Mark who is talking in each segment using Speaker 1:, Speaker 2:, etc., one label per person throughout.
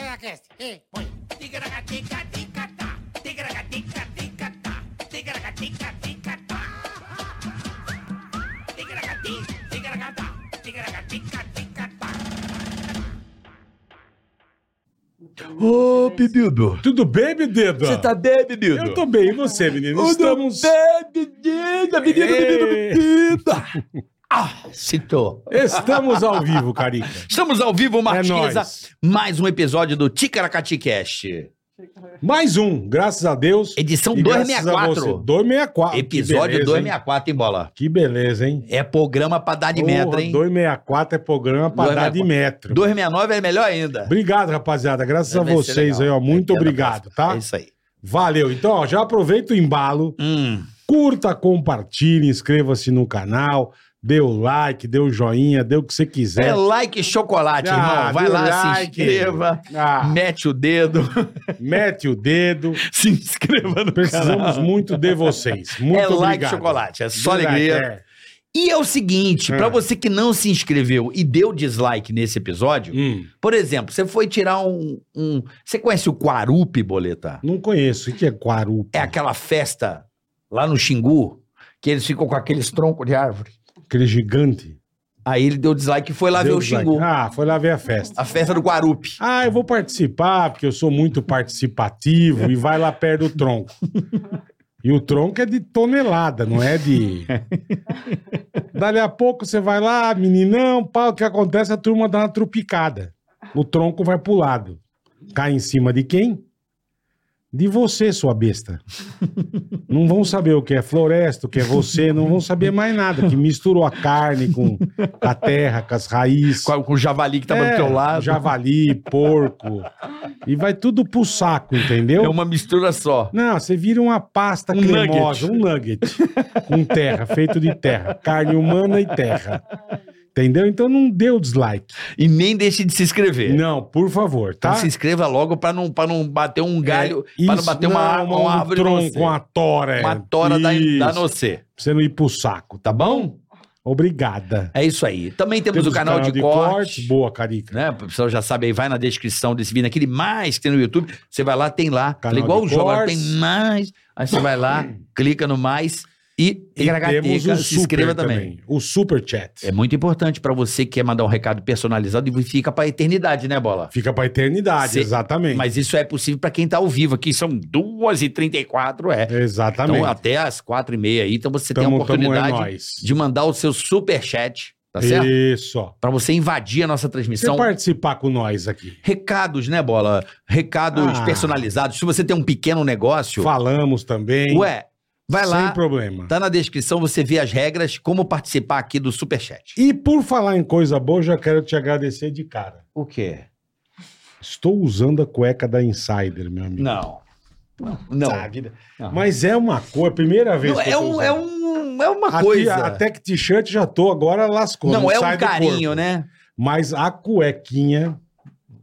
Speaker 1: Tigracast, e põe. Tigracatica, ticatá. Tigracatica, ticatá. Tigracatica, ticatá. Tigracati, tigracatá. Tigracatica, ticatá.
Speaker 2: Ô, bebido.
Speaker 3: Tudo bem, Bidedo?
Speaker 2: Você tá bem, bebido?
Speaker 3: Eu tô bem, e você, menino?
Speaker 2: Tudo
Speaker 3: Estamos.
Speaker 2: bem, bebida, bebida,
Speaker 3: Ei.
Speaker 2: bebida, bebida. Ah, citou.
Speaker 3: Estamos ao vivo, Carica.
Speaker 2: Estamos ao vivo, Marquesa.
Speaker 3: É nóis.
Speaker 2: Mais um episódio do Ticaracaticast.
Speaker 3: Mais um, graças a Deus.
Speaker 2: Edição
Speaker 3: E graças a você.
Speaker 2: 264.
Speaker 3: 264.
Speaker 2: Episódio
Speaker 3: Que beleza, hein?
Speaker 2: 264, hein, bola?
Speaker 3: Que beleza, hein?
Speaker 2: É programa pra dar de metro,
Speaker 3: Porra,
Speaker 2: hein?
Speaker 3: 264 é programa pra dar de metro.
Speaker 2: 269 é melhor ainda.
Speaker 3: Obrigado, rapaziada. Graças a
Speaker 2: Vai ser
Speaker 3: vocês
Speaker 2: é legal.
Speaker 3: aí, ó.
Speaker 2: Até
Speaker 3: Muito
Speaker 2: a
Speaker 3: obrigado,
Speaker 2: próxima.
Speaker 3: tá?
Speaker 2: É isso aí.
Speaker 3: Valeu. Então, ó, já aproveita o embalo.
Speaker 2: Hum,
Speaker 3: Curta, compartilhe, inscreva-se no canal. Dê o like, dê o joinha, dê o que você quiser.
Speaker 2: É like chocolate,
Speaker 3: Ah,
Speaker 2: irmão. Vai
Speaker 3: dê o
Speaker 2: lá, se
Speaker 3: like.
Speaker 2: inscreva.
Speaker 3: Ah,
Speaker 2: Mete o dedo,
Speaker 3: mete o dedo.
Speaker 2: se inscreva no
Speaker 3: Precisamos
Speaker 2: canal.
Speaker 3: muito de vocês. Muito
Speaker 2: é like
Speaker 3: obrigado.
Speaker 2: chocolate, é
Speaker 3: De
Speaker 2: só
Speaker 3: like,
Speaker 2: alegria.
Speaker 3: é.
Speaker 2: E é o seguinte,
Speaker 3: É.
Speaker 2: pra você que não se inscreveu e deu dislike nesse episódio,
Speaker 3: Hum,
Speaker 2: por exemplo, você foi tirar um, um- Você conhece o Quarupi, Boleta?
Speaker 3: não conheço. O que é Quarupi?
Speaker 2: É aquela festa lá no Xingu, que eles ficam com aqueles troncos de árvore.
Speaker 3: Aquele gigante.
Speaker 2: Aí ele deu dislike e foi lá ver
Speaker 3: Deu
Speaker 2: o
Speaker 3: dislike.
Speaker 2: Xingu.
Speaker 3: Ah, foi lá ver a festa.
Speaker 2: A festa do Quarupi.
Speaker 3: Ah, eu vou participar, porque eu sou muito participativo e vai lá perto do tronco. E o tronco é de tonelada, não é de. Dali a pouco você vai lá, meninão, pau, o que acontece? A turma dá uma trupicada. O tronco vai pro lado. Cai em cima de quem? De você, sua besta. Não vão saber o que é floresta, o que é você, não vão saber mais nada, que misturou a carne com a terra, com as raízes.
Speaker 2: Com, a- com o javali que tava Tá
Speaker 3: É,
Speaker 2: do teu lado.
Speaker 3: Javali, porco. E vai tudo pro saco, entendeu?
Speaker 2: É uma mistura só.
Speaker 3: Não, você vira uma pasta
Speaker 2: Um
Speaker 3: cremosa, um nugget. com terra, feito de terra. Carne humana e terra. Entendeu? Então não dê o dislike.
Speaker 2: E nem deixe de se inscrever.
Speaker 3: Não, por favor, tá?
Speaker 2: É. Então se inscreva logo pra não, pra não bater um galho,
Speaker 3: É,
Speaker 2: pra não
Speaker 3: isso,
Speaker 2: bater uma, ar- uma
Speaker 3: um
Speaker 2: árvore no
Speaker 3: tronco,
Speaker 2: você.
Speaker 3: uma tora. é.
Speaker 2: Uma tora da,
Speaker 3: Isso,
Speaker 2: da Nocê,
Speaker 3: Pra você não ir pro saco, tá
Speaker 2: tá bom?
Speaker 3: Obrigada.
Speaker 2: É isso aí. Também temos, o canal, de, corte.
Speaker 3: Boa, Carica.
Speaker 2: né? O pessoal já sabe aí, vai na descrição desse vídeo, aquele mais que tem no YouTube. Você vai lá, tem lá.
Speaker 3: Canal
Speaker 2: Fala igual
Speaker 3: de
Speaker 2: o jogo, agora tem
Speaker 3: cortes.
Speaker 2: mais. Aí você vai lá, clica no mais e,
Speaker 3: E temos o
Speaker 2: se inscreva
Speaker 3: super
Speaker 2: também.
Speaker 3: também. O super chat.
Speaker 2: É muito importante pra você que quer mandar um recado personalizado e fica pra eternidade, né, Bola?
Speaker 3: Fica pra eternidade,
Speaker 2: Cê-
Speaker 3: exatamente.
Speaker 2: Mas isso é possível pra quem tá ao vivo aqui. São 2h34, é.
Speaker 3: Exatamente.
Speaker 2: Então, até as 4h30 aí. Então, você tem a
Speaker 3: Tamo- tamo é
Speaker 2: oportunidade
Speaker 3: nóis.
Speaker 2: de mandar o seu superchat, tá certo?
Speaker 3: Isso. ó.
Speaker 2: Pra você invadir a nossa
Speaker 3: Você
Speaker 2: transmissão.
Speaker 3: participar com nós aqui.
Speaker 2: Recados, né, Bola? Recados
Speaker 3: Ah.
Speaker 2: personalizados. Se você tem um pequeno negócio,
Speaker 3: Falamos também.
Speaker 2: ué, vai
Speaker 3: Sem
Speaker 2: lá,
Speaker 3: problema.
Speaker 2: tá na descrição, você vê as regras, como participar aqui do Superchat.
Speaker 3: E por falar em coisa boa, eu já quero te agradecer de cara.
Speaker 2: O quê?
Speaker 3: Estou usando a cueca da Insider, meu amigo.
Speaker 2: Não. Não.
Speaker 3: Sabe?
Speaker 2: Não.
Speaker 3: Ah, Mas é uma cor, é a primeira vez
Speaker 2: Não,
Speaker 3: que
Speaker 2: é,
Speaker 3: eu tô
Speaker 2: um,
Speaker 3: usando.
Speaker 2: é, um, é uma
Speaker 3: Aqui,
Speaker 2: coisa.
Speaker 3: Até que t-shirt já tô, agora lascou.
Speaker 2: não, é
Speaker 3: sai
Speaker 2: um
Speaker 3: do
Speaker 2: carinho,
Speaker 3: corpo.
Speaker 2: né?
Speaker 3: Mas a cuequinha,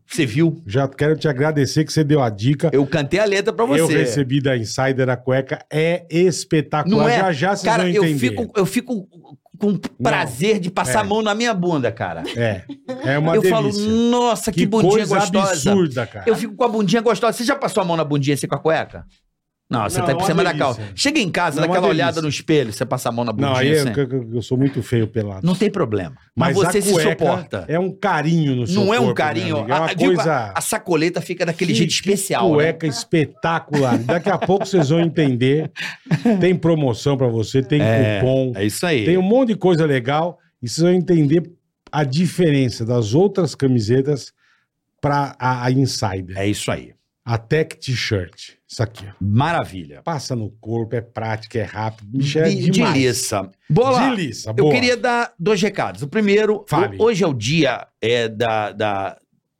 Speaker 2: Você viu?
Speaker 3: já quero te agradecer que você deu a dica.
Speaker 2: Eu cantei a letra pra você.
Speaker 3: Eu recebi da Insider a cueca, é espetacular.
Speaker 2: Não é?
Speaker 3: Já já vocês
Speaker 2: Cara,
Speaker 3: vão
Speaker 2: eu
Speaker 3: entender.
Speaker 2: fico, eu fico com prazer de passar a mão na minha bunda, cara.
Speaker 3: É, é uma
Speaker 2: eu
Speaker 3: delícia.
Speaker 2: falo, nossa, que, bundinha gostosa.
Speaker 3: absurda, cara.
Speaker 2: Eu fico com a bundinha gostosa. Você já passou a mão na bundinha assim com a cueca? Não, você
Speaker 3: Não, é
Speaker 2: tá por
Speaker 3: uma
Speaker 2: cima da
Speaker 3: delícia.
Speaker 2: calça. Chega em casa,
Speaker 3: Não, é
Speaker 2: dá
Speaker 3: uma
Speaker 2: aquela
Speaker 3: delícia.
Speaker 2: olhada no espelho, você passa a mão na bundinha
Speaker 3: Não, aí é eu,
Speaker 2: assim.
Speaker 3: eu- eu sou muito feio pelado.
Speaker 2: Não tem problema. Mas,
Speaker 3: a
Speaker 2: você se
Speaker 3: cueca
Speaker 2: suporta.
Speaker 3: É um carinho no seu
Speaker 2: Não é um
Speaker 3: corpo,
Speaker 2: carinho.
Speaker 3: meu amigo. É uma
Speaker 2: a, digo, a-
Speaker 3: coisa...
Speaker 2: a sacoleta fica daquele
Speaker 3: Que-
Speaker 2: jeito
Speaker 3: que
Speaker 2: especial. né?
Speaker 3: Cueca espetacular. Daqui a pouco vocês vão entender. Tem promoção pra você, tem
Speaker 2: É,
Speaker 3: cupom,
Speaker 2: É isso aí.
Speaker 3: tem um monte de coisa legal. E vocês vão entender a diferença das outras camisetas pra a, a Insider.
Speaker 2: É isso aí.
Speaker 3: A Tech T-shirt. Isso aqui, ó.
Speaker 2: Maravilha.
Speaker 3: Passa no corpo, é prática, é rápido. Michel, é
Speaker 2: De-
Speaker 3: demais.
Speaker 2: Delícia. Bola.
Speaker 3: Delícia,
Speaker 2: Eu
Speaker 3: boa.
Speaker 2: queria dar dois recados. O primeiro,
Speaker 3: Fale.
Speaker 2: ho- hoje é o dia é, da, da,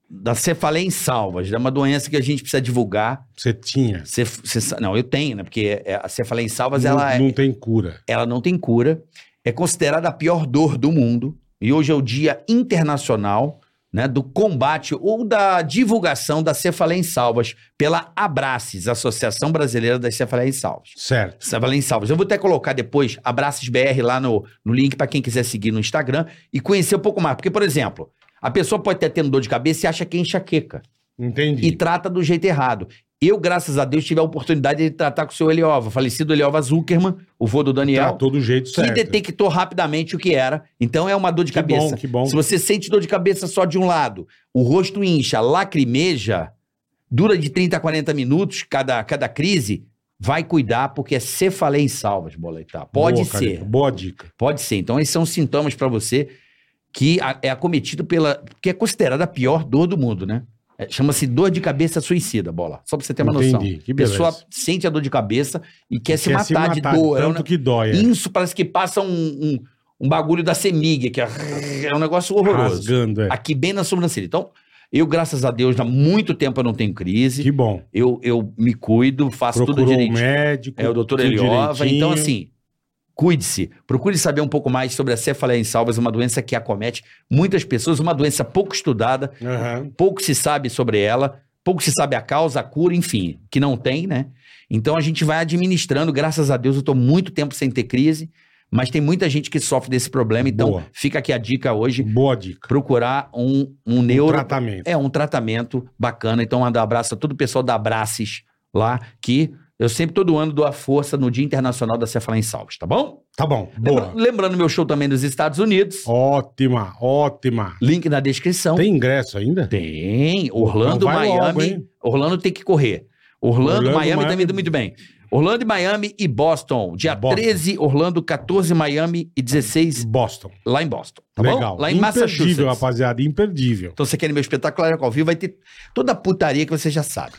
Speaker 2: da cefaleia em salvas. É uma doença que a gente precisa divulgar.
Speaker 3: Você tinha.
Speaker 2: Cef- cef- não, eu tenho, né? Porque é, a cefaleia em salvas,
Speaker 3: não,
Speaker 2: ela, é-
Speaker 3: não tem cura.
Speaker 2: ela não tem cura. É considerada a pior dor do mundo. E hoje é o dia internacional né, do combate ou da divulgação da cefaleia em salvas pela Abraces, Associação Brasileira das Cefaleias em Salvas.
Speaker 3: Certo.
Speaker 2: Cefaleias em salvas. Eu vou até colocar depois Abraces BR lá no, no link para quem quiser seguir no Instagram e conhecer um pouco mais. Porque, por exemplo, a pessoa pode estar tendo dor de cabeça e acha que é enxaqueca.
Speaker 3: Entendi.
Speaker 2: e trata do jeito errado. Eu, graças a Deus, tive a oportunidade de tratar com o seu Eliova, falecido Eliova Zuckerman, o vô do
Speaker 3: Tá
Speaker 2: Daniel,
Speaker 3: todo jeito
Speaker 2: que
Speaker 3: certo.
Speaker 2: detectou rapidamente o que era. Então é uma dor de
Speaker 3: que
Speaker 2: cabeça.
Speaker 3: bom, que bom.
Speaker 2: Se você sente dor de cabeça só de um lado, o rosto incha, lacrimeja, dura de 30 a 40 minutos cada, cada crise, vai cuidar porque é cefaleia em salvas, boletar. Pode
Speaker 3: Boa,
Speaker 2: ser,
Speaker 3: Carioca, Boa dica.
Speaker 2: pode ser. Então esses são sintomas pra você que a- é acometido pela, que é considerada a pior dor do mundo, né? É, Chama-se dor de cabeça suicida, bola. Só pra você ter uma noção.
Speaker 3: Entendi. Que
Speaker 2: A
Speaker 3: beleza.
Speaker 2: pessoa sente a dor de cabeça e quer, se,
Speaker 3: Quer
Speaker 2: matar de dor. É um
Speaker 3: Tanto que dói. é.
Speaker 2: isso parece que passa um, um, um bagulho da semiga, que é, é um negócio horroroso.
Speaker 3: Rasgando, é.
Speaker 2: Aqui bem na sobrancelha. Então, eu, graças a Deus, há muito tempo eu não tenho crise.
Speaker 3: Que bom.
Speaker 2: Eu, eu me cuido, faço tudo
Speaker 3: Procurou um
Speaker 2: direitinho.
Speaker 3: médico.
Speaker 2: é o doutor
Speaker 3: tudo
Speaker 2: Eliova.
Speaker 3: direitinho.
Speaker 2: Então, assim, cuide-se. Procure saber um pouco mais sobre a cefaleia em salvas, uma doença que acomete muitas pessoas, uma doença pouco estudada,
Speaker 3: Aham.
Speaker 2: pouco se sabe sobre ela, pouco se sabe a causa, a cura, enfim, que não tem, né? Então a gente vai administrando, graças a Deus, eu estou muito tempo sem ter crise, mas tem muita gente que sofre desse problema, então
Speaker 3: Boa.
Speaker 2: fica aqui a dica hoje,
Speaker 3: Boa dica.
Speaker 2: procurar um, um
Speaker 3: Um
Speaker 2: neuro...
Speaker 3: Tratamento.
Speaker 2: é um tratamento bacana, então mandar um abraço a todo o pessoal da Abraces lá, que eu sempre, todo ano, dou a força no Dia Internacional da Cefaleia em Salves, tá bom?
Speaker 3: Tá bom.
Speaker 2: Lembra-
Speaker 3: Boa.
Speaker 2: lembrando meu show também nos Estados Unidos,
Speaker 3: Ótima, ótima.
Speaker 2: link na descrição.
Speaker 3: Tem ingresso ainda?
Speaker 2: Tem. Orlando,
Speaker 3: Então vai
Speaker 2: Miami.
Speaker 3: logo, hein?
Speaker 2: Orlando tem que correr. Orlando,
Speaker 3: Orlando,
Speaker 2: Miami
Speaker 3: Miami-
Speaker 2: também indo muito bem. Orlando, Miami e Boston. Dia
Speaker 3: Boston.
Speaker 2: 13, Orlando, 14, Miami e 16
Speaker 3: Boston.
Speaker 2: lá em Boston. Tá
Speaker 3: Legal.
Speaker 2: bom? Lá em
Speaker 3: imperdível,
Speaker 2: Massachusetts.
Speaker 3: rapaziada. Imperdível.
Speaker 2: Então, você quer ir no meu espetáculo Laranja ao vivo, vai ter toda a putaria que você já sabe.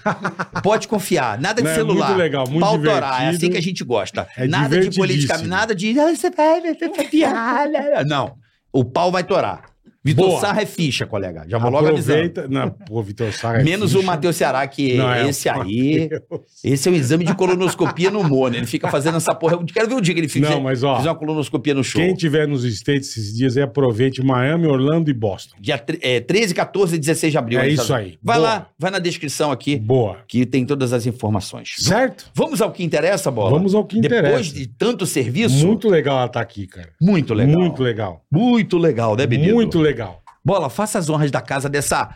Speaker 2: Pode confiar, nada de
Speaker 3: Não, é
Speaker 2: celular.
Speaker 3: muito legal, muito
Speaker 2: Pau torar, é
Speaker 3: divertido.
Speaker 2: assim que a gente gosta.
Speaker 3: É
Speaker 2: nada de política,
Speaker 3: divertidíssimo.
Speaker 2: nada de. "Ah, você vai, vai ter piada. Não, o pau vai torar. Vitor
Speaker 3: Boa.
Speaker 2: Sarra é ficha, colega. Já vou logo avisando.
Speaker 3: Não, pô, Vitor Sarra. é
Speaker 2: Menos o
Speaker 3: ficha.
Speaker 2: Matheus Ceará, que
Speaker 3: Não, é
Speaker 2: esse
Speaker 3: o
Speaker 2: aí.
Speaker 3: Matheus.
Speaker 2: Esse é o exame de colonoscopia no Mono. Ele fica fazendo essa porra. Eu quero ver o dia que ele fizer,
Speaker 3: Não, mas ó,
Speaker 2: fizer uma colonoscopia no show.
Speaker 3: Quem tiver nos States esses dias aí, aproveite Miami, Orlando e Boston.
Speaker 2: Dia tre- é, 13, 14 e 16 de abril.
Speaker 3: É
Speaker 2: né,
Speaker 3: isso
Speaker 2: Sandro?
Speaker 3: aí.
Speaker 2: Vai
Speaker 3: Boa.
Speaker 2: lá, vai na descrição aqui,
Speaker 3: Boa.
Speaker 2: que tem todas as informações.
Speaker 3: Certo?
Speaker 2: Vamos ao que interessa, Bola?
Speaker 3: Vamos ao que
Speaker 2: Depois
Speaker 3: interessa.
Speaker 2: de tanto serviço, muito,
Speaker 3: Muito legal ela tá aqui, cara.
Speaker 2: legal.
Speaker 3: Muito legal.
Speaker 2: Muito legal, né, menino?
Speaker 3: Muito legal.
Speaker 2: Bola, faça as honras da casa dessa...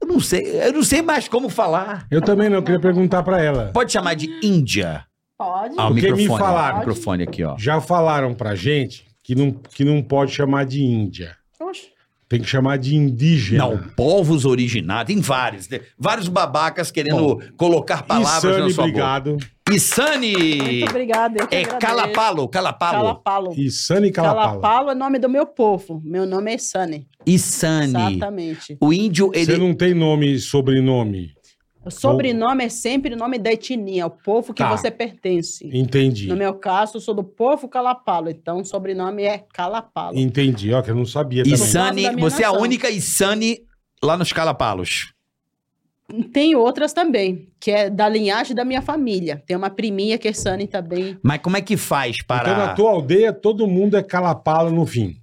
Speaker 2: Eu não sei, eu não sei mais como falar.
Speaker 3: Eu também não queria perguntar pra ela.
Speaker 2: Pode chamar de Índia.
Speaker 4: Pode.
Speaker 2: Ah, o
Speaker 3: Porque me
Speaker 2: microfone. ó,
Speaker 3: falaram.
Speaker 2: O microfone aqui, ó.
Speaker 3: Já falaram pra gente que não, que não pode chamar de Índia.
Speaker 4: Oxe.
Speaker 3: Tem que chamar de indígena.
Speaker 2: Não, povos originários, tem vários, né? vários babacas querendo colocar palavras na
Speaker 3: Insane,
Speaker 2: sua
Speaker 3: obrigado.
Speaker 2: boca.
Speaker 4: Muito
Speaker 2: Pisani
Speaker 4: obrigada. Eu que
Speaker 2: é
Speaker 4: agradeço.
Speaker 2: Calapalo, Calapalo.
Speaker 4: Calapalo.
Speaker 3: Insane
Speaker 4: Calapalo.
Speaker 3: Calapala.
Speaker 4: é nome do meu povo. Meu nome é Sani.
Speaker 2: Isani.
Speaker 4: Exatamente.
Speaker 2: O índio, ele
Speaker 3: Você não tem nome e sobrenome.
Speaker 4: O sobrenome é sempre o nome da etnia, o povo que
Speaker 3: Tá.
Speaker 4: você pertence.
Speaker 3: Entendi.
Speaker 4: No meu caso, eu sou do povo Calapalo, então o sobrenome é Calapalo.
Speaker 3: Entendi. Ó, que eu não sabia também. Então,
Speaker 4: Por
Speaker 2: Isani,
Speaker 4: causa da
Speaker 2: você é a
Speaker 4: minha nação.
Speaker 2: única Isani lá nos Calapalos.
Speaker 4: Tem outras também, que é da linhagem da minha família. Tem uma priminha que é Sani também.
Speaker 2: Mas como é que faz
Speaker 3: Então,
Speaker 2: para...
Speaker 3: na tua aldeia, todo mundo é calapala no fim.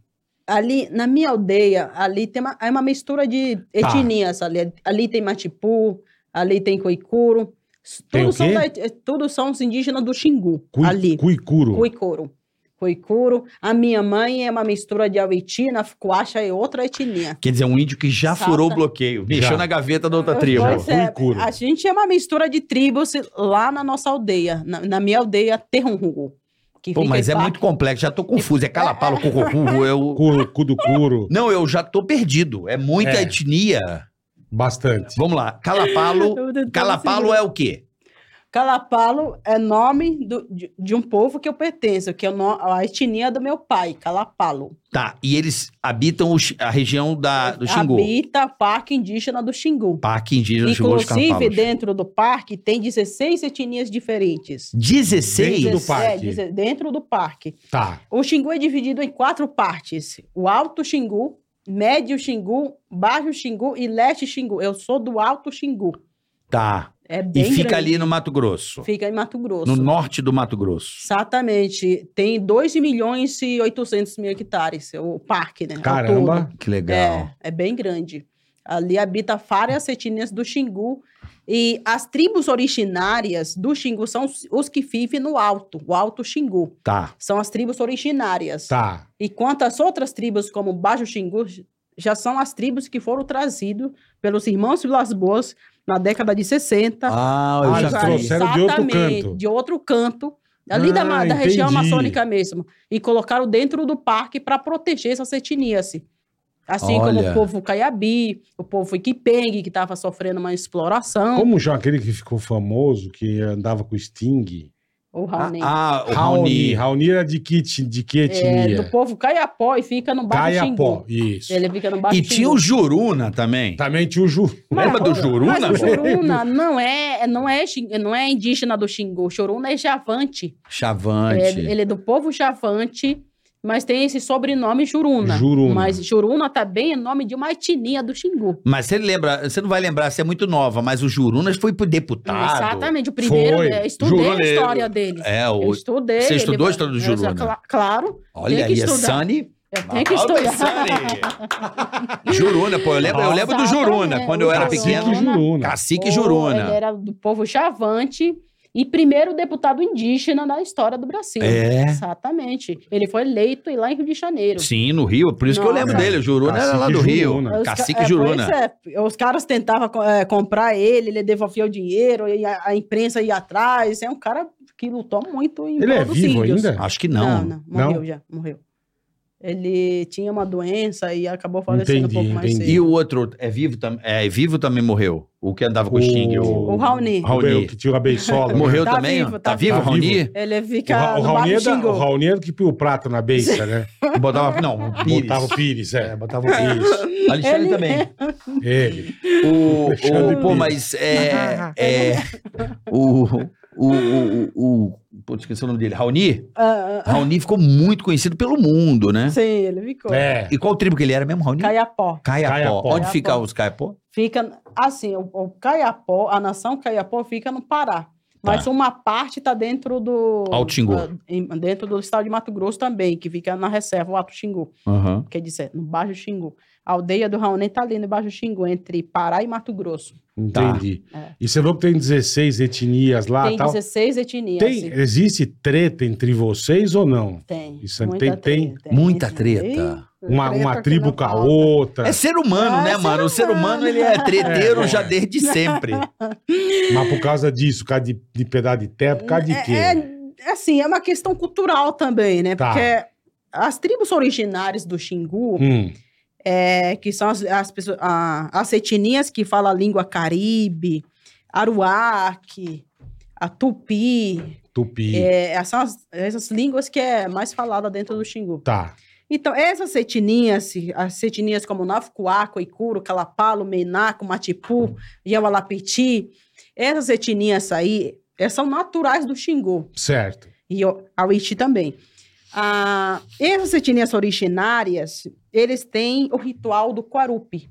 Speaker 4: Ali, na minha aldeia, ali tem uma, é uma mistura de
Speaker 2: Tá.
Speaker 4: etnias. Ali, ali tem Matipu, ali tem Coicuro. S-
Speaker 3: Tem o
Speaker 4: Tudo, são
Speaker 3: quê?
Speaker 4: da et- eh, tudo são os indígenas do Xingu,
Speaker 3: Cui,
Speaker 4: ali.
Speaker 3: Cuicuro.
Speaker 4: Coicuro. Coicuro. A minha mãe é uma mistura de Awitina, Fuquacha e é outra etnia.
Speaker 2: Quer dizer, um índio que já
Speaker 4: Salta.
Speaker 2: furou o bloqueio, deixou
Speaker 3: Já.
Speaker 2: na gaveta da outra tribo.
Speaker 4: Pois é,
Speaker 3: Cuicuro.
Speaker 4: a gente é uma mistura de tribos lá na nossa aldeia, na, na minha aldeia Terrungu. que
Speaker 2: Pô,
Speaker 4: fica
Speaker 2: mas
Speaker 4: em
Speaker 2: é
Speaker 4: Paca.
Speaker 2: muito complexo, já tô confuso. É Calapalo, Cococu, eu...
Speaker 3: Curo, cu do curo.
Speaker 2: Não, eu já tô perdido. É muita
Speaker 3: É.
Speaker 2: etnia.
Speaker 3: Bastante.
Speaker 2: Vamos lá. Calapalo.
Speaker 4: Eu tô
Speaker 2: Calapalo
Speaker 4: assim.
Speaker 2: é o quê?
Speaker 4: Calapalo é nome do- de, de um povo que eu pertenço, que é o no- a etnia do meu pai, Calapalo. É
Speaker 2: Tá. E eles habitam o Xi- a região da, Ah, do Xingu.
Speaker 4: Habita o parque indígena do Xingu.
Speaker 2: Parque indígena do Xingu dos
Speaker 4: Inclusive,
Speaker 2: Calapalos.
Speaker 4: dentro do parque tem 16 etnias diferentes.
Speaker 2: 16.
Speaker 3: Dentro do
Speaker 4: Dezesse-
Speaker 3: parque.
Speaker 4: é, deze- dentro do parque.
Speaker 3: Tá.
Speaker 4: O Xingu é dividido em quatro partes: o Alto Xingu, Médio Xingu, Baixo Xingu e Leste Xingu. Eu sou do Alto Xingu.
Speaker 2: Tá.
Speaker 4: É
Speaker 2: E
Speaker 4: bem
Speaker 2: fica
Speaker 4: grande.
Speaker 2: ali no Mato Grosso.
Speaker 4: Fica em Mato Grosso.
Speaker 2: No norte do Mato Grosso.
Speaker 4: Exatamente. Tem 2 milhões e 800 mil hectares, o parque, né? ao todo.
Speaker 3: Caramba.
Speaker 2: Que legal.
Speaker 4: É, é bem grande. Ali habita várias etnias do Xingu. E as tribos originárias do Xingu são os- os que vivem no alto, o alto Xingu.
Speaker 2: Tá.
Speaker 4: São as tribos originárias.
Speaker 3: Tá.
Speaker 4: E quanto às outras tribos, como o Baixo Xingu, já são as tribos que foram trazidas pelos irmãos Vilas Boas na década de 60.
Speaker 2: Ah,
Speaker 3: Ah,
Speaker 2: eu já
Speaker 3: já
Speaker 2: vi.
Speaker 3: trouxe. trouxeram de outro canto.
Speaker 4: de outro canto, ali da, ma-
Speaker 3: Ah,
Speaker 4: da região
Speaker 3: entendi.
Speaker 4: amazônica mesmo. E colocaram dentro do parque para proteger essas etnias. Assim como
Speaker 2: Olha.
Speaker 4: o povo caiabi, o povo iquipengue, que estava sofrendo uma exploração.
Speaker 3: Como já aquele que ficou famoso, que andava com o Sting?
Speaker 4: O Raoni.
Speaker 2: Ah, ah, o
Speaker 3: Raoni.
Speaker 2: Raoni.
Speaker 3: Raoni era de que, ti- de que
Speaker 4: É, do
Speaker 3: etnia?
Speaker 4: povo caiapó e fica no Baixo
Speaker 3: Caiapó,
Speaker 4: Xingu.
Speaker 3: isso.
Speaker 4: Ele fica no Baixo
Speaker 2: E tinha o Juruna também.
Speaker 3: Também tinha o Ju.
Speaker 2: Lembra do Juruna,
Speaker 4: Mas o
Speaker 2: pô?
Speaker 4: Juruna não é, não é, xin- não é indígena do Xingu. O Juruna é Javante.
Speaker 2: Chavante.
Speaker 4: É, ele é do povo Javante, mas tem esse sobrenome Juruna.
Speaker 3: Juruna.
Speaker 4: Mas Juruna também é nome de uma etnia do Xingu.
Speaker 2: Mas você lembra, você não vai lembrar, você é muito nova, mas o Jurunas foi pro deputado.
Speaker 4: Exatamente. O primeiro,
Speaker 3: Foi.
Speaker 4: né, estudei
Speaker 2: Juruna,
Speaker 4: a história dele.
Speaker 2: É,
Speaker 4: Eu
Speaker 2: o,
Speaker 4: estudei.
Speaker 2: Você
Speaker 4: ele-
Speaker 2: estudou a história do
Speaker 4: Eu-
Speaker 2: Juruna? Ah,
Speaker 4: cla- Claro,
Speaker 2: olha
Speaker 4: tem que
Speaker 2: aí, é
Speaker 4: estudar.
Speaker 2: Sunny.
Speaker 4: eu tenho que estudar.
Speaker 2: Juruna, pô, eu lembro, eu lembro do Juruna,
Speaker 4: Exatamente.
Speaker 2: quando eu era
Speaker 4: Cacique
Speaker 2: pequeno. né?
Speaker 3: Juruna.
Speaker 2: Cacique
Speaker 4: Ou Ele
Speaker 2: Juruna.
Speaker 4: era do povo Chavante e primeiro deputado indígena na história do Brasil.
Speaker 2: É.
Speaker 4: Exatamente. Ele foi eleito e lá em Rio de Janeiro.
Speaker 2: Sim, no Rio, por isso que eu lembro
Speaker 3: Nossa.
Speaker 2: dele. O Juruna era lá
Speaker 3: Cacique
Speaker 2: do Rio.
Speaker 3: Juruna.
Speaker 4: Os ca-
Speaker 2: Cacique
Speaker 4: é,
Speaker 2: Juruna.
Speaker 3: né?
Speaker 4: pois é. os caras tentavam co- é, comprar ele, ele devolvia o dinheiro, e a, a imprensa ia atrás. É um cara que lutou muito em
Speaker 3: Ele é
Speaker 4: prol dos
Speaker 3: vivo
Speaker 4: índios.
Speaker 3: ainda?
Speaker 2: Acho que
Speaker 4: Não,
Speaker 2: não.
Speaker 4: não, morreu
Speaker 3: Não?
Speaker 4: já, morreu. Ele tinha uma doença e acabou falecendo
Speaker 3: Entendi,
Speaker 4: um pouco mais
Speaker 3: entendi.
Speaker 2: E
Speaker 4: cedo.
Speaker 2: o outro é vivo, tam- é vivo também morreu. O que andava com o Xing. o-
Speaker 4: O Raoni.
Speaker 2: Raoni.
Speaker 3: O que tinha a beisola. né?
Speaker 2: Morreu
Speaker 4: Tá
Speaker 2: também?
Speaker 4: vivo,
Speaker 2: ó.
Speaker 4: tá
Speaker 2: tá vivo,
Speaker 3: vivo.
Speaker 2: Raoni?
Speaker 4: Ele
Speaker 3: O, Ra
Speaker 4: fica
Speaker 3: o
Speaker 4: no Baixo
Speaker 3: Raoni era,
Speaker 4: Xingu.
Speaker 3: o Raoni era que põe o prato na beiça, né?
Speaker 2: Botava. Não, o Pires.
Speaker 3: Botava o Pires, é.
Speaker 2: botava
Speaker 3: Isso,
Speaker 2: Alexandre
Speaker 4: Ele-
Speaker 2: também.
Speaker 3: ele.
Speaker 2: O,
Speaker 3: Alexandre
Speaker 2: o, pô,
Speaker 3: Pires.
Speaker 2: mas é. é o, o, o, o, o. Pô, esqueci o nome dele. Raoni?
Speaker 4: Ah, ah,
Speaker 2: Raoni ficou muito conhecido pelo mundo, né?
Speaker 4: ah, sim, ele ficou.
Speaker 3: É.
Speaker 2: E qual tribo que ele era mesmo, Raoni?
Speaker 4: Caiapó.
Speaker 2: Caiapó.
Speaker 3: Caiapó.
Speaker 2: Onde
Speaker 4: Caiapó.
Speaker 2: ficavam os Caiapó?
Speaker 4: fica assim, o, o Caiapó, a nação Caiapó fica no Pará.
Speaker 3: Tá.
Speaker 4: Mas uma parte está dentro do.
Speaker 2: Alto Xingu.
Speaker 4: ah, em- dentro do estado de Mato Grosso também, que fica na reserva, o Alto Xingu,
Speaker 2: Aham.
Speaker 4: quer dizer, no Baixo Xingu. A aldeia do Raoni está ali no Baixo Xingu, entre Pará e Mato Grosso.
Speaker 3: Entendi.
Speaker 4: É.
Speaker 3: E você falou que tem 16 etnias lá
Speaker 4: tem
Speaker 3: e tal.
Speaker 4: 16 etnias.
Speaker 3: Ah, tá. Tem,
Speaker 4: assim.
Speaker 3: existe treta entre vocês ou não?
Speaker 4: Tem.
Speaker 3: Isso,
Speaker 4: muita
Speaker 3: tem- tem
Speaker 4: treta,
Speaker 2: Muita
Speaker 4: tem.
Speaker 2: treta.
Speaker 3: Uma,
Speaker 4: Treta
Speaker 3: uma
Speaker 4: que
Speaker 3: tribo
Speaker 4: não
Speaker 3: com a
Speaker 4: falta.
Speaker 3: outra.
Speaker 2: É ser humano,
Speaker 4: Ah,
Speaker 2: né,
Speaker 4: é ser
Speaker 2: mano? O ser humano,
Speaker 4: humano.
Speaker 2: ele é treteiro
Speaker 3: É, é.
Speaker 2: já desde sempre.
Speaker 3: Mas por causa disso, por causa de, de pedaço de terra, por causa de quê?
Speaker 4: É, é, assim, é uma questão cultural também, né?
Speaker 3: Tá.
Speaker 4: Porque as tribos originárias do Xingu,
Speaker 3: Hum,
Speaker 4: é, que são as, as, pessoas, a- as etnias que falam a língua caribe, aruaque, a tupi,
Speaker 3: tupi.
Speaker 4: é, essas, são as- essas línguas que é mais falada dentro do Xingu.
Speaker 3: Tá.
Speaker 4: Então, essas etnias, as etnias como Nafucuaco, Icuro, Calapalo, Menaco, Matipu, Yawalapiti, essas etnias aí é, são naturais do Xingu
Speaker 3: Certo.
Speaker 4: e o- ao Haiti também. Ah, essas etnias originárias, eles têm o ritual do Quarupi.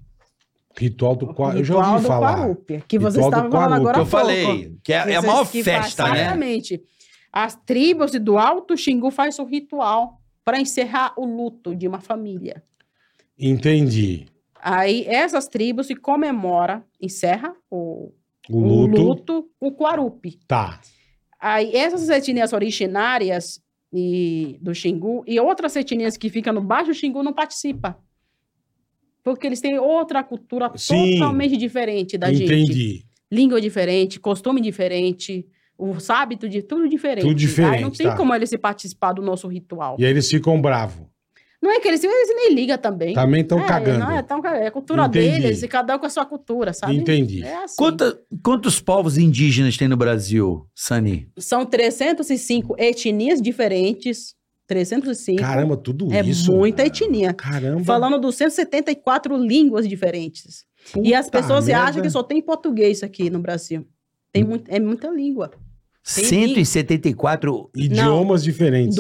Speaker 3: Ritual do
Speaker 4: O
Speaker 3: Qua... Eu já
Speaker 4: ritual
Speaker 3: ouvi
Speaker 4: do
Speaker 3: falar.
Speaker 4: Quarupi, que você
Speaker 3: Ritual do
Speaker 4: estava falando
Speaker 3: Quarupi.
Speaker 4: agora
Speaker 2: Eu
Speaker 4: há pouco.
Speaker 2: falei que é, é a
Speaker 4: Vocês
Speaker 2: maior
Speaker 4: que
Speaker 2: festa,
Speaker 4: fazem-
Speaker 2: né?
Speaker 4: Exatamente. As tribos do Alto Xingu faz o ritual para encerrar o luto de uma família.
Speaker 3: Entendi.
Speaker 4: Aí essas tribos se comemora, encerra o,
Speaker 3: O
Speaker 4: o
Speaker 3: luto.
Speaker 4: luto, o Quarupi.
Speaker 3: Tá.
Speaker 4: Aí essas etnias originárias e- do Xingu e outras etnias que ficam no Baixo Xingu não participam. Porque eles têm outra cultura
Speaker 3: Sim.
Speaker 4: totalmente diferente da gente.
Speaker 3: Entendi.
Speaker 4: Língua diferente, costume diferente, os hábitos de tudo diferente.
Speaker 3: Tudo diferente,
Speaker 4: Aí não tem
Speaker 3: tá.
Speaker 4: como eles se participar do nosso ritual.
Speaker 3: E é- aí eles ficam bravos.
Speaker 4: Não é que eles, eles nem ligam também.
Speaker 3: Também estão
Speaker 4: é,
Speaker 3: Tá, cagando.
Speaker 4: Não, é, tão cagando. É a cultura
Speaker 3: Entendi.
Speaker 4: deles e cada um com a sua cultura, sabe?
Speaker 3: Entendi.
Speaker 4: É assim.
Speaker 2: Quanta- quantos povos indígenas tem no Brasil, Sani?
Speaker 4: São 305 etnias diferentes. 305.
Speaker 3: Caramba, tudo
Speaker 4: É
Speaker 3: isso.
Speaker 4: muita etnia.
Speaker 3: Caramba.
Speaker 4: Falando dos 174 línguas diferentes. e as
Speaker 3: puta
Speaker 4: pessoas
Speaker 3: merda. Hum.
Speaker 4: acham que só tem português aqui no Brasil. Tem muito, é muita língua. Tem
Speaker 2: 174
Speaker 3: Idiomas diferentes.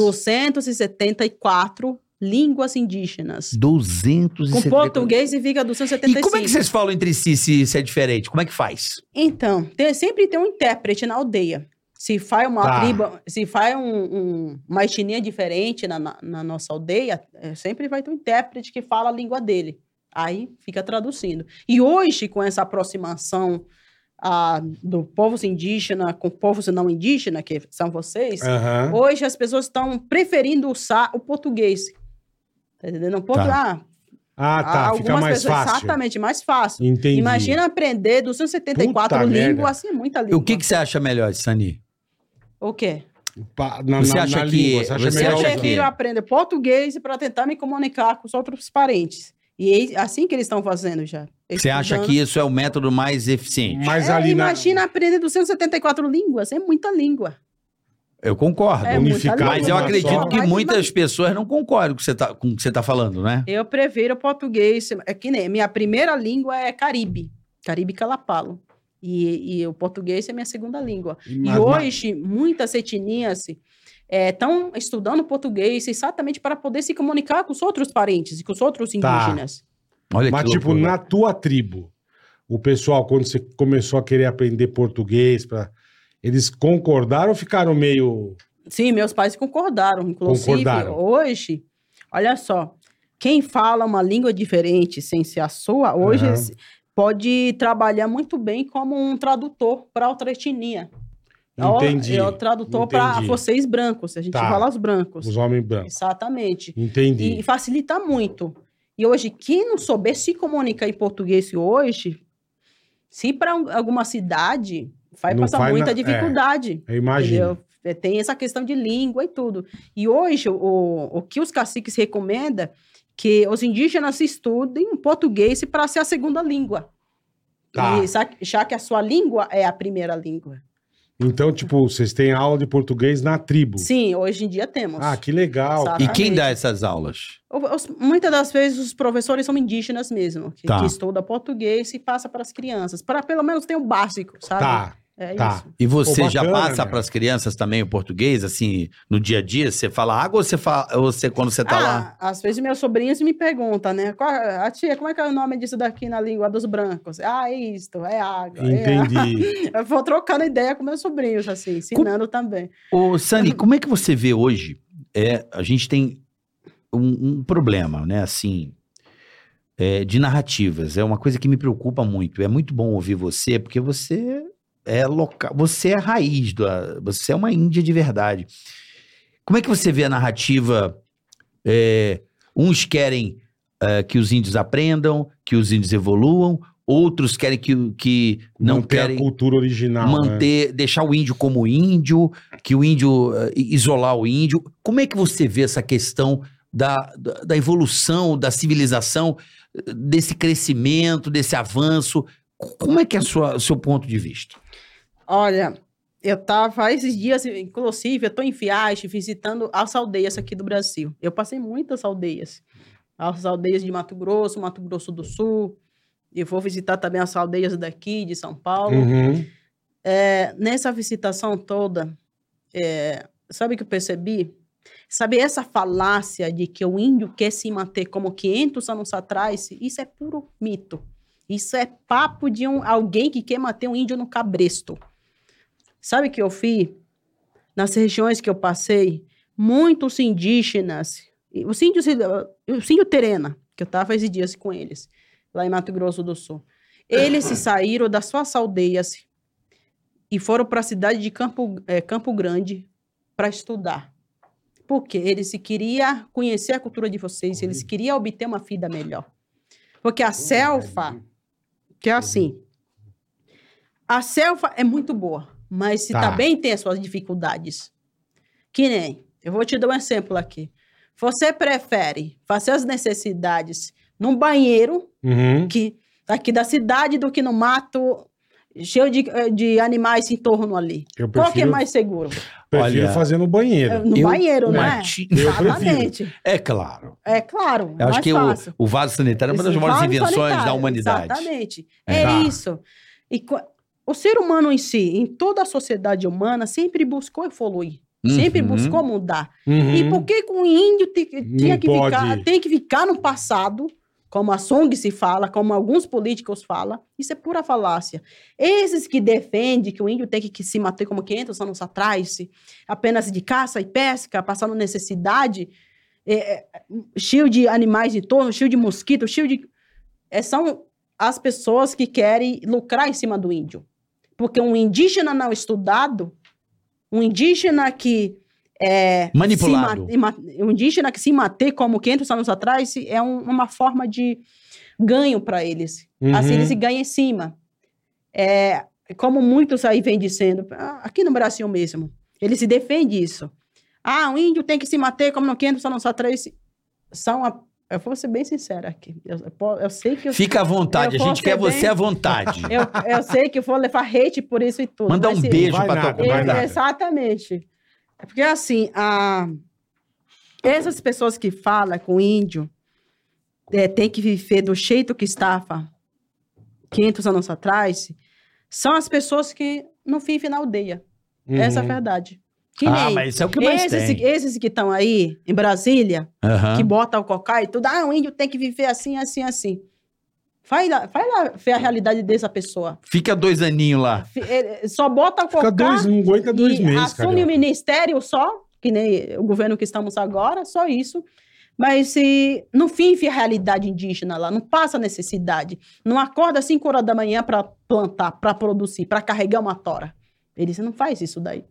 Speaker 4: 274 línguas indígenas.
Speaker 2: Hum. 270.
Speaker 4: Com português e fica
Speaker 2: é E
Speaker 4: 275.
Speaker 2: como é que vocês falam entre si se, se é diferente? Como é que faz?
Speaker 4: Então, tem- sempre tem um intérprete na aldeia. Se faz uma
Speaker 3: Tá.
Speaker 4: tribo, se faz um- um- uma etnia diferente na, na- na nossa aldeia, é, sempre vai ter um intérprete que fala a língua dele. Aí fica traduzindo. E hoje, com essa aproximação ah, do povo indígena com povos não indígena, que são vocês,
Speaker 3: Aham.
Speaker 4: hoje as pessoas estão preferindo usar o português. Tá entendendo? O portu-
Speaker 2: Tá.
Speaker 4: Ah,
Speaker 3: Ah, tá. fica
Speaker 4: Algumas
Speaker 3: mais
Speaker 4: pessoas-
Speaker 3: fácil.
Speaker 4: Exatamente, mais fácil.
Speaker 3: Entendi.
Speaker 4: Imagina aprender 274
Speaker 3: Puta merda.
Speaker 4: línguas, é muita língua.
Speaker 2: O que, que você acha melhor, Sani?
Speaker 4: O quê?
Speaker 3: Pa- na-
Speaker 2: Você
Speaker 3: na-
Speaker 2: acha
Speaker 3: na
Speaker 2: que-
Speaker 3: língua, Você acha
Speaker 2: você
Speaker 3: melhor
Speaker 4: Eu
Speaker 2: acha
Speaker 3: usar.
Speaker 2: que-
Speaker 4: prefiro aprender português para tentar me comunicar com os outros parentes. E é assim que eles estão fazendo já.
Speaker 2: Você acha
Speaker 4: Estudando.
Speaker 2: que isso é o método mais eficiente?
Speaker 3: Mas
Speaker 4: É,
Speaker 3: ali na-
Speaker 4: Imagina aprender 274 línguas, é muita língua.
Speaker 2: Eu concordo.
Speaker 4: É muita
Speaker 3: Unificado,
Speaker 4: língua.
Speaker 2: Mas eu
Speaker 3: Uma
Speaker 2: acredito
Speaker 3: só.
Speaker 2: que
Speaker 4: Mas
Speaker 2: muitas pessoas não concordam com o que você tá- com o que você está falando, né?
Speaker 4: Eu prefiro português. É que nem minha primeira língua é Caribe, Caribe Calapalo. E, e o português é minha segunda língua.
Speaker 3: Mas-
Speaker 4: e hoje, muitas etnias estão estudando português exatamente para poder se comunicar com os outros parentes e com os
Speaker 3: Tá.
Speaker 4: outros indígenas.
Speaker 2: Olha
Speaker 3: Mas,
Speaker 2: que
Speaker 3: tipo,
Speaker 2: loucura.
Speaker 3: na tua tribo, o pessoal, quando você começou a querer aprender português, pra... eles concordaram ou ficaram meio.
Speaker 4: Sim, meus pais concordaram. Inclusive,
Speaker 3: Concordaram.
Speaker 4: hoje, olha só, quem fala uma língua diferente sem ser a sua, hoje
Speaker 3: Aham.
Speaker 4: se- pode trabalhar muito bem como um tradutor para outra etnia. Ó,
Speaker 3: Entendi.
Speaker 4: É o tradutor para
Speaker 3: entendi.
Speaker 4: vocês brancos, a gente
Speaker 3: Tá.
Speaker 4: fala os brancos.
Speaker 3: Os homens brancos.
Speaker 4: Exatamente.
Speaker 3: Entendi.
Speaker 4: E facilita muito. E hoje, quem não souber se comunicar em português hoje, se para alguma cidade, vai
Speaker 3: Não
Speaker 4: passar
Speaker 3: vai na-
Speaker 4: muita
Speaker 3: é.
Speaker 4: dificuldade.
Speaker 3: Eu imagino.
Speaker 4: Entendeu? É, Tem essa questão de língua e tudo. E hoje, o, o que os caciques recomendam que os indígenas estudem português para ser a segunda língua.
Speaker 3: Tá.
Speaker 4: E sa- já que a sua língua é a primeira língua.
Speaker 3: Então, tipo, vocês têm aula de português na tribo.
Speaker 4: Sim, hoje em dia temos.
Speaker 3: Hum. Ah, que legal.
Speaker 4: Sabe?
Speaker 2: E
Speaker 3: cara.
Speaker 2: quem dá essas aulas?
Speaker 4: O- os- muitas das vezes os professores são indígenas mesmo, que,
Speaker 2: Tá.
Speaker 4: que estudam português e passa para as crianças, para pelo menos ter o básico, sabe?
Speaker 3: Tá.
Speaker 4: É
Speaker 3: tá.
Speaker 4: isso.
Speaker 2: E você
Speaker 3: Pô,
Speaker 2: já
Speaker 3: bacana,
Speaker 2: passa
Speaker 3: né?
Speaker 2: para as crianças também o português, assim, no dia a dia? Você fala água ou você, fala, ou você quando você tá lá?
Speaker 4: Ah, às vezes meus sobrinhos me perguntam, né? Qual- a tia, como é que é o nome disso daqui na língua dos brancos? Ah, é isto, é água. é água.
Speaker 3: Entendi.
Speaker 4: Eu vou trocando ideia com meus sobrinhos, assim, ensinando também.
Speaker 2: Ô, Sani, como é que você vê hoje? É, a gente tem um, um problema, né? Assim, é, de narrativas. É uma coisa que me preocupa muito. É muito bom ouvir você, porque você é local, você é a raiz, da, você é uma índia de verdade. Como é que você vê a narrativa? É, uns querem é, que os índios aprendam, que os índios evoluam, outros querem que, que não
Speaker 3: Manter
Speaker 2: querem
Speaker 3: a cultura original. né?
Speaker 2: manter, deixar o índio como índio, que o índio eh, isolar o índio. Como é que você vê essa questão da, da, da evolução, da civilização, eh, desse crescimento, desse avanço? C- Como é que é a sua- o seu ponto de vista?
Speaker 4: Olha, eu tava esses dias, inclusive, eu tô em viagem visitando as aldeias aqui do Brasil. Eu passei muitas aldeias. As aldeias de Mato Grosso, Mato Grosso do Sul. Eu vou visitar também as aldeias daqui, de São Paulo.
Speaker 3: Uhum.
Speaker 4: É, nessa visitação toda, é, sabe o que eu percebi? Sabe essa falácia de que o índio quer se manter como 500 anos atrás? Isso é puro mito. Isso é papo de um, alguém que quer manter um índio no cabresto. Sabe o que eu fiz? Nas regiões que eu passei, muitos indígenas, e os índios, eh, os índios terena, que eu estava esses dias com eles, lá em Mato Grosso do Sul, eles se saíram das suas aldeias e foram para a cidade de Campo, eh, Campo Grande para estudar. Porque eles se queriam conhecer a cultura de vocês, eles queriam obter uma vida melhor. Porque a selva, que é assim, a selva é muito boa, mas se
Speaker 3: Tá.
Speaker 4: também tem as suas dificuldades. Que nem, eu vou te dar um exemplo aqui. Você prefere fazer as necessidades num banheiro
Speaker 3: Uhum.
Speaker 4: que aqui da cidade do que no mato, cheio de, eh, de animais em torno ali.
Speaker 3: Eu
Speaker 4: Qual que é
Speaker 3: prefiro,
Speaker 4: mais seguro?
Speaker 3: prefiro
Speaker 2: Olha,
Speaker 3: fazer no banheiro.
Speaker 4: No
Speaker 2: Eu-
Speaker 4: banheiro, né?
Speaker 2: Mati-
Speaker 3: Eu prefiro.
Speaker 4: Exatamente.
Speaker 2: É claro.
Speaker 4: É claro,
Speaker 2: Eu
Speaker 4: mais
Speaker 2: acho que o,
Speaker 4: fácil.
Speaker 2: o vaso sanitário é uma das maiores
Speaker 4: Vale
Speaker 2: invenções da
Speaker 4: sanitário,
Speaker 2: humanidade.
Speaker 4: Exatamente.
Speaker 2: É.
Speaker 4: É,
Speaker 3: Tá.
Speaker 4: isso. E co- o ser humano em si, em toda a sociedade humana, sempre buscou evoluir. Sempre
Speaker 2: Uhum.
Speaker 4: buscou mudar.
Speaker 3: Uhum.
Speaker 4: E por que que o índio te- tinha que
Speaker 3: pode.
Speaker 4: ficar, tem que ficar no passado, como a Song se fala, como alguns políticos falam? Isso é pura falácia. Esses que defendem que o índio tem que, que se manter como 500 anos atrás, se- apenas de caça e pesca, passando necessidade, é, é, cheio de animais de torno, cheio de mosquito, cheio de... é, são as pessoas que querem lucrar em cima do índio. Porque um indígena não estudado, um indígena que é,
Speaker 2: Manipulado.
Speaker 4: se ma- e ma- o indígena que se manter como 500 anos atrás se- é um- uma forma de ganho para eles.
Speaker 3: Uhum.
Speaker 4: Assim, eles ganham em cima. É, como muitos aí vêm dizendo, ah, aqui no Brasil mesmo, ele se defende isso. Ah, o índio tem que se manter como no 500 anos atrás. São a- eu vou ser bem sincera aqui. Eu, eu po- eu sei que eu,
Speaker 2: Fica à vontade,
Speaker 4: Eu
Speaker 2: a
Speaker 4: posso
Speaker 2: gente quer
Speaker 4: ser
Speaker 2: você
Speaker 4: bem-
Speaker 2: à vontade.
Speaker 4: eu, eu sei que eu vou levar hate por isso e tudo.
Speaker 2: Manda
Speaker 4: mas
Speaker 2: um
Speaker 4: se-
Speaker 2: beijo
Speaker 3: Vai
Speaker 2: pra
Speaker 3: nada,
Speaker 2: tua
Speaker 3: vai
Speaker 2: convidada.
Speaker 3: nada.
Speaker 4: é, exatamente. É Porque assim, a... essas pessoas que falam com índio é, tem que viver do jeito que estava 500 anos atrás, são as pessoas que não vivem na aldeia.
Speaker 3: Uhum.
Speaker 4: Essa é assim a verdade. Que
Speaker 2: Ah,
Speaker 4: nem
Speaker 2: mas isso é o que mais
Speaker 4: esses,
Speaker 2: tem.
Speaker 4: esses que estão aí em Brasília,
Speaker 2: Aham.
Speaker 4: que botam o cocá e tudo, ah, o índio tem que viver assim, assim, assim. Vai lá, vai lá ver a realidade dessa pessoa.
Speaker 2: Fica dois aninhos lá.
Speaker 4: Fi- ele- Só bota o
Speaker 3: Fica
Speaker 4: cocá
Speaker 3: dois, não aguenta dois
Speaker 4: e
Speaker 3: meses, cara.
Speaker 4: assume o ministério só, que nem o governo que estamos agora, só isso. Mas se não vive a realidade indígena lá, não passa necessidade, não acorda às 5 horas da manhã para plantar, para produzir, para carregar uma tora. Eles não faz isso daí.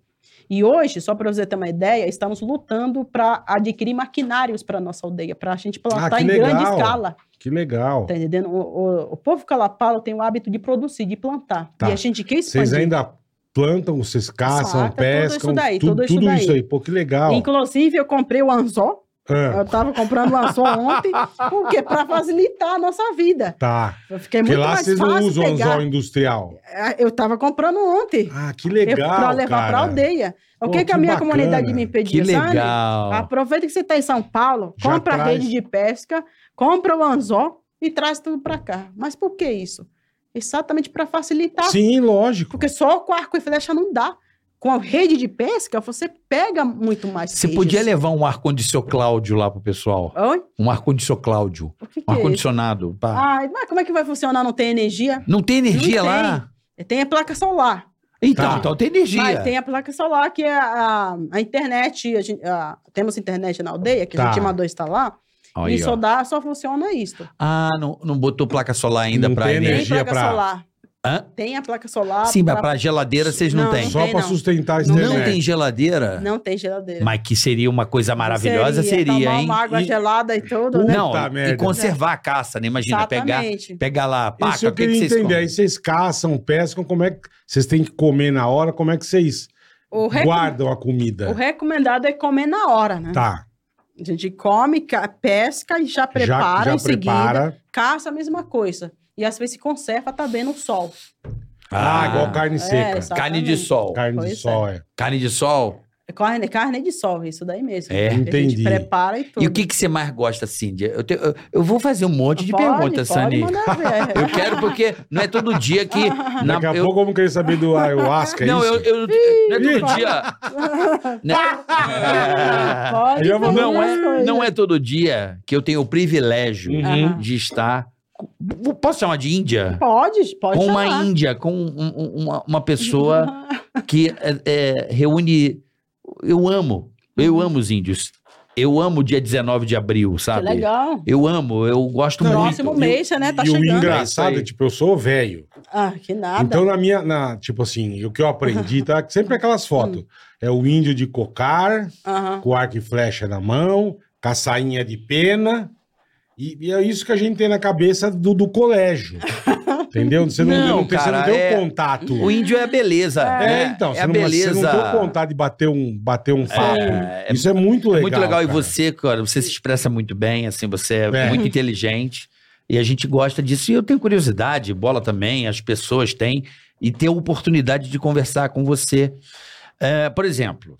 Speaker 4: E hoje, só para você ter uma ideia, estamos lutando para adquirir maquinários para nossa aldeia, para a gente plantar
Speaker 3: Ah, que
Speaker 4: em grande
Speaker 3: legal.
Speaker 4: escala.
Speaker 3: Que legal.
Speaker 4: Tá entendendo? O, o- o povo calapalo tem o hábito de produzir, de plantar.
Speaker 3: Tá.
Speaker 4: E a gente quer expandir.
Speaker 3: Vocês ainda plantam, vocês caçam,
Speaker 4: Saca, tudo
Speaker 3: pescam, tudo
Speaker 4: isso daí,
Speaker 3: tudo,
Speaker 4: tudo isso daí.
Speaker 3: isso aí. Pô, que legal.
Speaker 4: Inclusive, eu comprei o anzol.
Speaker 3: Ah,
Speaker 4: Eu tava comprando o anzol ontem, porque para facilitar a nossa vida.
Speaker 3: tá.
Speaker 4: Eu fiquei
Speaker 3: Porque
Speaker 4: É muito
Speaker 3: lá
Speaker 4: mais
Speaker 3: vocês não
Speaker 4: fácil
Speaker 3: usam
Speaker 4: pegar.
Speaker 3: anzol industrial.
Speaker 4: Ah, Eu tava comprando ontem.
Speaker 3: Ah, que legal,
Speaker 4: para levar
Speaker 3: cara.
Speaker 4: para aldeia. O
Speaker 3: Pô,
Speaker 4: que, que,
Speaker 3: que
Speaker 4: a minha
Speaker 3: bacana.
Speaker 4: comunidade me
Speaker 2: Que
Speaker 4: pediu, sabe?
Speaker 2: legal.
Speaker 4: Aproveita que você está em São Paulo,
Speaker 3: Já
Speaker 4: compra a
Speaker 3: traz.
Speaker 4: rede de pesca, compra o anzol e traz tudo para cá. Mas por que isso? Exatamente para facilitar
Speaker 3: Sim, lógico.
Speaker 4: Porque só com arco e flecha não dá. Com a rede de pesca, você pega muito mais
Speaker 2: Você
Speaker 4: peixes.
Speaker 2: podia levar um ar-condicionado Cláudio lá pro pessoal.
Speaker 4: Oi?
Speaker 2: Um ar-condicionado Cláudio.
Speaker 4: O que,
Speaker 2: Um
Speaker 4: que é isso?
Speaker 2: ar-condicionado. pá.
Speaker 4: Ai, mas como é que vai funcionar? Não tem energia?
Speaker 2: Não tem energia
Speaker 4: não tem.
Speaker 2: lá?
Speaker 4: Tem a placa solar.
Speaker 2: Então,
Speaker 3: Tá.
Speaker 2: então tem energia.
Speaker 4: Mas tem a placa solar, que é a, a internet. a gente- a- temos internet na aldeia, que
Speaker 3: Tá.
Speaker 4: a gente mandou instalar.
Speaker 2: Olha aí,
Speaker 4: e só,
Speaker 2: ó.
Speaker 4: dá, só funciona isso.
Speaker 2: Ah, não, não botou placa solar ainda
Speaker 3: Não
Speaker 2: pra
Speaker 3: tem
Speaker 4: Tem
Speaker 2: energia.
Speaker 3: energia.
Speaker 4: placa
Speaker 3: pra-
Speaker 4: solar.
Speaker 2: Hã?
Speaker 4: Tem a placa solar.
Speaker 2: Sim, mas
Speaker 4: Ah, pra-
Speaker 2: pra geladeira vocês não,
Speaker 4: Não,
Speaker 2: têm.
Speaker 3: Só
Speaker 4: tem,
Speaker 3: pra
Speaker 4: não.
Speaker 3: sustentar a
Speaker 2: Não,
Speaker 3: internet.
Speaker 2: tem geladeira?
Speaker 4: Não tem geladeira.
Speaker 2: Mas que seria uma coisa maravilhosa, seria,
Speaker 4: tomar
Speaker 2: hein?
Speaker 4: uma água
Speaker 3: E-
Speaker 4: gelada e tudo, né?
Speaker 2: Não,
Speaker 3: Puta
Speaker 2: e
Speaker 3: merda.
Speaker 2: conservar a caça, né? Imagina, pegar,
Speaker 4: Exatamente.
Speaker 2: pegar lá, paca,
Speaker 3: Isso eu
Speaker 2: o que, que
Speaker 3: queria
Speaker 2: vocês
Speaker 3: entender.
Speaker 2: comem?
Speaker 3: Aí vocês caçam, pescam, como é que vocês têm que comer na hora, como é que vocês
Speaker 4: O recom-
Speaker 3: guardam a
Speaker 4: O
Speaker 3: comida?
Speaker 4: recomendado é comer na hora, né?
Speaker 3: Tá,
Speaker 4: A gente come, ca- pesca e já
Speaker 3: já,
Speaker 4: prepara
Speaker 3: já
Speaker 4: em seguida.
Speaker 3: prepara.
Speaker 4: Caça a mesma coisa. E às vezes se conserva também no sol.
Speaker 3: Ah, igual carne
Speaker 4: É,
Speaker 3: seca.
Speaker 4: exatamente.
Speaker 2: carne de sol.
Speaker 3: Carne de
Speaker 4: Pois
Speaker 3: sol, é.
Speaker 2: Carne de sol.
Speaker 4: Carne, carne de sol, isso daí mesmo.
Speaker 2: É.
Speaker 4: A gente
Speaker 3: Entendi.
Speaker 4: prepara e tudo.
Speaker 2: E o que, que você mais gosta, Cindy? Eu, te- eu- eu vou fazer um monte de
Speaker 4: Pode,
Speaker 2: perguntas,
Speaker 4: pode
Speaker 2: Sani.
Speaker 4: mandar ver.
Speaker 2: Eu quero porque não é todo dia que... na-
Speaker 3: Daqui a
Speaker 2: eu-
Speaker 3: pouco eu vou querer saber do ayahuasca, é
Speaker 2: não,
Speaker 3: isso?
Speaker 2: eu, eu- não é todo
Speaker 3: Ih.
Speaker 2: dia... né?
Speaker 4: Pode
Speaker 3: Já vou- um
Speaker 4: fazer
Speaker 2: Não
Speaker 4: as
Speaker 2: é,
Speaker 4: coisas.
Speaker 2: não é todo dia que eu tenho o privilégio
Speaker 3: Uhum.
Speaker 2: de estar... Posso chamar de Índia?
Speaker 4: Pode, pode
Speaker 2: com uma
Speaker 4: chamar.
Speaker 2: índia, com um- um- uma, uma pessoa que é, é, reúne. Eu amo, eu amo os índios. Eu amo o dia 19 de abril,
Speaker 4: Uhum. Que
Speaker 2: sabe?
Speaker 4: legal.
Speaker 2: Eu amo, eu gosto
Speaker 3: Não,
Speaker 2: muito.
Speaker 4: Próximo mês, né? Tá
Speaker 3: e o
Speaker 4: chegando.
Speaker 2: É
Speaker 3: engraçado
Speaker 2: isso
Speaker 3: é,
Speaker 2: aí.
Speaker 3: tipo, eu sou velho.
Speaker 4: Ah, que nada.
Speaker 3: Então, na minha, na, tipo assim, o que eu aprendi, tá? Que Sempre aquelas
Speaker 4: Hum.
Speaker 3: fotos. É o índio de cocar,
Speaker 4: Aham.
Speaker 3: com arco e flecha na mão, caçainha de pena. E, e é isso que a gente tem na cabeça do, do colégio. entendeu? Você não,
Speaker 2: Não,
Speaker 3: não tem,
Speaker 2: cara,
Speaker 3: você não tem
Speaker 2: é-
Speaker 3: o contato.
Speaker 2: O índio é a beleza.
Speaker 3: É,
Speaker 2: né?
Speaker 3: então,
Speaker 2: é
Speaker 3: você,
Speaker 2: a
Speaker 3: não,
Speaker 2: beleza.
Speaker 3: você não tem o contato de bater um, bater um papo.
Speaker 2: é-
Speaker 3: isso é muito legal.
Speaker 2: muito legal. E
Speaker 3: cara.
Speaker 2: você, cara, você se expressa muito bem, assim, você é,
Speaker 3: É.
Speaker 2: muito inteligente. E a gente gosta disso. E eu tenho curiosidade, bola também, as pessoas têm. E ter a oportunidade de conversar com você. É, por exemplo,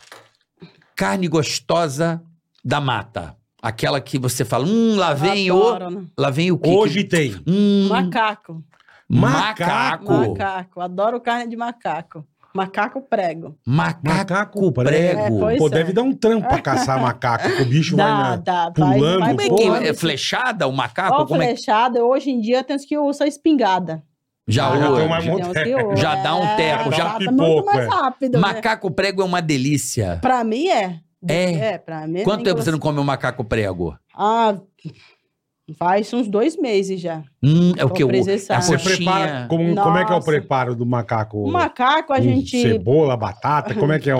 Speaker 2: carne gostosa da mata. Aquela que você fala, hum, lá vem o...
Speaker 4: Adoro, né?
Speaker 2: Lá vem o quê?
Speaker 3: Hoje tem.
Speaker 2: Hum,
Speaker 4: Macaco.
Speaker 2: macaco. Macaco,
Speaker 4: Macaco, adoro carne de macaco. Macaco prego.
Speaker 3: Macaco
Speaker 2: prego.
Speaker 4: É,
Speaker 3: Pô,
Speaker 4: Pois
Speaker 3: deve dar um trampo pra caçar macaco. que O bicho vai
Speaker 4: Dá,
Speaker 3: na.
Speaker 4: dá,
Speaker 3: pulando,
Speaker 4: vai,
Speaker 2: Como
Speaker 4: vai
Speaker 2: é que-
Speaker 3: Porra.
Speaker 2: é flechada o macaco?
Speaker 4: Ó,
Speaker 2: Como é que-
Speaker 4: flechada, hoje em dia tem uns que usam espingarda.
Speaker 2: Já,
Speaker 3: Ah, já
Speaker 2: hoje.
Speaker 3: tem uma
Speaker 4: Tem uns que usam,
Speaker 2: Já dá um teco, já-
Speaker 4: dá
Speaker 3: Pipoco,
Speaker 4: muito
Speaker 3: é.
Speaker 4: mais rápido, né?
Speaker 2: Macaco prego é uma delícia.
Speaker 4: Pra mim é.
Speaker 2: É.
Speaker 4: pra mim é
Speaker 2: Quanto tempo você
Speaker 4: inclusive-
Speaker 2: não come um macaco prego?
Speaker 4: Ah, Faz uns dois meses já.
Speaker 2: Hum, é o
Speaker 4: Tô
Speaker 2: que? O,
Speaker 4: precisando.
Speaker 2: a
Speaker 3: Você
Speaker 2: coxinha.
Speaker 3: prepara. Como, como é que é o
Speaker 4: Nossa.
Speaker 3: preparo do macaco?
Speaker 4: O macaco, a
Speaker 3: Com
Speaker 4: gente.
Speaker 3: Cebola, batata, como é que é um.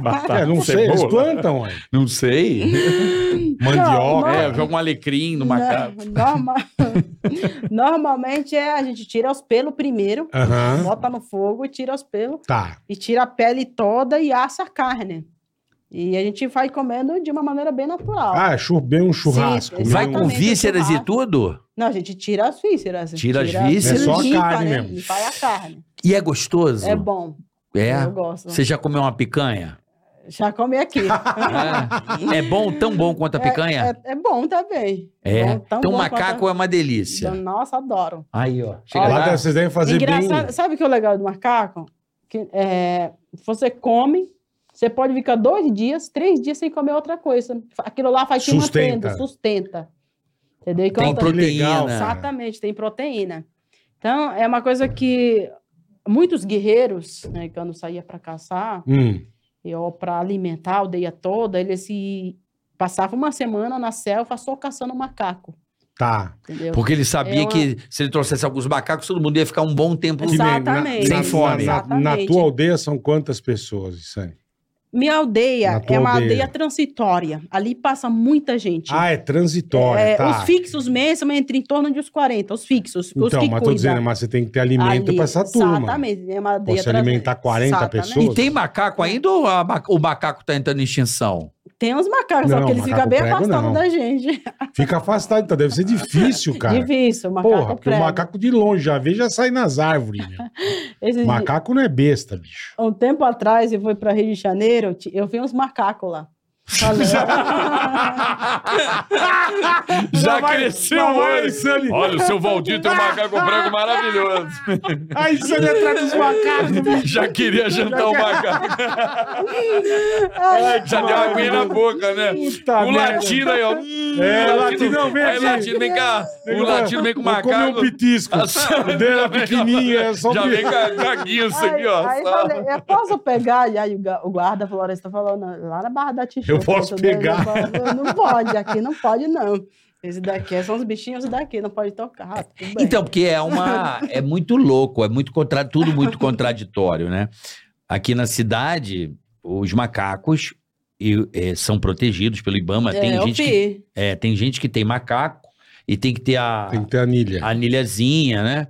Speaker 2: Batata,
Speaker 3: É, não sei, eles
Speaker 2: cebola.
Speaker 3: plantam, ué.
Speaker 2: Não sei.
Speaker 4: Não,
Speaker 3: Mandioca.
Speaker 2: É, joga um alecrim no macaco.
Speaker 4: Não, né, norma- Normalmente é a gente tira os pelos primeiro,
Speaker 3: Aham.
Speaker 4: bota no fogo, tira os pelos
Speaker 3: Tá.
Speaker 4: e tira a pele toda e assa a carne. E a gente vai comendo de uma maneira bem natural.
Speaker 3: Ah, chu- bem um churrasco.
Speaker 4: Sim,
Speaker 3: bem
Speaker 2: Vai
Speaker 3: um-
Speaker 2: com
Speaker 4: Exatamente,
Speaker 2: vísceras e
Speaker 4: churrasco.
Speaker 2: tudo?
Speaker 4: Não, a gente tira as vísceras.
Speaker 2: Tira as vísceras?
Speaker 3: É só a
Speaker 4: limpa,
Speaker 3: carne
Speaker 4: né?
Speaker 3: mesmo.
Speaker 4: Limpa aí a carne.
Speaker 2: E é gostoso?
Speaker 4: É bom.
Speaker 2: É?
Speaker 4: Eu gosto.
Speaker 2: Você já comeu uma picanha?
Speaker 4: Já comi aqui.
Speaker 2: É, É bom, tão bom quanto a picanha?
Speaker 4: É, é bom também.
Speaker 2: É.
Speaker 4: Bom, tão
Speaker 2: Então
Speaker 4: bom
Speaker 2: macaco é uma
Speaker 4: quanto a-
Speaker 2: delícia.
Speaker 4: Nossa, adoro.
Speaker 2: Aí, ó. Chega
Speaker 3: Lá
Speaker 2: lá.
Speaker 3: deve- vocês devem fazer
Speaker 4: Engraçado,
Speaker 3: bem.
Speaker 4: sabe o que é o legal do macaco? Que é, você come, você pode ficar dois dias, três dias sem comer outra coisa. Aquilo lá faz te
Speaker 3: Sustenta.
Speaker 4: mantendo, sustenta. Entendeu? Então, assim,
Speaker 2: Tem
Speaker 4: Enquanto-
Speaker 2: proteína.
Speaker 3: um legal.
Speaker 4: Exatamente, tem proteína. Então, é uma coisa que muitos guerreiros, né, quando saía para caçar,
Speaker 3: Hum,
Speaker 4: ou para alimentar a aldeia toda, eles se passavam uma semana na selva só caçando macaco.
Speaker 3: tá.
Speaker 4: Entendeu?
Speaker 2: Porque ele
Speaker 4: É
Speaker 2: sabia
Speaker 4: uma-
Speaker 2: que se ele trouxesse alguns macacos, todo mundo ia ficar um bom tempo.
Speaker 3: Que nem na-
Speaker 4: Exatamente.
Speaker 2: Sem fome.
Speaker 3: Na, na- na
Speaker 4: Exatamente.
Speaker 3: tua aldeia são quantas pessoas, isso aí?
Speaker 4: Minha
Speaker 3: Na
Speaker 4: aldeia
Speaker 3: tua
Speaker 4: é uma
Speaker 3: aldeia.
Speaker 4: aldeia. transitória. Ali passa muita gente.
Speaker 3: Ah, é transitória,
Speaker 4: É,
Speaker 3: tá.
Speaker 4: Os fixos mesmo entram em torno de uns 40, os fixos. os
Speaker 3: Então,
Speaker 4: que
Speaker 3: mas tô
Speaker 4: cuidam.
Speaker 3: dizendo, mas você tem que ter alimento
Speaker 4: Ali,
Speaker 3: pra essa turma.
Speaker 4: Exatamente. É uma aldeia
Speaker 3: Posso alimentar
Speaker 4: trans-
Speaker 3: 40
Speaker 4: Exatamente.
Speaker 3: pessoas?
Speaker 2: E tem macaco ainda ou a ma- o macaco tá entrando em extinção?
Speaker 4: Tem uns macacos,
Speaker 3: Não,
Speaker 4: só que eles
Speaker 3: macaco
Speaker 4: ficam bem
Speaker 3: prego, não.
Speaker 4: afastados da gente.
Speaker 3: Fica afastado, então deve ser difícil, cara.
Speaker 4: Difícil, o macaco é
Speaker 3: Porra, porque o
Speaker 4: prego.
Speaker 3: macaco de longe já vê, já sai nas árvores. Meu.
Speaker 4: Esses di-
Speaker 3: Macaco não é besta, bicho.
Speaker 4: Um tempo atrás, eu fui para Rio de Janeiro, eu ti- eu vi uns macacos lá. Falei,
Speaker 2: Já
Speaker 3: vai- lá vai, Sani.
Speaker 2: o seu Valdir tem um macaco branco maravilhoso.
Speaker 3: Aí você vai atrás dos macacos, bicho.
Speaker 2: Já queria jantar o macaco. Já deu aguinha na boca, né?
Speaker 3: Puta
Speaker 2: o
Speaker 3: merda.
Speaker 2: latino aí, ó.
Speaker 3: Tá É, latinão, vem
Speaker 2: Aí,
Speaker 3: aqui.
Speaker 2: latino, vem cá. O latino vem com o
Speaker 3: Vou comer
Speaker 2: macaco.
Speaker 3: um pitisco. O dele era pequenininho, é só um
Speaker 2: Já vem com
Speaker 3: pitisco.
Speaker 2: a, com a guinça aqui,
Speaker 4: aí,
Speaker 2: ó.
Speaker 4: aí
Speaker 2: Só-
Speaker 4: falei, eu posso pegar? E aí o ga- o guarda da floresta falou, não, lá na Barra da Tijuca.
Speaker 3: Eu posso
Speaker 4: entendeu?
Speaker 3: pegar.
Speaker 4: Eu falo, Não pode, aqui não pode não. Esse daqui, é, são os bichinhos daqui, não pode tocar. Ah, tudo bem.
Speaker 2: Então, porque é uma. É muito louco, é muito contra, tudo muito contraditório, né? Aqui na cidade, os macacos e, eh, são protegidos pelo Ibama.
Speaker 4: É,
Speaker 2: tem,
Speaker 4: eu
Speaker 2: gente que,
Speaker 4: vi.
Speaker 2: é, tem gente que tem macaco e tem que ter a,
Speaker 3: Tem que ter anilha.
Speaker 2: a anilhazinha, né?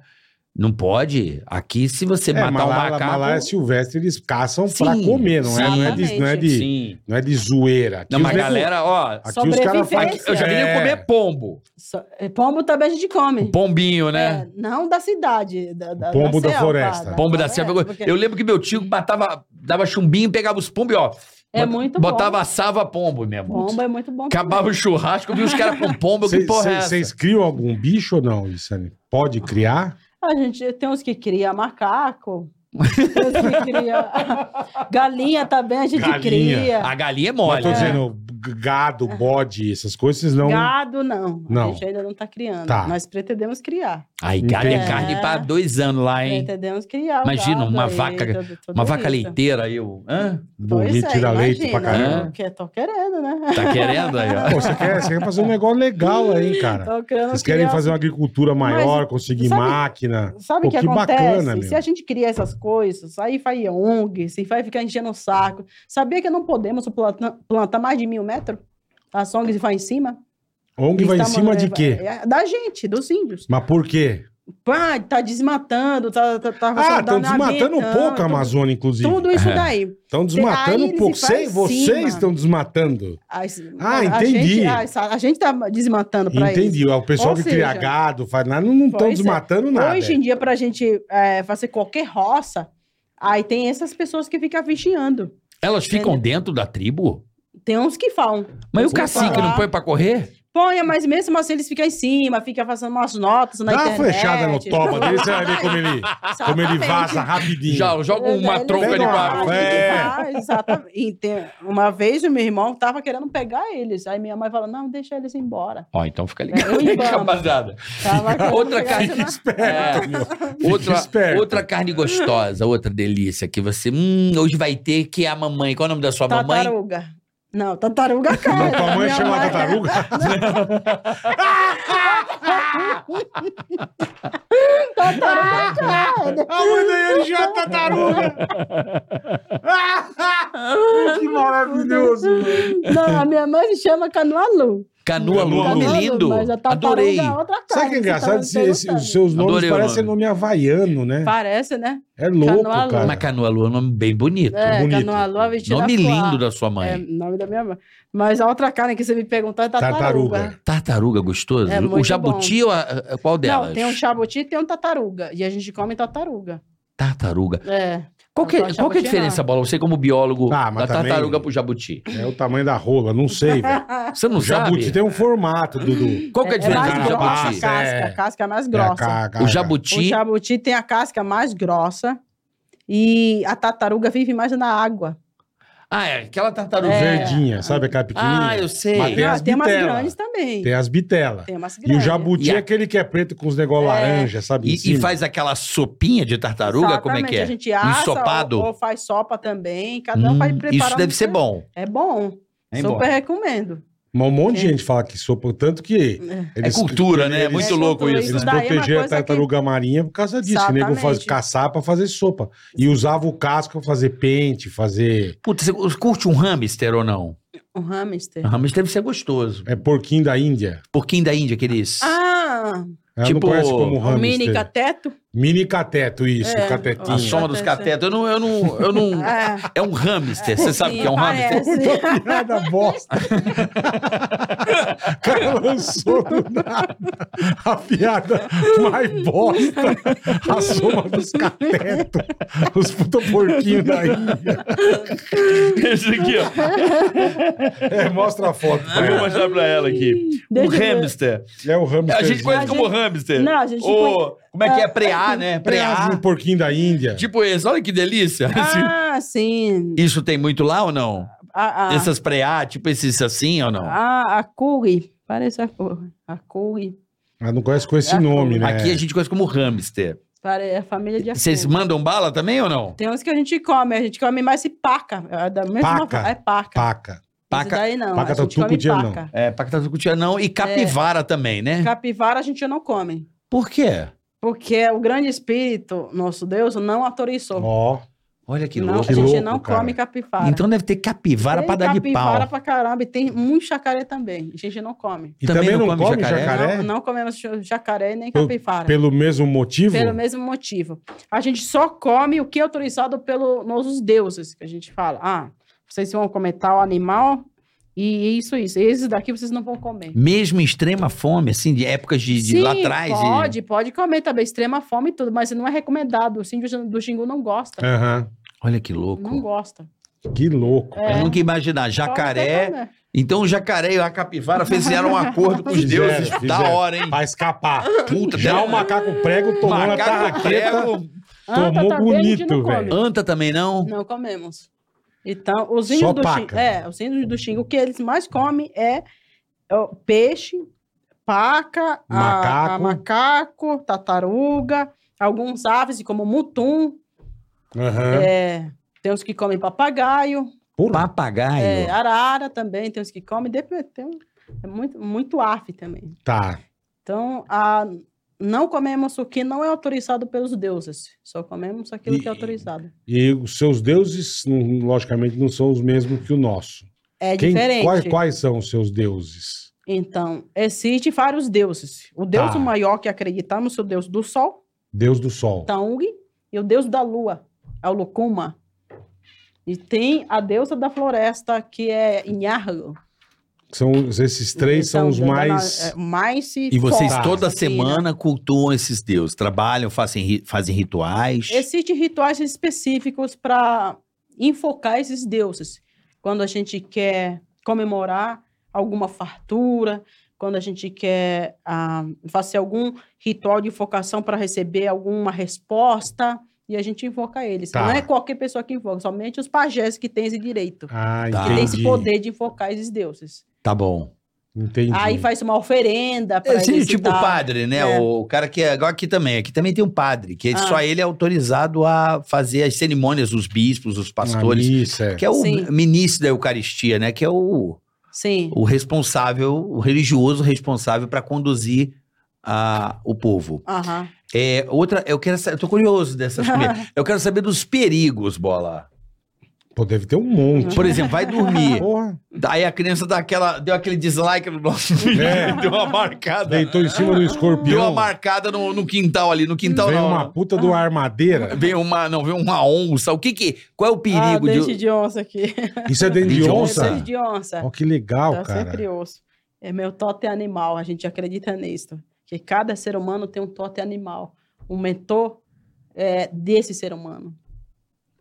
Speaker 2: Não pode. Aqui, se você
Speaker 3: É,
Speaker 2: matar
Speaker 3: mas
Speaker 2: um
Speaker 3: lá,
Speaker 2: macaco.
Speaker 3: mas lá é silvestre, eles caçam pra
Speaker 2: Sim,
Speaker 3: comer, não é, não é de, não é de,
Speaker 2: Sim.
Speaker 3: não é de zoeira. Aqui
Speaker 2: Não, mas
Speaker 3: os É.
Speaker 2: a
Speaker 3: nego-
Speaker 2: galera, ó.
Speaker 3: Aqui os caras
Speaker 4: Sobrevivência.
Speaker 2: aqui- eu já queria comer pombo.
Speaker 4: Só- é, Pombo também a gente come.
Speaker 2: Pombinho,
Speaker 4: É,
Speaker 2: né?
Speaker 4: não da cidade. Da, da,
Speaker 3: Pombo da
Speaker 4: selva,
Speaker 3: floresta.
Speaker 2: Pombo da selva.
Speaker 4: Tá
Speaker 2: é
Speaker 4: é, porque
Speaker 2: Eu lembro que meu tio matava, dava chumbinho, pegava os pombos, e, ó.
Speaker 4: É
Speaker 2: bot-
Speaker 4: muito bom.
Speaker 2: Botava assava pombo, meu irmão.
Speaker 4: Pombo é muito bom.
Speaker 2: Acabava o churrasco, vi os caras com pombo, que
Speaker 3: Vocês-
Speaker 2: porra é
Speaker 3: Vocês
Speaker 2: essa?
Speaker 3: vocês criam algum bicho ou não, Isani? Pode criar?
Speaker 4: A gente tem uns que cria macaco. tem uns que cria... Galinha também a gente
Speaker 3: Galinha. Ah,
Speaker 4: cria.
Speaker 2: A galinha é
Speaker 3: Mas
Speaker 2: mole,
Speaker 3: tô
Speaker 2: né?
Speaker 3: dizendo, g- gado, bode, essas coisas, vocês não...
Speaker 4: Gado, não.
Speaker 3: então Não.
Speaker 4: A gente ainda não está criando.
Speaker 3: Tá.
Speaker 4: Nós pretendemos criar.
Speaker 2: Aí, cara, é
Speaker 3: Entendi.
Speaker 2: carne pra dois anos lá, hein?
Speaker 4: Pretendemos criar. o
Speaker 2: Imagina
Speaker 4: gado
Speaker 2: uma
Speaker 4: aí,
Speaker 2: vaca-
Speaker 4: tudo- tudo
Speaker 2: Uma vaca
Speaker 4: isso.
Speaker 2: leiteira aí, eu... Hã?
Speaker 4: Pois
Speaker 3: Burrito
Speaker 4: é,
Speaker 3: tira leite pra
Speaker 4: imagina,
Speaker 3: caramba.
Speaker 4: né? Que tô querendo, né?
Speaker 2: Tá querendo aí, ó?
Speaker 3: Pô, você quer, você quer fazer um negócio legal aí, cara.
Speaker 4: Tô querendo
Speaker 3: É. Vocês querem
Speaker 4: criar-
Speaker 3: fazer uma agricultura maior, conseguir
Speaker 4: sabe-
Speaker 3: máquina.
Speaker 4: Sabe
Speaker 3: Pô,
Speaker 4: o que,
Speaker 3: que
Speaker 4: acontece?
Speaker 3: bacana, meu.
Speaker 4: se a gente cria essas coisas, aí vai ONG, se vai ficar enchendo o saco. Sabia que não podemos planta- plantar mais de mil metros? As ONGs vai em cima?
Speaker 3: ONG vai em cima de quê?
Speaker 4: É Da gente, dos índios.
Speaker 3: Mas por quê?
Speaker 4: Pá, tá desmatando, tá... tá, tá
Speaker 3: Ah, estão desmatando
Speaker 4: aumentaram,
Speaker 3: pouco
Speaker 4: tudo-
Speaker 3: a Amazônia, inclusive.
Speaker 4: Tudo isso
Speaker 2: É.
Speaker 4: daí.
Speaker 3: Estão
Speaker 4: Aí
Speaker 3: desmatando um
Speaker 4: eles
Speaker 3: pouco.
Speaker 4: se faz
Speaker 3: Sei,
Speaker 4: em
Speaker 3: vocês
Speaker 4: cima.
Speaker 3: estão desmatando.
Speaker 4: As-
Speaker 3: Ah,
Speaker 4: a-
Speaker 3: entendi.
Speaker 4: A gente, a, a gente tá desmatando para isso.
Speaker 3: Entendi. O pessoal
Speaker 4: Ou
Speaker 3: que cria
Speaker 4: seja,
Speaker 3: gado, faz nada, não estão
Speaker 4: pois é.
Speaker 3: desmatando nada.
Speaker 4: Hoje em dia, para a gente é, fazer qualquer roça, aí tem essas pessoas que ficam vigiando.
Speaker 2: Elas ficam dentro da tribo?
Speaker 4: Tem uns que falam.
Speaker 2: Mas e o
Speaker 4: Sim,
Speaker 2: cacique
Speaker 4: falar.
Speaker 2: não põe pra correr?
Speaker 4: Põe, mas mesmo assim eles ficam em cima, ficam fazendo umas notas na
Speaker 3: Dá uma
Speaker 4: internet. Tá
Speaker 3: flechada no toba dele, você vai ver como ele, como ele
Speaker 4: Exatamente.
Speaker 3: vaza rapidinho.
Speaker 2: Já, joga
Speaker 4: Ele-
Speaker 2: uma
Speaker 4: ele
Speaker 2: tronca de
Speaker 4: vai,
Speaker 2: barro.
Speaker 3: É.
Speaker 4: ele vai, exatamente. E tem- Uma vez o meu irmão tava querendo pegar eles. Aí minha mãe falou: não, deixa eles ir embora.
Speaker 2: Ó, então fica
Speaker 4: Eu
Speaker 2: ligado, hein,
Speaker 4: entendo.
Speaker 2: rapaziada.
Speaker 4: Tava querendo
Speaker 2: Outra
Speaker 4: pegar
Speaker 2: carne
Speaker 4: eles na-
Speaker 2: É. Outra,
Speaker 3: esperto.
Speaker 2: outra carne gostosa, outra delícia que você. Hum, hoje vai ter que é a mamãe. Qual é o nome da sua mamãe?
Speaker 4: Tartaruga. Não, tartaruga cara.
Speaker 3: Tua mãe
Speaker 4: Minha
Speaker 3: chama tartaruga? A mãe da Yane já é tartaruga! que maravilhoso!
Speaker 4: Não, a minha mãe me chama Canoa Lu.
Speaker 2: Canoa Lu,
Speaker 3: Canoa
Speaker 2: nome
Speaker 4: Canoa Lu,
Speaker 2: lindo.
Speaker 4: mas a tartaruga
Speaker 2: Adorei.
Speaker 4: é outra cara,
Speaker 3: Sabe
Speaker 4: você
Speaker 3: que é
Speaker 4: tá
Speaker 3: engraçado?
Speaker 4: me
Speaker 3: Esse- esse- os seus nomes
Speaker 2: Adorei o
Speaker 3: parecem
Speaker 2: nome.
Speaker 3: nome havaiano, né?
Speaker 4: Parece, né?
Speaker 3: É louco,
Speaker 4: Canoa Lu.
Speaker 3: cara.
Speaker 2: Mas Canoa Lu é um nome bem bonito.
Speaker 4: É,
Speaker 3: bonito.
Speaker 4: Canoa Lu, a vestida
Speaker 2: nome
Speaker 4: Fuá.
Speaker 2: lindo da sua
Speaker 4: É,
Speaker 2: mãe.
Speaker 4: nome da minha mãe. Mas a outra cara que você me perguntou é tartaruga.
Speaker 3: Tartaruga.
Speaker 2: Tartaruga gostoso?
Speaker 4: É
Speaker 2: o
Speaker 4: muito
Speaker 2: jabuti ou a- a- qual delas?
Speaker 4: Não, tem um chabuti e tem um tartaruga. E a gente come tartaruga.
Speaker 2: Tartaruga.
Speaker 4: É.
Speaker 2: Qual que,
Speaker 4: Não,
Speaker 2: qual que é a
Speaker 4: jabuti
Speaker 2: diferença,
Speaker 4: não.
Speaker 2: Bola? Você como biólogo
Speaker 3: Ah, mas
Speaker 2: da
Speaker 3: também-
Speaker 2: tartaruga pro jabuti.
Speaker 3: É o tamanho da rola, não sei, velho.
Speaker 2: Você não
Speaker 3: O jabuti
Speaker 2: sabe?
Speaker 3: tem um formato, Dudu.
Speaker 2: Qual que é a
Speaker 4: É
Speaker 2: diferença
Speaker 4: mais
Speaker 2: do
Speaker 3: Cara,
Speaker 4: grossa
Speaker 2: jabuti?
Speaker 4: a
Speaker 3: massa,
Speaker 4: casca.
Speaker 3: é.
Speaker 4: A casca é mais
Speaker 3: É,
Speaker 4: grossa.
Speaker 3: ca- ca-
Speaker 2: O
Speaker 4: O
Speaker 2: jabuti...
Speaker 4: jabuti tem a casca mais grossa e a tartaruga vive mais na água.
Speaker 2: Ah, é aquela tartaruga.
Speaker 4: É.
Speaker 3: Verdinha, sabe aquela pequenininha?
Speaker 2: Ah, eu sei.
Speaker 3: Mas Tem
Speaker 4: Não,
Speaker 3: as
Speaker 4: tem umas
Speaker 3: bitela.
Speaker 4: grandes também.
Speaker 3: Tem as bitelas.
Speaker 4: Tem umas
Speaker 3: E
Speaker 4: grandes.
Speaker 3: o jabuti
Speaker 2: E a-
Speaker 3: é aquele que é preto com os negócios
Speaker 4: É.
Speaker 3: laranja, sabe? em
Speaker 2: E, e
Speaker 3: cima?
Speaker 2: faz aquela sopinha de tartaruga? Como é que
Speaker 4: Exatamente,
Speaker 2: é?
Speaker 4: A gente assa
Speaker 2: Ensopado?
Speaker 4: Ou, ou faz sopa também. Cada um vai
Speaker 2: Hum,
Speaker 4: preparar.
Speaker 2: isso deve
Speaker 4: um-
Speaker 2: ser bom.
Speaker 4: É bom.
Speaker 2: É
Speaker 4: Super
Speaker 2: bom.
Speaker 4: recomendo.
Speaker 3: Mas um monte de
Speaker 4: É.
Speaker 3: gente fala que sopa, tanto que.
Speaker 2: É cultura, né? É
Speaker 3: eles-
Speaker 2: muito
Speaker 4: É
Speaker 2: louco
Speaker 4: cultura,
Speaker 2: isso.
Speaker 3: Eles
Speaker 4: Isso daí é uma
Speaker 3: protegiam a
Speaker 4: coisa que-
Speaker 3: tartaruga marinha por causa disso. que O nego faz,
Speaker 4: Exatamente.
Speaker 3: caçar pra fazer sopa. E usava o casco pra fazer pente, fazer.
Speaker 2: Puta, você curte um hamster ou não?
Speaker 4: Um hamster.
Speaker 2: Um hamster deve ser gostoso.
Speaker 3: É porquinho da Índia.
Speaker 2: Porquinho da Índia, aqueles.
Speaker 4: Ah,
Speaker 3: Ela
Speaker 2: Tipo,
Speaker 3: não conhece como
Speaker 4: o
Speaker 3: hamster.
Speaker 4: mini cateto.
Speaker 3: Mini cateto, isso,
Speaker 4: É,
Speaker 2: a
Speaker 3: catetinho.
Speaker 2: soma dos catetos. Eu não. Eu não, eu não
Speaker 4: É.
Speaker 2: é um hamster. Você sabe o que é um
Speaker 4: Ah,
Speaker 2: hamster?
Speaker 4: hamster?
Speaker 3: Nada bosta. O cara lançou do nada a piada mais bosta. A soma dos catetos. Os puta porquinhos da Índia.
Speaker 2: Esse aqui, ó.
Speaker 3: É, mostra a foto.
Speaker 2: Ah,
Speaker 3: pra ela.
Speaker 2: mostrar pra ela aqui. Um
Speaker 4: Deixa eu ver.
Speaker 2: hamster.
Speaker 3: É o hamster.
Speaker 4: A gente-
Speaker 2: hamster.
Speaker 4: Não, a gente Ah,
Speaker 2: como é que é? Preá, né?
Speaker 3: Preá de um porquinho da Índia.
Speaker 2: Tipo esse. Olha que delícia.
Speaker 4: Ah, sim.
Speaker 2: Isso tem muito lá ou não?
Speaker 4: A, a,
Speaker 2: Essas preá, tipo esses assim ou não?
Speaker 4: a, a curry. Parece a curry. A curry.
Speaker 3: Mas não conhece com esse
Speaker 4: É.
Speaker 3: nome, né?
Speaker 2: Aqui a gente conhece como hamster.
Speaker 4: Pare- a família de
Speaker 2: Vocês
Speaker 4: acuri.
Speaker 2: mandam bala também ou não?
Speaker 4: Tem uns que a gente come. A gente come mais se paca. É da mesma
Speaker 3: Paca.
Speaker 4: fa- É paca.
Speaker 3: Paca.
Speaker 4: Paca.
Speaker 2: Paca-
Speaker 4: daí não.
Speaker 3: paca
Speaker 4: a gente
Speaker 3: tatu
Speaker 4: come
Speaker 3: podia não.
Speaker 4: paca.
Speaker 2: É, pactatucutia não. E capivara também, né?
Speaker 4: Capivara a gente não come.
Speaker 2: Por quê?
Speaker 4: Porque o grande espírito, nosso Deus, não autorizou.
Speaker 3: Ó.
Speaker 2: Olha que
Speaker 4: não,
Speaker 2: louco.
Speaker 4: a gente
Speaker 3: louco,
Speaker 4: não
Speaker 3: cara.
Speaker 4: come capivara.
Speaker 2: Então deve ter capivara
Speaker 4: Tem
Speaker 2: pra dar de
Speaker 4: capivara
Speaker 2: pau.
Speaker 4: pra caramba. E tem muito jacaré também. A gente não come.
Speaker 3: E também, não come, jacaré?
Speaker 4: Não, não comemos ja- jacaré nem
Speaker 3: Pelo-
Speaker 4: capivara.
Speaker 3: Pelo mesmo motivo?
Speaker 4: Pelo mesmo motivo. A gente só come o que é autorizado pelos nossos deuses, que a gente fala. Ah, vocês vão comer tal animal e isso, isso. Esses daqui vocês não vão comer.
Speaker 2: Mesmo em extrema fome, assim, de épocas de, de lá atrás. e-
Speaker 4: pode, pode comer também. Extrema fome e tudo, mas não é recomendado. Os índios do Xingu não gostam.
Speaker 3: Aham.
Speaker 2: Olha que É louco.
Speaker 4: Não gosta.
Speaker 3: Que louco.
Speaker 4: É.
Speaker 2: Eu nunca ia imaginar. Jacaré.
Speaker 4: Pode até comer.
Speaker 2: Então o jacaré e a capivara fizeram um acordo com os
Speaker 3: Fizeram,
Speaker 2: deuses. Da
Speaker 3: fizeram.
Speaker 2: hora, hein?
Speaker 3: Pra escapar.
Speaker 2: Puta,
Speaker 3: Já o macaco prego tomou na
Speaker 2: macaco
Speaker 3: tarraqueta.
Speaker 2: prego.
Speaker 4: Anta também a
Speaker 3: Tomou
Speaker 4: gente tá, não
Speaker 3: bonito,
Speaker 4: come.
Speaker 3: velho.
Speaker 2: Anta também não?
Speaker 4: Não comemos. Então, os
Speaker 3: Só
Speaker 4: índios do
Speaker 3: paca. né?
Speaker 4: Xingu, é, os índios do Xingu, o que eles mais comem é, ó, peixe, paca, a-
Speaker 3: Macaco.
Speaker 4: A, macaco, tartaruga, alguns aves como mutum,
Speaker 3: Aham.
Speaker 4: é, tem os que comem papagaio,
Speaker 2: Papagaio.
Speaker 4: é, arara também, tem os que comem, dep- tem um- é muito, muito ave também.
Speaker 3: Tá.
Speaker 4: Então, a- não comemos o que não é autorizado pelos deuses, só comemos aquilo que é
Speaker 3: E-
Speaker 4: autorizado.
Speaker 3: E os seus deuses, não- logicamente, não são os mesmos que o nosso.
Speaker 4: É
Speaker 3: Quem-
Speaker 4: diferente.
Speaker 3: quais, quais são os seus deuses?
Speaker 4: Então, existem vários deuses. O deus
Speaker 3: Tá.
Speaker 4: maior que acreditamos é o deus do sol,
Speaker 3: Deus do sol.
Speaker 4: Taung, e o deus da lua, é o Lukuma. E tem a deusa da floresta, que é Inharro.
Speaker 3: São, os- esses três
Speaker 4: então,
Speaker 3: são os
Speaker 4: é,
Speaker 3: mais.
Speaker 4: mais se
Speaker 2: E vocês
Speaker 3: Tá.
Speaker 4: fortes,
Speaker 2: toda
Speaker 4: assim, né?
Speaker 2: semana cultuam esses deuses, trabalham, fazem, ri- fazem rituais.
Speaker 4: Existem rituais específicos para enfocar esses deuses. Quando a gente quer comemorar alguma fartura, quando a gente quer ah, fazer algum ritual de invocação para receber alguma resposta, e a gente invoca eles.
Speaker 3: Tá.
Speaker 4: Não é qualquer pessoa que invoca, somente os pajés que têm esse direito.
Speaker 3: Ah,
Speaker 2: Tá.
Speaker 4: Que tem
Speaker 3: entendi.
Speaker 4: esse poder de invocar esses deuses.
Speaker 2: Tá bom.
Speaker 3: Entendi.
Speaker 4: Aí faz uma oferenda para
Speaker 2: Esse
Speaker 4: eles. e
Speaker 2: tipo o
Speaker 4: tal.
Speaker 2: padre, né?
Speaker 4: É.
Speaker 2: O cara que é. Igual aqui também. Aqui também tem um padre, que
Speaker 4: Ah.
Speaker 2: só ele é autorizado a fazer as cerimônias, os bispos, os pastores.
Speaker 3: Isso, é.
Speaker 2: Que é o
Speaker 4: Sim.
Speaker 2: ministro da Eucaristia, né? Que é o,
Speaker 4: Sim.
Speaker 2: o responsável, o religioso responsável para conduzir a- o povo.
Speaker 4: Aham.
Speaker 2: É, outra, eu quero sa- eu tô curioso dessas comidas. Eu quero saber dos perigos, bola.
Speaker 3: Pô, deve ter um monte.
Speaker 4: Uhum.
Speaker 2: Por exemplo, vai dormir.
Speaker 3: Porra,
Speaker 2: Daí a criança dá aquela, deu aquele dislike no nosso vídeo,
Speaker 3: É.
Speaker 2: deu uma marcada.
Speaker 3: deitou em cima do
Speaker 2: Deu uma
Speaker 3: escorpião.
Speaker 2: marcada no, no quintal ali, no quintal
Speaker 3: Veio
Speaker 2: não.
Speaker 3: uma puta do armadeira.
Speaker 2: Veio uma, não, veio uma onça. O que que, qual é o perigo
Speaker 4: ah,
Speaker 2: de...
Speaker 4: dente de... onça aqui.
Speaker 3: Isso é dentro
Speaker 2: De
Speaker 3: de
Speaker 2: um onça?
Speaker 3: onça?
Speaker 4: Dente de onça.
Speaker 3: Ó, que legal,
Speaker 4: Então, Eu Tá sempre
Speaker 3: cara.
Speaker 4: ouço. É meu totem animal, a gente acredita nisso. Que cada ser humano tem um totem animal. Um mentor é, desse ser humano.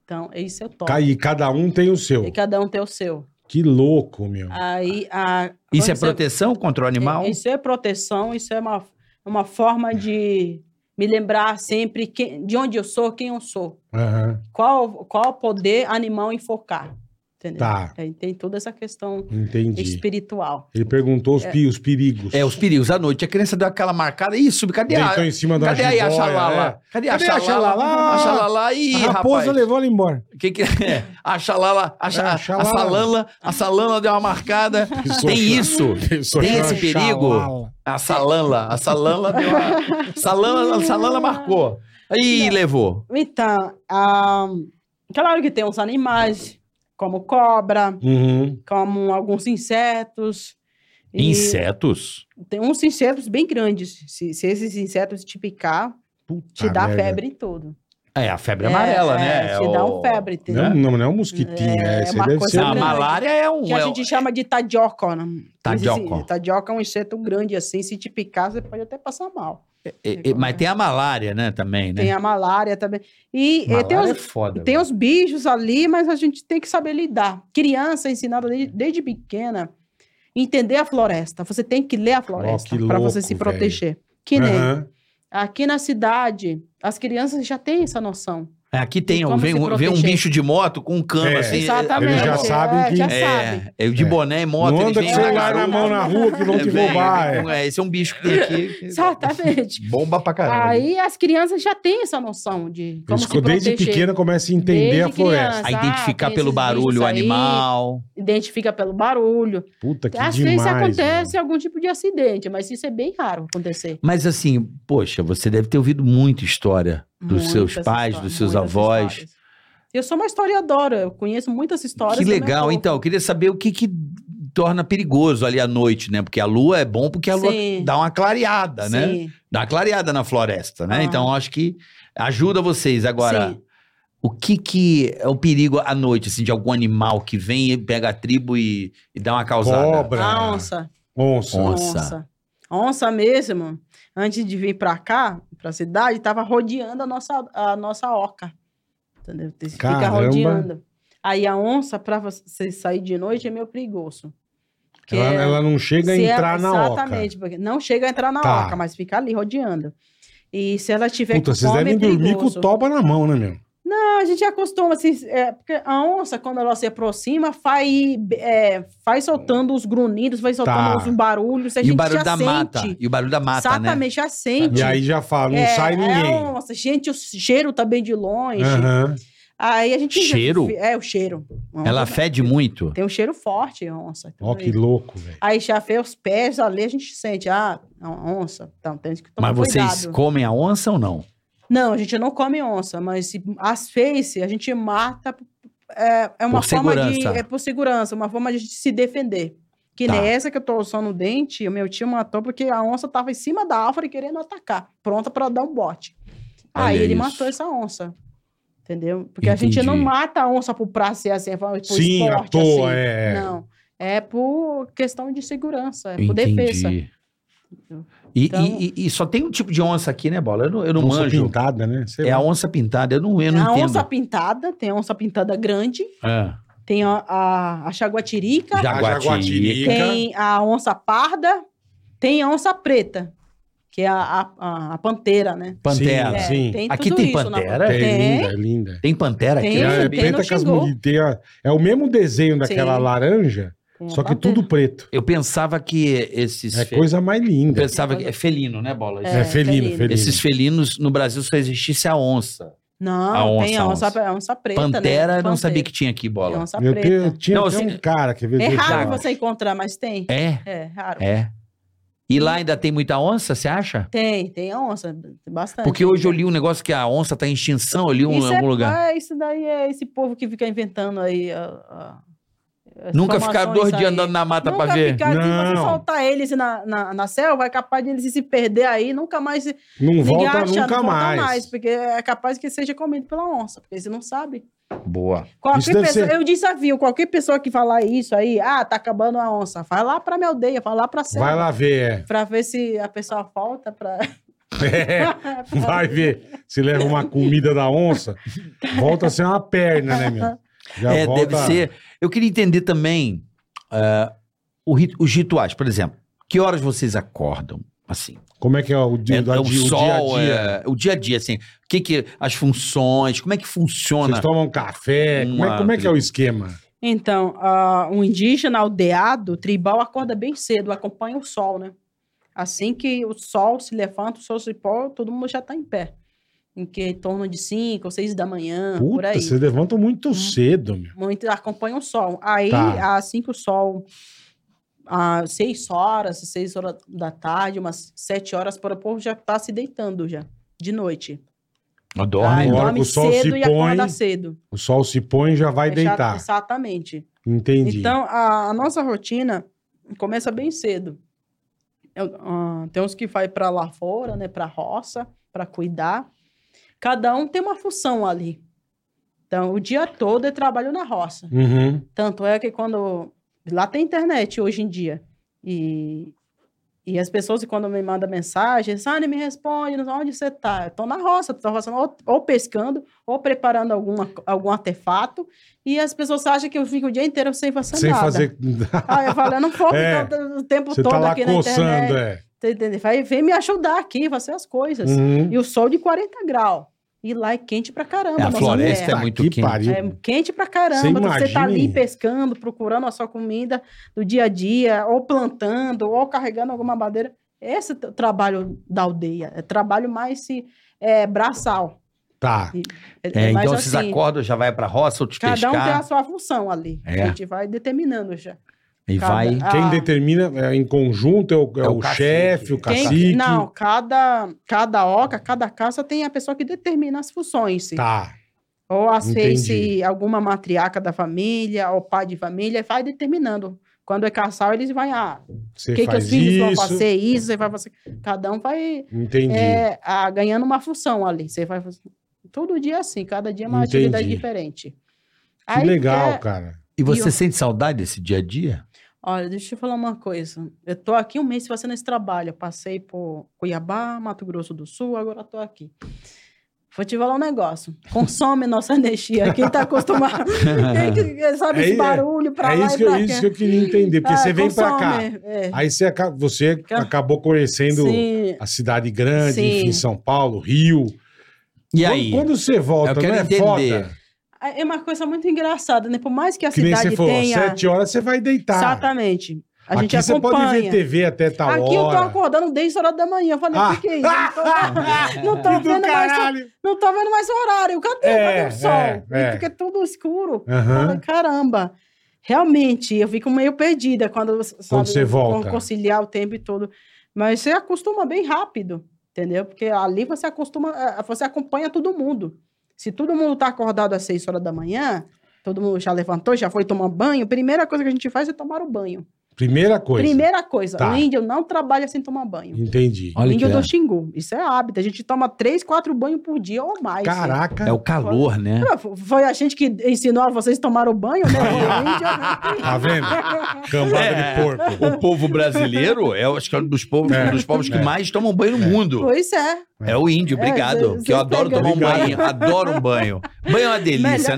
Speaker 4: Então, esse é o totem.
Speaker 3: Ca- E cada um tem o seu.
Speaker 4: E cada um tem o seu.
Speaker 3: Que louco, meu.
Speaker 4: Aí, a,
Speaker 2: Isso é
Speaker 4: quando você-
Speaker 2: proteção contra o animal?
Speaker 4: É, Isso é proteção, isso é uma, uma forma de me lembrar sempre quem- de onde eu sou, quem eu sou.
Speaker 3: Aham,
Speaker 4: Qual qual poder animal enfocar. Entendeu?
Speaker 3: Tá.
Speaker 4: Aí tem toda essa questão
Speaker 3: entendi.
Speaker 4: espiritual.
Speaker 3: Ele perguntou os, pi- os perigos.
Speaker 2: É, os perigos à noite. A criança deu aquela marcada. Ih, subi, cadê a...
Speaker 3: Deitou em cima da
Speaker 2: Cadê aí a
Speaker 3: jiboia,
Speaker 2: xalala?
Speaker 3: é.
Speaker 2: Cadê a
Speaker 3: Cadê a xalala?
Speaker 2: xalala? A xalala aí,
Speaker 3: a raposa
Speaker 2: rapaz.
Speaker 3: levou ele embora.
Speaker 2: Que que é? A xalala, a,
Speaker 3: É,
Speaker 2: xa,
Speaker 3: a
Speaker 2: a
Speaker 3: xalala.
Speaker 2: salala, a salala deu uma marcada.
Speaker 3: Isso,
Speaker 2: Tem isso.
Speaker 3: Isso,
Speaker 2: Tem
Speaker 3: é
Speaker 2: esse
Speaker 3: uma
Speaker 2: perigo?
Speaker 3: xalala.
Speaker 2: A salala, a salala deu uma... Salala, a salala marcou. Aí levou.
Speaker 4: Então, ah, claro que tem uns animais, como cobra,
Speaker 3: Uhum.
Speaker 4: como alguns insetos. E
Speaker 2: Insetos?
Speaker 4: Tem uns insetos bem grandes. Se, se esses insetos te picar, te
Speaker 2: Ah,
Speaker 3: Puta
Speaker 4: dá
Speaker 3: Ah, merda.
Speaker 4: febre em tudo.
Speaker 2: É, a febre amarela, né? É
Speaker 4: Te dá
Speaker 2: o-
Speaker 4: um febre, entendeu?
Speaker 3: Não, não, não é um mosquitinho.
Speaker 4: É,
Speaker 3: É, esse
Speaker 4: uma
Speaker 3: deve
Speaker 4: coisa
Speaker 3: ser.
Speaker 2: A
Speaker 4: grande.
Speaker 2: malária é um...
Speaker 4: Que a
Speaker 2: é tá, um-
Speaker 4: gente chama de tadioca. né?
Speaker 2: Tadioca.
Speaker 4: Esse- Tadioca é um inseto grande, assim. Se te picar, você pode até passar mal.
Speaker 2: é- é- mas tem a malária, né, também, né?
Speaker 4: Tem a malária também. E, e tem,
Speaker 2: Malária é
Speaker 4: os,
Speaker 2: foda.
Speaker 4: tem
Speaker 2: velho.
Speaker 4: os bichos ali, mas a gente tem que saber lidar. Criança é ensinada desde,
Speaker 3: Uhum.
Speaker 4: desde pequena entender a floresta. Você tem que ler a floresta
Speaker 3: que
Speaker 4: para você se
Speaker 3: louco, velho.
Speaker 4: proteger. Que nem
Speaker 3: Aham.
Speaker 4: aqui na cidade, as crianças já têm essa noção.
Speaker 2: É, Aqui tem,
Speaker 4: como
Speaker 2: vem,
Speaker 4: se
Speaker 2: um- vem um
Speaker 4: proteger.
Speaker 2: bicho de moto com um cano
Speaker 3: É,
Speaker 2: assim.
Speaker 4: Exatamente.
Speaker 3: Eles já sabem
Speaker 4: é,
Speaker 3: que-
Speaker 4: já
Speaker 2: É,
Speaker 4: sabem.
Speaker 2: é, de
Speaker 3: É.
Speaker 2: boné e moto.
Speaker 3: Não
Speaker 2: eles
Speaker 3: anda com
Speaker 2: vêm na
Speaker 3: celular na
Speaker 2: garupa.
Speaker 3: mão na rua que vão te
Speaker 2: É, vem,
Speaker 3: roubar. é.
Speaker 2: é, esse é um bicho que tem aqui. que-
Speaker 4: Exatamente.
Speaker 2: Bomba pra caralho.
Speaker 4: Aí as crianças já têm essa noção de como
Speaker 3: Eles,
Speaker 4: se
Speaker 3: desde
Speaker 4: proteger.
Speaker 3: pequena começa a entender
Speaker 4: Desde
Speaker 3: a floresta.
Speaker 4: criança.
Speaker 2: a identificar
Speaker 4: ah, tem
Speaker 2: pelo
Speaker 4: esses
Speaker 2: barulho
Speaker 4: bichos
Speaker 2: o
Speaker 4: aí.
Speaker 2: animal.
Speaker 4: Identifica pelo barulho.
Speaker 3: Puta que
Speaker 4: Às
Speaker 3: demais.
Speaker 4: vezes acontece
Speaker 3: mano.
Speaker 4: algum tipo de acidente, mas isso é bem raro acontecer.
Speaker 2: Mas assim, poxa, você deve ter ouvido muita história dos
Speaker 4: Muitas
Speaker 2: seus pais,
Speaker 4: histórias,
Speaker 2: dos seus
Speaker 4: muitas
Speaker 2: avós.
Speaker 4: histórias. Eu sou uma historiadora, eu conheço muitas histórias.
Speaker 2: Que
Speaker 4: do meu
Speaker 2: legal.
Speaker 4: povo.
Speaker 2: Então, eu queria saber o que que torna perigoso ali à noite, né? Porque a lua é bom porque a lua
Speaker 4: Sim.
Speaker 2: dá uma clareada, né?
Speaker 4: Sim,
Speaker 2: Dá uma clareada na floresta, né?
Speaker 4: Ah.
Speaker 2: Então, acho que ajuda vocês. Agora,
Speaker 4: sim.
Speaker 2: o que que é o perigo à noite, assim, de algum animal que vem e pega a tribo e, e dá uma causada?
Speaker 3: Cobra.
Speaker 4: A onça,
Speaker 3: Onça.
Speaker 2: Onça.
Speaker 4: onça. Onça mesmo, antes de vir pra cá, pra cidade, tava rodeando a nossa, a nossa oca. Entendeu? Fica
Speaker 3: Caramba.
Speaker 4: rodeando. Aí a onça, pra você sair de noite, é meio perigoso. Porque
Speaker 3: Ela, ela não chega a
Speaker 4: Se ela-
Speaker 3: entrar na oca.
Speaker 4: Exatamente, porque não chega a entrar na
Speaker 3: Tá.
Speaker 4: oca, mas fica ali rodeando. E se ela tiver
Speaker 3: Puta,
Speaker 4: com
Speaker 3: vocês
Speaker 4: fome,
Speaker 3: devem
Speaker 4: é
Speaker 3: dormir com
Speaker 4: perigoso.
Speaker 3: o toba na mão, né, meu?
Speaker 4: Ah, a gente acostuma, assim, é, porque a onça, quando ela se aproxima, faz, é, faz soltando os grunhidos, vai
Speaker 3: Tá.
Speaker 4: soltando os barulhos, a
Speaker 2: E
Speaker 4: gente
Speaker 2: o barulho
Speaker 4: já
Speaker 2: da
Speaker 4: sente.
Speaker 2: mata. E o barulho da mata, né?
Speaker 4: exatamente, já sente.
Speaker 3: E aí já fala, não
Speaker 4: É,
Speaker 3: sai
Speaker 4: é
Speaker 3: ninguém.
Speaker 4: a onça, gente, o cheiro também de longe.
Speaker 3: Aham.
Speaker 4: Aí a gente...
Speaker 2: Cheiro?
Speaker 4: É, o cheiro. A onça
Speaker 2: Ela fede muito.
Speaker 4: Tem um cheiro forte, a onça.
Speaker 3: Ó, que louco, velho.
Speaker 4: Aí já vê os pés ali, a gente sente, ah, é uma onça, então tem que tomar
Speaker 2: Mas vocês
Speaker 4: cuidado.
Speaker 2: comem a onça ou não?
Speaker 4: Não, a gente não come onça, mas se- as face a gente mata, é, é uma
Speaker 2: Por
Speaker 4: forma
Speaker 2: segurança.
Speaker 4: de, é por segurança, uma forma de se defender. Que
Speaker 2: Tá.
Speaker 4: nem essa que eu tô usando o dente, o meu tio matou porque a onça tava em cima da árvore querendo atacar, pronta para dar um bote. Aí
Speaker 2: Olha
Speaker 4: ele
Speaker 2: isso.
Speaker 4: matou essa onça. Entendeu? Porque a gente
Speaker 2: Entendi.
Speaker 4: não mata a onça por prazer assim, por
Speaker 3: Sim, à
Speaker 4: esporte,
Speaker 3: toa,
Speaker 4: assim.
Speaker 3: é.
Speaker 4: Não. É por questão de segurança, é por defesa.
Speaker 2: E,
Speaker 4: Então-
Speaker 2: e- e- e só tem um tipo de onça aqui, né, Bola? Eu não, eu não
Speaker 3: Onça
Speaker 2: manjo.
Speaker 3: pintada, né? Sei
Speaker 2: É
Speaker 3: lá.
Speaker 2: a onça pintada. Eu não, eu
Speaker 4: Tem
Speaker 2: não
Speaker 4: a
Speaker 2: entendo.
Speaker 4: onça pintada, tem a onça pintada grande,
Speaker 2: Ah,
Speaker 4: tem a, a, a chaguatirica,
Speaker 2: jaguati.
Speaker 3: Ah, jaguatirica.
Speaker 4: tem a onça parda, tem a onça preta, que é a, a, a- a pantera, né?
Speaker 2: Pantera.
Speaker 4: É,
Speaker 3: Sim.
Speaker 4: tem
Speaker 2: Ah, Aqui
Speaker 4: tudo
Speaker 2: tem
Speaker 4: isso na
Speaker 2: pantera?
Speaker 3: É
Speaker 4: Tem.
Speaker 3: linda, é linda.
Speaker 2: Tem pantera aqui?
Speaker 4: Tem,
Speaker 3: é,
Speaker 4: tem, não
Speaker 3: é preta com as
Speaker 4: xingou.
Speaker 3: muli- tem a- É o mesmo desenho daquela
Speaker 4: Sim.
Speaker 3: laranja,
Speaker 4: Tem a
Speaker 3: só que
Speaker 4: pantera.
Speaker 3: tudo preto.
Speaker 2: Eu pensava que esses...
Speaker 3: É
Speaker 2: fe-
Speaker 3: coisa mais
Speaker 2: Eu
Speaker 3: linda.
Speaker 2: pensava que... É felino, né, Bola?
Speaker 3: É,
Speaker 4: tá
Speaker 3: felino,
Speaker 4: felino.
Speaker 3: felino.
Speaker 2: Esses felinos, no Brasil, só existisse a onça.
Speaker 4: Não,
Speaker 2: A onça,
Speaker 4: tem a onça,
Speaker 2: a onça.
Speaker 4: a onça preta, né?
Speaker 2: pantera, eu não sabia
Speaker 4: Pantera.
Speaker 2: que tinha aqui,
Speaker 4: Tem a
Speaker 2: Bola.
Speaker 4: onça
Speaker 3: Meu
Speaker 4: preta.
Speaker 3: Deus, tinha
Speaker 2: Não,
Speaker 3: até
Speaker 2: assim,
Speaker 3: um cara que veio
Speaker 4: É
Speaker 3: dizer
Speaker 4: raro
Speaker 3: pra-
Speaker 4: você encontrar, mas tem.
Speaker 2: É,
Speaker 4: É raro.
Speaker 2: é. E lá ainda tem muita onça, você acha?
Speaker 4: Tem, tem a onça, É, tem bastante.
Speaker 2: Porque hoje eu li um negócio que a onça tá em extinção, eu li um, em
Speaker 4: Isso é-
Speaker 2: algum lugar.
Speaker 4: É, isso daí é esse povo que fica inventando aí. a- a- as
Speaker 2: Nunca ficaram dois
Speaker 4: informações
Speaker 2: dias
Speaker 4: aí.
Speaker 2: andando na mata
Speaker 4: Nunca
Speaker 2: pra ver.
Speaker 4: ficar, se você
Speaker 3: Não.
Speaker 4: soltar eles na, na, na selva, é capaz de eles se perder aí, nunca mais. se-
Speaker 3: Não
Speaker 4: ninguém
Speaker 3: volta
Speaker 4: acha,
Speaker 3: nunca
Speaker 4: não volta
Speaker 3: mais.
Speaker 4: Porque é capaz que seja comido pela onça, porque você não sabe.
Speaker 2: Boa.
Speaker 4: Qualquer
Speaker 3: Isso deve
Speaker 4: pessoa,
Speaker 3: ser-
Speaker 4: Eu desafio qualquer pessoa que falar isso aí, ah, tá acabando a onça, vai lá pra minha aldeia, vai lá pra selva.
Speaker 3: Vai lá ver,
Speaker 4: Pra ver se a pessoa volta pra.
Speaker 3: é. é. Vai ver. Se leva uma comida da onça, volta a ser uma perna, né, meu? Já
Speaker 2: é,
Speaker 3: volta-
Speaker 2: deve ser. Eu queria entender também ah, o rit- os rituais, por exemplo. Que horas vocês acordam? Assim,
Speaker 3: Como é que é o dia,
Speaker 2: é,
Speaker 3: da-
Speaker 2: é o
Speaker 3: dia- o
Speaker 2: sol,
Speaker 3: dia a dia?
Speaker 2: é- o dia a dia, assim, o que que, as funções, como é que funciona?
Speaker 3: Vocês tomam café? Como é,
Speaker 2: Uma-
Speaker 3: como é que é o esquema?
Speaker 4: Então, ah, um indígena aldeado, tribal, acorda bem cedo, acompanha o sol, né? Assim que o sol se levanta, o sol se pôr, todo mundo já está em pé. Em que em torno de 5 ou 6 da manhã, Ah, por
Speaker 3: Puta,
Speaker 4: aí. Uhum.
Speaker 3: vocês levantam muito cedo, meu.
Speaker 4: Muito acompanha o sol. Aí,
Speaker 3: Tá.
Speaker 4: assim que o sol, às 6 horas, 6 horas da tarde, umas 7 horas para o povo já está se deitando já, de noite.
Speaker 2: Adoro.
Speaker 4: Aí
Speaker 3: hora que
Speaker 4: dorme
Speaker 3: o sol se
Speaker 4: cedo e acorda
Speaker 3: põe,
Speaker 4: cedo.
Speaker 3: O sol se põe e já vai
Speaker 4: É chato-
Speaker 3: deitar.
Speaker 4: Exatamente.
Speaker 3: Entendi.
Speaker 4: Então, a, a nossa rotina começa bem cedo. Eu- ah, tem uns que vai para lavoura, né, para roça, para cuidar. Cada um tem uma função ali. Então, o dia todo eu trabalho na roça.
Speaker 3: Uhum.
Speaker 4: Tanto é que quando lá tem internet hoje em dia e e as pessoas quando me mandam mensagem, Sani, me responde, não sei onde você tá? Eu tô na roça, tô na roça ou, ou pescando, ou preparando alguma, algum artefato, e as pessoas acham que eu fico o dia inteiro sem fazer
Speaker 3: Sem
Speaker 4: nada.
Speaker 3: fazer.
Speaker 4: Aí eu falo, eu não vou
Speaker 3: É.
Speaker 4: ficar o tempo
Speaker 3: Você
Speaker 4: todo
Speaker 3: tá lá
Speaker 4: aqui na internet.
Speaker 3: coçando, é.
Speaker 4: Tá entendendo? Vai, vem me ajudar aqui, fazer as coisas.
Speaker 3: Uhum.
Speaker 4: E o sol de 40 graus. E lá é quente pra caramba.
Speaker 2: É, a
Speaker 4: nossa
Speaker 2: floresta
Speaker 4: terra.
Speaker 2: é muito
Speaker 3: que
Speaker 2: quente.
Speaker 3: pariu.
Speaker 4: É quente pra caramba.
Speaker 3: Você
Speaker 4: Você tá ali
Speaker 3: imagine.
Speaker 4: pescando, procurando a sua comida do dia a dia, ou plantando, ou carregando alguma madeira. Esse é o trabalho da aldeia. É trabalho mais se, é, braçal.
Speaker 3: Tá.
Speaker 2: É,
Speaker 4: mais assim,
Speaker 2: então
Speaker 3: assim,
Speaker 2: vocês acordam, já vai pra roça, outros
Speaker 4: Cada um tem a
Speaker 2: pescar
Speaker 4: sua função ali.
Speaker 2: É.
Speaker 4: A gente vai determinando já.
Speaker 2: e
Speaker 4: cada-
Speaker 2: vai.
Speaker 4: Ah.
Speaker 3: Quem determina é, em conjunto é o, é
Speaker 2: É o
Speaker 3: o
Speaker 2: cacique.
Speaker 3: chefe, o
Speaker 4: Quem-
Speaker 3: cacique.
Speaker 4: não, cada, cada oca, cada caça tem a pessoa que determina as funções.
Speaker 3: Tá.
Speaker 4: Ou às
Speaker 3: Entendi.
Speaker 4: vezes alguma matriarca da família, ou pai de família, vai determinando. Quando é caçal, eles vão, ah,
Speaker 3: Você
Speaker 4: o que, que
Speaker 3: faz
Speaker 4: os filhos vão
Speaker 3: isso.
Speaker 4: fazer isso, você vai fazer... Cada um vai
Speaker 3: Entendi.
Speaker 4: é, a- ganhando uma função ali. Você vai fazer... Todo dia é assim, cada dia é uma
Speaker 3: Entendi.
Speaker 4: atividade diferente.
Speaker 3: que legal,
Speaker 4: é-
Speaker 3: cara.
Speaker 2: E você
Speaker 4: e o-
Speaker 2: sente saudade desse dia a dia?
Speaker 4: Olha, deixa eu falar uma coisa. Eu tô aqui um mês fazendo esse trabalho. Eu passei por Cuiabá, Mato Grosso do Sul, agora eu tô aqui. Vou te falar um negócio. Consome nossa energia. Quem tá acostumado. Quem que- sabe
Speaker 3: É
Speaker 4: esse
Speaker 3: i-
Speaker 4: barulho pra
Speaker 3: É
Speaker 4: lá
Speaker 3: isso
Speaker 4: e
Speaker 3: que,
Speaker 4: pra
Speaker 3: eu, isso
Speaker 4: cá.
Speaker 3: que eu queria entender, porque
Speaker 4: Ah,
Speaker 3: você vem pra cá.
Speaker 4: consome, é.
Speaker 3: Aí você, aca- você
Speaker 4: Fica-
Speaker 3: acabou conhecendo
Speaker 4: Sim.
Speaker 3: a cidade grande,
Speaker 4: Sim.
Speaker 3: enfim, São Paulo, Rio.
Speaker 2: E
Speaker 3: Quando-
Speaker 2: aí?
Speaker 3: Quando, você volta,
Speaker 2: Eu quero
Speaker 3: não é
Speaker 2: entender.
Speaker 3: foda?
Speaker 4: É uma coisa muito engraçada, né? Por mais que a
Speaker 3: Que nem
Speaker 4: cidade
Speaker 3: você falou,
Speaker 4: tenha. Tá.
Speaker 3: sete horas você vai deitar.
Speaker 4: Exatamente. A gente
Speaker 3: Aqui você
Speaker 4: acompanha.
Speaker 3: pode ver TV até tal
Speaker 4: Aqui eu tô
Speaker 3: hora.
Speaker 4: acordando 10 horas da manhã. Eu falei,
Speaker 3: Ah.
Speaker 4: o que, que é isso? Eu Não tô, não tô
Speaker 3: Que do
Speaker 4: vendo mais
Speaker 3: caralho.
Speaker 4: não tô vendo mais o horário. Cadê,
Speaker 3: É,
Speaker 4: cadê o sol?
Speaker 3: é, é.
Speaker 4: Fica tudo escuro.
Speaker 3: Aham.
Speaker 4: Fala, Caramba, realmente, eu fico meio perdida quando, sabe,
Speaker 3: Quando você
Speaker 4: eu vou
Speaker 3: volta.
Speaker 4: conciliar o tempo e tudo. Mas você acostuma bem rápido, entendeu? Porque ali você acostuma, eh, você acompanha todo mundo. Se todo mundo tá acordado às 6 horas da manhã, todo mundo já levantou, já foi tomar banho, primeira coisa que a gente faz é tomar o banho.
Speaker 3: Primeira coisa.
Speaker 4: Primeira coisa,
Speaker 3: Tá.
Speaker 4: o índio não trabalha sem tomar banho.
Speaker 3: Entendi.
Speaker 2: Olha que
Speaker 4: índio
Speaker 2: é.
Speaker 4: do Xingu, isso é hábito. A gente toma três, quatro banhos por dia ou mais. né?
Speaker 3: Caraca.
Speaker 2: É o calor, né?
Speaker 4: Ah, f- Foi a gente que ensinou a vocês tomar o né? banho, né?
Speaker 3: Tá vendo? Cambada
Speaker 2: É.
Speaker 3: de porco.
Speaker 2: O povo brasileiro é, acho que é um dos povos,
Speaker 3: É.
Speaker 2: um dos povos que
Speaker 3: É.
Speaker 2: mais tomam banho no mundo.
Speaker 4: Pois é.
Speaker 2: É o índio,
Speaker 4: É,
Speaker 2: obrigado.
Speaker 4: cê-
Speaker 2: que eu
Speaker 4: cê
Speaker 2: adoro
Speaker 4: pega.
Speaker 2: tomar um
Speaker 3: Obrigado.
Speaker 2: banho, adoro um banho. Banho é uma delícia,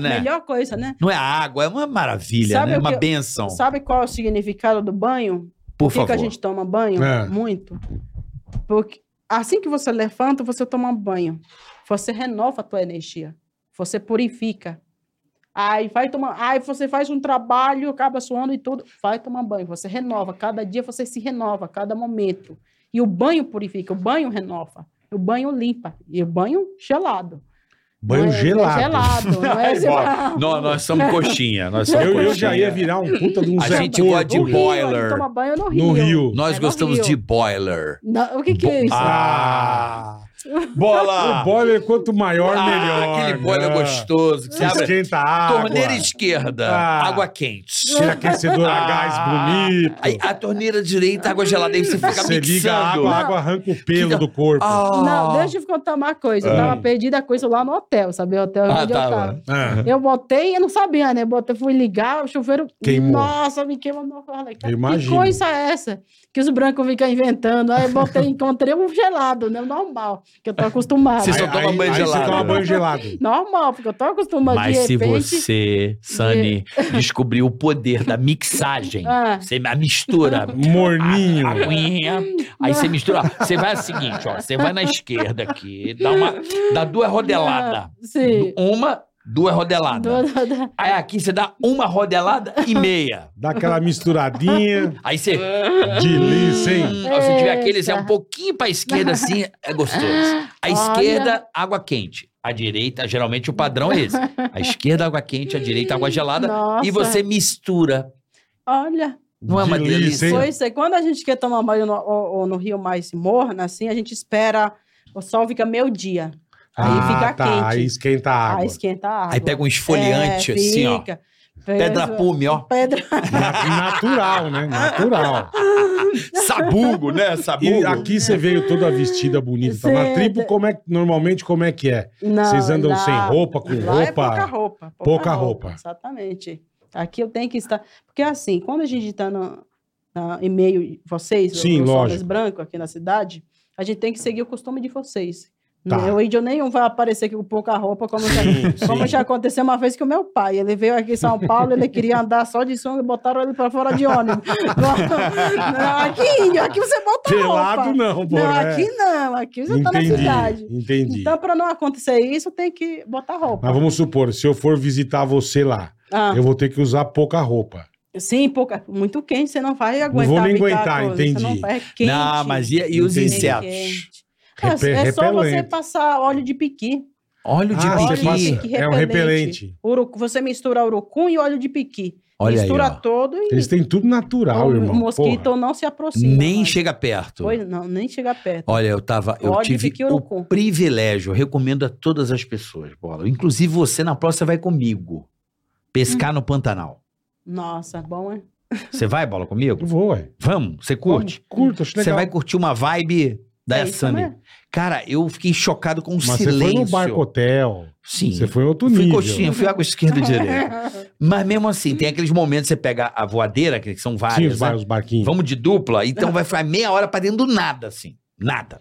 Speaker 4: melhor,
Speaker 2: né?
Speaker 4: melhor coisa, né?
Speaker 2: Não é água, é uma maravilha,
Speaker 4: Sabe
Speaker 2: né? É
Speaker 4: o
Speaker 2: uma
Speaker 4: que eu-
Speaker 2: benção.
Speaker 4: Sabe qual é o significado do banho?
Speaker 2: Por
Speaker 4: Por que,
Speaker 2: favor.
Speaker 4: que a gente toma banho?
Speaker 3: É.
Speaker 4: Muito. Porque assim que você levanta, você toma banho. Você renova a tua energia. Você purifica. Aí vai tomar, aí você faz um trabalho, acaba suando e tudo, vai tomar banho, você renova, cada dia você se renova, cada momento. E o banho purifica, o banho renova, o banho limpa, e o banho gelado.
Speaker 3: Banho
Speaker 4: Não é-
Speaker 3: gelado.
Speaker 4: Gelado, não é
Speaker 3: Ai,
Speaker 4: gelado.
Speaker 2: Nó- nós somos coxinha. Nós somos
Speaker 3: Eu, eu
Speaker 2: coxinha.
Speaker 3: já ia virar um puta de um
Speaker 2: A
Speaker 3: Zé
Speaker 2: gente
Speaker 3: Porco
Speaker 2: gosta de
Speaker 3: no
Speaker 2: bo- boiler.
Speaker 5: Rio, ele toma banho no Rio.
Speaker 3: No Rio.
Speaker 2: Nós
Speaker 5: É, no
Speaker 2: gostamos
Speaker 5: Rio.
Speaker 2: de boiler.
Speaker 5: Não, o que que é isso?
Speaker 3: Ah!
Speaker 2: Bola!
Speaker 3: O boiler, quanto maior,
Speaker 2: Ah,
Speaker 3: melhor.
Speaker 2: Aquele boiler
Speaker 3: né?
Speaker 2: gostoso que você abre.
Speaker 3: Esquenta a água.
Speaker 2: Torneira esquerda,
Speaker 3: Ah.
Speaker 2: água quente.
Speaker 3: Tira aquecedor a gás bonito.
Speaker 2: Ah, Aí, a torneira direita, água gelada, aí você fica
Speaker 3: Você liga a
Speaker 2: mixando.
Speaker 3: água, a água arranca o pelo
Speaker 2: Fica-
Speaker 3: do corpo.
Speaker 2: Ah.
Speaker 5: Não, deixa eu contar uma coisa. Eu tava perdida a coisa lá no hotel, sabe? O hotel é
Speaker 2: Ah,
Speaker 5: onde
Speaker 2: tava.
Speaker 5: eu tava.
Speaker 3: Ah,
Speaker 5: Eu botei, eu não sabia, né? Botei, fui ligar, o chuveiro.
Speaker 3: Queimou.
Speaker 5: Nossa, me queimou. Eu falei, cara, que
Speaker 3: imagino.
Speaker 5: coisa é essa? Que os brancos ficam inventando. Aí eu botei, encontrei um gelado, né? Normal, que eu tô acostumado.
Speaker 2: Você só
Speaker 3: aí-
Speaker 2: toma
Speaker 3: aí-
Speaker 2: banho
Speaker 3: aí
Speaker 2: gelado.
Speaker 3: Você toma banho gelado.
Speaker 5: Normal, porque eu tô acostumado
Speaker 2: Mas
Speaker 5: de
Speaker 2: se
Speaker 5: repente.
Speaker 2: você, Sunny, descobrir o poder da mixagem,
Speaker 5: Ah.
Speaker 2: você a mistura.
Speaker 3: Morninho.
Speaker 2: a aguinha, aí você mistura. Você vai o seguinte, ó. Você vai na esquerda aqui, dá, uma, dá duas rodeladas.
Speaker 5: ah, Sim.
Speaker 2: Uma, duas rodeladas.
Speaker 5: Do- do- do-
Speaker 2: Aí aqui você dá uma rodelada e meia.
Speaker 3: Dá aquela misturadinha.
Speaker 2: Aí você.
Speaker 3: Delícia, hein?
Speaker 2: Hum, se tiver aquele,
Speaker 5: Essa.
Speaker 2: é um pouquinho pra esquerda assim, é gostoso. A
Speaker 5: Olha.
Speaker 2: esquerda, água quente. A direita, geralmente o padrão é esse. A esquerda, água quente, a direita, água gelada.
Speaker 5: Nossa,
Speaker 2: E você mistura.
Speaker 4: Olha,
Speaker 2: Não é uma
Speaker 3: Delícia,
Speaker 2: delícia?
Speaker 3: hein?
Speaker 4: pois é, quando a gente quer tomar banho no, ou- ou no rio mais morno, assim, a gente espera, o sol fica meio dia, Aí fica quente.
Speaker 3: Ah, tá, Aí esquenta a água.
Speaker 4: aí esquenta a É, água.
Speaker 2: Aí pega um esfoliante assim, ó. Pedra pume, ó.
Speaker 4: Pedra
Speaker 3: Natural, né? Natural.
Speaker 2: Sabugo, né?
Speaker 3: E aqui você veio toda vestida bonita. Tá na
Speaker 4: Cê-
Speaker 3: tribo, como é, que- normalmente, como é que é?
Speaker 4: Não,
Speaker 3: Vocês andam
Speaker 4: lá-
Speaker 3: sem roupa, com
Speaker 4: lá É pouca
Speaker 3: roupa?
Speaker 4: roupa.
Speaker 3: Pouca roupa.
Speaker 4: Exatamente. Aqui eu tenho que estar. Porque assim, quando a gente está no, na- em meio de vocês,
Speaker 3: Sim,
Speaker 4: os homens
Speaker 3: lógico.
Speaker 4: brancos aqui na cidade, a gente tem que seguir o costume de vocês. Né,
Speaker 3: Tá.
Speaker 4: O índio nenhum vai aparecer aqui com pouca roupa, como já,
Speaker 3: Sim,
Speaker 4: como
Speaker 3: sim.
Speaker 4: já aconteceu uma vez que o meu pai, ele veio aqui em São Paulo, ele queria andar só de sunga e botaram ele pra fora de ônibus. Não, aqui, índio, aqui você bota
Speaker 3: Pelado
Speaker 4: roupa.
Speaker 3: não, pô.
Speaker 4: Tá não,
Speaker 3: né?
Speaker 4: aqui não, aqui você tá na
Speaker 3: Entendi,
Speaker 4: cidade.
Speaker 3: entendi.
Speaker 4: Então, para não acontecer isso, tem que botar roupa.
Speaker 3: Mas vamos supor, se eu for visitar você lá,
Speaker 4: Ah,
Speaker 3: eu vou ter que usar pouca roupa.
Speaker 4: Sim, pouca, muito quente, você não vai aguentar.
Speaker 3: vou nem
Speaker 4: ficar
Speaker 3: aguentar,
Speaker 4: com- você
Speaker 3: entendi.
Speaker 4: Não, vai- é quente.
Speaker 2: Não, mas e, e os
Speaker 3: Entendi.
Speaker 2: insetos?
Speaker 4: Quente. Ah,
Speaker 3: Repe-
Speaker 4: é só você
Speaker 3: repelente.
Speaker 4: passar óleo de piqui.
Speaker 2: Óleo de
Speaker 3: Ah, você
Speaker 2: piqui.
Speaker 4: passa-
Speaker 3: passa- É um repelente.
Speaker 4: Uru- você mistura urucum e óleo de piqui.
Speaker 2: Olha aí,
Speaker 4: mistura
Speaker 2: ó.
Speaker 4: todo e
Speaker 3: Eles têm tudo natural,
Speaker 4: o
Speaker 3: irmão.
Speaker 4: mosquito
Speaker 3: porra.
Speaker 4: não se aproxima.
Speaker 2: Nem
Speaker 4: mas-
Speaker 2: chega perto.
Speaker 4: Pois não, nem chega perto.
Speaker 2: Olha, eu tava, eu
Speaker 4: Óleo de
Speaker 2: tive
Speaker 4: piqui
Speaker 2: o
Speaker 4: urucum.
Speaker 2: privilégio, eu recomendo a todas as pessoas, bola. Inclusive você na próxima vai comigo. Pescar no Pantanal.
Speaker 4: Nossa, bom, é?
Speaker 2: Você vai, bola,
Speaker 3: Eu
Speaker 2: comigo?
Speaker 3: vou, ué.
Speaker 2: Vamos, você curte?
Speaker 3: Curto, acho
Speaker 2: Você
Speaker 3: legal.
Speaker 2: vai curtir uma vibe da
Speaker 4: É isso
Speaker 2: Sunny.
Speaker 4: mesmo.
Speaker 2: Cara, eu fiquei chocado com o
Speaker 3: Mas você foi
Speaker 2: silêncio.
Speaker 3: no barco hotel.
Speaker 2: Sim.
Speaker 3: Você foi em outro
Speaker 2: Fui
Speaker 3: nível.
Speaker 2: coxinha, fui água esquerda e direita. Mas mesmo assim, tem aqueles momentos que você pega a voadeira, que são
Speaker 3: Sim,
Speaker 2: várias.
Speaker 3: os,
Speaker 2: né?
Speaker 3: bar, os barquinhos.
Speaker 2: Vamos de dupla, então vai ficar meia hora pra dentro do nada, assim. Nada.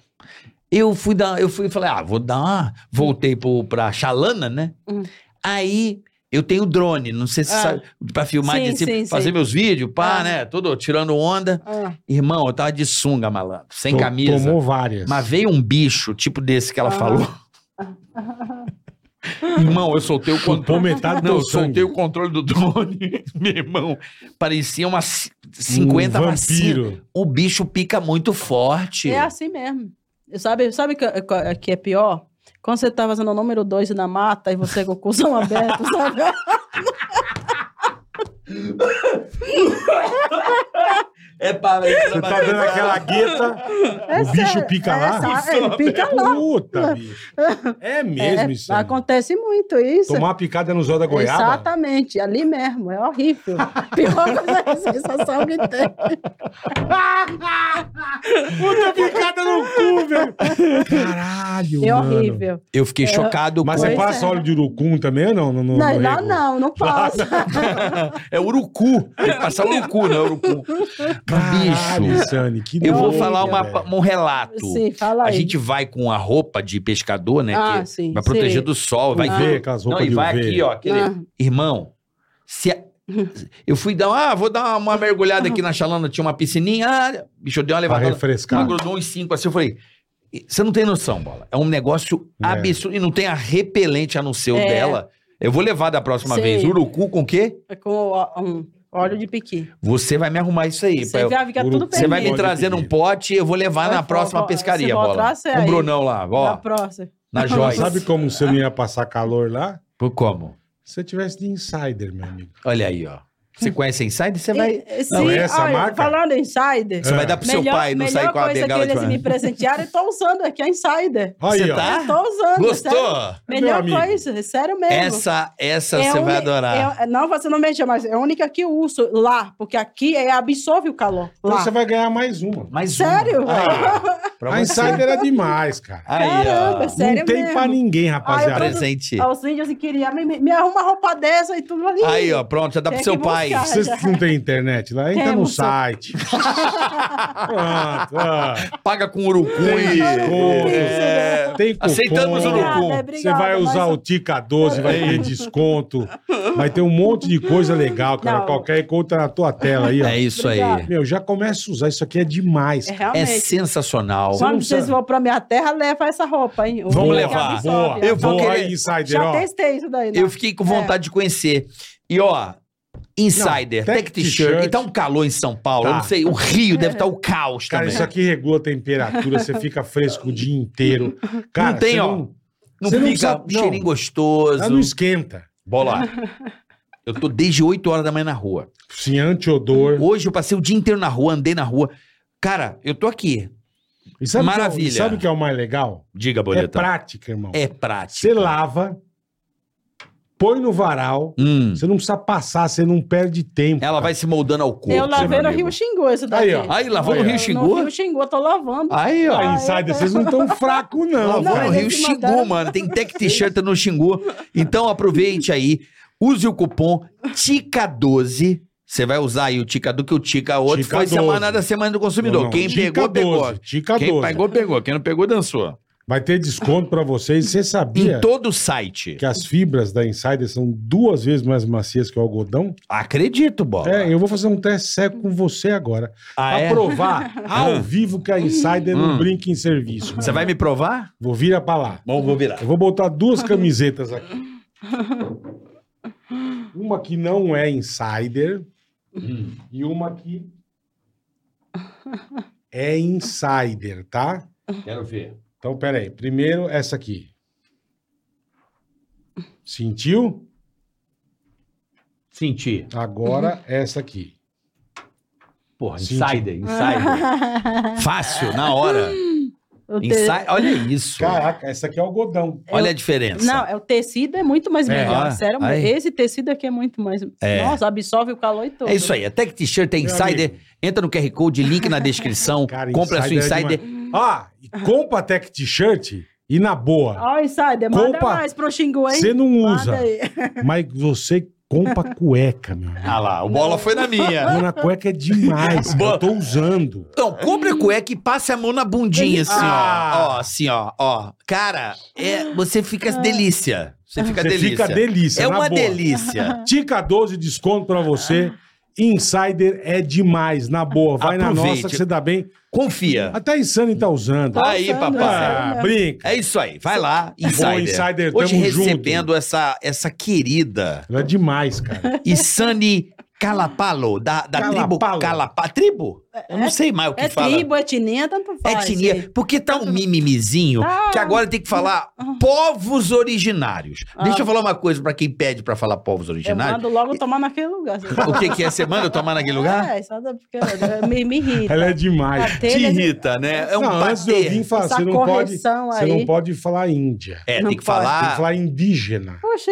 Speaker 2: Eu fui dar, eu fui e falei, ah, vou dar uma. Voltei pro, pra Xalana, né?
Speaker 4: Hum.
Speaker 2: Aí eu tenho drone, não sei se
Speaker 4: Ah.
Speaker 2: sabe, pra filmar,
Speaker 4: Sim,
Speaker 2: de-
Speaker 4: sim,
Speaker 2: fazer
Speaker 4: sim.
Speaker 2: meus vídeos, pá,
Speaker 4: Ah.
Speaker 2: né? Todo tirando onda.
Speaker 4: Ah,
Speaker 2: Irmão, eu tava de sunga, malandro, sem
Speaker 3: To-
Speaker 2: camisa.
Speaker 3: Tomou várias.
Speaker 2: Mas veio um bicho, tipo desse que ela
Speaker 4: Aham.
Speaker 2: falou. Irmão, eu soltei o
Speaker 3: Chupou
Speaker 2: controle.
Speaker 3: metade do
Speaker 2: Não, eu
Speaker 3: sangue.
Speaker 2: soltei o controle do drone. Meu irmão, parecia umas c- 50
Speaker 3: um
Speaker 2: vacinas.
Speaker 3: vampiro.
Speaker 2: O bicho pica muito forte.
Speaker 4: é assim mesmo. Sabe, sabe que, que é pior? Quando você tá fazendo o número 2 na mata e você com o cuzão aberto, sabe?
Speaker 2: É para
Speaker 3: Você tá dando aquela gueta,
Speaker 4: É
Speaker 3: o bicho
Speaker 4: sério,
Speaker 3: pica
Speaker 4: é
Speaker 3: lá?
Speaker 4: sério, ele pica lá.
Speaker 3: Puta, bicho. É mesmo
Speaker 4: É,
Speaker 3: isso. aí.
Speaker 4: acontece muito isso.
Speaker 3: Tomar uma picada no zóio da goiaba.
Speaker 4: Exatamente, ali mesmo, é horrível. Pior coisa é a sensação que tem. É
Speaker 3: Puta picada no cu, velho. Caralho,
Speaker 4: É
Speaker 3: mano.
Speaker 4: horrível.
Speaker 2: Eu fiquei chocado
Speaker 3: Mas
Speaker 2: com...
Speaker 3: você
Speaker 4: Pois
Speaker 3: passa
Speaker 4: é.
Speaker 3: óleo de urucum também ou não? No, no,
Speaker 4: não,
Speaker 3: no
Speaker 4: lá
Speaker 3: rego?
Speaker 4: não, não passa.
Speaker 2: É urucu. Tem que passar urucu, não é urucu.
Speaker 3: Caralho,
Speaker 2: Bicho,
Speaker 3: Sani, que
Speaker 2: eu vou
Speaker 3: doido,
Speaker 2: falar uma-
Speaker 3: velho.
Speaker 2: um relato.
Speaker 4: Sim, fala
Speaker 2: A
Speaker 4: aí.
Speaker 2: gente vai com a roupa de pescador, né?
Speaker 4: Ah,
Speaker 2: que
Speaker 4: sim,
Speaker 2: vai proteger
Speaker 4: sim.
Speaker 2: do sol, vai
Speaker 4: Ah.
Speaker 3: UV, aquelas
Speaker 2: Não,
Speaker 3: roupas
Speaker 2: e
Speaker 3: de
Speaker 2: vai
Speaker 3: UV.
Speaker 2: aqui, ó, aquele.
Speaker 4: Ah.
Speaker 2: Irmão, se a- eu fui dar, ah, vou dar uma, uma mergulhada aqui na chalana, tinha uma piscininha, ah, bicho, eu dei uma
Speaker 3: Pra
Speaker 2: levantada,
Speaker 3: refrescar.
Speaker 2: grudou uns cinco assim, eu falei, "E- você não tem noção, bola, é um negócio
Speaker 3: É.
Speaker 2: absurdo, e não tem a repelente a não ser o
Speaker 4: É.
Speaker 2: dela, eu vou levar da próxima
Speaker 4: Sim.
Speaker 2: vez, urucu com o quê?
Speaker 4: É Com ó- um óleo de piqui.
Speaker 2: Você vai me arrumar isso aí, pra
Speaker 4: Você
Speaker 2: eu-
Speaker 4: vai ficar tudo
Speaker 3: Urucu.
Speaker 2: você vai me
Speaker 3: Pode
Speaker 4: perdido.
Speaker 2: trazer
Speaker 3: pedir.
Speaker 2: num pote, eu vou levar
Speaker 4: Vai,
Speaker 2: na
Speaker 4: vó,
Speaker 2: próxima
Speaker 4: vó,
Speaker 2: pescaria,
Speaker 4: você vai
Speaker 2: bola,
Speaker 4: atrás, você
Speaker 2: com o
Speaker 4: aí.
Speaker 2: Brunão lá, ó,
Speaker 4: Na próxima.
Speaker 2: na Joyce.
Speaker 3: Sabe como você não ia passar calor lá?
Speaker 2: Por como?
Speaker 3: Se você tivesse de insider, meu amigo.
Speaker 2: Olha aí, ó. Você conhece a Insider? Você
Speaker 3: É.
Speaker 2: vai,
Speaker 4: E- se-
Speaker 3: Não, essa
Speaker 4: olha,
Speaker 3: marca-
Speaker 4: Falando em Insider,
Speaker 2: você vai dar pro seu pai não sair com a
Speaker 4: coisa
Speaker 2: bengala
Speaker 4: que
Speaker 2: de
Speaker 4: eles me presentaram, eu tô usando aqui a Insider.
Speaker 3: Aí,
Speaker 2: Você
Speaker 3: ó.
Speaker 2: tá?
Speaker 4: Eu tô usando, é sério.
Speaker 2: Gostou?
Speaker 4: Melhor
Speaker 3: Meu amigo.
Speaker 4: coisa, é sério mesmo.
Speaker 2: Essa, essa
Speaker 4: É a
Speaker 2: você vai
Speaker 4: uni-
Speaker 2: adorar.
Speaker 4: é- não, você não mexe, mas é a única que eu uso lá, porque aqui é, absorve o calor.
Speaker 3: Então
Speaker 4: Lá.
Speaker 3: você vai ganhar mais um. uma.
Speaker 2: Mais
Speaker 4: Sério?
Speaker 2: uma. Aí, pra
Speaker 3: a
Speaker 2: você.
Speaker 3: insider é demais, cara.
Speaker 2: Aí,
Speaker 4: Caramba,
Speaker 2: ó. um
Speaker 4: sério
Speaker 3: não tem
Speaker 4: mesmo.
Speaker 3: pra ninguém,
Speaker 4: Ah, eu
Speaker 3: rapaziada.
Speaker 4: tô-
Speaker 2: Presente.
Speaker 4: Aos índios e assim, queria, me, me- me arruma uma roupa dessa e tudo ali.
Speaker 2: Aí, ó, pronto, já dá pro
Speaker 4: Tem
Speaker 2: seu
Speaker 4: que
Speaker 2: pai.
Speaker 4: buscar.
Speaker 3: Vocês que não têm internet lá, entra no
Speaker 4: Temos.
Speaker 3: site. Pronto, ó.
Speaker 2: Paga com urucui.
Speaker 3: Tem cupom.
Speaker 2: É.
Speaker 3: Tem cupom.
Speaker 2: Aceitamos o
Speaker 4: Obrigada,
Speaker 2: urucum.
Speaker 4: obrigada,
Speaker 3: Você vai usar
Speaker 4: mas-
Speaker 3: o Tica 12, vai ter desconto. Vai ter um monte de coisa legal, cara.
Speaker 4: Não.
Speaker 3: Qualquer conta na tua tela aí, ó.
Speaker 2: É isso aí.
Speaker 4: Obrigada.
Speaker 3: Meu, já começa a usar. Isso aqui é demais.
Speaker 4: É
Speaker 3: cara.
Speaker 2: É
Speaker 4: realmente.
Speaker 2: sensacional.
Speaker 3: Você não
Speaker 4: Quando vocês
Speaker 3: precisa-
Speaker 4: vão pra minha terra, leva essa roupa, hein? O
Speaker 2: Vamos
Speaker 4: que
Speaker 2: levar.
Speaker 4: absorve,
Speaker 3: Boa.
Speaker 2: Eu vou
Speaker 3: Boa
Speaker 2: querer.
Speaker 3: aí, Insider,
Speaker 4: é Já
Speaker 3: ó.
Speaker 4: testei isso daí, né?
Speaker 2: Eu fiquei com vontade de conhecer. E ó, Insider,
Speaker 3: Não,
Speaker 2: Tech
Speaker 3: tech
Speaker 2: T-shirt.
Speaker 3: t-shirt.
Speaker 2: E tá um calor em São Paulo.
Speaker 3: Tá.
Speaker 2: Eu não sei, o Rio deve estar o caos
Speaker 3: Cara,
Speaker 2: também.
Speaker 3: isso é aqui regula a temperatura, você fica fresco o dia inteiro. Cara,
Speaker 2: Não tem,
Speaker 3: você
Speaker 2: ó. não
Speaker 3: você
Speaker 2: fica
Speaker 3: não precisa-
Speaker 2: um cheirinho
Speaker 3: não. ela
Speaker 2: gostoso.
Speaker 3: não esquenta.
Speaker 2: Bola. Eu tô desde 8 horas da manhã na rua.
Speaker 3: Sim, anti-odor.
Speaker 2: Hoje eu passei o dia inteiro na rua, andei na rua. Cara, eu tô aqui.
Speaker 3: E sabe o que é o-
Speaker 2: Maravilha.
Speaker 3: sabe o que é o mais legal?
Speaker 2: Diga,
Speaker 3: É
Speaker 2: Boneta.
Speaker 3: prática, irmão.
Speaker 2: É prático.
Speaker 3: Você lava, põe no varal,
Speaker 2: Hum.
Speaker 3: você não precisa passar, você não perde tempo.
Speaker 2: Ela
Speaker 3: cara.
Speaker 2: vai se moldando ao corpo.
Speaker 4: Eu lavei
Speaker 2: meu
Speaker 4: no
Speaker 2: amigo.
Speaker 4: Rio Xingu isso daí.
Speaker 3: Aí, ó.
Speaker 2: Aí, lavou
Speaker 3: Aí,
Speaker 2: no
Speaker 3: ó.
Speaker 2: Rio
Speaker 4: No
Speaker 2: Xingu?
Speaker 4: Rio Xingu, eu tô lavando.
Speaker 2: Aí, ó.
Speaker 3: Ah, insider, vocês não estão fracos, não.
Speaker 2: Lavou
Speaker 4: Não,
Speaker 2: no
Speaker 3: cara.
Speaker 4: eles
Speaker 2: Rio
Speaker 4: me
Speaker 2: Xingu,
Speaker 4: mandaram-
Speaker 2: mano. Tem tech t-shirt no Xingu. Então aproveite aí. Use o cupom TICA12. Você vai usar aí o TICA do que o TICA outro.
Speaker 3: Tica
Speaker 2: foi
Speaker 3: 12.
Speaker 2: semana da semana do consumidor.
Speaker 3: Não,
Speaker 2: Quem
Speaker 3: Tica
Speaker 2: pegou,
Speaker 3: 12,
Speaker 2: pegou.
Speaker 3: Tica
Speaker 2: Quem
Speaker 3: 12.
Speaker 2: pegou, pegou. Quem não pegou, dançou.
Speaker 3: Vai ter desconto pra vocês. Você sabia
Speaker 2: Em todo o site.
Speaker 3: que as fibras da Insider são duas vezes mais macias que o algodão?
Speaker 2: Acredito, Bola.
Speaker 3: É, eu vou fazer um teste cego com você agora.
Speaker 2: Ah,
Speaker 3: pra
Speaker 2: é?
Speaker 3: provar
Speaker 2: Hum.
Speaker 3: ao vivo que a Insider
Speaker 2: Hum.
Speaker 3: não brinca em serviço.
Speaker 2: Você vai me provar?
Speaker 3: Vou virar pra lá.
Speaker 2: Bom, vou virar.
Speaker 3: Eu vou botar duas camisetas aqui. Uma que não é insider e uma que é insider, tá?
Speaker 2: Quero ver.
Speaker 3: Então, peraí. Primeiro, essa aqui. Sentiu?
Speaker 2: Senti.
Speaker 3: Agora, essa aqui.
Speaker 2: Porra,
Speaker 3: Senti.
Speaker 2: insider, insider. Fácil, na hora.
Speaker 4: O te-
Speaker 2: Insider. Olha isso.
Speaker 3: Caraca, essa aqui é algodão.
Speaker 2: Olha a diferença.
Speaker 4: Não, é o tecido é muito mais
Speaker 3: É.
Speaker 4: melhor.
Speaker 2: Ah,
Speaker 4: sério,
Speaker 2: aí.
Speaker 4: esse tecido aqui é muito mais.
Speaker 2: É.
Speaker 4: Nossa, absorve o calor e tudo.
Speaker 2: É isso aí, a Tech T-shirt é
Speaker 3: Meu
Speaker 2: Insider.
Speaker 3: amigo.
Speaker 2: Entra no QR Code, link na descrição.
Speaker 3: Cara,
Speaker 2: compra a sua
Speaker 3: insider é
Speaker 2: Insider.
Speaker 3: Ah, e compra a Tech T-shirt e na boa.
Speaker 4: Ó, o Insider, manda
Speaker 3: Compa-
Speaker 4: mais pro Xingu, hein?
Speaker 3: Você não usa,
Speaker 4: Manda aí.
Speaker 3: mas você compra cueca, meu amigo.
Speaker 2: ah lá, o bola foi na minha.
Speaker 3: Mano, a cueca é demais. cara. Eu tô usando.
Speaker 2: Então, compra a cueca e passe a mão na bundinha, assim,
Speaker 3: Ah.
Speaker 2: ó. Ó, assim, ó, ó. Cara, é, você fica delícia. Você fica
Speaker 3: Ah. Você
Speaker 2: delícia.
Speaker 3: fica delícia.
Speaker 2: é
Speaker 3: na
Speaker 2: uma
Speaker 3: boa.
Speaker 2: delícia.
Speaker 3: Tica 12, desconto pra você. Insider é demais, na boa. Vai na
Speaker 2: Aproveite.
Speaker 3: nossa que você dá bem.
Speaker 2: Confia.
Speaker 3: Até a Insane tá usando.
Speaker 2: Aí,
Speaker 4: Passando,
Speaker 2: papai.
Speaker 4: é
Speaker 3: Ah,
Speaker 4: sério mesmo.
Speaker 3: brinca.
Speaker 2: É isso aí, vai lá, Insider.
Speaker 3: Insider,
Speaker 2: Hoje
Speaker 3: tamo
Speaker 2: recebendo essa, essa querida
Speaker 3: Ela é demais, cara.
Speaker 2: Isani Calapalo, da, da tribo
Speaker 3: Calapalo.
Speaker 2: Calapa. Tribo? Eu não sei mais o que
Speaker 4: É
Speaker 2: fala.
Speaker 4: tribo, etnia, tanto
Speaker 2: É
Speaker 4: faz.
Speaker 2: etnia. Porque tá um mimimizinho
Speaker 4: Ah.
Speaker 2: que agora tem que falar povos originários.
Speaker 4: Ah.
Speaker 2: Deixa eu falar uma coisa pra quem pede pra falar povos
Speaker 4: Eu
Speaker 2: originários.
Speaker 4: mando logo tomar naquele lugar. assim.
Speaker 2: O que, que é? Você manda eu tomar naquele lugar?
Speaker 4: É, só da- porque me, me irrita.
Speaker 3: Ela é demais.
Speaker 4: A
Speaker 2: Te
Speaker 4: telha de-
Speaker 2: irrita, né? É um
Speaker 3: não, antes de eu vir
Speaker 2: bater.
Speaker 3: falar,
Speaker 4: Essa
Speaker 3: você não, pode,
Speaker 4: correção
Speaker 3: você
Speaker 4: aí.
Speaker 3: não pode falar Índia.
Speaker 2: É,
Speaker 4: Não
Speaker 2: tem que
Speaker 4: pode.
Speaker 3: Tem que
Speaker 2: falar.
Speaker 3: falar indígena.
Speaker 4: Poxa,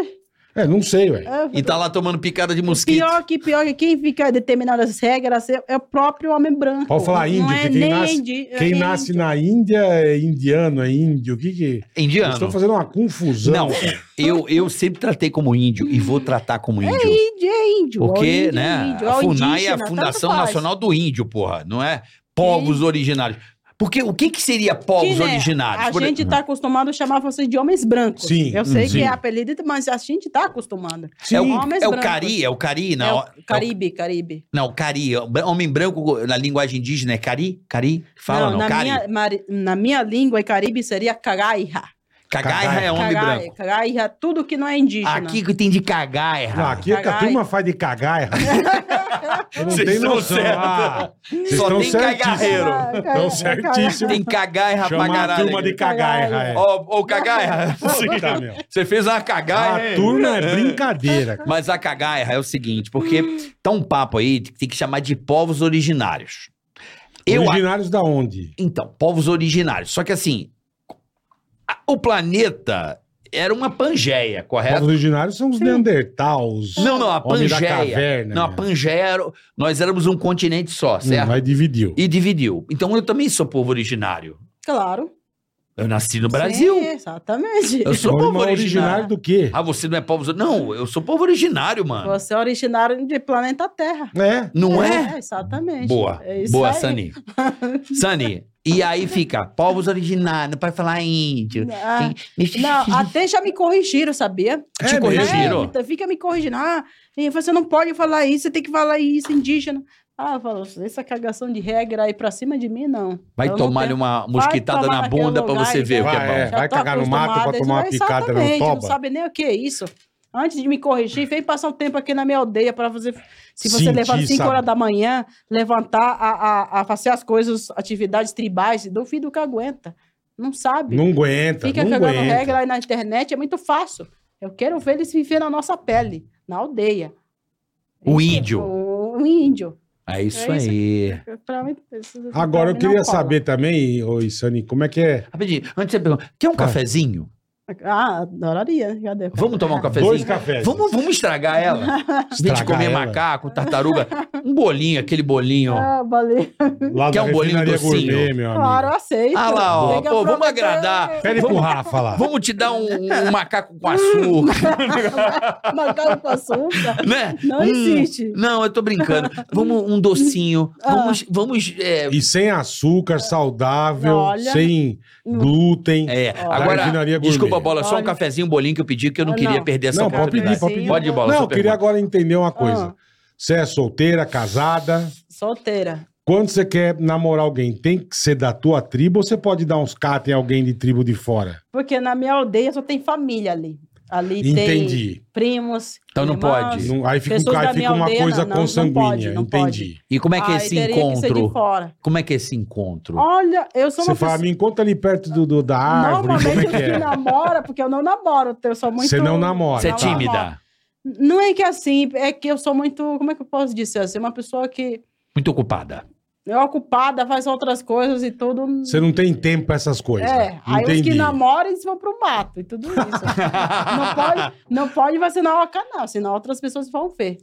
Speaker 3: É, não sei, velho.
Speaker 4: é-
Speaker 2: E tá lá tomando picada de mosquito.
Speaker 4: pior que pior que quem fica determinando as regras é é o próprio homem branco.
Speaker 3: Pode falar índio,
Speaker 4: Não é
Speaker 3: que quem
Speaker 4: nem
Speaker 3: nasce-
Speaker 4: indi- é
Speaker 3: Quem nasce na Índia é indiano, é índio. O que que... Eu Estou
Speaker 2: Indiano.
Speaker 3: fazendo uma confusão.
Speaker 2: Não, eu, eu sempre tratei como índio e vou tratar como índio.
Speaker 4: índio, é índio. ó,
Speaker 2: Porque,
Speaker 4: índio,
Speaker 2: né,
Speaker 4: índio, ó,
Speaker 2: a FUNAI é
Speaker 4: indígena,
Speaker 2: a
Speaker 4: tanto
Speaker 2: Fundação
Speaker 4: faz.
Speaker 2: Nacional do Índio, porra, não é? Povos originários. Porque o que que seria povos
Speaker 4: Que, né,
Speaker 2: originários?
Speaker 4: A
Speaker 2: Por-
Speaker 4: gente tá acostumado a chamar vocês de homens brancos.
Speaker 3: Sim,
Speaker 4: Eu sei
Speaker 3: sim.
Speaker 4: que é apelido, mas a gente tá acostumado.
Speaker 2: é
Speaker 4: Sim.
Speaker 2: o,
Speaker 4: Homens
Speaker 2: é o
Speaker 4: brancos.
Speaker 2: cari, é o cari, não.
Speaker 4: É o Caribe, Caribe.
Speaker 2: Não, cari. é Homem branco na linguagem indígena é cari? Cari? Fala não,
Speaker 4: na,
Speaker 2: cari.
Speaker 4: minha, mari- na minha língua, Caribe seria cagaiha.
Speaker 2: Cagairra é homem branco.
Speaker 4: Cagaia, tudo que não é indígena.
Speaker 2: Aqui que tem de
Speaker 3: Ah,
Speaker 2: cagairra.
Speaker 3: aqui é que a
Speaker 4: Cagai.
Speaker 3: turma faz de cagar.
Speaker 4: Hum,
Speaker 3: Eu não
Speaker 2: Vocês
Speaker 3: tenho
Speaker 2: estão
Speaker 3: noção.
Speaker 2: certo.
Speaker 3: Ah, vocês
Speaker 2: Só
Speaker 3: estão
Speaker 2: tem
Speaker 3: certíssimos.
Speaker 2: cagarreiro.
Speaker 3: Estão certíssimos.
Speaker 2: Tem cagairra pra
Speaker 3: Chamar a
Speaker 2: caralho.
Speaker 3: turma de cagarra. é.
Speaker 2: Ô, ô, cagairra.
Speaker 3: Puta, meu.
Speaker 2: Você fez uma
Speaker 3: A
Speaker 2: cagairra. hein?
Speaker 3: turma é brincadeira. cara.
Speaker 2: Mas a cagairra é o seguinte, porque tá um papo aí que tem que chamar de povos originários. Eu a-
Speaker 3: Originários da onde?
Speaker 2: Então, povos originários. Só que assim, a- o planeta era uma pangeia,
Speaker 3: Os
Speaker 2: correto?
Speaker 3: originários são os Neandertals.
Speaker 2: É. Não, não, a
Speaker 3: Homem da
Speaker 2: pangeia.
Speaker 3: caverna.
Speaker 2: Não, a
Speaker 3: meu.
Speaker 2: pangeia era... Nós éramos um continente só,
Speaker 3: Hum,
Speaker 2: certo?
Speaker 3: Mas dividiu.
Speaker 2: E dividiu. Então eu também sou povo originário.
Speaker 4: Claro.
Speaker 2: Eu nasci no Brasil.
Speaker 4: Sim, exatamente.
Speaker 2: Eu sou
Speaker 3: Mas
Speaker 2: povo
Speaker 3: é originário.
Speaker 2: originário.
Speaker 3: do quê?
Speaker 2: Ah, você não é povo... Não, eu sou povo originário, mano.
Speaker 4: Você é originário de planeta Terra.
Speaker 3: É.
Speaker 2: Não é?
Speaker 4: exatamente.
Speaker 2: Boa.
Speaker 4: É isso
Speaker 2: Boa,
Speaker 4: aí.
Speaker 2: Sani. Sani. E aí fica, povos originários, para falar índio.
Speaker 4: Ah,
Speaker 2: Tem- me-
Speaker 4: não, até já me corrigiram, sabia?
Speaker 3: É
Speaker 2: Te
Speaker 3: mesmo.
Speaker 2: corrigiram?
Speaker 4: É, então fica me corrigindo. Ah, e você não pode falar isso, você tem que falar isso, indígena. Ah, falou, essa cagação de regra aí pra cima de mim, não.
Speaker 2: Vai
Speaker 4: Eu não
Speaker 2: tomar-lhe
Speaker 4: tenho-
Speaker 2: uma mosquitada
Speaker 4: tomar
Speaker 2: na
Speaker 4: naquele
Speaker 2: bunda para
Speaker 4: lugar então.
Speaker 2: você
Speaker 4: e
Speaker 2: ver o que
Speaker 3: vai,
Speaker 2: é
Speaker 3: é.
Speaker 2: bom.
Speaker 4: Já tô
Speaker 3: cagar no mato pra
Speaker 4: acostumada,
Speaker 3: tomar uma
Speaker 4: não,
Speaker 3: picada na
Speaker 4: exatamente,
Speaker 3: toba?
Speaker 4: Não sabe nem o que é isso. Antes de me corrigir, vem passar um tempo aqui na minha aldeia para fazer. Se você
Speaker 3: Sentir,
Speaker 4: levar 5
Speaker 3: sabe?
Speaker 4: horas da manhã, levantar a, a, a fazer as coisas, atividades tribais, do filho que aguenta. Não sabe.
Speaker 3: Não aguenta.
Speaker 4: Fica
Speaker 3: não
Speaker 4: cagando
Speaker 3: aguenta.
Speaker 4: regra aí na internet, é muito fácil. Eu quero ver eles viver na nossa pele, na aldeia.
Speaker 2: O
Speaker 4: Isso,
Speaker 2: índio.
Speaker 4: O, o índio.
Speaker 2: É isso
Speaker 4: É isso.
Speaker 2: aí.
Speaker 4: Pra mim, isso- isso
Speaker 3: Agora,
Speaker 4: pra
Speaker 3: eu
Speaker 4: mim não
Speaker 3: queria
Speaker 4: cola.
Speaker 3: saber também, ô Isani, como é que é?
Speaker 2: Rapidinho, antes de você perguntar, quer um
Speaker 3: Vai.
Speaker 2: cafezinho?
Speaker 4: Ah, adoraria. Cadê?
Speaker 2: Vamos tomar um cafezinho?
Speaker 3: Dois cafés.
Speaker 2: Vamos, vamos estragar ela. Em vez de
Speaker 3: Estragar
Speaker 2: comer
Speaker 3: ela?
Speaker 2: macaco, tartaruga, um bolinho, aquele bolinho, ó.
Speaker 4: Ah, valeu.
Speaker 3: Lá
Speaker 2: Quer
Speaker 3: da
Speaker 2: um bolinho
Speaker 3: refinaria
Speaker 2: docinho?
Speaker 3: gourmet, meu amigo.
Speaker 4: Claro, eu aceito.
Speaker 2: Ah lá, ó.
Speaker 4: Tem que
Speaker 2: Pô, vamos
Speaker 4: aproveitar.
Speaker 2: agradar.
Speaker 3: Pede pro Rafa lá.
Speaker 2: Vamos te dar um, um macaco com açúcar,
Speaker 4: Macaco com açúcar.
Speaker 2: né?
Speaker 4: Não
Speaker 2: Hum,
Speaker 4: existe.
Speaker 2: Não, eu tô brincando. Vamos um docinho.
Speaker 4: Ah.
Speaker 2: Vamos, vamos. É,
Speaker 3: E sem açúcar, saudável,
Speaker 4: Olha.
Speaker 3: sem glúten.
Speaker 2: é.
Speaker 4: Ó.
Speaker 2: agora,
Speaker 3: Refinaria
Speaker 2: desculpa,
Speaker 3: gourmet.
Speaker 2: bola, só um
Speaker 4: Olha.
Speaker 2: cafezinho, um bolinho que eu pedi, que eu não
Speaker 4: Ah,
Speaker 2: queria
Speaker 4: não.
Speaker 2: perder essa
Speaker 3: Não, pode pedir,
Speaker 2: oportunidade.
Speaker 3: pode
Speaker 4: pedir.
Speaker 2: Pode ir, bola.
Speaker 3: Não,
Speaker 2: sua
Speaker 3: eu queria
Speaker 2: pergunta.
Speaker 3: agora entender uma
Speaker 4: Ah.
Speaker 3: coisa. Você é solteira, casada?
Speaker 4: Solteira.
Speaker 3: Quando você quer namorar alguém, tem que ser da tua tribo ou você pode dar uns catem em alguém de tribo de fora?
Speaker 4: Porque na minha aldeia só tem família ali. Ali tem
Speaker 3: Entendi.
Speaker 4: primos.
Speaker 2: Então não
Speaker 4: irmãos.
Speaker 2: pode.
Speaker 3: Não- aí fica, um
Speaker 4: Pessoas
Speaker 3: ca-
Speaker 4: da
Speaker 3: fica
Speaker 4: minha
Speaker 3: uma
Speaker 4: aldeia,
Speaker 3: coisa
Speaker 4: não, não
Speaker 3: consanguínea.
Speaker 4: pode, não
Speaker 3: entendi.
Speaker 2: E como é que é
Speaker 4: Aí
Speaker 2: esse
Speaker 4: teria que ser de
Speaker 2: encontro?
Speaker 4: fora.
Speaker 2: Como é que é esse encontro?
Speaker 4: Olha, eu sou uma
Speaker 3: Você fala,
Speaker 4: pessoa.
Speaker 3: me encontra ali perto do, do- da árvore, como
Speaker 4: Normalmente os
Speaker 3: é que é?
Speaker 4: que namoram, porque eu não namoro, eu sou muito.
Speaker 3: Você não namora.
Speaker 2: Você é
Speaker 3: tá.
Speaker 2: tímida,
Speaker 4: Não é que assim, é que eu sou muito. Como é que eu posso dizer assim? Uma pessoa que
Speaker 2: muito ocupada.
Speaker 4: é ocupada, faz outras coisas e tudo.
Speaker 3: Você não tem tempo pra essas coisas.
Speaker 4: É, aí os
Speaker 3: né? entendi.
Speaker 4: que namoram, eles vão pro mato e tudo isso. não, pode, não pode vacinar o canal, senão outras pessoas vão ver.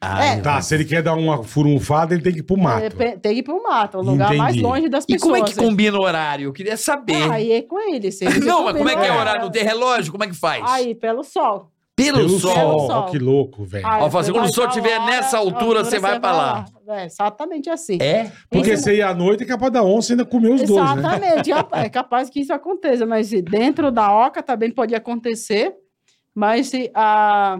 Speaker 2: Ah,
Speaker 4: É.
Speaker 2: não.
Speaker 3: Tá, se ele quer dar uma furunfada, ele tem que ir pro mato.
Speaker 4: É, Tem que ir pro mato, o lugar
Speaker 3: Entendi.
Speaker 4: mais longe das
Speaker 2: E como
Speaker 4: pessoas.
Speaker 2: é que combina o horário? Eu queria saber.
Speaker 4: Ah, Aí é com eles. se eles
Speaker 2: não, mas como é que é o
Speaker 4: combinam,
Speaker 2: horário? Não tem relógio? Como é que faz?
Speaker 4: Aí, pelo sol.
Speaker 2: pelo,
Speaker 3: Pelo sol.
Speaker 2: sol.
Speaker 4: Pelo sol. Ah,
Speaker 3: ó, que louco, velho.
Speaker 4: Aí,
Speaker 2: Ó, fala assim,
Speaker 4: você
Speaker 2: quando
Speaker 4: vai
Speaker 2: o sol
Speaker 4: pra
Speaker 2: tiver
Speaker 4: lá,
Speaker 2: nessa
Speaker 4: a
Speaker 2: altura, você vai pra lá.
Speaker 4: É, exatamente assim.
Speaker 2: É?
Speaker 3: Porque
Speaker 4: Isso-
Speaker 3: você ia à noite é capaz da onça ainda comer os dois, né?
Speaker 4: Exatamente, é capaz que isso aconteça, mas se dentro da oca também pode acontecer, mas se, ah,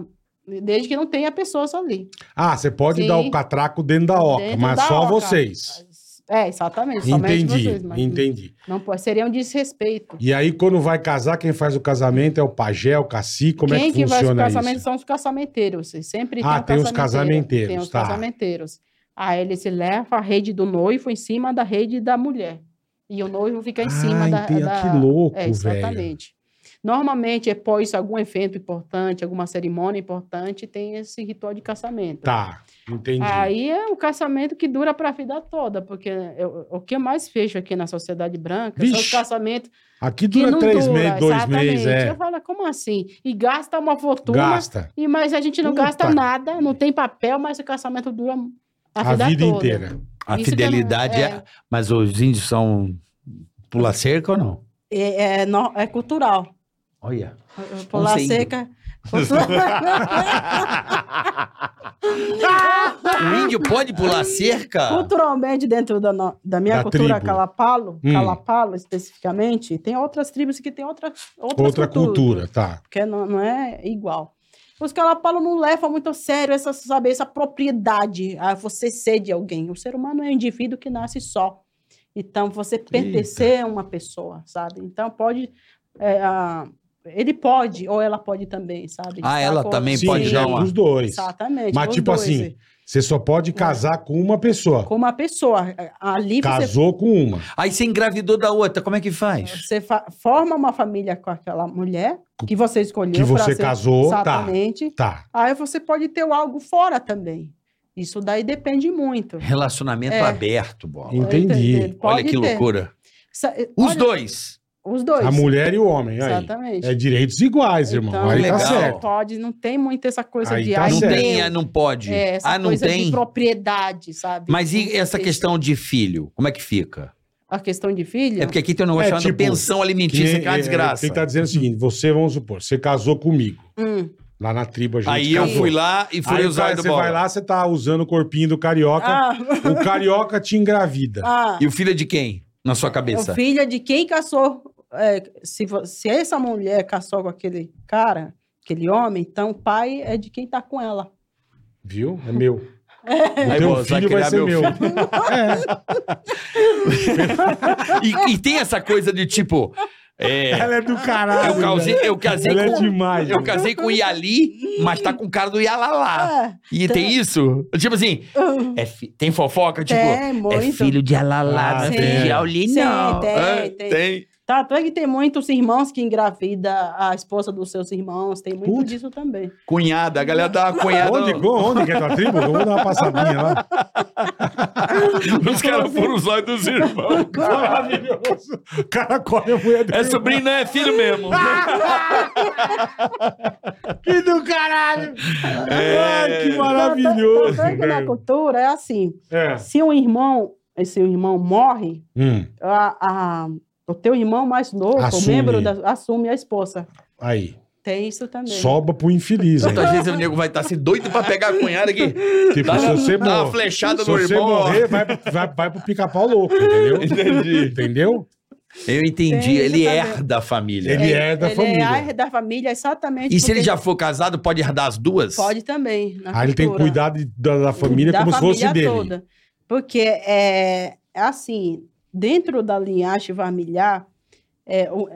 Speaker 4: desde que não tenha pessoas ali.
Speaker 3: Ah, você pode
Speaker 4: Sim.
Speaker 3: dar o catraco dentro da oca,
Speaker 4: Dentro
Speaker 3: mas
Speaker 4: da
Speaker 3: só
Speaker 4: oca.
Speaker 3: vocês.
Speaker 4: É, exatamente, somente
Speaker 3: Entendi,
Speaker 4: vocês, mas
Speaker 3: entendi.
Speaker 4: não pode, seria um desrespeito.
Speaker 3: E aí, quando vai casar, quem faz o casamento é o pajé, o cacique, como
Speaker 4: Quem
Speaker 3: é que,
Speaker 4: que vai pro
Speaker 3: funciona
Speaker 4: casamento
Speaker 3: isso?
Speaker 4: são os casamenteiros, e sempre
Speaker 3: Ah, tem
Speaker 4: um
Speaker 3: os
Speaker 4: casamenteiro, Tem
Speaker 3: casamenteiros,
Speaker 4: os
Speaker 3: tá.
Speaker 4: casamenteiros. Aí ele se leva a rede do noivo em cima da rede da mulher. E o noivo fica em
Speaker 3: Ah,
Speaker 4: cima da,
Speaker 3: entendi.
Speaker 4: da...
Speaker 3: Que louco,
Speaker 4: É,
Speaker 3: velho.
Speaker 4: exatamente. Normalmente, após algum evento importante, alguma cerimônia importante, tem esse ritual de casamento.
Speaker 3: Tá, entendi.
Speaker 4: Aí é um casamento que dura para a vida toda, porque eu- o que eu mais vejo aqui na sociedade branca são os
Speaker 3: Vixe,
Speaker 4: casamentos
Speaker 3: Aqui
Speaker 4: que
Speaker 3: dura
Speaker 4: não
Speaker 3: três
Speaker 4: dura,
Speaker 3: meses, dois
Speaker 4: exatamente.
Speaker 3: meses, é.
Speaker 4: Eu falo, como assim? E gasta uma fortuna,
Speaker 3: Gasta
Speaker 4: e mas a gente não
Speaker 3: Puta.
Speaker 4: gasta nada, não tem papel, mas o casamento dura a,
Speaker 3: a
Speaker 4: vida,
Speaker 3: vida
Speaker 4: toda.
Speaker 3: inteira.
Speaker 2: A
Speaker 4: Isso que é-
Speaker 2: fidelidade é...
Speaker 4: é.
Speaker 2: Mas os índios são pula cerca ou não?
Speaker 4: É, é no- é cultural.
Speaker 2: Olha.
Speaker 4: Pular
Speaker 2: Vamos ser
Speaker 4: seca. Ah.
Speaker 2: O índio pode pular cerca?
Speaker 4: Culturalmente, dentro da, no- da minha
Speaker 3: Da
Speaker 4: cultura
Speaker 3: tribo.
Speaker 4: calapalo,
Speaker 3: Hum.
Speaker 4: calapalo especificamente, tem outras tribos que têm outra, outras
Speaker 3: Outra cultura, tá.
Speaker 4: Porque não, não é igual. Os calapalo não levam muito a sério essa, sabe, essa propriedade, a você ser de alguém. O ser humano é um indivíduo que nasce só. Então, você pertencer a uma pessoa, sabe? Então, pode é, a- ele pode, ou ela pode também, sabe?
Speaker 2: Ah, ela também
Speaker 3: Sim,
Speaker 2: pode
Speaker 3: é
Speaker 2: dar uma-
Speaker 3: os dois.
Speaker 4: Exatamente.
Speaker 3: Mas
Speaker 4: os
Speaker 3: tipo
Speaker 4: dois,
Speaker 3: assim,
Speaker 4: é.
Speaker 3: Você só pode casar com uma pessoa.
Speaker 4: Com uma pessoa. Ali você,
Speaker 3: Casou com uma.
Speaker 2: Aí você engravidou da outra, como é que faz?
Speaker 4: você fa- forma uma família com aquela mulher que você escolheu.
Speaker 3: Que
Speaker 4: pra
Speaker 3: você
Speaker 4: ser-
Speaker 3: casou, tá.
Speaker 4: Exatamente.
Speaker 3: Tá.
Speaker 4: Aí você pode ter algo fora também. Isso daí depende muito.
Speaker 2: Relacionamento
Speaker 4: É.
Speaker 2: aberto, bola.
Speaker 3: Entendi.
Speaker 2: Olha
Speaker 4: Pode
Speaker 2: que
Speaker 4: ter.
Speaker 2: loucura.
Speaker 4: Sa- eh,
Speaker 2: Os
Speaker 4: olha,
Speaker 2: dois.
Speaker 4: Os dois.
Speaker 3: A mulher e o homem. Aí.
Speaker 4: Exatamente.
Speaker 3: É direitos iguais, irmão.
Speaker 4: Então,
Speaker 3: aí
Speaker 2: legal.
Speaker 3: tá certo.
Speaker 4: Pode, não tem muito essa coisa
Speaker 3: Aí
Speaker 4: de...
Speaker 3: tá
Speaker 4: ai,
Speaker 2: não
Speaker 3: certo.
Speaker 2: tem,
Speaker 4: meu,
Speaker 2: ah, não pode.
Speaker 5: É, essa
Speaker 2: ah, não
Speaker 5: coisa
Speaker 2: tem?
Speaker 5: de propriedade, sabe?
Speaker 2: Mas e
Speaker 5: Não
Speaker 2: essa
Speaker 5: sei.
Speaker 2: questão de filho? Como é que fica?
Speaker 4: A questão de filho?
Speaker 2: É porque aqui tem um negócio
Speaker 3: É,
Speaker 2: chamado
Speaker 3: tipo,
Speaker 2: pensão alimentícia, que é uma desgraça.
Speaker 3: Ele tá dizendo o seguinte: você, vamos supor, você casou comigo.
Speaker 4: Hum.
Speaker 3: Lá na tribo a gente
Speaker 2: Aí eu
Speaker 3: casou.
Speaker 2: fui lá e fui
Speaker 3: Aí o
Speaker 2: usar
Speaker 3: cara,
Speaker 2: do
Speaker 3: você vai
Speaker 2: bola.
Speaker 3: lá, você tá usando o corpinho do carioca.
Speaker 4: Ah,
Speaker 3: O carioca te engravida.
Speaker 4: ah,
Speaker 2: E o filho é de quem? Na sua
Speaker 4: é o
Speaker 2: cabeça.
Speaker 4: filho de quem caçou... é, se, vo- se essa mulher caçou com aquele cara, aquele homem, então o pai é de quem tá com ela.
Speaker 3: Viu? É meu. O
Speaker 2: Aí,
Speaker 3: teu
Speaker 2: moça, vai
Speaker 3: filho vai
Speaker 2: criar
Speaker 3: ser
Speaker 2: meu
Speaker 3: meu. É,
Speaker 2: E, e tem essa coisa de tipo. É,
Speaker 3: ela é do caralho.
Speaker 2: eu, causei-
Speaker 3: velho.
Speaker 2: eu casei
Speaker 3: Ela é
Speaker 2: com.
Speaker 3: demais.
Speaker 2: Eu
Speaker 3: velho.
Speaker 2: casei com o Yali, mas tá com o cara do Yalalá.
Speaker 4: Ah,
Speaker 2: E
Speaker 4: tá.
Speaker 2: tem isso? Tipo assim,
Speaker 4: ah,
Speaker 2: é fi- tem fofoca? Tipo,
Speaker 4: tem
Speaker 2: é
Speaker 4: muito.
Speaker 2: filho de Alalá,
Speaker 3: Ah,
Speaker 2: não é
Speaker 3: sim.
Speaker 2: filho de Auli,
Speaker 4: Sim,
Speaker 2: não.
Speaker 4: tem,
Speaker 2: Ah,
Speaker 4: tem. Tanto é que tem muitos irmãos que engravida a esposa dos seus irmãos, tem muito
Speaker 3: Putz.
Speaker 4: disso também.
Speaker 2: Cunhada, a galera dá uma cunhada.
Speaker 3: Onde, onde que é tua tribo? Eu vou dar uma passadinha lá.
Speaker 2: Os caras foram os olhos dos irmãos.
Speaker 3: Maravilhoso. O cara corre a mulher dele.
Speaker 2: É sobrinho, não é filho mesmo.
Speaker 3: Que do caralho!
Speaker 2: É.
Speaker 3: Ai, que maravilhoso!
Speaker 4: Tanto é que na cultura é assim,
Speaker 3: É.
Speaker 4: se um irmão, esse irmão morre,
Speaker 3: Hum,
Speaker 4: a- a- o teu irmão mais novo,
Speaker 3: Assume.
Speaker 4: o membro, da- assume a esposa.
Speaker 3: aí,
Speaker 4: Tem isso também.
Speaker 3: sobra pro infeliz, hein?
Speaker 2: Quantas vezes o nego vai estar assim doido pra pegar a cunhada aqui?
Speaker 3: Tipo,
Speaker 2: Dá,
Speaker 3: se você,
Speaker 2: dá uma
Speaker 3: mor-
Speaker 2: flechada
Speaker 3: se
Speaker 2: no
Speaker 3: você
Speaker 2: irmão. ó.
Speaker 3: morrer, vai, pro- vai, vai pro pica-pau louco, entendeu? Entendi. Entendeu?
Speaker 2: Eu
Speaker 4: Tem
Speaker 2: entendi,
Speaker 4: tá isso
Speaker 2: ele
Speaker 4: também.
Speaker 2: herda a família.
Speaker 3: Ele é da família.
Speaker 4: Ele é da família, exatamente.
Speaker 2: E se ele
Speaker 4: porque
Speaker 2: já for casado, pode herdar as duas?
Speaker 4: Pode também. na
Speaker 3: Aí ele tem que
Speaker 4: cultura.
Speaker 3: cuidar de- da, da família
Speaker 4: da
Speaker 3: como se fosse
Speaker 4: família
Speaker 3: dele.
Speaker 4: toda. Porque é é assim, dentro da linhagem familiar, é, o-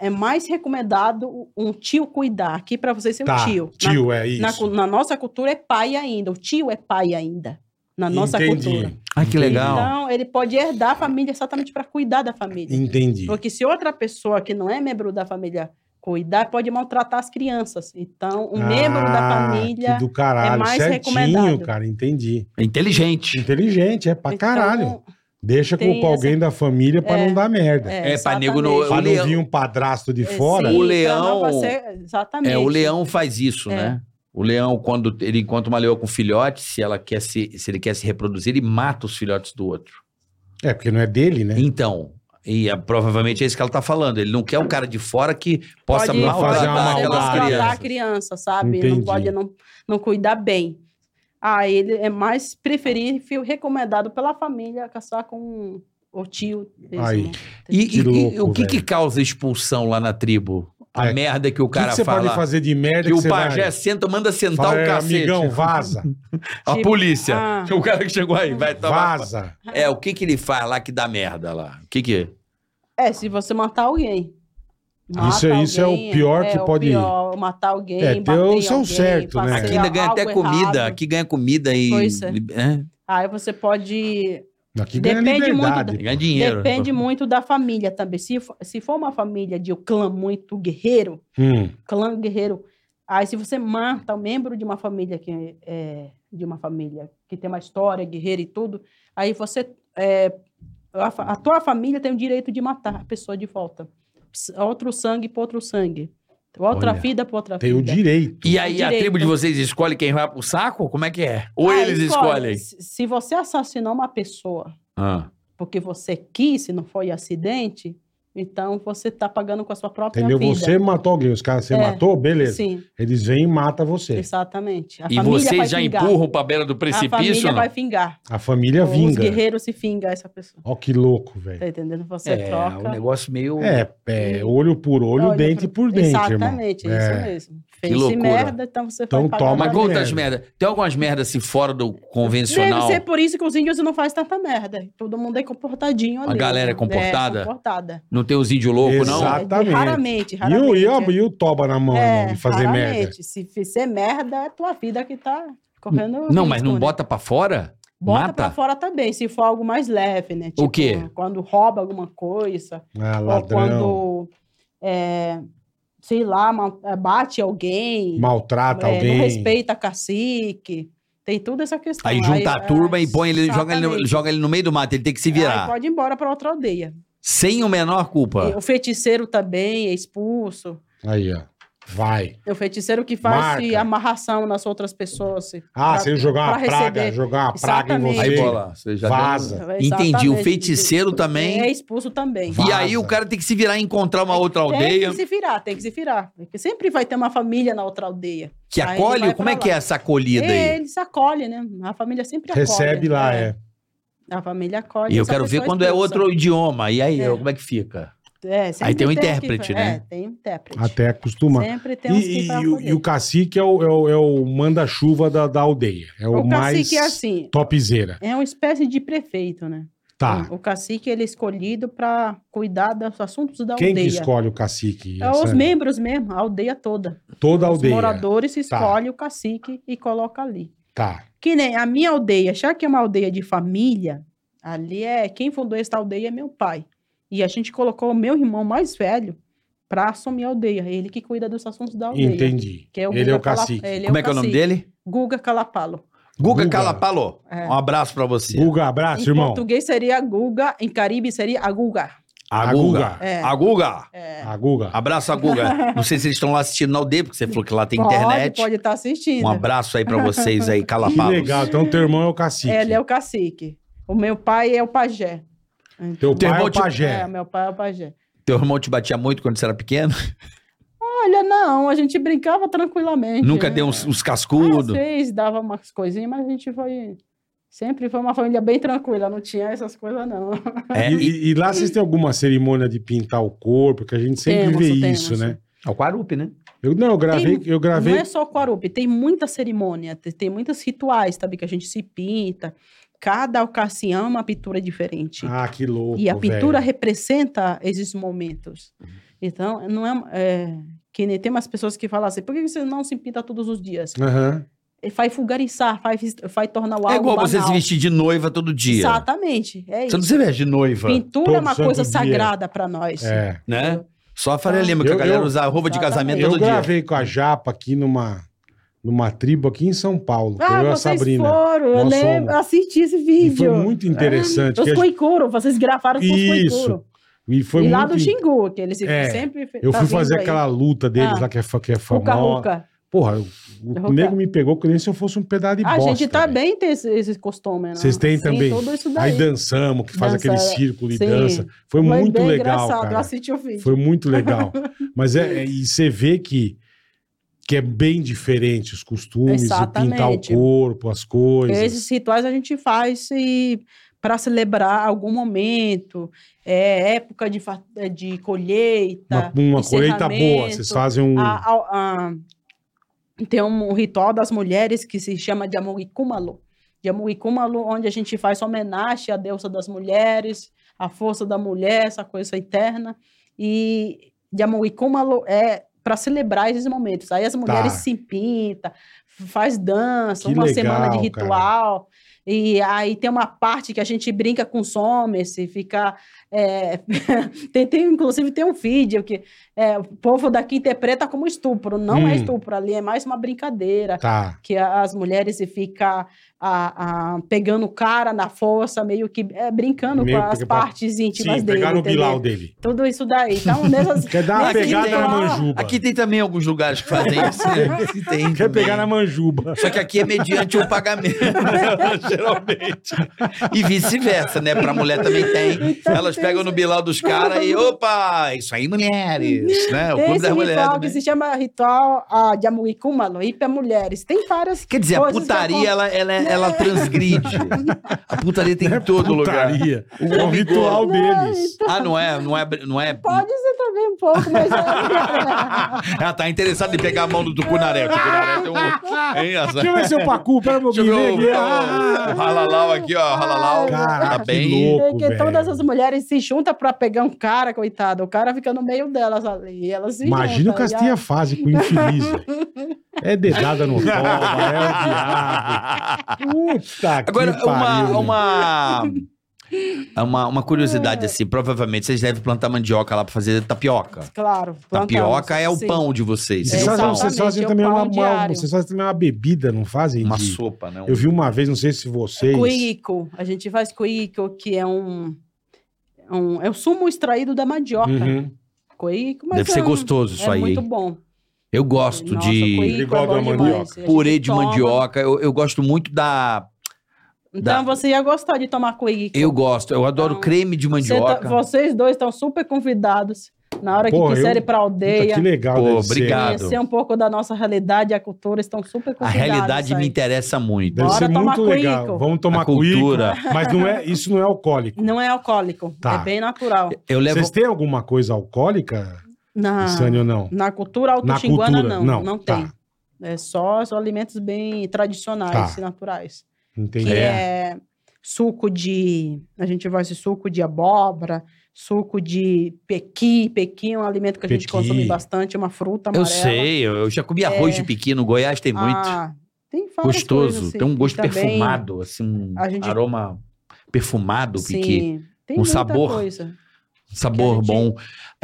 Speaker 4: é mais recomendado um tio cuidar. Aqui para você ser
Speaker 3: Tá,
Speaker 4: um tio. Na-
Speaker 3: tio, é
Speaker 4: Na,
Speaker 3: isso.
Speaker 4: cu- na nossa cultura é pai ainda. O tio é pai ainda. Na nossa
Speaker 3: Entendi.
Speaker 4: cultura.
Speaker 2: Ah, que legal.
Speaker 4: Então, ele pode herdar a família exatamente para cuidar da família.
Speaker 3: Entendi.
Speaker 4: Porque se outra pessoa que não é membro da família cuidar, pode maltratar as crianças. Então, um membro da
Speaker 3: Ah,
Speaker 4: família.
Speaker 3: Que do caralho.
Speaker 4: é mais
Speaker 3: Certinho,
Speaker 4: recomendado.
Speaker 3: cara, entendi.
Speaker 2: Inteligente.
Speaker 3: Inteligente, é pra
Speaker 4: Então,
Speaker 3: caralho. Deixa
Speaker 4: tem
Speaker 3: culpar alguém da família pra não dar merda.
Speaker 2: É, pra nego no-
Speaker 4: exatamente.
Speaker 2: O
Speaker 3: Pra não
Speaker 2: leão-
Speaker 3: vir um padrasto
Speaker 4: É,
Speaker 3: de fora.
Speaker 2: sim. O
Speaker 4: pra
Speaker 2: leão-
Speaker 4: não fazer- exatamente.
Speaker 2: É, o leão faz isso,
Speaker 4: É.
Speaker 2: né? O leão, quando ele encontra uma leoa com filhote, se, ela quer se, se ele quer se reproduzir, ele mata os filhotes do outro.
Speaker 3: É, porque não é dele, né?
Speaker 2: Então, e é- provavelmente é isso que ela tá falando. Ele não quer um cara de fora que
Speaker 4: Pode
Speaker 2: possa
Speaker 3: fazer uma
Speaker 2: maltratar
Speaker 4: maltratar
Speaker 2: aquelas
Speaker 3: maldade.
Speaker 4: maltratar a
Speaker 2: crianças.
Speaker 4: criança, sabe?
Speaker 3: Entendi.
Speaker 4: Não pode não, não cuidar bem. Ah, ele é mais preferível, recomendado pela família, caçar com o tio. mesmo.
Speaker 3: Aí.
Speaker 2: E,
Speaker 3: Que
Speaker 2: e- e
Speaker 3: louco,
Speaker 2: o que, que
Speaker 3: velho.
Speaker 2: causa expulsão lá na tribo? A
Speaker 3: É.
Speaker 2: merda que o
Speaker 3: O que,
Speaker 2: cara
Speaker 3: que você
Speaker 2: fala.
Speaker 3: pode fazer de merda
Speaker 2: que
Speaker 3: que
Speaker 2: o
Speaker 3: você
Speaker 2: pajé
Speaker 3: vai...
Speaker 2: senta, manda sentar
Speaker 3: Fala,
Speaker 2: o
Speaker 3: "É,
Speaker 2: Então, cacete.
Speaker 3: amigão, vaza,
Speaker 2: A
Speaker 4: Tipo,
Speaker 2: polícia.
Speaker 4: ah.
Speaker 2: O cara que chegou aí, vai tomar.
Speaker 3: vaza.
Speaker 2: É, o que que ele faz lá que dá merda lá? O que que...
Speaker 4: É, se você matar alguém.
Speaker 3: Isso é- isso é o pior que
Speaker 4: o
Speaker 3: pode-
Speaker 4: pior, matar alguém,
Speaker 3: É, tem
Speaker 4: bater
Speaker 3: o- isso é o
Speaker 4: alguém,
Speaker 3: certo, né?
Speaker 4: fazer
Speaker 2: Aqui ainda ganha
Speaker 4: algo
Speaker 2: até comida,
Speaker 4: errado.
Speaker 2: aqui ganha comida e...
Speaker 4: Pois é.
Speaker 2: É,
Speaker 4: Aí você pode
Speaker 3: Aqui ganha
Speaker 4: Depende
Speaker 3: liberdade.
Speaker 2: ganha dinheiro.
Speaker 4: Depende muito da família também. Se, fo- se for uma família de um clã muito guerreiro,
Speaker 3: Hum,
Speaker 4: clã guerreiro, aí se você mata um membro de uma família que é, de uma família que tem uma história guerreira e tudo, aí você é, a, fa- a tua família tem o direito de matar a pessoa de volta. S- Outro sangue por outro sangue. Outra
Speaker 3: Olha,
Speaker 4: vida por outra
Speaker 3: tem o
Speaker 4: vida.
Speaker 3: direito.
Speaker 2: E aí, a
Speaker 4: Direito.
Speaker 2: tribo de vocês escolhe quem vai pro saco? Como é que é? Ou
Speaker 4: Aí
Speaker 2: eles
Speaker 4: escolhe.
Speaker 2: escolhem?
Speaker 4: Se, se você assassinar uma pessoa
Speaker 2: Ah,
Speaker 4: porque você quis, se não foi acidente, então você está pagando com a sua própria
Speaker 3: Entendeu?
Speaker 4: vida.
Speaker 3: Você matou alguém, os caras você
Speaker 4: É,
Speaker 3: matou, beleza.
Speaker 4: Sim,
Speaker 3: Eles vêm e matam você.
Speaker 4: exatamente. A
Speaker 2: E
Speaker 4: família vai
Speaker 2: vocês já
Speaker 4: fingar.
Speaker 2: empurram pra beira do
Speaker 4: A
Speaker 2: precipício?
Speaker 4: família
Speaker 2: ou não?
Speaker 4: vai fingar.
Speaker 3: A família
Speaker 4: Os
Speaker 3: vinga.
Speaker 4: guerreiros se fingam essa pessoa.
Speaker 3: Ó que louco, velho.
Speaker 4: Tá entendendo? Você
Speaker 2: É,
Speaker 4: troca.
Speaker 2: um negócio meio...
Speaker 3: É, é, olho por olho,
Speaker 4: Olha,
Speaker 3: dente por dente, irmão.
Speaker 4: Exatamente, é isso
Speaker 3: É.
Speaker 4: mesmo. Fez
Speaker 2: loucura.
Speaker 4: merda, então você
Speaker 3: Então
Speaker 4: vai pagar
Speaker 3: toma
Speaker 4: uma
Speaker 2: Mas
Speaker 3: Uma
Speaker 2: conta as
Speaker 3: merda.
Speaker 2: merdas. Tem algumas merdas assim fora do
Speaker 4: Deve
Speaker 2: convencional?
Speaker 4: ser por isso que os índios não fazem tanta merda. Todo mundo é comportadinho
Speaker 2: A
Speaker 4: ali.
Speaker 2: galera é
Speaker 4: né?
Speaker 2: comportada?
Speaker 4: É, comportada. É,
Speaker 2: Não tem os índios loucos, não?
Speaker 3: Exato. Exatamente.
Speaker 4: Raramente,
Speaker 3: E o,
Speaker 4: raramente.
Speaker 3: e, o, e o toba na mão,
Speaker 4: É,
Speaker 3: irmão, de fazer
Speaker 4: raramente.
Speaker 3: merda.
Speaker 4: Se fizer merda, é a tua vida que tá correndo
Speaker 2: Não,
Speaker 4: risco,
Speaker 2: mas não
Speaker 4: né?
Speaker 2: bota pra fora?
Speaker 4: Bota
Speaker 2: Mata?
Speaker 4: pra fora também, se for algo mais leve, né? Tipo,
Speaker 2: quê?
Speaker 4: Quando rouba alguma coisa,
Speaker 3: Ah,
Speaker 4: ou
Speaker 3: ladrão.
Speaker 4: quando, é, sei lá, ma- é, bate alguém,
Speaker 3: Maltrata
Speaker 4: é,
Speaker 3: alguém.
Speaker 4: não respeita cacique, tem toda essa questão.
Speaker 2: Aí junta a turma e põe ele, joga ele, no,
Speaker 4: exatamente.
Speaker 2: joga ele no meio do mato, ele tem que se
Speaker 4: Aí
Speaker 2: virar.
Speaker 4: pode ir embora pra outra aldeia.
Speaker 2: Sem o menor culpa.
Speaker 4: E O feiticeiro também é expulso.
Speaker 3: Aí, ó. Vai.
Speaker 4: É o feiticeiro que faz se
Speaker 3: Marca.
Speaker 4: amarração nas outras pessoas. se-
Speaker 3: Ah,
Speaker 4: pra-
Speaker 3: se eu jogar uma
Speaker 4: pra
Speaker 3: praga,
Speaker 4: receber.
Speaker 3: jogar uma praga em
Speaker 4: Exatamente.
Speaker 3: você.
Speaker 2: Aí bola, você já um-
Speaker 3: Vaza.
Speaker 2: deu- Entendi, o
Speaker 4: Exatamente.
Speaker 2: feiticeiro também.
Speaker 4: É expulso também.
Speaker 2: E aí o cara tem que se virar e encontrar uma outra
Speaker 4: Tem
Speaker 2: aldeia
Speaker 4: que se virar, tem que se virar. Porque sempre vai ter uma família na outra aldeia.
Speaker 2: que
Speaker 4: Aí
Speaker 2: acolhe?
Speaker 4: vai
Speaker 2: Como é
Speaker 4: pra
Speaker 2: que é
Speaker 4: lá.
Speaker 2: essa acolhida aí?
Speaker 4: Eles acolhem, né? A família sempre acolhe.
Speaker 3: Recebe lá,
Speaker 4: né?
Speaker 3: é.
Speaker 4: A família acolhe.
Speaker 2: E eu
Speaker 4: essa
Speaker 2: quero ver
Speaker 4: pessoa
Speaker 2: quando é
Speaker 4: expulsa.
Speaker 2: outro idioma. E aí,
Speaker 4: É.
Speaker 2: como é que fica?
Speaker 4: É, sempre
Speaker 2: tem um
Speaker 4: que-
Speaker 2: intérprete, né?
Speaker 4: É, tem um intérprete.
Speaker 3: Até acostumar.
Speaker 4: Sempre tem uns
Speaker 3: E,
Speaker 4: que
Speaker 3: e
Speaker 4: pra
Speaker 3: o-
Speaker 4: acolher.
Speaker 3: e o cacique é o, é o- é o manda-chuva da, da aldeia. É o,
Speaker 4: O cacique é
Speaker 3: mais
Speaker 4: assim,
Speaker 3: topzera.
Speaker 4: é uma espécie de prefeito, né?
Speaker 3: Tá.
Speaker 4: O cacique ele é escolhido para cuidar dos assuntos da
Speaker 3: Quem que
Speaker 4: aldeia.
Speaker 3: escolhe o cacique?
Speaker 4: É
Speaker 3: Essa-
Speaker 4: os membros mesmo, a aldeia toda.
Speaker 3: Toda a
Speaker 4: Os
Speaker 3: aldeia.
Speaker 4: moradores
Speaker 3: Tá.
Speaker 4: escolhem o cacique e coloca ali.
Speaker 3: Tá.
Speaker 4: Que nem a minha aldeia, já que é uma aldeia de família, ali é quem fundou esta aldeia é meu pai. E a gente colocou o meu irmão mais velho para assumir a aldeia. Ele que cuida dos assuntos da aldeia.
Speaker 3: Entendi.
Speaker 4: Que é assim. o
Speaker 3: Ele é
Speaker 4: Guga
Speaker 3: o
Speaker 4: Cala-
Speaker 3: cacique.
Speaker 4: ele
Speaker 2: Como é que é o nome
Speaker 4: cacique.
Speaker 2: dele?
Speaker 4: Guga Calapalo.
Speaker 2: Guga
Speaker 3: Guga.
Speaker 2: Calapalo.
Speaker 4: É.
Speaker 2: Um abraço pra você.
Speaker 3: Guga, abraço,
Speaker 4: em
Speaker 3: Ah, irmão.
Speaker 4: português seria Guga, em Caribe seria Aguga.
Speaker 2: A Guga.
Speaker 4: É.
Speaker 2: A Guga.
Speaker 4: É.
Speaker 3: A Guga.
Speaker 2: Abraço a Guga. Não sei se eles estão lá assistindo na aldeia, porque você falou que lá tem internet.
Speaker 4: Pode né? estar assistindo.
Speaker 2: Um abraço aí pra vocês aí,
Speaker 3: Que
Speaker 2: Calapalos.
Speaker 3: legal. Então, teu irmão é o cacique.
Speaker 4: Ele é o cacique. O meu pai é o pajé.
Speaker 3: Teu
Speaker 2: Teu
Speaker 3: pai é
Speaker 2: irmão
Speaker 3: o
Speaker 2: te-
Speaker 3: pajé.
Speaker 4: É, o meu pai é o pajé.
Speaker 2: Teu irmão te batia muito quando você era pequeno?
Speaker 4: Olha, não, a gente brincava tranquilamente.
Speaker 2: Nunca
Speaker 4: né?
Speaker 2: deu uns, uns
Speaker 4: Ah,
Speaker 2: cascudos?
Speaker 4: vocês dava umas coisinhas, mas a gente foi... Sempre foi uma família bem tranquila, não tinha essas coisas, não.
Speaker 2: É,
Speaker 3: E,
Speaker 2: e-
Speaker 3: e- e lá vocês têm alguma cerimônia de pintar o corpo? Que a gente sempre
Speaker 4: Temos,
Speaker 3: vê
Speaker 4: temos.
Speaker 3: isso, né?
Speaker 2: É o Quarup, né?
Speaker 3: Eu, não, eu gravei. eu gravei
Speaker 4: Não é só o Quarupi, tem muita cerimônia, te- tem muitos rituais, sabe? Que a gente se pinta. Cada ocasião é uma pintura diferente.
Speaker 3: Ah, que louco.
Speaker 4: E a pintura
Speaker 3: velho. Uhum.
Speaker 4: representa esses momentos. Então, não é, é, que nem tem umas pessoas que falam assim, por que você não se pinta todos os dias?
Speaker 3: Aham.
Speaker 4: E Faz vulgarizar, faz, faz tornar o algo
Speaker 2: É igual
Speaker 4: banal.
Speaker 2: você se vestir de noiva todo dia.
Speaker 4: Exatamente, é
Speaker 2: Você
Speaker 4: isso.
Speaker 2: não se veste de noiva,
Speaker 4: Pintura é uma
Speaker 3: Todo santo
Speaker 4: coisa
Speaker 3: dia.
Speaker 4: sagrada para nós.
Speaker 3: É.
Speaker 2: né? Só a Faria Lima, que
Speaker 3: Eu-
Speaker 2: a galera
Speaker 3: eu-
Speaker 2: usa roupa de casamento
Speaker 4: Exatamente.
Speaker 2: É todo
Speaker 3: Eu
Speaker 2: dia.
Speaker 3: gravei com a Japa aqui numa, numa tribo aqui em São Paulo.
Speaker 4: Ah,
Speaker 3: eu e a
Speaker 4: vocês
Speaker 3: Sabrina.
Speaker 4: foram, eu
Speaker 3: Nós
Speaker 4: lembro,
Speaker 3: fomos.
Speaker 4: assisti esse
Speaker 3: E foi
Speaker 4: vídeo. É.
Speaker 3: muito interessante. que
Speaker 4: Os
Speaker 3: a gente-
Speaker 4: coicuro, vocês gravaram com os
Speaker 3: Isso,
Speaker 4: coicuro.
Speaker 3: e foi
Speaker 4: e
Speaker 3: muito...
Speaker 4: lá do Xingu, que eles
Speaker 3: É,
Speaker 4: sempre...
Speaker 3: Eu
Speaker 4: tá
Speaker 3: fui
Speaker 4: vindo
Speaker 3: fazer
Speaker 4: aí.
Speaker 3: aquela luta deles
Speaker 4: Ah.
Speaker 3: lá que é, fa- que é
Speaker 4: Ruca,
Speaker 3: famosa.
Speaker 4: ruca. É
Speaker 3: Porra, o, o
Speaker 4: Ruca.
Speaker 3: nego me pegou que nem se eu fosse um pedaço de
Speaker 4: A
Speaker 3: bosta.
Speaker 4: gente
Speaker 3: velho.
Speaker 4: também tem esse, esse costume, né?
Speaker 3: Vocês têm
Speaker 4: Sim,
Speaker 3: também?
Speaker 4: Tudo isso daí.
Speaker 3: Aí dançamos, que faz
Speaker 4: Dança,
Speaker 3: aquele
Speaker 4: é.
Speaker 3: círculo de
Speaker 4: Sim.
Speaker 3: dança. Foi, muito
Speaker 4: bem
Speaker 3: legal,
Speaker 4: engraçado, assim. eu
Speaker 3: cara.
Speaker 4: assisti o vídeo.
Speaker 3: Foi muito legal. Mas é, é- e você vê que, que é bem diferente os costumes, o pintar o
Speaker 4: Exatamente.
Speaker 3: corpo, as coisas.
Speaker 4: Esses rituais a gente faz para celebrar algum momento, é, época de, fa- é, de colheita.
Speaker 3: Uma, uma colheita boa,
Speaker 4: Tá. encerramento, Ah,
Speaker 3: vocês fazem um.
Speaker 4: a- a- a- tem um ritual das mulheres que se chama de Amoricúmalo. De Amoricúmalo, onde a gente faz homenagem à deusa das mulheres, à força da mulher, essa coisa eterna. E de Amoricúmalo é para celebrar esses momentos. Aí as mulheres se pintam, faz dança,
Speaker 3: Tá. Que
Speaker 4: uma
Speaker 3: legal,
Speaker 4: semana de
Speaker 3: cara.
Speaker 4: ritual. E aí tem uma parte que a gente brinca com os homens, e fica... é, tem, tem, inclusive tem um vídeo que é, o povo daqui interpreta como estupro. Não
Speaker 3: Hum.
Speaker 4: é estupro ali, é mais uma brincadeira.
Speaker 3: Tá.
Speaker 4: Que a- as mulheres se fica a, a- pegando o cara na força, meio que é, brincando
Speaker 3: Meio
Speaker 4: com as
Speaker 3: porque pra-
Speaker 4: partes íntimas
Speaker 3: Sim,
Speaker 4: dele.
Speaker 3: pegaram o
Speaker 4: entendeu?
Speaker 3: Bilal dele.
Speaker 4: Tudo isso daí. Então, nessas,
Speaker 3: Quer dar uma
Speaker 4: Aqui
Speaker 3: pegada
Speaker 2: tem-
Speaker 3: na manjuba.
Speaker 2: Aqui tem também alguns lugares que fazem isso. né? Que tem
Speaker 3: Quer
Speaker 2: também.
Speaker 3: pegar na manjuba.
Speaker 2: Só que aqui é mediante o pagamento, geralmente. E vice-versa, né? Pra mulher também tem.
Speaker 4: Então,
Speaker 2: Elas
Speaker 4: tem
Speaker 2: pegam no bilau dos caras e, opa, isso aí, mulheres, né? O
Speaker 4: tem
Speaker 2: clube
Speaker 4: esse
Speaker 2: das mulheres.
Speaker 4: ritual que
Speaker 2: né?
Speaker 4: se chama ritual ah, de amuicúmalo, e para mulheres. Tem várias
Speaker 2: Quer dizer, a
Speaker 4: coisas que
Speaker 2: putaria, é ela, ela, ela transgride. A putaria tem em todo lugar.
Speaker 3: Putaria. É o
Speaker 2: homem
Speaker 3: ritual
Speaker 4: Não,
Speaker 3: deles.
Speaker 2: Ah, não é? Não é, não é
Speaker 4: Pode ser
Speaker 5: também um pouco, mas...
Speaker 4: é-
Speaker 2: Ela tá interessada em pegar a mão do Tucunaré. O Tucunaré tem um... Hein, essa?
Speaker 3: Deixa eu ver seu pacu, pera meu
Speaker 2: Deixa eu ver o,
Speaker 3: guinê. Ah,
Speaker 2: o, o Halalau aqui, ó. Halalau. tá
Speaker 3: Caraca, que
Speaker 2: bem.
Speaker 3: louco.
Speaker 5: Porque
Speaker 3: velho.
Speaker 5: todas as mulheres se juntam pra pegar um cara, coitado. O cara fica no meio delas ali. e Elas se
Speaker 3: Imagina
Speaker 5: juntam,
Speaker 3: o Castinha
Speaker 5: e
Speaker 3: fase com o infeliz. velho. É dedada no toba, é o diabo. Puta que
Speaker 2: Agora, uma,
Speaker 3: pariu,
Speaker 2: uma, É uma, uma curiosidade, assim, provavelmente vocês devem plantar mandioca lá pra fazer tapioca.
Speaker 5: a- Claro. plantamos,
Speaker 2: Tapioca é o
Speaker 5: sim.
Speaker 2: pão de
Speaker 3: E
Speaker 2: vocês.
Speaker 3: Vocês
Speaker 5: É,
Speaker 3: fazem,
Speaker 5: exatamente,
Speaker 3: vocês fazem
Speaker 5: é o
Speaker 3: também uma,
Speaker 5: pau
Speaker 3: uma,
Speaker 5: diário.
Speaker 3: vocês fazem também uma bebida, não fazem?
Speaker 2: Uma
Speaker 3: de-
Speaker 2: sopa, né? Um-
Speaker 3: Eu vi uma vez, não sei se vocês.
Speaker 4: Cuíco. A gente faz cuíco, que é um, um- É o sumo extraído da mandioca.
Speaker 3: Uhum.
Speaker 4: Cuíco, mas
Speaker 2: Deve
Speaker 4: é
Speaker 2: ser
Speaker 4: um-
Speaker 2: gostoso isso
Speaker 4: É
Speaker 2: aí.
Speaker 4: muito
Speaker 2: hein?
Speaker 4: bom.
Speaker 2: Eu gosto
Speaker 4: Nossa,
Speaker 2: de
Speaker 4: cuíco é
Speaker 3: Igual
Speaker 4: bom
Speaker 3: da
Speaker 4: demais.
Speaker 3: mandioca.
Speaker 4: A gente
Speaker 2: purê de
Speaker 4: toma.
Speaker 2: mandioca. Eu, eu gosto muito da.
Speaker 4: Então
Speaker 2: Da-
Speaker 4: você ia gostar de tomar cuíco.
Speaker 2: Eu gosto, eu adoro
Speaker 4: Então,
Speaker 2: creme de
Speaker 4: Você tá-
Speaker 2: mandioca.
Speaker 4: vocês dois estão super convidados. Na hora
Speaker 3: Pô,
Speaker 4: que
Speaker 3: eu-
Speaker 4: quiserem ir pra
Speaker 3: Puta,
Speaker 4: aldeia,
Speaker 3: que legal,
Speaker 2: Pô,
Speaker 3: deve ser.
Speaker 2: obrigado.
Speaker 4: conhecer um pouco da nossa realidade e a cultura, estão super
Speaker 2: A
Speaker 4: convidados.
Speaker 2: realidade
Speaker 4: aí.
Speaker 2: me interessa muito.
Speaker 3: Deve
Speaker 4: Bora
Speaker 3: ser
Speaker 4: tomar
Speaker 3: muito legal.
Speaker 4: cuíco.
Speaker 3: Vamos tomar
Speaker 2: A cultura.
Speaker 3: cuíco, Mas não é, isso não é alcoólico.
Speaker 4: Não é alcoólico,
Speaker 3: Tá.
Speaker 4: é bem natural.
Speaker 2: Eu levo.
Speaker 3: Vocês têm alguma coisa alcoólica,
Speaker 4: Na,
Speaker 3: Sani, ou não?
Speaker 4: na cultura
Speaker 3: Na
Speaker 4: auto-xinguana,
Speaker 3: cultura?
Speaker 4: não, não,
Speaker 3: tá.
Speaker 4: tem. É só, só alimentos bem tradicionais
Speaker 3: Tá.
Speaker 4: e naturais.
Speaker 3: Entendi.
Speaker 4: Que é. suco de... A gente vai esse suco de abóbora, suco de pequi. Pequi é um alimento que a gente
Speaker 3: Pequi.
Speaker 4: consome bastante, é uma fruta
Speaker 2: Eu
Speaker 4: amarela.
Speaker 2: sei, eu eu já comi arroz de piqui no Goiás, tem muito.
Speaker 4: É. Ah, tem várias
Speaker 2: Gostoso,
Speaker 4: coisas, assim.
Speaker 2: tem um gosto
Speaker 4: Também-
Speaker 2: perfumado, assim, um
Speaker 4: a gente-
Speaker 2: aroma perfumado, piqui.
Speaker 4: Sim, tem
Speaker 2: Um
Speaker 4: muita
Speaker 2: sabor.
Speaker 4: coisa.
Speaker 2: Sabor
Speaker 4: Que a gente-
Speaker 2: bom.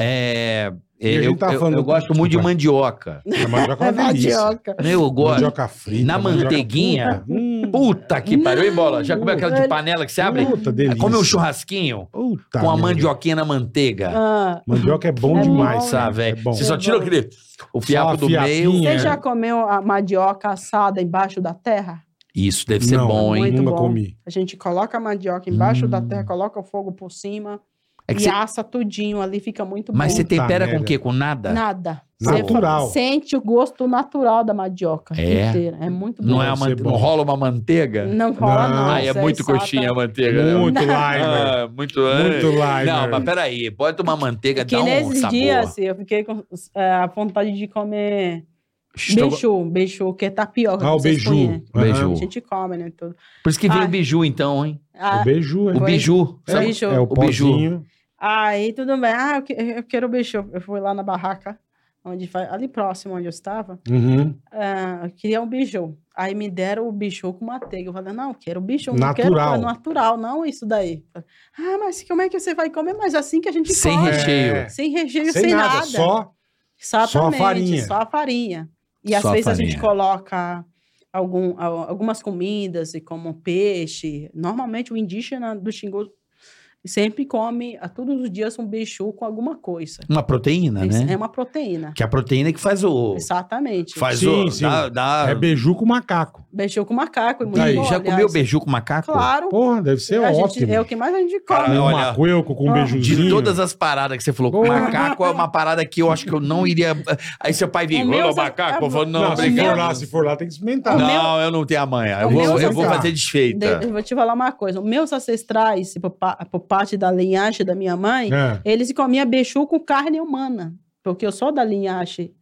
Speaker 2: É, é,
Speaker 3: E a gente
Speaker 2: eu,
Speaker 3: tá
Speaker 2: eu-
Speaker 3: falando-
Speaker 2: eu gosto muito de
Speaker 3: Desculpa.
Speaker 2: mandioca.
Speaker 3: É mandioca é uma delícia.
Speaker 5: Mandioca.
Speaker 2: Meu, eu gosto.
Speaker 3: Mandioca frita.
Speaker 2: Na
Speaker 3: mandioca-
Speaker 2: manteiguinha.
Speaker 3: Puta, hum,
Speaker 2: Puta que pariu, hein, bola? Já comeu aquela de
Speaker 5: Velho.
Speaker 2: panela que você abre?
Speaker 3: Puta, delícia. Tá,
Speaker 2: Come um churrasquinho
Speaker 3: Puta
Speaker 2: com a
Speaker 3: merda.
Speaker 2: mandioquinha na manteiga.
Speaker 4: Ah,
Speaker 3: Mandioca é bom
Speaker 5: É
Speaker 3: demais.
Speaker 5: bom,
Speaker 2: sabe,
Speaker 3: É
Speaker 2: velho?
Speaker 3: bom.
Speaker 2: Você só
Speaker 5: É
Speaker 2: tira
Speaker 5: bom.
Speaker 2: aquele, o
Speaker 3: Só
Speaker 2: fiapo
Speaker 3: a
Speaker 2: do meio.
Speaker 3: fiapinha.
Speaker 4: você já comeu a mandioca assada embaixo da terra?
Speaker 2: Isso deve ser
Speaker 3: Não,
Speaker 2: bom, hein?
Speaker 4: muito
Speaker 3: Nunca
Speaker 4: bom.
Speaker 3: comi.
Speaker 4: A gente coloca a mandioca embaixo
Speaker 3: Hum.
Speaker 4: da terra, coloca o fogo por cima
Speaker 2: É que
Speaker 4: e
Speaker 2: cê-
Speaker 4: assa tudinho ali, fica muito
Speaker 2: Mas
Speaker 4: bom.
Speaker 2: você tempera com
Speaker 3: merda.
Speaker 2: o quê? Com nada?
Speaker 4: Nada. Você
Speaker 3: Natural.
Speaker 4: sente o gosto natural da mandioca
Speaker 2: É?
Speaker 4: inteira. É muito bom.
Speaker 2: Não, é a
Speaker 3: Deve ser
Speaker 2: mante... não
Speaker 3: bom.
Speaker 2: rola uma manteiga?
Speaker 4: Não rola,
Speaker 3: Não.
Speaker 4: não.
Speaker 2: Ah, é
Speaker 4: Você
Speaker 2: muito
Speaker 4: exata.
Speaker 2: coxinha a manteiga. né?
Speaker 3: Muito live.
Speaker 2: Ah, muito
Speaker 3: Muito
Speaker 2: antes.
Speaker 3: live.
Speaker 2: Não, mas peraí, pode tomar manteiga,
Speaker 4: É Que
Speaker 2: dá um
Speaker 4: nesses
Speaker 2: sabor.
Speaker 4: dias eu fiquei com é, a vontade de comer
Speaker 2: Estrogo-
Speaker 4: beiju, beiju, que é tapioca.
Speaker 3: Ah,
Speaker 4: que
Speaker 3: o
Speaker 4: vocês
Speaker 3: beiju.
Speaker 4: conhecem.
Speaker 3: Aham.
Speaker 2: Beiju.
Speaker 4: A gente come, né? Tudo.
Speaker 2: Por isso que veio
Speaker 4: Ah.
Speaker 2: o biju, então, hein?
Speaker 4: Ah,
Speaker 3: O beijo é.
Speaker 2: O
Speaker 4: Foi.
Speaker 2: biju.
Speaker 4: É.
Speaker 2: sabe?
Speaker 4: Biju.
Speaker 3: É o,
Speaker 2: O biju.
Speaker 3: pozinho.
Speaker 4: Aí tudo bem. Ah, eu, que- eu quero o bicho. Eu fui lá na barraca, onde faz, ali próximo onde eu estava.
Speaker 3: Uhum.
Speaker 4: ah, eu queria um bicho. Aí me deram o bicho com manteiga. Eu falei, não, eu quero o bicho. Não
Speaker 3: Natural.
Speaker 4: quero natural, não isso daí. Ah, mas como é que você vai comer? Mas assim que a gente
Speaker 2: Sem
Speaker 4: come.
Speaker 2: recheio.
Speaker 3: É.
Speaker 4: Sem recheio,
Speaker 3: Sem nada, só.
Speaker 4: Exatamente,
Speaker 3: Só a farinha.
Speaker 4: Só a farinha. E às
Speaker 2: Só a
Speaker 4: vezes a gente
Speaker 2: farinha.
Speaker 4: coloca algum, al- algumas comidas, e como peixe. Normalmente o indígena do Xingu sempre come a todos os dias um bichu com alguma coisa.
Speaker 2: Uma proteína,
Speaker 4: Isso É
Speaker 2: né?
Speaker 4: uma proteína.
Speaker 2: Que a proteína que faz o...
Speaker 4: Exatamente.
Speaker 2: Faz
Speaker 3: Sim,
Speaker 2: o...
Speaker 3: sim.
Speaker 2: Dá, dá-
Speaker 3: É beiju com macaco.
Speaker 4: Beiju com macaco. É muito
Speaker 3: Aí,
Speaker 4: bom,
Speaker 2: já
Speaker 4: aliás.
Speaker 2: comeu beiju com macaco?
Speaker 4: Claro.
Speaker 3: Porra, deve ser
Speaker 4: a
Speaker 3: ótimo.
Speaker 4: gente- é o que mais a gente come.
Speaker 2: Cara,
Speaker 3: Comer um
Speaker 2: Ah, olha,
Speaker 3: macueco com um
Speaker 4: ó,
Speaker 3: beijuzinho.
Speaker 2: De todas as paradas que você falou,
Speaker 3: Boa.
Speaker 2: macaco é uma parada que eu acho que eu não iria. eh, Aí seu pai vinha,
Speaker 4: O meu é
Speaker 2: "Olha o
Speaker 4: já-
Speaker 2: macaco, eu falo, não,
Speaker 3: Não, se
Speaker 2: obrigado.
Speaker 3: for lá, se for lá, tem que experimentar.
Speaker 2: Não,
Speaker 4: O meu-
Speaker 2: eu não tenho amanhã. Eu
Speaker 4: O
Speaker 2: vou,
Speaker 4: meu
Speaker 2: eu vou
Speaker 3: já-
Speaker 2: fazer
Speaker 4: De-
Speaker 2: desfeita.
Speaker 4: eu vou te falar uma coisa. Meus ancestrais, por, pa- por parte da linhagem da minha mãe,
Speaker 3: É.
Speaker 4: Eles comiam beiju com carne humana, porque eu sou da linhagem.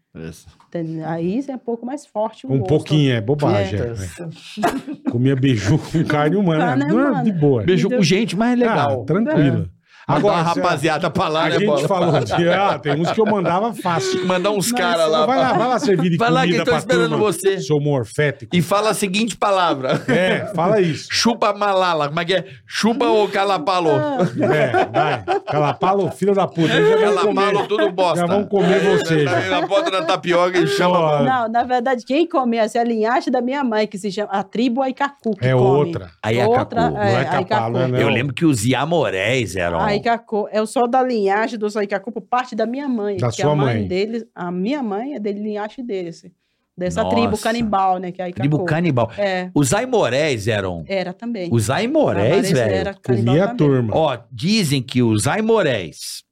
Speaker 4: entende? Aí é um pouco mais forte o
Speaker 3: Um
Speaker 4: gosto.
Speaker 3: pouquinho, é bobagem. é. Comia beiju com carne humana.
Speaker 4: Carne
Speaker 3: Não,
Speaker 4: humana. É.
Speaker 3: de boa.
Speaker 2: Beijo com gente, mas é legal.
Speaker 3: Ah, tranquilo.
Speaker 2: Agora,
Speaker 3: Agora,
Speaker 2: a
Speaker 3: se-
Speaker 2: rapaziada pra lá,
Speaker 3: a
Speaker 2: né,
Speaker 3: gente
Speaker 2: bola?
Speaker 3: falou de. Ah, tem uns que eu mandava fácil.
Speaker 2: Mandar uns caras lá.
Speaker 3: vai
Speaker 2: pra-
Speaker 3: lá, vai lá servir de
Speaker 2: Vai lá que
Speaker 3: comida
Speaker 2: eu tô
Speaker 3: pra
Speaker 2: esperando
Speaker 3: turma.
Speaker 2: você.
Speaker 3: Sou morfético.
Speaker 2: E fala a seguinte palavra.
Speaker 3: É, fala isso.
Speaker 2: Chupa malala. Como é que é? Chupa ou calapalo?
Speaker 4: Ah.
Speaker 3: É, vai. Calapalo, filho da puta. Eles já vão
Speaker 2: calapalo,
Speaker 3: comer-
Speaker 2: tudo bosta.
Speaker 3: Já vão comer você.
Speaker 2: Tá
Speaker 3: já.
Speaker 2: aí Na porta da tapioca e chama.
Speaker 3: Ó,
Speaker 4: Não, na verdade, quem come essa é a linhagem da minha mãe, que se chama a tribo Aikaku. Que
Speaker 3: É
Speaker 4: come.
Speaker 3: outra.
Speaker 2: Aí a
Speaker 4: Outra,
Speaker 2: Cacu.
Speaker 3: Não é
Speaker 4: É, aí
Speaker 3: capalo,
Speaker 4: cacou.
Speaker 3: né?
Speaker 2: Eu lembro que os Iamoréis eram.
Speaker 4: Aikaku. Eu sou da linhagem dos Aikaku por parte da minha mãe.
Speaker 3: Da
Speaker 4: que
Speaker 3: sua
Speaker 4: a mãe,
Speaker 3: mãe.
Speaker 4: deles, a minha mãe é de linhagem desse. Dessa
Speaker 2: Nossa.
Speaker 4: tribo canibal, né? Que é a Aikaku.
Speaker 2: Tribo canibal.
Speaker 4: É,
Speaker 2: Os Aimorés eram.
Speaker 4: era também.
Speaker 2: Os Aimorés,
Speaker 4: Aparece-
Speaker 2: velho.
Speaker 4: era canibal
Speaker 3: Comia a
Speaker 4: também.
Speaker 3: turma.
Speaker 2: Ó, dizem que os Aimorés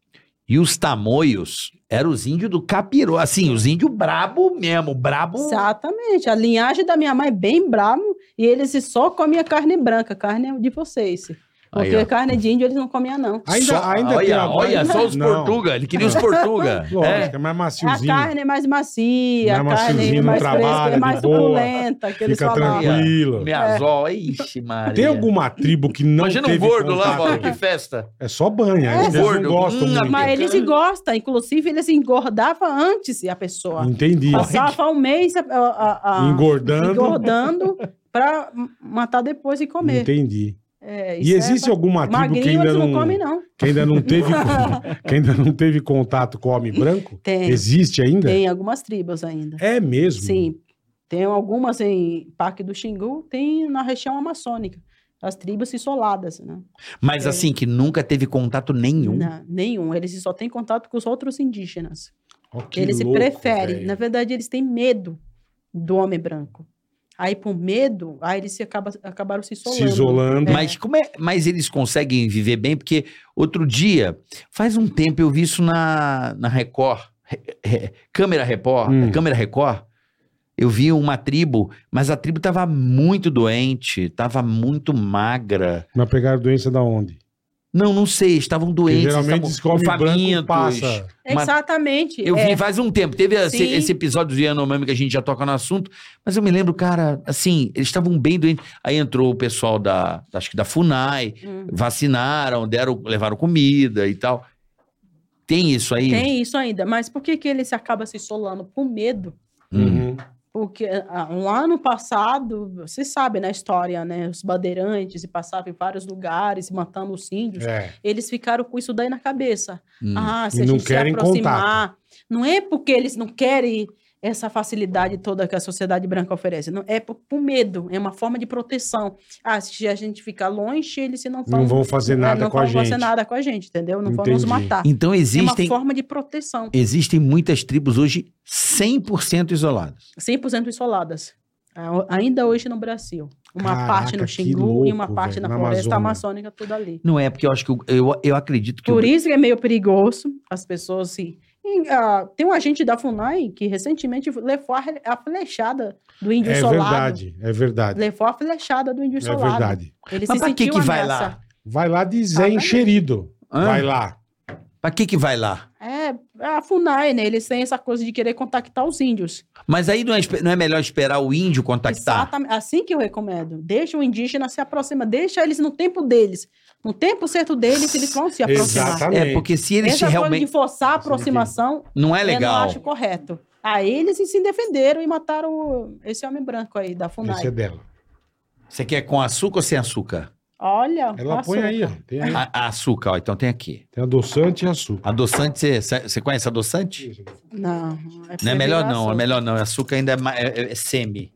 Speaker 2: e os Tamoios eram os índios do Capiró. Assim, os índios brabo mesmo. Brabo.
Speaker 4: Exatamente. A linhagem da minha mãe é bem bravo e eles só comiam carne branca, carne de vocês. Porque
Speaker 2: Aí, ó.
Speaker 4: carne de índio eles não comiam, não. É
Speaker 3: Ainda,
Speaker 2: Só-
Speaker 3: ainda
Speaker 2: olha,
Speaker 3: tem agora-
Speaker 2: olha só os
Speaker 3: Não,
Speaker 2: Portuga. Ele queria os Portuga. é.
Speaker 3: Lógico, é mais
Speaker 4: É a
Speaker 3: maciozinho.
Speaker 4: carne é mais macia, a
Speaker 3: Mais
Speaker 4: carne
Speaker 3: maciozinho,
Speaker 4: é
Speaker 3: não
Speaker 4: mais
Speaker 3: trabalha
Speaker 4: fresca, é
Speaker 3: de
Speaker 4: mais
Speaker 3: boa,
Speaker 4: suculenta, que eles
Speaker 3: Fica
Speaker 4: falavam.
Speaker 2: tranquilo.
Speaker 3: tranquilo.
Speaker 2: Meazol. Ixi, Maria.
Speaker 3: Tem alguma tribo que não
Speaker 2: Imagina um
Speaker 3: teve
Speaker 2: gordo lá,
Speaker 3: contato?
Speaker 2: Paulo, que festa.
Speaker 3: É só banha.
Speaker 4: É,
Speaker 3: eles
Speaker 2: gordo.
Speaker 3: não gostam
Speaker 2: Hum,
Speaker 3: muito.
Speaker 4: Mas eles gostam, inclusive eles engordavam antes a pessoa.
Speaker 3: Entendi.
Speaker 4: Passava um mês a- a- a-
Speaker 3: Engordando.
Speaker 4: engordando para matar depois e comer.
Speaker 3: Entendi.
Speaker 4: É,
Speaker 3: E
Speaker 4: isso é
Speaker 3: existe alguma tribo que
Speaker 4: Magrinho
Speaker 3: ainda
Speaker 4: eles não,
Speaker 3: não,
Speaker 4: comem, não.
Speaker 3: que ainda não teve que ainda não teve contato com o homem branco?
Speaker 4: Tem,
Speaker 3: Existe ainda?
Speaker 4: É. tem algumas tribos ainda.
Speaker 3: É mesmo.
Speaker 4: Sim, tem algumas em Parque do Xingu, tem na região amazônica. As tribos isoladas, né?
Speaker 2: Mas assim, que nunca teve contato nenhum.
Speaker 4: Na- nenhum. Eles só têm contato com os outros indígenas.
Speaker 3: Ó, que
Speaker 4: eles
Speaker 3: louco,
Speaker 4: se né? preferem.
Speaker 3: velho.
Speaker 4: Na verdade, eles têm medo do homem branco. Aí, por medo, aí eles se acaba, acabaram se isolando.
Speaker 3: Se isolando.
Speaker 2: Mas como é? Mas eles conseguem viver bem porque outro dia, faz um tempo eu vi isso na, na Record, Re- Re- câmera Record, é
Speaker 3: Hum.
Speaker 2: câmera Record. Eu vi uma tribo, mas a tribo tava muito doente, tava muito magra.
Speaker 4: É.
Speaker 3: Mas pegaram doença da onde?
Speaker 2: Não, não sei, estavam
Speaker 3: Porque
Speaker 2: doentes,
Speaker 3: geralmente
Speaker 2: estavam
Speaker 3: descobre branco passa.
Speaker 2: Mas-
Speaker 4: Exatamente.
Speaker 2: Eu
Speaker 4: é.
Speaker 2: vi faz um tempo. Teve esse,
Speaker 4: Sim.
Speaker 2: esse episódio do Yanomami que a gente já toca no assunto. Mas eu me lembro, cara, assim, eles estavam bem doentes. Aí entrou o pessoal da, acho que da FUNAI,
Speaker 4: Hum.
Speaker 2: vacinaram, deram, levaram comida e tal. Tem isso aí?
Speaker 4: Tem isso ainda. Mas por que, que ele se acaba se isolando? Por medo.
Speaker 2: Hum.
Speaker 3: Uhum.
Speaker 4: Porque ah, um ano passado, você sabe na história, né? Os bandeirantes e passavam em vários lugares, matando os índios.
Speaker 3: É.
Speaker 4: Eles ficaram com isso daí na cabeça.
Speaker 2: Hum.
Speaker 4: Ah,
Speaker 3: E
Speaker 4: se a
Speaker 3: não
Speaker 4: gente se
Speaker 3: querem
Speaker 4: aproximar. Não é porque eles não querem essa facilidade toda que a sociedade branca oferece. Não, é por, por medo, é uma forma de proteção. Ah, se a gente ficar longe, eles se não,
Speaker 3: Não vão fazer nada
Speaker 4: É, não
Speaker 3: com a
Speaker 4: vão
Speaker 3: gente.
Speaker 4: fazer nada com a gente, entendeu? Não vão nos
Speaker 3: Entendi.
Speaker 4: matar.
Speaker 2: Então
Speaker 4: É uma
Speaker 2: existem,
Speaker 4: forma de proteção.
Speaker 2: existem muitas tribos hoje 100% isoladas.
Speaker 4: 100% isoladas. Ah, o- Ainda hoje no Brasil. Uma
Speaker 3: Caraca,
Speaker 4: parte no
Speaker 3: que
Speaker 4: Xingu e uma
Speaker 3: louco,
Speaker 4: parte
Speaker 3: velho,
Speaker 4: na,
Speaker 3: na
Speaker 4: floresta
Speaker 3: Amazônia.
Speaker 4: amazônica, tudo ali.
Speaker 2: Não é porque eu acho que eu, eu, eu acredito que o-
Speaker 4: Por isso que é meio perigoso as pessoas se. E, ah, tem um agente da FUNAI que recentemente levou a, re- a flechada do índio
Speaker 3: É
Speaker 4: solado.
Speaker 3: verdade, é verdade.
Speaker 4: Levou a flechada do índio
Speaker 3: É
Speaker 4: solado.
Speaker 3: verdade.
Speaker 4: Ele
Speaker 2: Mas
Speaker 4: se
Speaker 2: pra que
Speaker 4: sentiu
Speaker 2: que vai
Speaker 4: ameaça.
Speaker 2: lá?
Speaker 3: Vai lá de
Speaker 4: Ah,
Speaker 3: Zé
Speaker 4: vai lá.
Speaker 3: encherido.
Speaker 2: Hã?
Speaker 3: Vai lá.
Speaker 2: Pra que que vai lá?
Speaker 4: É, a FUNAI, né? Eles têm essa coisa de querer contactar os índios.
Speaker 2: Mas aí não é, espe- não é melhor esperar o índio contactar?
Speaker 4: Exatamente. Assim que eu recomendo. Deixa o indígena se aproximar. Deixa eles no tempo deles. No tempo certo deles, eles vão se aproximar.
Speaker 3: Exatamente.
Speaker 2: É, porque se eles
Speaker 4: Essa coisa
Speaker 2: realmente...
Speaker 4: de forçar a
Speaker 3: Sim, entendi.
Speaker 4: aproximação,
Speaker 2: Não é
Speaker 4: eu não
Speaker 2: legal.
Speaker 4: acho correto. Aí eles se defenderam e mataram o- esse homem branco aí da FUNAI.
Speaker 3: Esse é dela.
Speaker 2: Você quer com açúcar ou sem açúcar?
Speaker 4: Olha,
Speaker 3: Ela
Speaker 4: o
Speaker 3: põe
Speaker 4: açúcar.
Speaker 3: aí, ó. Tem, aí.
Speaker 2: A, a açúcar, ó, então tem aqui.
Speaker 3: Tem adoçante e açúcar.
Speaker 2: Adoçante, você- você você conhece adoçante?
Speaker 4: Não,
Speaker 2: Não é
Speaker 4: proibido
Speaker 2: melhor
Speaker 4: o
Speaker 2: não, é
Speaker 4: açúcar.
Speaker 2: melhor não. Açúcar ainda é, ma- é- é- é semi.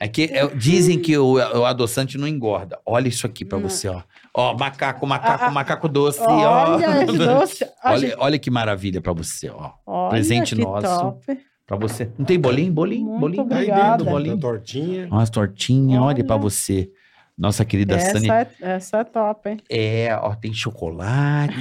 Speaker 2: É que é- dizem que o, o adoçante não engorda. Olha isso aqui pra
Speaker 4: Não.
Speaker 2: você, ó. Ó, macaco, macaco,
Speaker 4: Hum. Ah, ah.
Speaker 2: macaco doce,
Speaker 4: Olha,
Speaker 2: ó.
Speaker 4: esse doce. A
Speaker 2: Olha,
Speaker 4: gente-
Speaker 2: olha que maravilha pra você, ó.
Speaker 4: olha
Speaker 2: presente
Speaker 4: que
Speaker 2: nosso.
Speaker 4: top.
Speaker 2: Pra você. Não tem bolinho? Bolinho,
Speaker 4: Muito
Speaker 2: bolinho.
Speaker 3: Aí
Speaker 4: Obrigada.
Speaker 3: dentro,
Speaker 2: Tá dentro,
Speaker 3: tem a
Speaker 2: bolinho.
Speaker 3: tortinha.
Speaker 2: Nossa, tortinha, olha,
Speaker 4: Olha.
Speaker 2: pra você. Nossa querida Sani.
Speaker 4: Essa é, essa é top, hein?
Speaker 2: É, ó, tem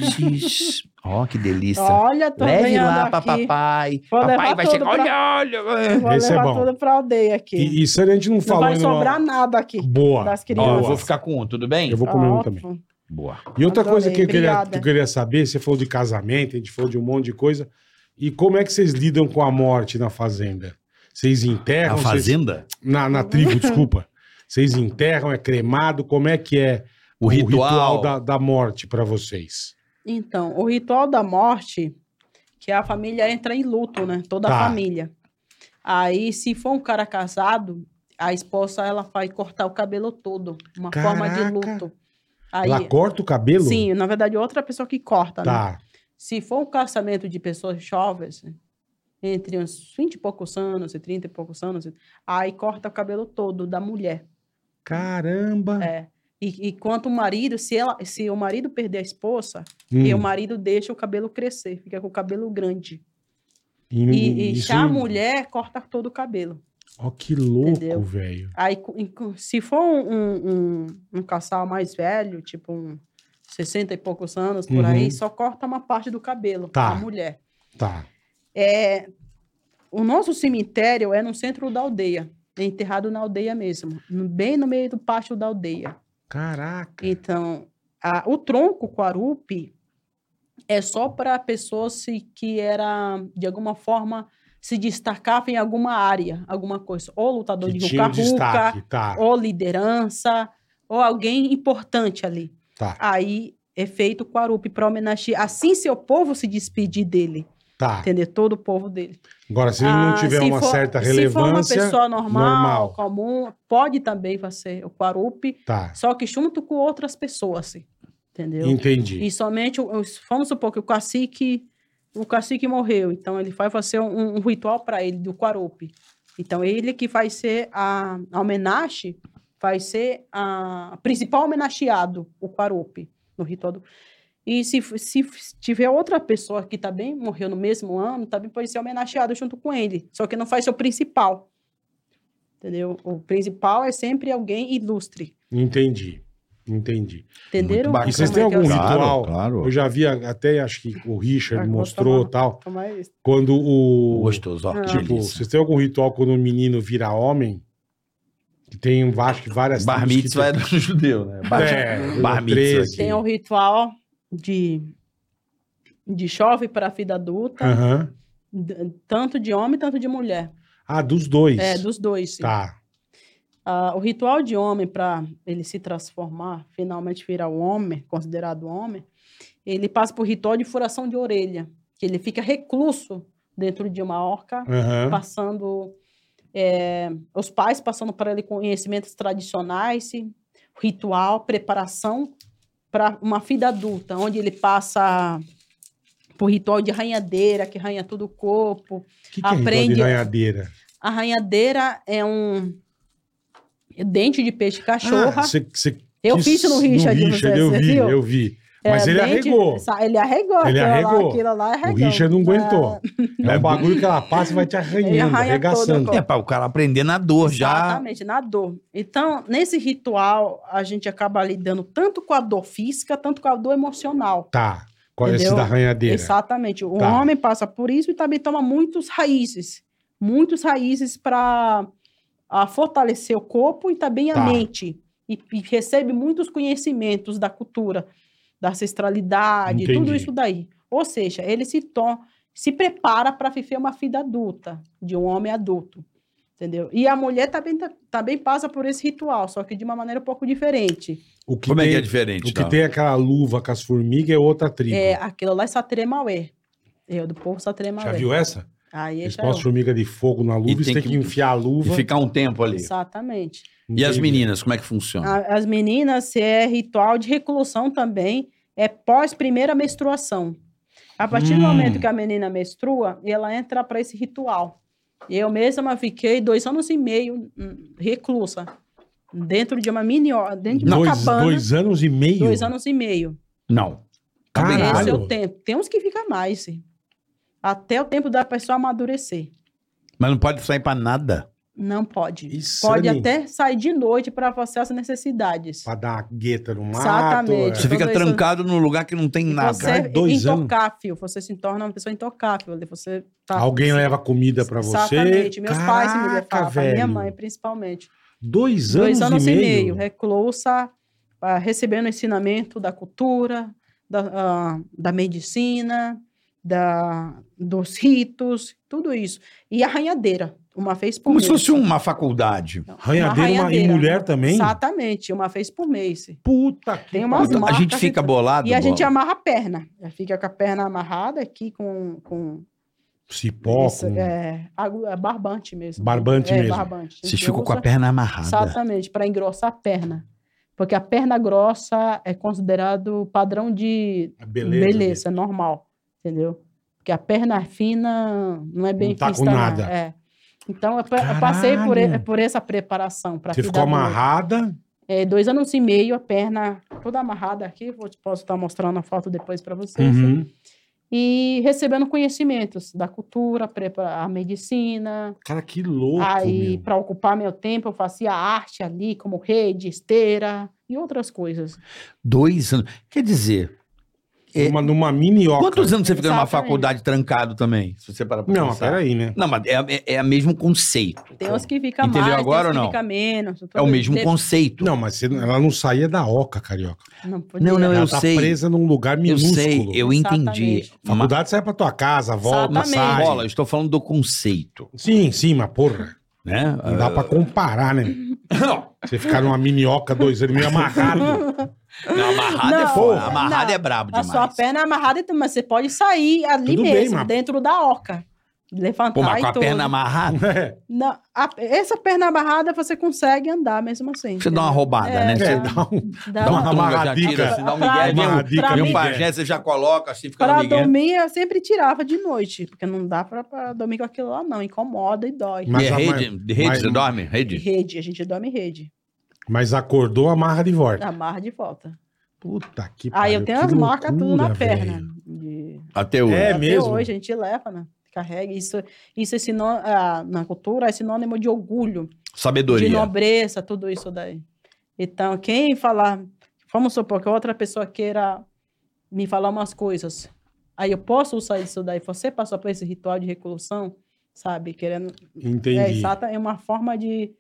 Speaker 2: chocolates. ó, que delícia.
Speaker 4: Olha, tô
Speaker 2: é- Leve
Speaker 4: ganhando
Speaker 2: lá pra
Speaker 4: aqui.
Speaker 2: papai.
Speaker 4: Vou
Speaker 2: papai
Speaker 4: levar
Speaker 2: vai
Speaker 4: tudo
Speaker 2: chegar. Olha, olha.
Speaker 4: Vou
Speaker 3: Esse é
Speaker 4: levar
Speaker 3: bom.
Speaker 4: tudo pra aldeia aqui.
Speaker 3: E isso a gente não
Speaker 4: não
Speaker 3: falou
Speaker 4: vai
Speaker 3: ainda.
Speaker 4: sobrar
Speaker 3: não.
Speaker 4: nada aqui.
Speaker 3: Boa.
Speaker 4: das crianças. Ah,
Speaker 2: Ó,
Speaker 3: boa.
Speaker 2: eu vou ficar com um, tudo bem?
Speaker 3: Eu vou comer um
Speaker 4: Ótimo.
Speaker 3: também.
Speaker 2: Boa.
Speaker 3: E outra
Speaker 4: Adorei,
Speaker 3: coisa que eu, queria,
Speaker 4: obrigada.
Speaker 3: que eu queria saber, você falou de casamento, a gente falou de um monte de coisa. E como é que vocês lidam com a morte na fazenda? Vocês enterram?
Speaker 2: a
Speaker 3: vocês-
Speaker 2: fazenda?
Speaker 3: na, na tribo, desculpa. Vocês enterram, é cremado, como é que é
Speaker 2: O ritual.
Speaker 3: da, da morte pra vocês?
Speaker 4: Então, o ritual da morte, que a família entra em luto, né? Toda
Speaker 3: Tá.
Speaker 4: a família. Aí, se for um cara casado, a esposa ela vai cortar o cabelo todo, uma forma de
Speaker 3: Caraca.
Speaker 4: luto. Aí,
Speaker 3: Ela corta o cabelo?
Speaker 4: sim, na verdade, outra pessoa que corta, né?
Speaker 3: Tá.
Speaker 4: Se for um casamento de pessoas jovens, entre uns 20 e poucos anos e 30 e poucos anos, aí corta o cabelo todo da mulher.
Speaker 3: Caramba.
Speaker 4: É. E, e quanto o marido, se, ela, se o marido perder a esposa,
Speaker 3: Hum,
Speaker 4: E o marido deixa o cabelo crescer, fica com o cabelo grande.
Speaker 3: hum,
Speaker 4: E, e
Speaker 3: isso-
Speaker 4: já a mulher corta todo o cabelo.
Speaker 3: Ó, que louco,
Speaker 4: Entendeu?
Speaker 3: velho.
Speaker 4: Aí, cu- em- cu- se for um, um, um- um casal mais velho, tipo um 60 e poucos anos por
Speaker 3: Uhum.
Speaker 4: aí, só corta uma parte do cabelo
Speaker 3: Tá.
Speaker 4: a mulher.
Speaker 3: Tá.
Speaker 4: É, o nosso cemitério é no centro da aldeia, é enterrado na aldeia mesmo, no- bem no meio do pátio da aldeia.
Speaker 3: Caraca.
Speaker 4: Então, a- o tronco Quarupi é só para pessoas se- que era, de alguma forma, se destacava em alguma área, alguma coisa. Ou lutador
Speaker 3: Que
Speaker 4: Então, de
Speaker 3: tinha o
Speaker 4: ruca-ruca,
Speaker 3: destaque, tá.
Speaker 4: ou liderança, ou alguém importante ali.
Speaker 3: Tá,
Speaker 4: Aí é feito o Quarupi para homenagear, assim seu povo se despedir dele,
Speaker 3: tá.
Speaker 4: entendeu? Todo o povo dele.
Speaker 3: Agora, se ele não
Speaker 4: Ah,
Speaker 3: tiver
Speaker 4: se
Speaker 3: uma
Speaker 4: for-
Speaker 3: certa
Speaker 4: Se for uma
Speaker 3: relevância,
Speaker 4: pessoa normal,
Speaker 3: normal.
Speaker 4: comum, pode também fazer o Quarupi,
Speaker 3: tá.
Speaker 4: só que junto com outras pessoas, assim, entendeu?
Speaker 3: Entendi.
Speaker 4: E somente, o- os- vamos supor que o cacique, o cacique morreu, então ele vai fazer um, um ritual para ele do Quarupi. Então ele que vai ser a, a homenagem, vai ser a principal homenageado, o Quarupi, no ritual do... E se, f- se f- tiver outra pessoa que também morreu no mesmo ano, também pode ser homenageado junto com ele, só que não faz ser o principal. Entendeu? O principal é sempre alguém ilustre.
Speaker 3: Entendi. Entendi.
Speaker 4: Entenderam?
Speaker 2: bacana.
Speaker 4: Como
Speaker 3: E vocês têm
Speaker 4: é que é o-
Speaker 3: algum
Speaker 2: Claro,
Speaker 3: ritual?
Speaker 2: claro.
Speaker 3: Eu já vi a- até, acho que o Richard
Speaker 4: Agora
Speaker 3: mostrou
Speaker 4: tá
Speaker 3: tal.
Speaker 4: Como é isso?
Speaker 3: Quando o.
Speaker 2: Gostoso, ó. que
Speaker 3: Tipo,
Speaker 2: delícia.
Speaker 3: vocês têm algum ritual quando o menino vira homem? Que tem um, acho que várias
Speaker 2: Bar
Speaker 3: tribos que
Speaker 2: mitzvah
Speaker 3: tem-
Speaker 2: era judeu, né? Bar,
Speaker 3: É,
Speaker 2: bar mitzvah.
Speaker 3: 13.
Speaker 2: aqui.
Speaker 4: Tem o ritual de, de chove para a vida adulta,
Speaker 3: Aham.
Speaker 4: d- tanto de homem tanto de mulher.
Speaker 3: Ah, dos dois.
Speaker 4: É, dos dois. sim.
Speaker 3: Tá.
Speaker 4: Ah, o ritual de homem para ele se transformar, finalmente virar um homem, considerado homem, ele passa por ritual de furação de orelha, que ele fica recluso dentro de uma orca,
Speaker 3: Aham.
Speaker 4: passando é, os pais passando para ele conhecimentos tradicionais, e ritual, preparação para uma vida adulta, onde ele passa por ritual de ranhadeira, que ranha todo o corpo.
Speaker 3: O que, que é ritual de
Speaker 4: Aprende-
Speaker 3: ganhadeira?
Speaker 4: A ranhadeira é um dente de peixe cachorra. eu fiz no Richard,
Speaker 3: Ah, no
Speaker 4: não sei
Speaker 3: Richard
Speaker 4: se
Speaker 3: eu
Speaker 4: você
Speaker 3: vi,
Speaker 4: viu.
Speaker 3: eu vi. Mas
Speaker 4: É,
Speaker 3: ele
Speaker 4: dente-
Speaker 3: arregou.
Speaker 4: sa- Ele arregou.
Speaker 3: Ele
Speaker 4: aquilo lá-
Speaker 3: arregou.
Speaker 4: aquilo lá
Speaker 3: O
Speaker 4: arregou.
Speaker 3: Richard não aguentou. É
Speaker 2: É,
Speaker 3: um bagulho que ela passa e vai te
Speaker 4: Ele
Speaker 3: arranhando,
Speaker 4: arranha
Speaker 3: arregaçando.
Speaker 4: todo
Speaker 2: é pra o cara aprender na dor já.
Speaker 4: Exatamente, na dor. Então, nesse ritual, a gente acaba lidando tanto com a dor física, tanto com a dor emocional.
Speaker 3: Tá. Qual é esse
Speaker 4: Entendeu?
Speaker 3: da arranhadeira?
Speaker 4: Exatamente. O
Speaker 3: Tá.
Speaker 4: homem passa por isso e também toma muitos raízes. Muitos raízes para fortalecer o corpo e também a
Speaker 3: Tá.
Speaker 4: mente. E, e recebe muitos conhecimentos da cultura, da ancestralidade, tudo
Speaker 3: Entendi.
Speaker 4: isso daí. Ou seja, ele se torna, se prepara para viver uma vida adulta, de um homem adulto. Entendeu? E a mulher também, tá- também passa por esse ritual, só que de uma maneira um pouco diferente.
Speaker 3: O que,
Speaker 2: Como é
Speaker 3: tem,
Speaker 2: que é diferente?
Speaker 3: o que
Speaker 2: tá?
Speaker 3: tem aquela luva com as formigas é outra tribo.
Speaker 4: É, aquilo lá é Satremauê. Eu, do povo Satremauê.
Speaker 3: Já viu essa?
Speaker 4: Aí
Speaker 3: Eles
Speaker 4: já é
Speaker 3: põem as formigas de fogo na luva
Speaker 2: E
Speaker 3: e você
Speaker 2: tem
Speaker 3: tem que
Speaker 2: que-
Speaker 3: enfiar a luva.
Speaker 2: E ficar um tempo ali.
Speaker 4: Exatamente.
Speaker 2: E as
Speaker 3: Entendi.
Speaker 2: meninas, como é que funciona?
Speaker 4: A- As meninas se é ritual de reclusão também, é pós primeira menstruação. A partir do
Speaker 2: Hum.
Speaker 4: momento que a menina menstrua, ela entra para esse ritual. Eu mesma fiquei dois anos e meio hum, reclusa, dentro de uma mini, or- dentro de uma
Speaker 3: Dois,
Speaker 4: cabana, dois,
Speaker 3: dois anos e meio?
Speaker 4: anos e meio.
Speaker 2: Não. Tá bem
Speaker 3: Caralho.
Speaker 4: Esse é o tempo. Tem uns que ficam mais, sim. até o tempo da pessoa amadurecer.
Speaker 2: Mas não pode sair pra nada.
Speaker 4: Não pode.
Speaker 3: Isso, é
Speaker 4: pode
Speaker 3: Anny.
Speaker 4: até sair de noite para fazer as necessidades.
Speaker 3: Pra dar uma gueta no mato.
Speaker 4: Exatamente.
Speaker 2: Você
Speaker 3: é.
Speaker 4: Tudo
Speaker 2: fica
Speaker 4: isso-
Speaker 2: trancado num lugar que não tem
Speaker 4: E
Speaker 2: nada.
Speaker 4: Você é
Speaker 3: Dois anos.
Speaker 4: intocável, você se torna uma pessoa intocável. Você tá-
Speaker 3: Alguém leva comida pra você.
Speaker 4: Exatamente. Meus pais me levavam,
Speaker 3: Caraca,
Speaker 4: minha
Speaker 3: velho.
Speaker 4: mãe principalmente.
Speaker 3: Dois anos,
Speaker 4: Dois anos
Speaker 3: e meio.
Speaker 4: reclusa, ah, recebendo ensinamento da cultura, da, ah, da medicina, da, dos ritos, tudo isso. E arranhadeira, uma vez por
Speaker 2: Como
Speaker 4: mês.
Speaker 2: se fosse uma faculdade.
Speaker 4: Uma
Speaker 3: um Arranhadeira, uma- e
Speaker 4: arranhadeira.
Speaker 3: mulher também?
Speaker 4: Exatamente, uma vez por mês.
Speaker 3: Puta que
Speaker 4: Tem umas
Speaker 2: Puta, Então, a
Speaker 4: marcas
Speaker 2: gente fica
Speaker 4: e-
Speaker 2: bolado.
Speaker 4: E a
Speaker 2: Bola.
Speaker 4: gente amarra a perna. Fica com a perna amarrada aqui com- com
Speaker 3: Cipó.
Speaker 4: Isso,
Speaker 3: com-
Speaker 4: é, agu- é barbante mesmo.
Speaker 3: Barbante
Speaker 4: é,
Speaker 3: mesmo.
Speaker 4: Barbante.
Speaker 2: Vocês ficam com a perna amarrada.
Speaker 4: Exatamente, para engrossar a perna. Porque a perna grossa é considerado padrão de
Speaker 3: a
Speaker 4: beleza,
Speaker 3: Beleza.
Speaker 4: normal, entendeu? Porque a perna é fina não é bem
Speaker 3: Não tá com
Speaker 4: vista, né?
Speaker 3: nada.
Speaker 4: É. Então, eu pa- eu passei por,
Speaker 3: Caralho!
Speaker 4: e- por essa preparação. Pra
Speaker 3: Você
Speaker 4: cuidar
Speaker 3: ficou
Speaker 4: do-
Speaker 3: amarrada.
Speaker 4: É, dois anos e meio, a perna toda amarrada aqui. Vou, posso estar mostrando a foto depois para vocês
Speaker 3: Uhum.
Speaker 4: e recebendo conhecimentos da cultura, prepara- a medicina.
Speaker 3: Cara, que louco,
Speaker 4: aí,
Speaker 3: meu.
Speaker 4: para ocupar meu tempo, eu fazia arte ali, como rede, esteira e outras coisas.
Speaker 2: Dois anos. Quer dizer, É.
Speaker 3: Numa, numa minioca.
Speaker 2: Quantos anos você fica numa
Speaker 5: Exatamente.
Speaker 2: faculdade trancado também? Se você parar pra
Speaker 3: Não, mas
Speaker 2: pensar.
Speaker 3: peraí, né?
Speaker 2: Não, mas é, é, é o mesmo conceito.
Speaker 4: Tem uns que fica
Speaker 2: Entendeu
Speaker 4: mais, tem uns
Speaker 2: agora ou
Speaker 4: que
Speaker 2: não?
Speaker 4: fica menos.
Speaker 2: É o mesmo conceito.
Speaker 3: Não, mas você- ela não saía da oca, carioca.
Speaker 4: Não,
Speaker 2: Não, não,
Speaker 3: Ela
Speaker 2: eu
Speaker 3: tá
Speaker 2: sei.
Speaker 3: presa num lugar
Speaker 2: eu
Speaker 3: minúsculo.
Speaker 2: sei, eu entendi.
Speaker 4: Exatamente.
Speaker 2: Mas,
Speaker 3: Faculdade sai pra tua casa, volta,
Speaker 2: mas
Speaker 4: Exatamente.
Speaker 3: sai.
Speaker 2: bola, eu estou falando do conceito,
Speaker 3: Sim, sim, mas porra.
Speaker 2: né?
Speaker 3: Não dá pra comparar, né? Você ficar numa minioca dois anos meio amarrado.
Speaker 2: Não, amarrado é
Speaker 4: Não,
Speaker 2: foda.
Speaker 4: não.
Speaker 2: Amarrado é brabo
Speaker 4: A
Speaker 2: demais.
Speaker 4: sua perna é amarrada, então, mas você pode sair ali
Speaker 3: Tudo bem,
Speaker 4: mesmo,
Speaker 3: mas-
Speaker 4: dentro da oca. Levantar
Speaker 2: Pô, mas com
Speaker 4: e
Speaker 2: a
Speaker 4: tudo.
Speaker 2: perna amarrada,
Speaker 3: É,
Speaker 4: Não, a- essa perna amarrada você consegue andar mesmo assim.
Speaker 2: você dá uma roubada,
Speaker 4: É,
Speaker 2: né?
Speaker 4: é,
Speaker 2: Você
Speaker 3: é, dá um-
Speaker 4: Dá
Speaker 2: dá uma
Speaker 4: uma-
Speaker 2: tunga, já
Speaker 3: amarradica.
Speaker 2: tira, assim, dá um
Speaker 4: Pra-
Speaker 2: migué.
Speaker 4: pra-
Speaker 2: Vem um-
Speaker 3: Amarradica,
Speaker 2: vem um
Speaker 3: migué.
Speaker 2: pajé, você já coloca assim, fica no
Speaker 4: Pra
Speaker 2: migué.
Speaker 4: dormir, eu sempre tirava de noite, porque não dá pra, pra dormir com aquilo lá, não. Incomoda e dói.
Speaker 2: E
Speaker 3: Mas
Speaker 2: é
Speaker 3: a
Speaker 2: rede?
Speaker 3: mãe-
Speaker 2: De rede?
Speaker 3: mas-
Speaker 2: Você dorme? Rede?
Speaker 4: Rede, a gente dorme em rede.
Speaker 3: Mas acordou, amarra de volta.
Speaker 4: Amarra de volta.
Speaker 3: Puta que
Speaker 4: Ah, Aí eu
Speaker 3: pariu,
Speaker 4: tenho
Speaker 3: que
Speaker 4: as marcas tudo
Speaker 3: loucura,
Speaker 4: na perna.
Speaker 3: velho.
Speaker 4: De-
Speaker 2: Até hoje.
Speaker 3: É
Speaker 4: Até
Speaker 3: mesmo?
Speaker 4: hoje a gente leva, né? Carrega. Isso, isso é sinônimo, na cultura é sinônimo de orgulho, de
Speaker 2: Sabedoria.
Speaker 4: nobreza, tudo isso daí. Então, quem falar, vamos supor que outra pessoa queira me falar umas coisas, aí eu posso usar isso daí. Você passou por esse ritual de reclusão, sabe? Querendo É,
Speaker 3: Entendi.
Speaker 4: exata, é uma forma de,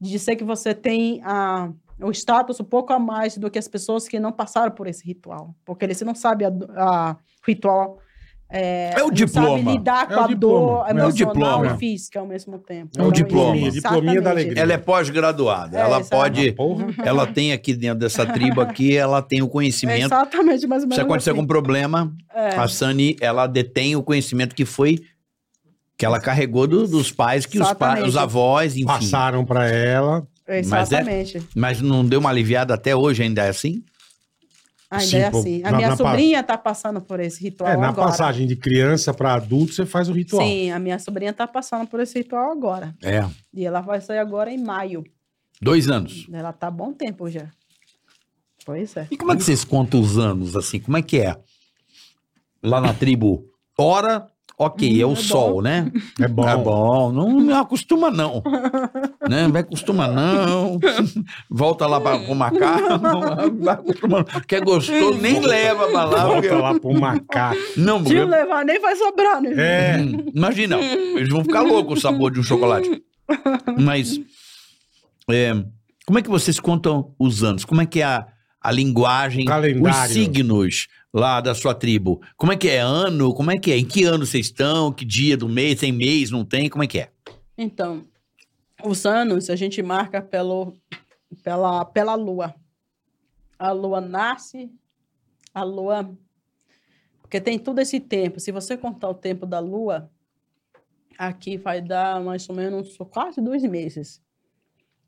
Speaker 4: de dizer que você tem a, o status um pouco a mais do que as pessoas que não passaram por esse ritual. Porque eles não sabem a do- a- o ritual. É,
Speaker 2: É o
Speaker 4: não
Speaker 2: diploma.
Speaker 4: Sabe lidar com
Speaker 3: É o
Speaker 4: a
Speaker 3: diploma.
Speaker 4: dor
Speaker 3: É o
Speaker 4: emocional
Speaker 2: diploma.
Speaker 4: e física ao mesmo tempo. Então,
Speaker 3: É o
Speaker 2: diploma.
Speaker 4: exatamente.
Speaker 3: Diplominha da alegria.
Speaker 2: Ela é pós-graduada.
Speaker 4: É,
Speaker 2: ela
Speaker 4: sabe?
Speaker 2: pode.
Speaker 3: Porra.
Speaker 4: Uhum.
Speaker 2: Ela tem aqui dentro dessa tribo aqui, ela tem o
Speaker 4: É
Speaker 2: conhecimento.
Speaker 4: exatamente, mais ou menos.
Speaker 2: Se acontecer
Speaker 4: assim.
Speaker 2: algum problema,
Speaker 4: É.
Speaker 2: a Sani, ela detém o conhecimento que foi. Que ela carregou do- dos pais, que os, pais,
Speaker 4: Exatamente.
Speaker 2: os avós, enfim.
Speaker 3: Passaram pra ela.
Speaker 4: É,
Speaker 2: mas é-
Speaker 4: Exatamente.
Speaker 2: Mas não deu uma aliviada até hoje, ainda é assim?
Speaker 4: Ainda
Speaker 3: Sim,
Speaker 4: é
Speaker 3: pô,
Speaker 4: assim. A
Speaker 3: na-
Speaker 4: minha
Speaker 3: na pa-
Speaker 4: sobrinha está passando por esse ritual
Speaker 3: É, na
Speaker 4: agora.
Speaker 3: passagem de criança pra adulto, você faz o ritual.
Speaker 4: Sim, a minha sobrinha está passando por esse ritual agora.
Speaker 2: É.
Speaker 4: E ela vai sair agora em maio.
Speaker 2: Dois anos.
Speaker 4: Ela tá há bom tempo já. Pois é.
Speaker 2: E como é que vocês contam os anos, assim? Como é que é? Lá na tribo, hora, ok,
Speaker 4: Hum,
Speaker 2: é o
Speaker 4: é bom.
Speaker 2: sol, né?
Speaker 3: É bom.
Speaker 2: É bom, não me acostuma não. né? Não me acostuma não. Volta lá pra, pro macaco. Não me acostuma não. Que é gostoso, nem leva pra lá. porque-
Speaker 3: Volta lá pro macaco.
Speaker 2: Não,
Speaker 4: Se não
Speaker 2: porque-
Speaker 4: levar, nem vai sobrar, né?
Speaker 3: É.
Speaker 2: Hum, imagina, eles vão ficar loucos o sabor de um chocolate. Mas, é, como é que vocês contam os anos? Como é que é a, a linguagem, os
Speaker 3: Calendário.
Speaker 2: signos lá da sua tribo? Como é que é ano? Como é que é? Em que ano vocês estão? Que dia do mês? Tem mês? Não tem? Como é que é?
Speaker 4: Então, os anos a gente marca pelo, pela, pela lua. A lua nasce, a lua. Porque tem todo esse tempo. Se você contar o tempo da lua, aqui vai dar mais ou menos quase dois meses.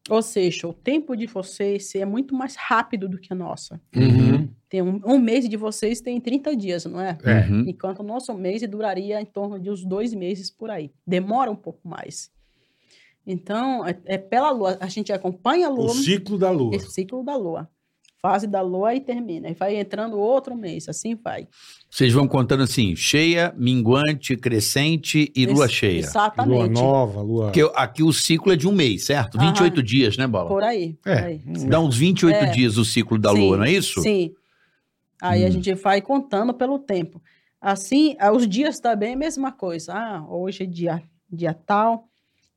Speaker 4: Ou seja, o tempo de vocês é muito mais rápido do que a nossa.
Speaker 3: Uhum.
Speaker 4: Tem um, um mês de vocês tem 30 dias, não é?
Speaker 3: É.
Speaker 2: Uhum.
Speaker 4: Enquanto o nosso mês duraria em torno de uns dois meses por aí. Demora um pouco mais. Então, é, é pela lua. A gente acompanha a
Speaker 3: O
Speaker 4: lua,
Speaker 3: ciclo da lua.
Speaker 4: esse ciclo da lua. Fase da lua e termina. E vai entrando outro mês, assim vai.
Speaker 2: Vocês vão contando assim, cheia, minguante, crescente e lua
Speaker 4: Ex-
Speaker 2: cheia.
Speaker 3: Lua
Speaker 4: Exatamente.
Speaker 3: nova, lua.
Speaker 2: Porque aqui o ciclo é de um mês, certo?
Speaker 4: Aham.
Speaker 2: 28 dias, né, Bola?
Speaker 4: Por aí. por
Speaker 3: É.
Speaker 4: aí.
Speaker 2: Dá uns 28
Speaker 4: É.
Speaker 2: dias o ciclo da
Speaker 4: Sim,
Speaker 2: lua, não é isso?
Speaker 4: Sim. Aí
Speaker 2: Hum.
Speaker 4: a gente vai contando pelo tempo. Assim, ah, os dias também é a mesma coisa. Ah, hoje é dia, dia tal.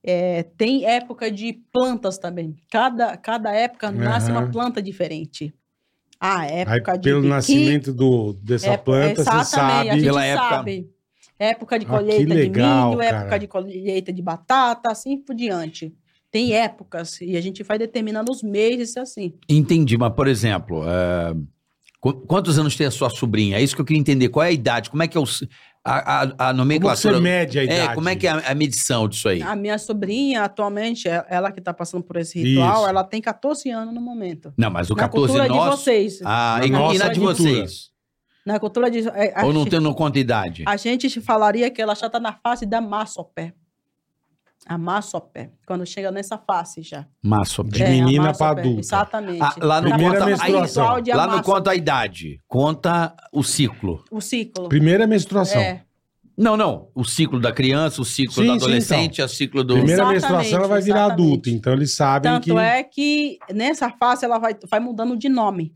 Speaker 4: É, tem época de plantas também. Cada, cada época nasce uma
Speaker 3: Aham.
Speaker 4: planta diferente. A
Speaker 3: Aí,
Speaker 4: época de
Speaker 3: pelo
Speaker 4: biqui-
Speaker 3: nascimento do, dessa
Speaker 4: é-
Speaker 3: planta, você
Speaker 4: exatamente, a gente
Speaker 3: sabe.
Speaker 2: Pela época.
Speaker 4: sabe. Época de
Speaker 3: Ah,
Speaker 4: colheita
Speaker 3: que legal,
Speaker 4: de milho,
Speaker 3: cara.
Speaker 4: época de colheita de batata, assim por diante. Tem épocas e a gente vai determinando os meses assim.
Speaker 2: Entendi, mas por exemplo, é, qu- quantos anos tem a sua sobrinha? É isso que eu queria entender. Qual é a idade? Como é que é o, c- a, a, a
Speaker 3: Como que
Speaker 2: nomenclatura?
Speaker 3: você mede a idade?
Speaker 2: é, como é que é a, a medição disso aí?
Speaker 4: A minha sobrinha, atualmente, é- ela que está passando por esse ritual,
Speaker 3: Isso.
Speaker 4: ela tem 14 anos no momento.
Speaker 2: Não, mas o
Speaker 4: na
Speaker 2: 14
Speaker 4: cultura de
Speaker 2: nosso.
Speaker 4: vocês.
Speaker 2: Ah, e
Speaker 3: Na
Speaker 2: na, e na
Speaker 3: nossa
Speaker 2: de
Speaker 3: cultura.
Speaker 2: vocês?
Speaker 4: Na cultura de. é, A,
Speaker 2: Ou não
Speaker 4: gente-
Speaker 2: tem, não conta a idade?
Speaker 4: a gente te falaria que ela já está na fase da massopé. A massopé. Quando chega nessa fase já.
Speaker 2: Massa.
Speaker 3: De
Speaker 4: É, a
Speaker 3: menina
Speaker 4: massopé,
Speaker 3: pra adulta.
Speaker 4: Exatamente.
Speaker 2: Ah, lá não
Speaker 3: Primeira
Speaker 2: conta
Speaker 3: menstruação.
Speaker 4: ritual de
Speaker 2: Lá não
Speaker 4: amassa-
Speaker 2: conta a idade, conta o ciclo.
Speaker 4: O ciclo.
Speaker 3: Primeira menstruação.
Speaker 4: É,
Speaker 2: Não, não. O ciclo da criança, o ciclo
Speaker 3: Sim,
Speaker 2: da
Speaker 3: sim, então.
Speaker 2: adolescente, o ciclo do.
Speaker 3: Primeira
Speaker 4: Exatamente,
Speaker 3: menstruação, ela vai virar
Speaker 4: exatamente.
Speaker 3: adulta. Então eles sabem
Speaker 4: Tanto
Speaker 3: que.
Speaker 4: é que nessa fase ela vai, vai mudando de nome.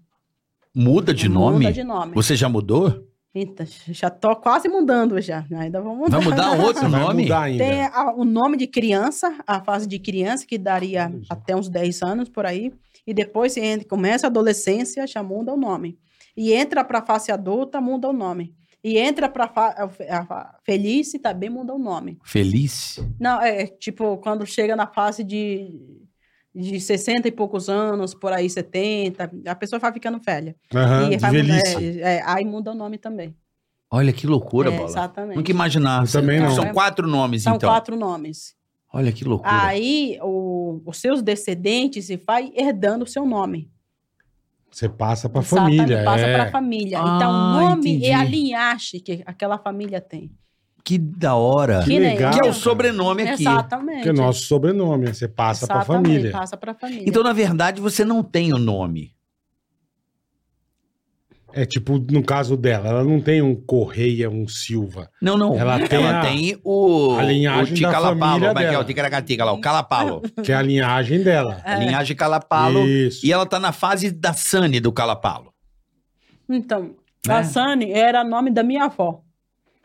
Speaker 2: Muda de nome?
Speaker 4: Muda de nome.
Speaker 2: Você já mudou?
Speaker 4: Eita, já tô quase mudando já. Ainda vou mudar.
Speaker 2: Vamos dar um outro
Speaker 3: vai
Speaker 2: nome?
Speaker 3: mudar ainda.
Speaker 4: Tem a- o nome de criança, a fase de criança, que daria
Speaker 3: Olha só.
Speaker 4: até uns 10 anos por aí. E depois, se entra- começa a adolescência, já muda o nome. E entra para a fase adulta, muda o nome. E entra para a fa- velhice, também muda o nome.
Speaker 2: Feliz?
Speaker 4: Não, é tipo, quando chega na fase de, de 60 e poucos anos, por aí 70, a pessoa vai ficando velha.
Speaker 3: Aham,
Speaker 4: e
Speaker 3: Ah, de
Speaker 4: vai
Speaker 3: velhice.
Speaker 4: Mudar, é, é, aí muda o nome também.
Speaker 2: Olha que loucura,
Speaker 4: É,
Speaker 2: bola.
Speaker 4: exatamente.
Speaker 2: Nunca imaginava.
Speaker 3: Eu também
Speaker 4: não.
Speaker 2: São quatro nomes,
Speaker 4: São
Speaker 2: então.
Speaker 4: quatro nomes.
Speaker 2: Olha que loucura.
Speaker 4: Aí o- os seus descendentes e vai herdando o seu nome.
Speaker 3: Você passa pra
Speaker 4: Exatamente,
Speaker 3: família.
Speaker 4: Passa
Speaker 3: é.
Speaker 4: para a família. então,
Speaker 2: Ah,
Speaker 4: o nome
Speaker 2: entendi.
Speaker 4: é a linhagem que aquela família tem.
Speaker 2: Que da hora.
Speaker 3: Que
Speaker 2: Que,
Speaker 4: Que nem-
Speaker 3: legal.
Speaker 4: que
Speaker 2: é
Speaker 3: cara.
Speaker 2: o sobrenome aqui.
Speaker 4: Exatamente.
Speaker 3: Que é nosso sobrenome. Você passa pra
Speaker 4: Exatamente,
Speaker 3: família.
Speaker 4: Passa para a família.
Speaker 2: Então, na verdade, você não tem o nome.
Speaker 3: É tipo, no caso dela, ela não tem um Correia, um Silva.
Speaker 2: Não, não.
Speaker 3: Ela tem a-
Speaker 2: tem o.
Speaker 3: a linhagem
Speaker 2: o
Speaker 3: da família
Speaker 2: Ticalapalo. Como é que é
Speaker 3: dela.
Speaker 2: o Ticaracatica lá? O Calapalo.
Speaker 3: Que é a linhagem dela.
Speaker 4: É.
Speaker 2: A linhagem Calapalo.
Speaker 3: Isso.
Speaker 2: E ela tá na fase da Sunny do Calapalo.
Speaker 4: Então,
Speaker 2: Né?
Speaker 4: a Sani era nome da minha avó.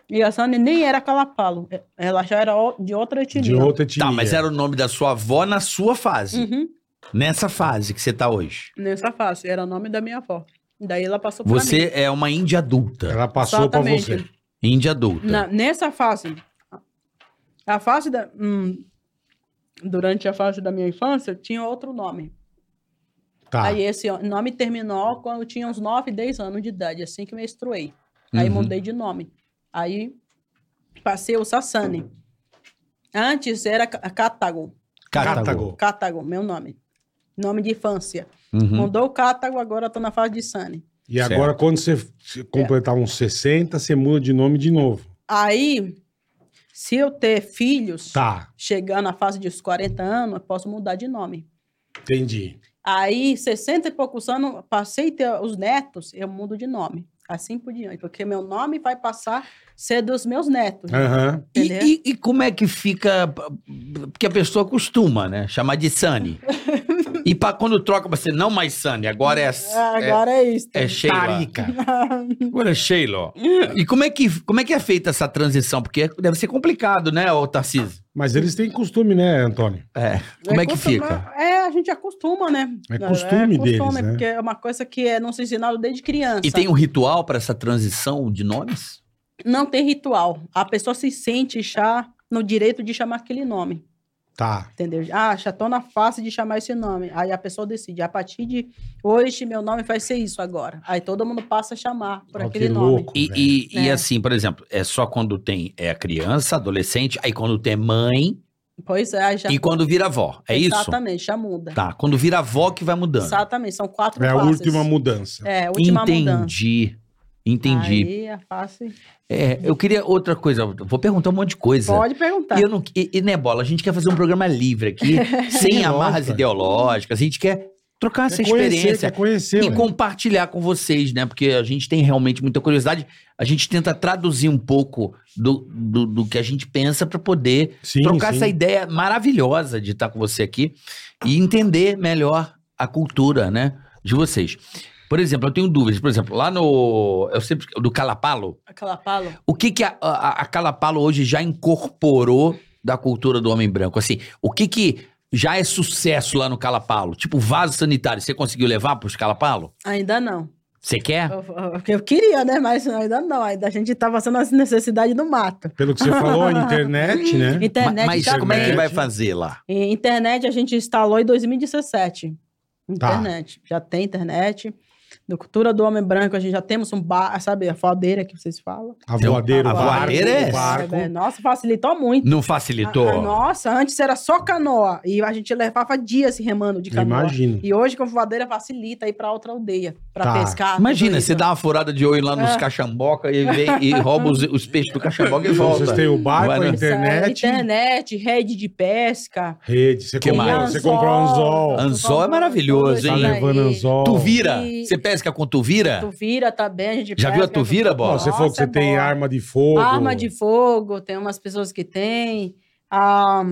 Speaker 4: E a Sani nem era calapalo. Ela já era o- de outra etnia.
Speaker 3: De outra etnia.
Speaker 2: Tá, mas era o nome da sua avó na sua fase.
Speaker 4: Uhum,
Speaker 2: Nessa fase que você tá hoje.
Speaker 4: Nessa face. Era nome da minha avó. Daí ela passou para mim.
Speaker 2: Você é uma índia adulta.
Speaker 3: Ela passou pra
Speaker 4: Exatamente.
Speaker 3: você.
Speaker 2: Índia adulta.
Speaker 4: Na- nessa fase, a fase da. hum, durante a fase da minha infância, tinha outro nome.
Speaker 3: Tá.
Speaker 4: Aí esse o- nome terminou quando eu tinha uns 9, 10 anos de idade, assim que menstruei. Aí
Speaker 2: Uhum.
Speaker 4: mudei de nome. Aí passei o Sassani. Antes era Ca- Cátago.
Speaker 2: Cátago.
Speaker 3: Cátago.
Speaker 4: Cátago, meu nome. Nome de infância.
Speaker 2: Uhum.
Speaker 4: Mudou o Cátago, agora eu tô na fase de Sani.
Speaker 3: E agora, quando você f- completar uns 60, você muda de nome de novo.
Speaker 4: Aí, se eu ter filhos,
Speaker 3: Tá,
Speaker 4: chegando à fase dos 40 anos, eu posso mudar de nome.
Speaker 3: entendi.
Speaker 4: Aí, 60 e poucos anos, passei a ter os netos, eu mudo de nome. Assim por diante, porque meu nome vai passar a ser dos meus netos.
Speaker 3: Aham.
Speaker 2: É. E,
Speaker 4: Entendeu?
Speaker 2: e- e como é que fica. Porque a pessoa costuma, né? Chamar de Sunny. e pra, quando troca, você não mais Sunny, agora é.
Speaker 4: Ah, Agora é, isso.
Speaker 2: É, é Sheila.
Speaker 3: Tarica.
Speaker 2: Agora é Sheila. E como é, que, como é que é feita essa transição? Porque deve ser complicado, né, ô Tarcísio?
Speaker 3: Mas eles têm costume, né, Antônio?
Speaker 2: É. Como é que
Speaker 4: costuma-
Speaker 2: fica?
Speaker 4: É, a gente acostuma, né?
Speaker 3: É costume deles, né?
Speaker 4: Porque é uma coisa que é não se ensinado desde criança.
Speaker 2: E tem um ritual pra essa transição de nomes?
Speaker 4: Não tem ritual. A pessoa se sente já no direito de chamar aquele nome.
Speaker 3: Tá.
Speaker 4: Entendeu? Ah, já tô na face de chamar esse nome. Aí a pessoa decide, a partir de hoje, meu nome vai ser isso agora. Aí todo mundo passa a chamar por
Speaker 3: Ó,
Speaker 4: aquele
Speaker 3: que
Speaker 4: nome.
Speaker 3: louco,
Speaker 2: E,
Speaker 3: velho.
Speaker 2: e- e
Speaker 4: É.
Speaker 2: assim, por exemplo, é só quando tem é criança, adolescente, aí quando tem mãe
Speaker 4: Pois é, aí já.
Speaker 2: e quando vira avó. É isso?
Speaker 4: Exatamente, já muda.
Speaker 2: Tá, quando vira avó que vai mudando.
Speaker 4: Exatamente, são quatro
Speaker 3: É a
Speaker 4: fases.
Speaker 3: última mudança.
Speaker 4: É, a última mudança.
Speaker 2: entendi. Entendi.
Speaker 4: Aí a face.
Speaker 2: É, eu queria outra coisa. Vou perguntar um monte de coisa.
Speaker 4: Pode tá. perguntar.
Speaker 2: E, eu não, e, e, né, Bola? A gente quer fazer um programa livre aqui, sem
Speaker 3: Lógico.
Speaker 2: amarras ideológicas. A gente quer trocar essa
Speaker 3: Quer É conhecer,
Speaker 2: experiência
Speaker 3: Quer conhecer,
Speaker 2: e
Speaker 3: ué.
Speaker 2: compartilhar com vocês, né? Porque a gente tem realmente muita curiosidade. A gente tenta traduzir um pouco do, do, do que a gente pensa para poder
Speaker 3: Sim,
Speaker 2: trocar
Speaker 3: sim.
Speaker 2: essa ideia maravilhosa de estar com você aqui e entender melhor a cultura, né, de vocês. Por exemplo, eu tenho dúvidas. Por exemplo, lá no eu sempre do Calapalo,
Speaker 4: Aquela palo.
Speaker 2: o que que a, a- a Calapalo hoje já incorporou da cultura do homem branco? Assim, o que que já é sucesso lá no Calapalo? Tipo vaso sanitário, você conseguiu levar para os Calapalo?
Speaker 4: Ainda não.
Speaker 2: Você quer?
Speaker 4: Eu, eu- eu queria, né? Mas ainda não. Ainda a gente tá passando as necessidades do mato.
Speaker 3: Pelo que você falou, a internet, né?
Speaker 4: Internet
Speaker 2: Mas
Speaker 4: já
Speaker 2: como é que
Speaker 4: tem.
Speaker 2: vai fazer lá?
Speaker 4: E Internet a gente instalou em 2017.
Speaker 3: Tá.
Speaker 4: Internet. Já tem internet. Do Cultura do Homem Branco, a gente já temos um bar, sabe, a faldeira que vocês falam.
Speaker 3: A voadeira,
Speaker 2: Então, A
Speaker 3: o barco,
Speaker 2: voadeira é
Speaker 3: o barco.
Speaker 4: É, Nossa, facilitou muito.
Speaker 2: Não
Speaker 4: A- a
Speaker 2: facilitou?
Speaker 4: nossa, antes era só canoa. E a gente levava dias se remando de
Speaker 3: Eu
Speaker 4: canoa.
Speaker 3: Imagino.
Speaker 4: E hoje com a voadeira facilita ir pra outra aldeia, pra
Speaker 3: Tá.
Speaker 4: pescar. tudo
Speaker 2: Imagina,
Speaker 4: isso.
Speaker 2: você dá uma furada de olho lá nos
Speaker 4: É.
Speaker 2: cachamboca e, vem, e rouba os, os peixes do cachamboca e
Speaker 3: Então, Vocês
Speaker 2: volta.
Speaker 3: têm o barco,
Speaker 2: Vai,
Speaker 3: a
Speaker 2: né?
Speaker 3: internet,
Speaker 4: Internet, rede de pesca.
Speaker 3: rede. Você
Speaker 2: Que
Speaker 3: comprou,
Speaker 2: mais?
Speaker 3: você comprou um anzol.
Speaker 2: Anzol. é maravilhoso,
Speaker 3: Tá
Speaker 4: né?
Speaker 2: hein?
Speaker 3: levando anzol.
Speaker 2: Tu vira?
Speaker 4: E-
Speaker 2: Você pesca com tuvira?
Speaker 4: Tuvira também, tá a gente
Speaker 2: É. Já viu a
Speaker 4: pesca.
Speaker 2: tuvira, Bola?
Speaker 3: Ó, você falou que
Speaker 4: Nossa, é
Speaker 3: você tem
Speaker 4: bola.
Speaker 3: arma de fogo.
Speaker 4: Arma de fogo, tem umas pessoas que têm. Ah,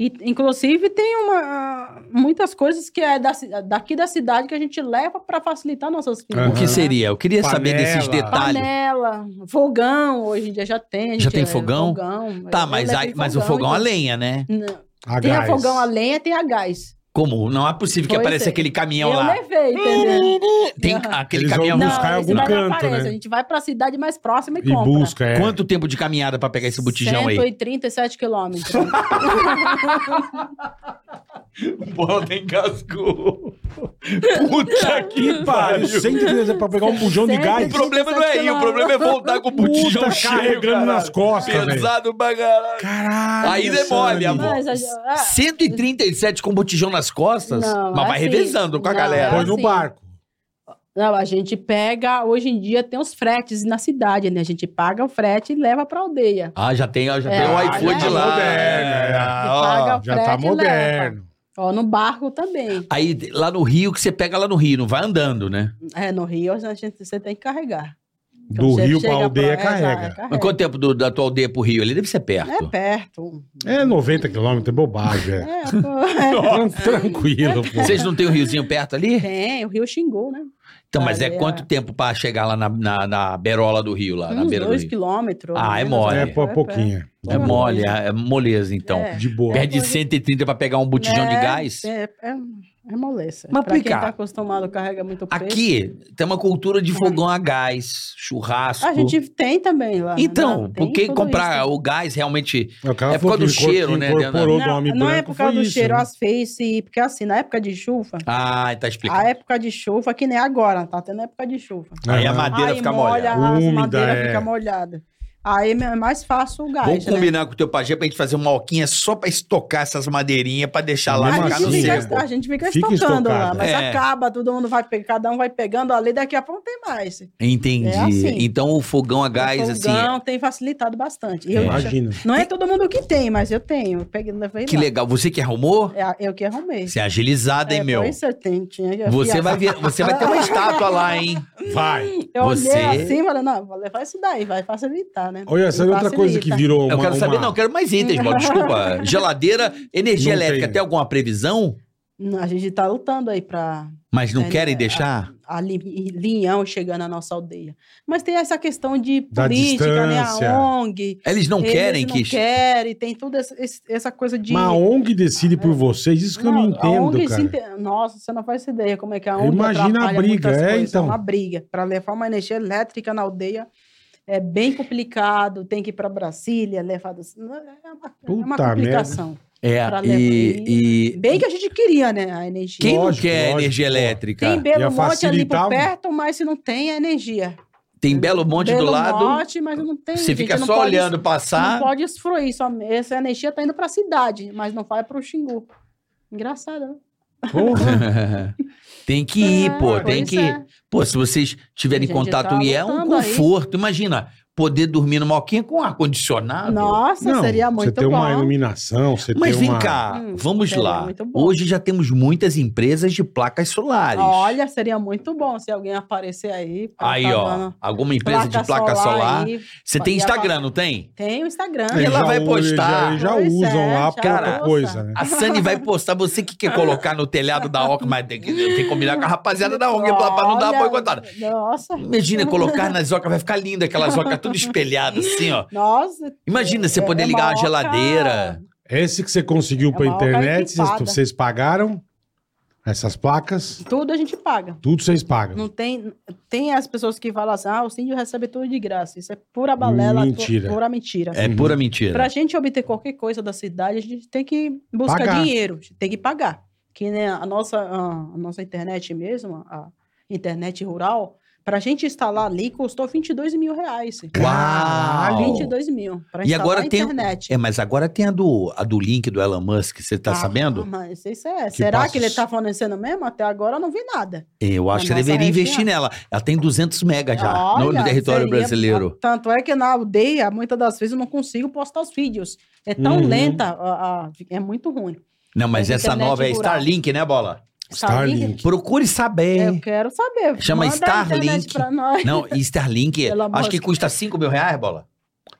Speaker 4: E, inclusive, tem uma, muitas coisas que é da ci- daqui da cidade que a gente leva para facilitar nossas
Speaker 3: Aham.
Speaker 2: O que seria? Eu queria saber
Speaker 3: Panela.
Speaker 2: desses detalhes.
Speaker 4: Panela, fogão, hoje em dia já tem. a
Speaker 2: Já
Speaker 4: gente
Speaker 2: tem
Speaker 4: leva
Speaker 2: fogão?
Speaker 4: fogão.
Speaker 2: Tá,
Speaker 4: Eu
Speaker 2: mas,
Speaker 4: levei
Speaker 2: aí- mas o fogão a
Speaker 4: e-
Speaker 2: lenha, né?
Speaker 4: Não,
Speaker 3: A
Speaker 4: Tem a
Speaker 3: gás.
Speaker 4: fogão a lenha, tem a gás.
Speaker 2: Como? Não é possível que
Speaker 4: Pois
Speaker 2: apareça
Speaker 4: é.
Speaker 2: aquele caminhão
Speaker 4: Eu
Speaker 2: lá.
Speaker 4: levei, entendeu?
Speaker 2: Tem
Speaker 4: Aham.
Speaker 2: aquele
Speaker 3: Eles vão
Speaker 2: caminhão.
Speaker 3: buscar em
Speaker 4: não, esse
Speaker 3: algum
Speaker 4: daí
Speaker 3: canto,
Speaker 4: aparece.
Speaker 3: né?
Speaker 4: A gente vai para a cidade mais próxima e,
Speaker 3: E
Speaker 4: compra.
Speaker 3: busca, é.
Speaker 2: Quanto tempo de caminhada pra pegar esse botijão aí?
Speaker 4: 137 quilômetros.
Speaker 2: Bola tem cascou. Puta que
Speaker 3: Pariu, 130 pra pegar um bujão de
Speaker 2: O
Speaker 3: gás.
Speaker 2: problema não é ir, o problema é voltar com o botijão
Speaker 3: Puta,
Speaker 2: cheio,
Speaker 3: carregando
Speaker 2: caralho.
Speaker 3: nas costas, velho.
Speaker 2: Pesado pra caralho.
Speaker 3: Caralho.
Speaker 2: Aí demole,
Speaker 3: Sani.
Speaker 2: amor.
Speaker 4: Mas a- ah,
Speaker 2: 137 com botijão nas costas?
Speaker 4: Não,
Speaker 2: mas vai
Speaker 4: assim,
Speaker 2: revezando com a
Speaker 4: não,
Speaker 2: galera.
Speaker 3: Põe no
Speaker 4: assim.
Speaker 3: barco.
Speaker 4: Não, a gente pega, hoje em dia tem os fretes na cidade, né? A gente paga o frete e leva pra aldeia.
Speaker 2: Ah, já tem, já tem
Speaker 4: É,
Speaker 2: o
Speaker 4: já
Speaker 2: iFood
Speaker 4: tá
Speaker 2: lá.
Speaker 3: moderno, é.
Speaker 2: Ah, ó.
Speaker 4: paga o
Speaker 3: Já
Speaker 4: frete
Speaker 3: tá
Speaker 4: e leva.
Speaker 3: moderno.
Speaker 4: Ó, no barco também.
Speaker 2: Aí lá no Rio, que você pega lá no Rio, não vai andando, né?
Speaker 4: É, no Rio a gente, você tem que carregar.
Speaker 3: Do
Speaker 4: você
Speaker 3: rio pra
Speaker 4: chega
Speaker 3: aldeia,
Speaker 4: é, já,
Speaker 3: carrega.
Speaker 2: Mas quanto tempo do- da tua aldeia pro Rio? Ele deve ser perto.
Speaker 4: É perto.
Speaker 3: É 90 quilômetros, é bobagem. é.
Speaker 4: É, pô, é.
Speaker 3: Tran- Tranquilo, pô.
Speaker 2: Vocês não têm um riozinho perto ali?
Speaker 4: Tem, o Rio xingou, né?
Speaker 2: Então, mas é
Speaker 4: Olha.
Speaker 2: quanto tempo pra chegar lá na, na, na berola do rio, lá Tá na
Speaker 4: Uns
Speaker 2: beira do
Speaker 4: dois
Speaker 2: rio?
Speaker 4: quilômetros.
Speaker 2: Ah, é
Speaker 4: menos,
Speaker 2: mole.
Speaker 3: É
Speaker 4: né?
Speaker 3: pô, pouquinho.
Speaker 2: É mole, é é moleza, então.
Speaker 4: É.
Speaker 3: De boa.
Speaker 2: Perde 130 pra pegar um botijão de
Speaker 4: É,
Speaker 2: gás.
Speaker 4: É, é, é moleza.
Speaker 2: Mas
Speaker 4: pra quem
Speaker 2: pica.
Speaker 4: tá acostumado, carrega muito peso.
Speaker 2: Aqui tem uma cultura de fogão a gás, churrasco.
Speaker 4: A gente tem também lá.
Speaker 2: Então,
Speaker 4: né? Tem
Speaker 2: porque
Speaker 4: tudo
Speaker 2: comprar
Speaker 4: isso.
Speaker 2: o gás realmente.
Speaker 3: O cara
Speaker 2: É por causa
Speaker 3: falou
Speaker 2: do
Speaker 3: que incorporou-
Speaker 2: cheiro, né,
Speaker 3: incorporou do
Speaker 4: Não,
Speaker 3: homem
Speaker 4: não é
Speaker 3: branco,
Speaker 4: por causa
Speaker 3: foi
Speaker 4: do
Speaker 3: isso,
Speaker 4: cheiro,
Speaker 3: né?
Speaker 4: as face, porque assim, na época de chuva,
Speaker 2: Ah, tá
Speaker 4: a
Speaker 2: explicando.
Speaker 4: época de chuva, que nem agora, tá tendo época de chuva.
Speaker 2: Aí a
Speaker 3: Aham.
Speaker 2: madeira
Speaker 4: Aí
Speaker 2: fica
Speaker 4: molha,
Speaker 2: molhada.
Speaker 4: as
Speaker 3: Úmida,
Speaker 4: madeira
Speaker 3: é.
Speaker 4: fica molhada. Aí é mais fácil o gás,
Speaker 2: Vamos
Speaker 4: né?
Speaker 2: combinar com o teu pajé pra gente fazer uma oquinha só pra estocar essas madeirinhas pra deixar lá
Speaker 3: Mas
Speaker 4: A
Speaker 2: ficar
Speaker 3: Marcado
Speaker 4: gente,
Speaker 2: no
Speaker 3: sim,
Speaker 4: fica,
Speaker 3: né?
Speaker 2: seco.
Speaker 4: a gente fica
Speaker 3: Fica
Speaker 4: estocando lá,
Speaker 3: estocado.
Speaker 4: mas
Speaker 2: É.
Speaker 4: acaba, todo mundo vai pegando, cada um vai pegando ali, daqui a pouco não tem mais.
Speaker 2: Entendi.
Speaker 4: É assim.
Speaker 2: Então o fogão a gás, assim, é.
Speaker 4: o fogão tem facilitado bastante. E eu já-
Speaker 3: Imagina.
Speaker 4: não é todo mundo que tem, mas eu tenho. Eu peguei, levei
Speaker 2: assim. Que
Speaker 4: lá.
Speaker 2: legal. Você que arrumou?
Speaker 4: É, eu que arrumei.
Speaker 2: Você é agilizada, hein,
Speaker 4: É,
Speaker 2: meu?
Speaker 4: pois eu tenho, tinha- eu
Speaker 2: Você
Speaker 4: fui-
Speaker 2: vai, vir- você vai ter uma estátua lá, hein?
Speaker 3: Vai.
Speaker 4: Hum, Eu
Speaker 2: você-
Speaker 4: olhei assim e falei, não, vou levar isso daí, vai facilitar, né?
Speaker 3: Olha, sabe
Speaker 4: E
Speaker 3: outra coisa que
Speaker 4: facilita.
Speaker 3: virou uma...
Speaker 2: Eu quero saber,
Speaker 3: uma-
Speaker 2: não, eu quero mais itens, mano. Desculpa. Geladeira, energia
Speaker 3: Não
Speaker 2: elétrica,
Speaker 3: tem.
Speaker 2: tem alguma previsão?
Speaker 4: Não, A gente tá lutando aí pra
Speaker 2: Mas não
Speaker 4: É,
Speaker 2: querem
Speaker 4: é,
Speaker 2: deixar?
Speaker 4: a li- linhão chegar na nossa aldeia. Mas tem essa questão de
Speaker 3: Da
Speaker 4: política, né?
Speaker 3: distância.
Speaker 4: A ONG.
Speaker 2: Eles não
Speaker 4: ah, eles
Speaker 2: querem
Speaker 4: não
Speaker 2: que.
Speaker 4: querem, tem toda essa, esse- essa coisa de...
Speaker 3: Mas a ONG decide por vocês, isso que eu não
Speaker 4: Não, a ONG
Speaker 3: entendo,
Speaker 4: se
Speaker 3: cara.
Speaker 4: inte- Nossa, você não faz ideia como é que a
Speaker 3: Eu
Speaker 4: ONG
Speaker 3: imagino a
Speaker 4: atrapalha
Speaker 3: briga,
Speaker 4: muitas
Speaker 3: é,
Speaker 4: coisas.
Speaker 3: então.
Speaker 4: uma briga. Para levar uma energia elétrica na aldeia é bem complicado, tem que ir para Brasília, levar... do- É uma, é uma
Speaker 3: Puta
Speaker 4: complicação.
Speaker 2: É,
Speaker 4: pra levar
Speaker 2: e, e-
Speaker 4: Bem que a gente queria, né, a energia.
Speaker 2: Quem não
Speaker 3: Lógico,
Speaker 2: quer
Speaker 3: lógico,
Speaker 2: energia
Speaker 3: pô.
Speaker 2: elétrica?
Speaker 4: Tem
Speaker 2: Tem,
Speaker 4: Belo
Speaker 3: ia
Speaker 4: Monte ali
Speaker 3: facilitar-
Speaker 4: por
Speaker 3: um-
Speaker 4: perto, mas se não tem, é energia.
Speaker 2: Belo Monte
Speaker 4: Belo
Speaker 2: do lado.
Speaker 4: Monte, mas não tem.
Speaker 2: você
Speaker 4: gente,
Speaker 2: fica
Speaker 4: não
Speaker 2: só
Speaker 4: pode-
Speaker 2: olhando passar.
Speaker 4: Não pode usufruir, só, essa energia tá indo para a cidade, mas não vai para o Xingu. Engraçado, né?
Speaker 3: Porra.
Speaker 2: tem que ir, pô.
Speaker 4: É,
Speaker 2: Tem
Speaker 4: pois
Speaker 2: que
Speaker 4: é.
Speaker 2: ir. Pô, se vocês tiverem
Speaker 4: A gente
Speaker 2: contato
Speaker 4: tá
Speaker 2: e é um
Speaker 4: lutando aí.
Speaker 2: conforto. Imagina, poder dormir numa alquinha com ar-condicionado.
Speaker 4: Nossa,
Speaker 3: Não,
Speaker 4: seria muito
Speaker 3: Você tem
Speaker 4: bom.
Speaker 3: uma iluminação, você
Speaker 2: Mas
Speaker 3: tem
Speaker 2: vem
Speaker 3: uma...
Speaker 2: cá,
Speaker 4: Hum,
Speaker 2: vamos
Speaker 4: seria
Speaker 2: lá.
Speaker 4: muito bom.
Speaker 2: Hoje já temos muitas empresas de placas solares.
Speaker 4: Olha, seria muito bom se alguém aparecer aí. pra
Speaker 2: aí,
Speaker 4: tá
Speaker 2: ó.
Speaker 4: dando
Speaker 2: Alguma empresa de placa solar.
Speaker 4: aí.
Speaker 2: Você tem
Speaker 4: E a
Speaker 2: Instagram, não tem?
Speaker 4: Tem o Instagram.
Speaker 2: E ela
Speaker 3: já
Speaker 2: vai
Speaker 3: u-
Speaker 2: postar.
Speaker 3: Já, já
Speaker 4: Pois
Speaker 3: usam
Speaker 4: é,
Speaker 3: lá
Speaker 4: já
Speaker 3: pra outra
Speaker 4: usa.
Speaker 3: coisa, né?
Speaker 2: A Sani vai postar, você que quer colocar no telhado da OCA, mas tem que, tem que combinar com a rapaziada
Speaker 3: um
Speaker 2: da ONG pra, pra não dar
Speaker 4: Olha,
Speaker 2: uma boicotada.
Speaker 4: Nossa,
Speaker 2: Imagina colocar nas ocas, vai ficar linda aquelas ocas tudo espelhadas assim, ó.
Speaker 4: nossa.
Speaker 2: Imagina você
Speaker 4: É-
Speaker 2: poder
Speaker 4: é uma
Speaker 2: ligar a
Speaker 4: oca-
Speaker 2: geladeira.
Speaker 3: Esse que você conseguiu
Speaker 4: É
Speaker 3: pra
Speaker 4: uma oca
Speaker 3: internet, vocês,
Speaker 4: equipada.
Speaker 3: vocês pagaram essas placas,
Speaker 4: Tudo a gente paga.
Speaker 3: tudo vocês pagam.
Speaker 4: Não tem, tem as pessoas que falam assim, ah, o síndio recebe tudo de graça. Isso é pura balela,
Speaker 3: Mentira.
Speaker 4: tu- pura mentira.
Speaker 2: É pura mentira.
Speaker 4: Pra gente obter qualquer coisa da cidade, a gente tem que buscar
Speaker 3: Pagar.
Speaker 4: dinheiro, a gente tem que pagar. Que né, a, nossa, a, a nossa internet mesmo, a internet rural, pra gente instalar ali custou 22 mil reais.
Speaker 2: Uau!
Speaker 4: 22 mil pra
Speaker 2: E
Speaker 4: instalar
Speaker 2: agora
Speaker 4: a
Speaker 2: tem-
Speaker 4: internet.
Speaker 2: É, mas agora tem a do, a do link do Elon Musk, você tá
Speaker 4: Ah,
Speaker 2: sabendo?
Speaker 4: Mas isso é.
Speaker 3: Que
Speaker 4: Será
Speaker 3: passos.
Speaker 4: que ele tá fornecendo mesmo? Até agora eu não vi nada.
Speaker 2: Eu acho que você
Speaker 4: nossa
Speaker 2: deveria
Speaker 4: região.
Speaker 2: investir nela. Ela tem 200 mega É já no, no
Speaker 4: Olha,
Speaker 2: território
Speaker 4: seria-
Speaker 2: brasileiro.
Speaker 4: Tanto é que na aldeia, muitas das vezes, eu não consigo postar os vídeos. É tão
Speaker 3: Uhum.
Speaker 4: lenta, a- a- é muito ruim.
Speaker 2: Não, mas
Speaker 4: É
Speaker 2: essa
Speaker 4: internet
Speaker 2: nova é
Speaker 4: rural.
Speaker 2: Starlink, né, Bola?
Speaker 3: Starlink.
Speaker 2: Procure saber.
Speaker 4: É, Eu quero saber.
Speaker 2: Chama
Speaker 4: Manda a internet
Speaker 2: Starlink.
Speaker 4: pra nós.
Speaker 2: Não, e Starlink,
Speaker 4: Elon
Speaker 2: acho
Speaker 4: Musk.
Speaker 2: que custa 5 mil reais, Bola.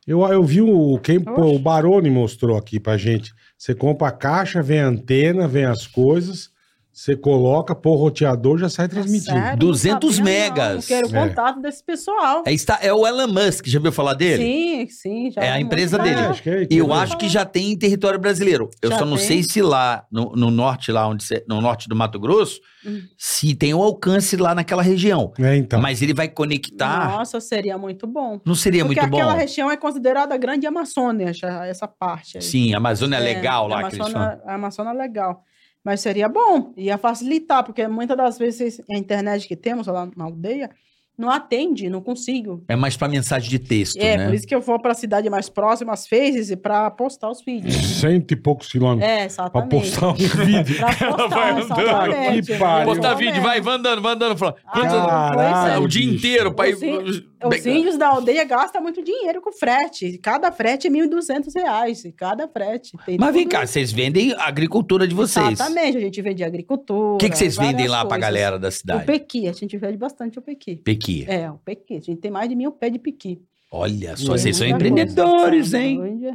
Speaker 3: Eu, eu vi o, quem, pô, o Baroni mostrou aqui pra gente. Você compra a caixa, vem a antena, vem as coisas, você coloca, pô, o roteador já
Speaker 4: Tá
Speaker 3: sai transmitindo.
Speaker 4: Sério, não
Speaker 2: 200
Speaker 4: sabia,
Speaker 2: megas.
Speaker 4: Não, Eu quero
Speaker 3: É.
Speaker 4: o contato desse pessoal.
Speaker 2: É, está, é o Elon Musk, já ouviu falar dele?
Speaker 4: Sim, sim. já
Speaker 2: É a
Speaker 4: ouvi
Speaker 2: empresa
Speaker 4: muito
Speaker 2: dele.
Speaker 4: falar.
Speaker 3: acho que é
Speaker 2: E Eu
Speaker 3: entendeu?
Speaker 2: acho que já tem em território brasileiro. Eu
Speaker 4: Já
Speaker 2: só não
Speaker 4: tem.
Speaker 2: sei se lá no, no norte, lá onde cê- no norte do Mato Grosso,
Speaker 4: Hum.
Speaker 2: se tem um alcance lá naquela região.
Speaker 3: É, então.
Speaker 2: Mas ele vai conectar.
Speaker 4: Nossa, seria muito bom.
Speaker 2: Não tá? seria
Speaker 4: Porque
Speaker 2: muito bom?
Speaker 4: aquela região é considerada a grande Amazônia, já, essa parte aí.
Speaker 2: Sim, a Amazônia é
Speaker 4: É,
Speaker 2: legal
Speaker 4: a
Speaker 2: lá, que eles falam.
Speaker 4: Amazônia, a Amazônia é legal. Mas seria bom, ia facilitar, porque muitas das vezes a internet que temos lá na aldeia não atende, não consigo.
Speaker 2: É mais pra mensagem de texto,
Speaker 4: É,
Speaker 2: né?
Speaker 4: por isso que eu vou para a cidade mais próxima, as phases, para postar os vídeos.
Speaker 3: Cento e poucos quilômetros
Speaker 4: É,
Speaker 3: pra
Speaker 4: exatamente.
Speaker 3: postar um vídeo.
Speaker 4: Pra postar, um
Speaker 2: vai andando.
Speaker 4: exatamente.
Speaker 3: Que pariu.
Speaker 2: Postar
Speaker 4: Exatamente.
Speaker 2: vídeo, vai, vai andando, vai andando. Fala,
Speaker 4: Ah,
Speaker 2: quantos-
Speaker 4: Caralho,
Speaker 2: é, o
Speaker 3: bicho.
Speaker 2: dia inteiro pra ir.
Speaker 4: Os É, Os índios da aldeia gastam muito dinheiro com frete. Cada frete é R$ 1.200 reais. e Cada frete. Tem
Speaker 2: Mas vem
Speaker 4: tudo
Speaker 2: cá, vocês vendem a agricultura de vocês.
Speaker 4: Exatamente, a gente vende agricultura.
Speaker 2: O que, que vocês
Speaker 4: várias
Speaker 2: vendem lá pra
Speaker 4: coisas.
Speaker 2: galera da
Speaker 4: O
Speaker 2: cidade?
Speaker 4: pequi, a gente vende bastante o pequi.
Speaker 2: Pequi.
Speaker 4: É, o pequi. A gente tem mais de mil pé de pequi.
Speaker 2: Olha só,
Speaker 4: Tem
Speaker 2: vocês são
Speaker 4: É muita
Speaker 2: empreendedores,
Speaker 4: coisa.
Speaker 2: hein?
Speaker 4: Olha.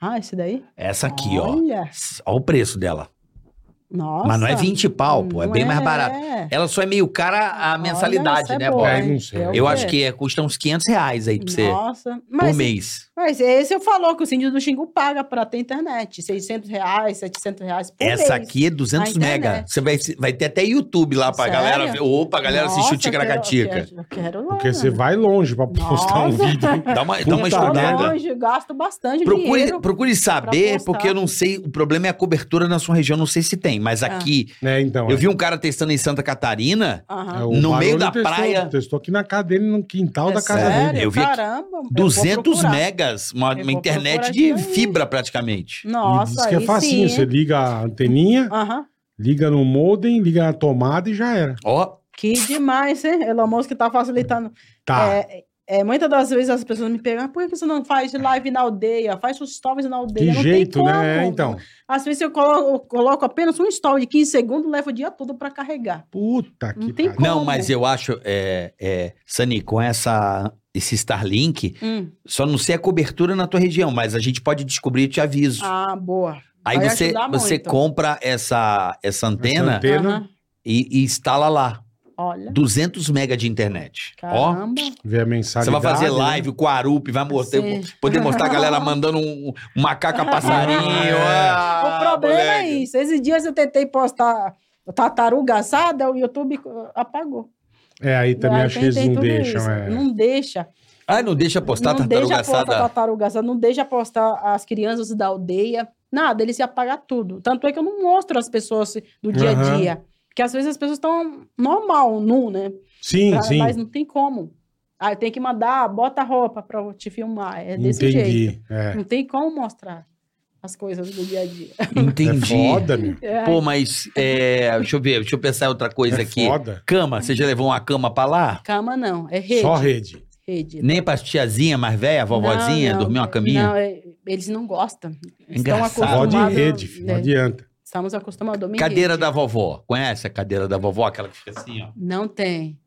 Speaker 4: Ah, esse daí?
Speaker 2: Essa aqui, ó.
Speaker 4: Olha.
Speaker 2: Olha o preço dela.
Speaker 4: Nossa.
Speaker 2: Mas não é 20 pau, pô. É
Speaker 4: Não
Speaker 2: bem mais barato. Ela só é meio cara a
Speaker 4: Olha,
Speaker 2: mensalidade,
Speaker 4: essa é
Speaker 2: né,
Speaker 4: boa,
Speaker 3: Aí
Speaker 2: Bob?
Speaker 4: hein?
Speaker 3: não sei.
Speaker 4: É o
Speaker 2: Eu
Speaker 4: quê?
Speaker 2: acho que é, custa uns 500 reais aí pra você.
Speaker 4: Nossa.
Speaker 2: Por
Speaker 4: Mas,
Speaker 2: mês.
Speaker 4: mas esse eu falou que o síndio do Xingu paga pra ter internet. 600 reais, 700 reais por mês.
Speaker 2: Essa aqui é 200
Speaker 4: A
Speaker 2: mega.
Speaker 4: internet.
Speaker 2: Você vai, vai ter até YouTube lá pra
Speaker 4: Sério?
Speaker 2: galera ver. Opa, galera assistir o
Speaker 4: Nossa, eu
Speaker 2: Ticaracatica.
Speaker 4: quero- Eu quero lá.
Speaker 3: Porque você vai longe pra postar um
Speaker 4: Nossa.
Speaker 3: vídeo. hein?
Speaker 2: Dá uma, dá uma
Speaker 3: Puta
Speaker 2: estudada.
Speaker 4: longe, gasto bastante
Speaker 2: Procure,
Speaker 4: dinheiro.
Speaker 2: procure saber,
Speaker 4: postar.
Speaker 2: porque eu não sei. O problema é a cobertura na sua região, não sei se tem. Mas
Speaker 4: Ah.
Speaker 2: aqui,
Speaker 3: É, então.
Speaker 2: eu
Speaker 3: é.
Speaker 2: vi um cara testando em Santa Catarina.
Speaker 4: Aham.
Speaker 3: É, o
Speaker 2: no
Speaker 3: Baroni
Speaker 2: meio da
Speaker 3: testou-
Speaker 2: praia.
Speaker 3: Testou aqui na casa dele, no quintal
Speaker 4: É
Speaker 3: da casa
Speaker 4: sério?
Speaker 3: dele.
Speaker 2: Eu vi aqui.
Speaker 4: Caramba, eu vou
Speaker 2: 200
Speaker 4: procurar.
Speaker 2: megas, uma,
Speaker 4: Eu
Speaker 2: uma
Speaker 4: vou
Speaker 2: internet
Speaker 4: procurar
Speaker 2: de
Speaker 4: isso aí.
Speaker 2: fibra praticamente.
Speaker 3: e
Speaker 4: Nossa,
Speaker 3: diz que é
Speaker 4: aí
Speaker 3: facinho.
Speaker 4: sim,
Speaker 3: Você
Speaker 4: hein?
Speaker 3: liga a anteninha,
Speaker 4: Aham.
Speaker 3: liga no modem, liga na tomada e já era.
Speaker 2: Ó,
Speaker 4: Que demais, hein? Elon Musk tá facilitando.
Speaker 2: Ah.
Speaker 3: Tá.
Speaker 4: É, é, muitas das vezes as pessoas me perguntam, por que você não faz live na aldeia? Faz seus stories na aldeia.
Speaker 3: de
Speaker 4: não
Speaker 3: jeito,
Speaker 4: tem como.
Speaker 3: né? É, Então.
Speaker 4: Às vezes eu colo- eu coloco, apenas um story de 15 segundos, leva o dia todo pra carregar.
Speaker 3: Puta
Speaker 4: Não
Speaker 3: que
Speaker 4: tem
Speaker 3: pariu.
Speaker 4: como.
Speaker 2: não, mas eu acho, é, é, Sani, com essa, esse Starlink, só não sei a cobertura na tua região, mas a gente pode descobrir e te aviso.
Speaker 4: Ah, boa.
Speaker 2: Aí
Speaker 4: vai
Speaker 2: você,
Speaker 4: ajudar
Speaker 2: você
Speaker 4: muito.
Speaker 2: compra essa, essa antena
Speaker 3: antena. Pena.
Speaker 4: Aham.
Speaker 2: e, e instala lá.
Speaker 4: Olha,
Speaker 2: 200 mega de internet. Ó.
Speaker 4: caramba.
Speaker 3: Ver a
Speaker 2: Você
Speaker 3: mensagem.
Speaker 2: vai fazer live, o Quarup, vai mostrar,
Speaker 4: Sim.
Speaker 2: poder mostrar a galera mandando um, um macaco a passarinho.
Speaker 3: É.
Speaker 2: Ah,
Speaker 4: o problema é
Speaker 2: moleque.
Speaker 4: isso. Esses dias eu tentei postar tartaruga assada, o YouTube uh, apagou.
Speaker 3: É, aí também
Speaker 4: Aí
Speaker 3: acho que eles
Speaker 4: tentei
Speaker 3: não
Speaker 4: tudo
Speaker 3: deixam.
Speaker 4: isso.
Speaker 3: É.
Speaker 4: Não deixa.
Speaker 2: Ai, não deixa postar tá
Speaker 4: não
Speaker 2: tartaruga
Speaker 4: deixa postar tá
Speaker 2: assada.
Speaker 4: tartaruga assada, não deixa postar as crianças da aldeia. Nada, eles se apagar tudo. Tanto é que eu não mostro as pessoas do dia
Speaker 3: Aham.
Speaker 4: a dia. Porque às vezes as pessoas estão normal, nu, né?
Speaker 3: Sim,
Speaker 4: Pra-
Speaker 3: sim.
Speaker 4: Mas não tem como. Aí tem que mandar, bota a roupa pra eu te filmar. É desse jeito.
Speaker 3: Entendi. É.
Speaker 4: Não tem como mostrar as coisas do dia a dia.
Speaker 2: Entendi.
Speaker 3: É foda, meu.
Speaker 4: É,
Speaker 2: Pô, mas é, deixa eu ver, deixa eu pensar em outra coisa
Speaker 3: É
Speaker 2: aqui.
Speaker 3: foda.
Speaker 2: Cama, você já levou uma cama pra lá?
Speaker 4: Cama não, é rede.
Speaker 3: Só rede.
Speaker 4: rede.
Speaker 2: Nem pra tiazinha mais velha, vovozinha,
Speaker 4: Não, não.
Speaker 2: dormir uma caminha?
Speaker 4: Não, é- eles não gostam. Estão
Speaker 2: Engraçado.
Speaker 3: Só
Speaker 2: Arrumado,
Speaker 4: acostumados.
Speaker 3: de rede, filho. Não
Speaker 4: né?
Speaker 3: adianta.
Speaker 4: Estamos acostumados a dormir. em
Speaker 2: Cadeira
Speaker 4: rede.
Speaker 2: da vovó. Conhece a cadeira da vovó? Aquela que fica assim, ó.
Speaker 4: Não tem.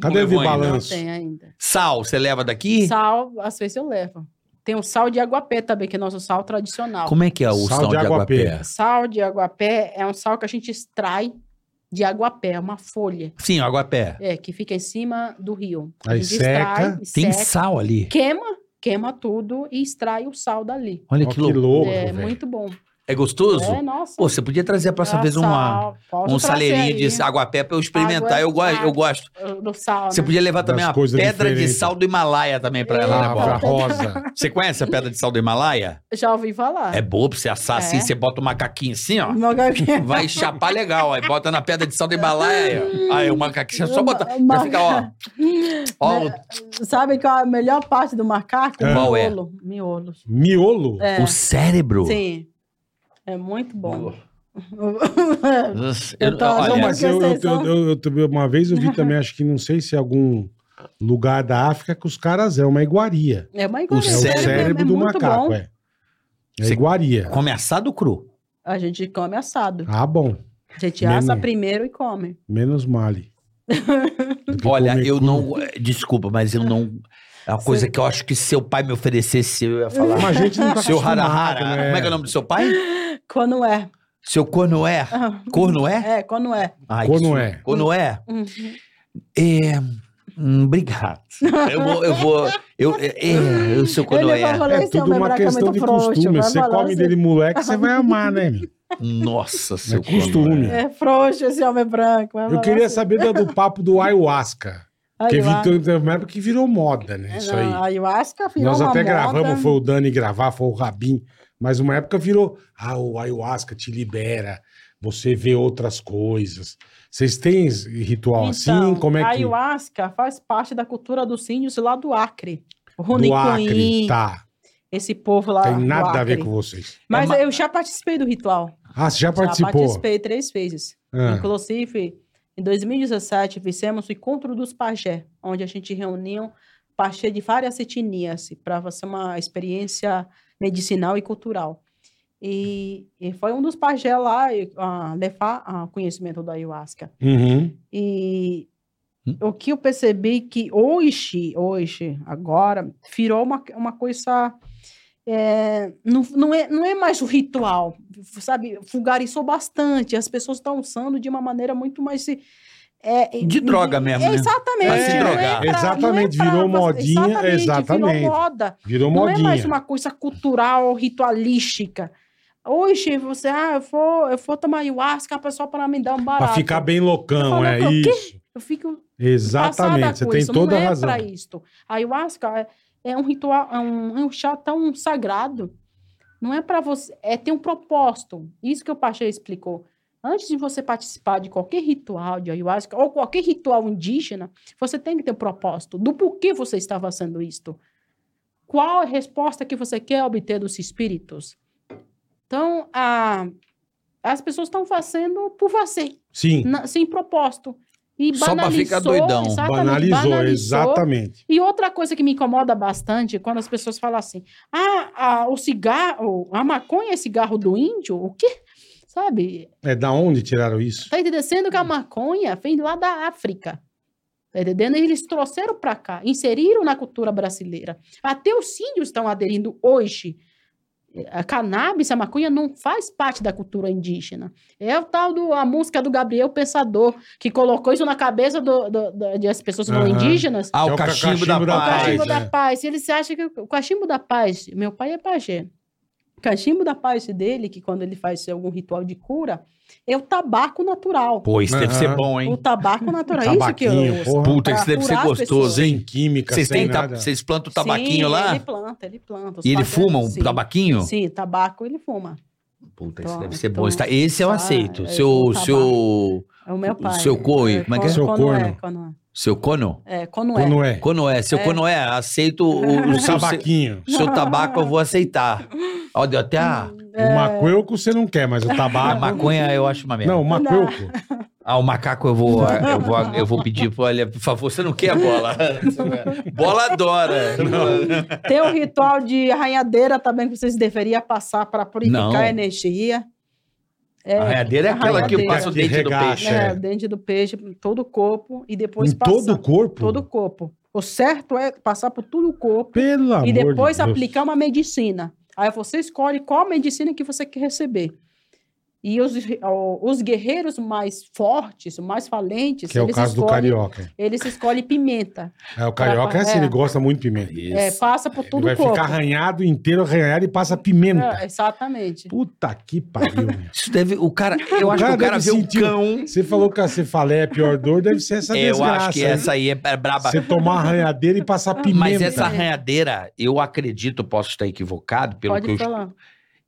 Speaker 3: Cadê
Speaker 2: Não
Speaker 3: o de
Speaker 2: levou ainda.
Speaker 4: Não
Speaker 3: balanço?
Speaker 4: tem ainda.
Speaker 2: Sal, você leva daqui?
Speaker 4: Sal, às vezes eu levo. Tem o sal de aguapé também, que é nosso sal tradicional.
Speaker 2: Como é que é o sal, de aguapé?
Speaker 4: Sal de aguapé é um sal que a gente extrai de aguapé, é uma folha.
Speaker 2: Sim, o aguapé.
Speaker 4: É, que fica em cima do rio. A
Speaker 3: Aí
Speaker 4: gente
Speaker 3: seca.
Speaker 4: extrai, e
Speaker 2: Tem
Speaker 4: seca,
Speaker 2: sal ali.
Speaker 4: queima, queima tudo e extrai o sal dali.
Speaker 2: Olha
Speaker 3: Ó,
Speaker 2: que louco.
Speaker 4: é
Speaker 3: velho.
Speaker 4: muito bom.
Speaker 2: É gostoso?
Speaker 4: É, nossa.
Speaker 2: Pô, você podia trazer a próxima
Speaker 4: Ah,
Speaker 2: vez uma,
Speaker 4: sal, posso
Speaker 2: um
Speaker 4: trazer
Speaker 2: saleirinho
Speaker 4: aí,
Speaker 2: de aguapé pra eu experimentar. Eu, go-
Speaker 4: Água-
Speaker 2: eu gosto.
Speaker 4: uh, Do sal,
Speaker 2: Você
Speaker 4: né?
Speaker 2: podia levar
Speaker 3: Das
Speaker 2: também uma
Speaker 3: coisas
Speaker 2: pedra
Speaker 3: diferentes.
Speaker 2: de sal do Himalaia também pra ela, né,
Speaker 3: Ah, pra
Speaker 2: Bob?
Speaker 3: rosa.
Speaker 2: Você conhece a pedra de sal do Himalaia?
Speaker 4: Já ouvi falar.
Speaker 2: É boa pra você assar assim,
Speaker 4: É.
Speaker 2: você bota o macaquinho assim, ó.
Speaker 4: Uma galinha.
Speaker 2: Vai chapar legal, aí bota na pedra de sal do Himalaia. Aí, ó. aí o macaquinho só
Speaker 4: Uma-
Speaker 2: bota.
Speaker 4: uma-
Speaker 2: Vai ficar, ó. Ó, o-
Speaker 4: Sabe qual é a melhor parte do macaco?
Speaker 3: É.
Speaker 2: Qual é?
Speaker 4: Miolo. Miolo.
Speaker 3: Miolo?
Speaker 4: É.
Speaker 2: o cérebro.
Speaker 4: Sim. É muito bom.
Speaker 2: Nossa,
Speaker 4: Eu
Speaker 2: eu-
Speaker 4: tô-
Speaker 2: olha,
Speaker 3: Não, mas
Speaker 4: Porque
Speaker 3: eu, eu,
Speaker 4: vocês
Speaker 3: eu,
Speaker 4: são-
Speaker 3: eu- eu- uma vez eu vi também, acho que não sei se em algum lugar da África, que os caras é uma iguaria.
Speaker 4: É uma
Speaker 2: O
Speaker 3: É o
Speaker 4: iguaria.
Speaker 2: cérebro.
Speaker 3: cérebro
Speaker 4: é
Speaker 3: do
Speaker 4: muito
Speaker 3: macaco,
Speaker 4: bom.
Speaker 3: é. É
Speaker 2: Você-
Speaker 3: iguaria.
Speaker 2: come assado cru.
Speaker 4: A gente come assado.
Speaker 3: Ah, bom.
Speaker 4: A gente
Speaker 3: Neném.
Speaker 4: assa primeiro e come.
Speaker 3: Menos male. Do que
Speaker 2: Olha,
Speaker 3: comer
Speaker 2: eu
Speaker 3: cru.
Speaker 2: não. Desculpa, mas eu não. É uma coisa que eu acho que seu pai me oferecesse, eu ia falar.
Speaker 3: Mas a gente não tá
Speaker 2: seu
Speaker 3: acostumado,
Speaker 2: Harahara.
Speaker 3: né?
Speaker 2: Como é que é o nome do seu pai?
Speaker 4: Quando é?
Speaker 2: Seu Cornoé.
Speaker 4: Ah,
Speaker 2: Cornoé?
Speaker 4: É, quando é?
Speaker 2: Ai,
Speaker 3: Cornoé.
Speaker 2: que- Cornoé?
Speaker 4: Hum.
Speaker 2: É. hum, Obrigado. Eu vou. Eu vou. Eu, é, é, o seu
Speaker 5: Ele vai
Speaker 2: Cornoé.
Speaker 5: falar
Speaker 3: É
Speaker 5: assim,
Speaker 3: tudo
Speaker 5: vai
Speaker 3: uma
Speaker 5: lembrar que é
Speaker 3: questão
Speaker 5: muito
Speaker 3: de
Speaker 5: frouxo.
Speaker 3: costume.
Speaker 5: vai
Speaker 3: Você
Speaker 5: falar
Speaker 3: come
Speaker 5: assim,
Speaker 3: dele moleque, você vai amar, né, meu?
Speaker 2: Nossa, seu
Speaker 3: costume.
Speaker 2: Cornoé.
Speaker 5: É frouxo esse homem branco. vai
Speaker 3: Eu
Speaker 5: falar
Speaker 3: queria
Speaker 5: assim,
Speaker 3: saber da- do papo do ayahuasca. Que,
Speaker 5: ayahuasca.
Speaker 3: virou, tem uma época que virou moda,
Speaker 5: É,
Speaker 3: né? Isso
Speaker 5: não,
Speaker 3: aí.
Speaker 5: a Ayahuasca virou
Speaker 4: é
Speaker 3: Nós
Speaker 5: uma
Speaker 3: até
Speaker 5: moda.
Speaker 3: gravamos, foi o Dani gravar, foi o Rabin. Mas uma época virou, ah, o ayahuasca te libera, você vê outras coisas. Vocês têm esse ritual
Speaker 4: Então,
Speaker 3: assim? Como é
Speaker 4: a
Speaker 3: que...
Speaker 4: ayahuasca faz parte da cultura dos índios lá do Acre. O
Speaker 3: Do Acre,
Speaker 4: Runicuim,
Speaker 3: tá.
Speaker 4: esse povo lá
Speaker 5: Ah,
Speaker 3: Tem
Speaker 4: do
Speaker 3: nada a ver
Speaker 4: Acre.
Speaker 3: com vocês.
Speaker 4: Mas
Speaker 2: É uma-
Speaker 4: eu já participei do ritual.
Speaker 3: Ah, você já
Speaker 4: Já
Speaker 3: participou?
Speaker 4: participei três vezes.
Speaker 3: Ah,
Speaker 4: Inclusive, em 2017, fizemos o Encontro dos Pajé, onde a gente reuniu pajé de várias etnias para ser uma experiência medicinal e cultural. E, e foi um dos pajé lá e, ah, levar ah, conhecimento da ayahuasca.
Speaker 3: uhum.
Speaker 4: E
Speaker 2: Hum.
Speaker 4: o que eu percebi que hoje, hoje, agora, virou uma, uma coisa. é, não, não, é, não é mais o ritual, sabe? Fugarizou bastante. As pessoas estão usando de uma maneira muito mais. é, é,
Speaker 2: De droga mesmo, né?
Speaker 4: Exatamente.
Speaker 2: Pra se
Speaker 4: não é
Speaker 2: drogar.
Speaker 4: pra- não
Speaker 3: Exatamente, virou
Speaker 4: você-
Speaker 3: modinha, exatamente.
Speaker 4: Virou moda.
Speaker 3: Virou
Speaker 4: Não é
Speaker 3: modinha.
Speaker 4: mais uma coisa cultural, ritualística. Hoje você, ah, eu vou, eu vou tomar ayahuasca pessoal para me dar um barato.
Speaker 3: Pra ficar bem loucão,
Speaker 4: Falou
Speaker 3: é
Speaker 4: que eu- quê?
Speaker 3: isso.
Speaker 4: Eu fico passada
Speaker 3: Exatamente, você
Speaker 4: com
Speaker 3: tem
Speaker 4: isso,
Speaker 3: toda
Speaker 4: não
Speaker 3: a
Speaker 4: é
Speaker 3: razão.
Speaker 4: Pra isto. A ayahuasca é, é um ritual, é um, é um chá tão sagrado. Não é para você, é tem um propósito. Isso que o Pachê explicou. Antes de você participar de qualquer ritual de ayahuasca ou qualquer ritual indígena, você tem que ter um propósito do porquê você está fazendo isto. Qual a resposta que você quer obter dos espíritos? Então, a- as pessoas estão fazendo por fazer
Speaker 3: Sim,
Speaker 4: na- sem propósito. E
Speaker 2: Só pra
Speaker 4: banalizou,
Speaker 2: ficar doidão.
Speaker 4: exatamente,
Speaker 3: banalizou,
Speaker 4: tá banalizou.
Speaker 3: exatamente.
Speaker 4: E outra coisa que me incomoda bastante é quando as pessoas falam assim: ah, ah, o cigarro, a maconha é cigarro do índio? O quê? Sabe?
Speaker 3: É da onde tiraram isso?
Speaker 4: Tá entendendo que a maconha vem lá da África. Tá entendendo? Eles trouxeram para cá, inseriram na cultura brasileira. Até os índios estão aderindo hoje. A cannabis, a maconha, não faz parte da cultura indígena. É o tal do a música do Gabriel Pensador, que colocou isso na cabeça do, do- do- das pessoas que não
Speaker 3: Aham.
Speaker 4: indígenas.
Speaker 2: Ah,
Speaker 3: É
Speaker 2: o
Speaker 3: o
Speaker 2: cachimbo
Speaker 3: cachimbo
Speaker 2: da
Speaker 3: da
Speaker 4: O
Speaker 2: paz.
Speaker 4: cachimbo
Speaker 3: né?
Speaker 4: da paz. Ele se acha que o cachimbo da paz, meu pai é pajé. O cachimbo da paz dele, que quando ele faz algum ritual de cura, é o tabaco natural.
Speaker 2: Pô, isso deve ser
Speaker 3: Aham.
Speaker 2: bom,
Speaker 4: O
Speaker 2: hein?
Speaker 4: tabaco natural, é isso que eu
Speaker 3: Tabaquinho,
Speaker 4: uso.
Speaker 3: porra.
Speaker 2: Puta, isso
Speaker 4: pra
Speaker 2: deve ser
Speaker 4: curar as
Speaker 2: gostoso,
Speaker 4: pessoas.
Speaker 2: hein?
Speaker 3: Sem química,
Speaker 2: Vocês
Speaker 3: sem
Speaker 2: têm ta-
Speaker 3: nada.
Speaker 2: vocês plantam o tabaquinho
Speaker 4: Sim,
Speaker 2: lá?
Speaker 4: Ele planta, ele planta. Os
Speaker 2: E ele
Speaker 4: pajés,
Speaker 2: fuma o
Speaker 4: sim.
Speaker 2: tabaquinho?
Speaker 4: Sim, tabaco ele fuma.
Speaker 2: Puta, isso
Speaker 4: Então,
Speaker 2: deve ser
Speaker 4: então,
Speaker 2: bom. Esse, tá- esse eu
Speaker 4: tá,
Speaker 2: aceito.
Speaker 4: é,
Speaker 2: Seu,
Speaker 4: o tabaco.
Speaker 2: seu,
Speaker 4: É o meu pai.
Speaker 2: seu coi, como é que
Speaker 4: quando-
Speaker 2: é?
Speaker 3: Seu
Speaker 4: quando
Speaker 3: corno.
Speaker 4: É, quando
Speaker 2: seu cono?
Speaker 4: é. É, quando é.
Speaker 3: Quando é?
Speaker 2: Conoé. Seu
Speaker 4: É.
Speaker 2: conoé, aceito o, o
Speaker 3: O
Speaker 2: seu,
Speaker 3: tabaquinho.
Speaker 2: seu tabaco, eu vou aceitar. Ó, deu até a,
Speaker 4: É.
Speaker 3: O macuelco você não quer, mas o
Speaker 2: a
Speaker 3: tabaco...
Speaker 2: Ah, maconha, é eu acho uma merda.
Speaker 3: Não, o macuelco.
Speaker 2: Ah, o macaco eu vou, eu vou, eu vou pedir, pra- olha, por favor, você não quer bola. bola adora. é.
Speaker 4: Tem o ritual de arranhadeira também que vocês deveriam passar para purificar
Speaker 2: Não.
Speaker 4: a energia. É,
Speaker 2: A raiadeira é aquela que
Speaker 4: Arranhadeira.
Speaker 2: passa o
Speaker 3: Que
Speaker 2: dente no
Speaker 3: regaça.
Speaker 2: peixe.
Speaker 4: é, o dente do peixe, todo o corpo e depois
Speaker 3: Em
Speaker 4: passar.
Speaker 3: todo o corpo?
Speaker 4: Todo o corpo. O certo é passar por todo o corpo
Speaker 3: Pelo amor
Speaker 4: e depois
Speaker 3: de Deus.
Speaker 4: aplicar uma medicina. Aí você escolhe qual medicina que você quer receber. E os, o- os guerreiros mais fortes, mais valentes,
Speaker 3: Que é o caso do
Speaker 4: escolhem-
Speaker 3: carioca.
Speaker 4: eles escolhem pimenta.
Speaker 3: É, o carioca é assim,
Speaker 4: É.
Speaker 3: ele gosta muito de pimenta. Ele
Speaker 4: É, passa por todo
Speaker 3: vai
Speaker 4: o corpo.
Speaker 3: ficar arranhado inteiro, arranhado e passa pimenta.
Speaker 4: É, exatamente.
Speaker 3: Puta que pariu, meu.
Speaker 2: Isso deve, o cara, eu
Speaker 3: O
Speaker 2: acho que
Speaker 3: cara
Speaker 2: o cara
Speaker 3: deve
Speaker 2: vê um
Speaker 3: sentir-
Speaker 2: cão.
Speaker 3: Você falou que a cefaleia é a pior dor, deve ser essa
Speaker 2: Eu
Speaker 3: desgraça.
Speaker 2: acho que
Speaker 3: né?
Speaker 2: essa aí é braba.
Speaker 3: Você tomar arranhadeira e passar pimenta.
Speaker 2: Mas essa arranhadeira, eu acredito, posso estar equivocado, pelo
Speaker 4: Pode
Speaker 2: que eu,
Speaker 4: falar.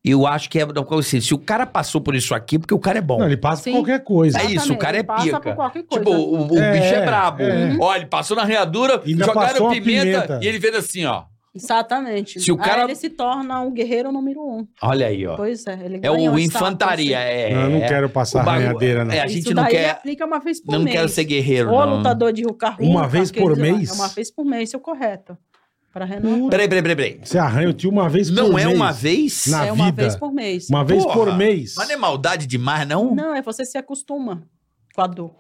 Speaker 2: eu acho que é uma coisa assim, se o cara passou por isso aqui, porque o cara é bom.
Speaker 3: Não, ele passa
Speaker 4: Sim.
Speaker 3: por qualquer coisa.
Speaker 2: É isso, o cara é
Speaker 4: Passa
Speaker 2: pica.
Speaker 4: por qualquer coisa.
Speaker 2: Tipo, o, o
Speaker 3: É,
Speaker 2: bicho é brabo.
Speaker 3: é.
Speaker 2: Olha, ele passou na arranhadura,
Speaker 3: Ainda passou
Speaker 2: jogaram
Speaker 3: a
Speaker 2: pimenta,
Speaker 3: pimenta.
Speaker 2: e ele fez assim, ó.
Speaker 4: Exatamente.
Speaker 2: se o cara-
Speaker 4: Aí ele se torna um guerreiro número um.
Speaker 2: Olha aí, ó.
Speaker 4: Pois é. Ele
Speaker 2: É
Speaker 4: ganha
Speaker 2: o
Speaker 4: status,
Speaker 2: infantaria.
Speaker 4: assim.
Speaker 2: É,
Speaker 3: Não, eu não quero
Speaker 2: o
Speaker 3: passar
Speaker 2: bagulho-
Speaker 3: arranhadeira, não.
Speaker 2: É, a
Speaker 4: Isso
Speaker 2: gente não
Speaker 4: daí ele
Speaker 2: quer.
Speaker 4: aplica uma vez por
Speaker 2: Não
Speaker 4: mês.
Speaker 2: quero ser guerreiro,
Speaker 4: Ou
Speaker 2: não.
Speaker 4: lutador de Hulk
Speaker 3: Uma vez por mês?
Speaker 4: É uma vez por mês, isso é o correto. Para renovar.
Speaker 2: Peraí, peraí, peraí, peraí.
Speaker 3: Você arranha o tio uma vez por
Speaker 2: Não
Speaker 3: mês.
Speaker 2: é uma vez?
Speaker 3: Na
Speaker 4: é uma
Speaker 3: vida.
Speaker 4: vez por mês.
Speaker 3: Uma vez
Speaker 2: Porra,
Speaker 3: por mês.
Speaker 2: Mas não é maldade demais, não?
Speaker 4: Não, é você se acostuma com a dor.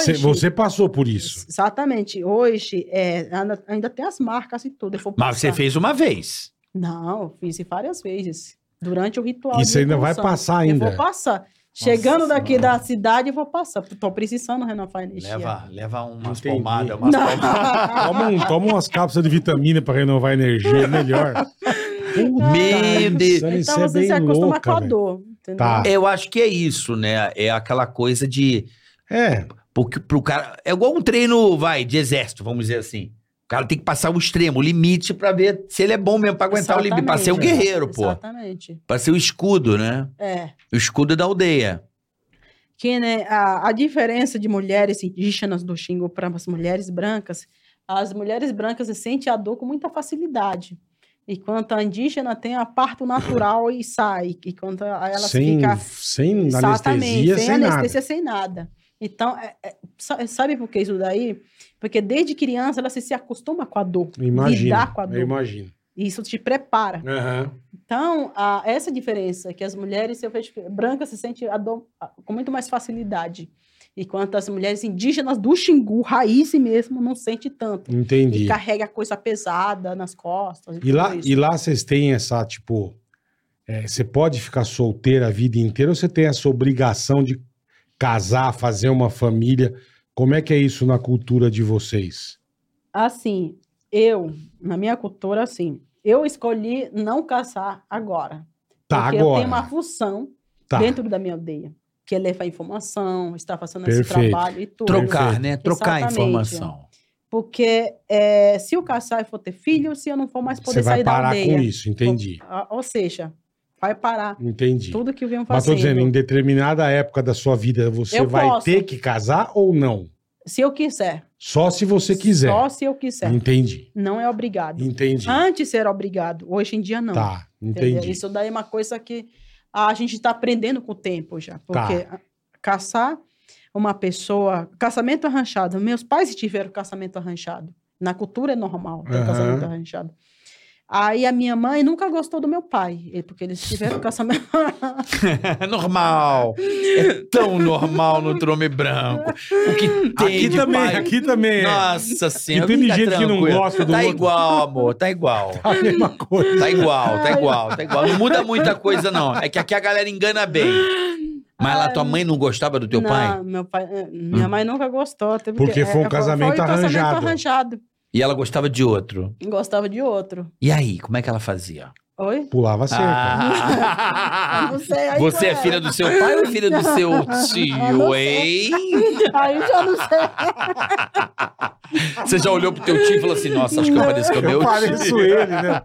Speaker 3: Cê-
Speaker 4: Hoje,
Speaker 3: você passou por isso.
Speaker 4: Exatamente. Hoje, é, ainda, ainda tem as marcas e tudo. eu vou
Speaker 2: Mas você
Speaker 4: passar.
Speaker 2: fez uma vez.
Speaker 4: Não, eu fiz várias vezes. Durante o ritual.
Speaker 3: E
Speaker 4: de
Speaker 3: você ainda vai
Speaker 4: revolução.
Speaker 3: passar
Speaker 4: Eu
Speaker 3: ainda.
Speaker 4: vou passar. Chegando
Speaker 3: Nossa
Speaker 4: daqui da cidade, eu vou passar. Tô precisando renovar a energia.
Speaker 2: Leva, leva umas
Speaker 3: Entendi.
Speaker 2: palmadas, umas palmadas.
Speaker 4: Não.
Speaker 3: Toma, um- toma umas cápsulas de vitamina pra renovar a energia, é melhor. Puta,
Speaker 2: Meu Deus.
Speaker 3: Sônia,
Speaker 4: Então
Speaker 3: você é
Speaker 4: você
Speaker 3: bem
Speaker 4: se acostuma
Speaker 3: louca,
Speaker 4: com a
Speaker 3: velho.
Speaker 4: dor. Entendeu?
Speaker 3: Tá.
Speaker 2: Eu acho que é isso, né? É aquela coisa de.
Speaker 3: É,
Speaker 2: Porque pro cara. É igual um treino, vai, de exército, vamos dizer assim. O cara tem que passar o extremo, o limite, pra ver se ele é bom mesmo, pra aguentar o limite. Pra ser o
Speaker 4: Exatamente.
Speaker 2: guerreiro, pô.
Speaker 4: Exatamente.
Speaker 2: Pra ser o escudo, né?
Speaker 4: É.
Speaker 2: O escudo da aldeia.
Speaker 4: Que né, a, a diferença de mulheres indígenas do Xingu para as mulheres brancas, as mulheres brancas sentem a dor com muita facilidade. Enquanto a indígena tem a parto natural e sai. Enquanto a- ela
Speaker 3: sem,
Speaker 4: fica
Speaker 3: sem
Speaker 4: Exatamente,
Speaker 3: anestesia, sem,
Speaker 4: sem anestesia,
Speaker 3: nada.
Speaker 4: sem nada. Então, é- é- sa- sabe por que isso daí? Porque desde criança ela se, se acostuma com a dor, lidar
Speaker 3: Imagina,
Speaker 4: com a dor.
Speaker 3: eu imagino.
Speaker 4: E isso te prepara.
Speaker 3: Aham.
Speaker 4: Então, a- essa diferença que as mulheres eu vejo, que brancas se sentem a dor a- com muito mais facilidade. Enquanto as mulheres indígenas do Xingu, raiz mesmo, não sente tanto.
Speaker 3: Entendi.
Speaker 4: E carrega coisa pesada nas costas.
Speaker 3: E lá,
Speaker 4: tudo isso.
Speaker 3: e lá vocês têm essa, tipo, é, você pode ficar solteira a vida inteira ou você tem essa obrigação de casar, fazer uma família? Como é que é isso na cultura de vocês?
Speaker 4: Assim, eu, na minha cultura, assim, eu escolhi não caçar agora.
Speaker 3: Tá,
Speaker 4: porque eu
Speaker 3: agora.
Speaker 4: tenho uma função
Speaker 3: Tá.
Speaker 4: dentro da minha aldeia, que é levar informação, estar fazendo
Speaker 3: Perfeito.
Speaker 4: esse trabalho e tudo.
Speaker 2: Trocar, né?
Speaker 4: Tipo,
Speaker 2: Trocar
Speaker 4: Exatamente.
Speaker 2: informação.
Speaker 4: Porque é, se eu caçar e for ter filho, se eu não for mais
Speaker 3: Você
Speaker 4: poder
Speaker 3: vai
Speaker 4: sair da
Speaker 3: parar
Speaker 4: aldeia.
Speaker 3: com isso, entendi.
Speaker 4: Ah, Ou seja, vai parar
Speaker 3: Entendi.
Speaker 4: tudo que eu venho
Speaker 3: Mas
Speaker 4: fazendo.
Speaker 3: tô dizendo, em determinada época da sua vida, você
Speaker 4: Eu
Speaker 3: vai
Speaker 4: posso.
Speaker 3: ter que casar ou não?
Speaker 4: Se eu quiser.
Speaker 3: Só se você quiser.
Speaker 4: Só se eu quiser.
Speaker 3: Entendi.
Speaker 4: Não é obrigado.
Speaker 3: Entendi.
Speaker 4: Antes era obrigado, hoje em dia não.
Speaker 3: Tá,
Speaker 4: Entendeu?
Speaker 3: entendi.
Speaker 4: Isso daí é uma coisa que a gente está aprendendo com o tempo
Speaker 3: Tá.
Speaker 4: já. Porque a- caçar uma pessoa. Casamento arranjado. Meus pais tiveram casamento arranjado. Na cultura é normal ter
Speaker 3: Aham.
Speaker 4: casamento arranjado. Aí a minha mãe nunca gostou do meu pai, eh, porque eles tiveram casamento.
Speaker 2: É normal. É tão normal no trome branco. O que tem
Speaker 3: Aqui
Speaker 2: de
Speaker 3: também,
Speaker 2: pai-
Speaker 3: aqui também. é.
Speaker 2: Nossa
Speaker 3: E
Speaker 2: senhora.
Speaker 3: tem
Speaker 2: fica
Speaker 3: gente que não
Speaker 2: tranquilo.
Speaker 3: gosta do
Speaker 2: Tá
Speaker 3: outro.
Speaker 2: igual, amor. Tá igual.
Speaker 3: A mesma coisa.
Speaker 2: Tá igual, tá igual, tá igual. Não muda muita coisa, não. É que aqui a galera engana bem. Mas lá tua mãe não gostava do teu
Speaker 4: Não,
Speaker 2: pai?
Speaker 4: Meu pai eh, minha mãe nunca gostou. teve que-
Speaker 3: Hum. Porque foi um
Speaker 4: eh,
Speaker 3: casamento
Speaker 4: foi um
Speaker 3: arranjado.
Speaker 4: casamento arranjado.
Speaker 2: E ela gostava de outro.
Speaker 4: Gostava de outro.
Speaker 2: E aí, como é que ela fazia?
Speaker 4: Oi?
Speaker 2: Ah,
Speaker 3: Pulava cerca.
Speaker 4: Eu não sei, aí
Speaker 2: Você
Speaker 4: foi
Speaker 2: é
Speaker 4: ela.
Speaker 2: filha do seu pai ou é filha do seu
Speaker 4: Eu
Speaker 2: tio,
Speaker 4: não sei.
Speaker 2: hein?
Speaker 4: Aí já não sei.
Speaker 2: Você já olhou pro teu tio e falou assim, nossa, acho que eu pareço com o meu
Speaker 3: Eu pareço
Speaker 2: tio.
Speaker 3: ele, né?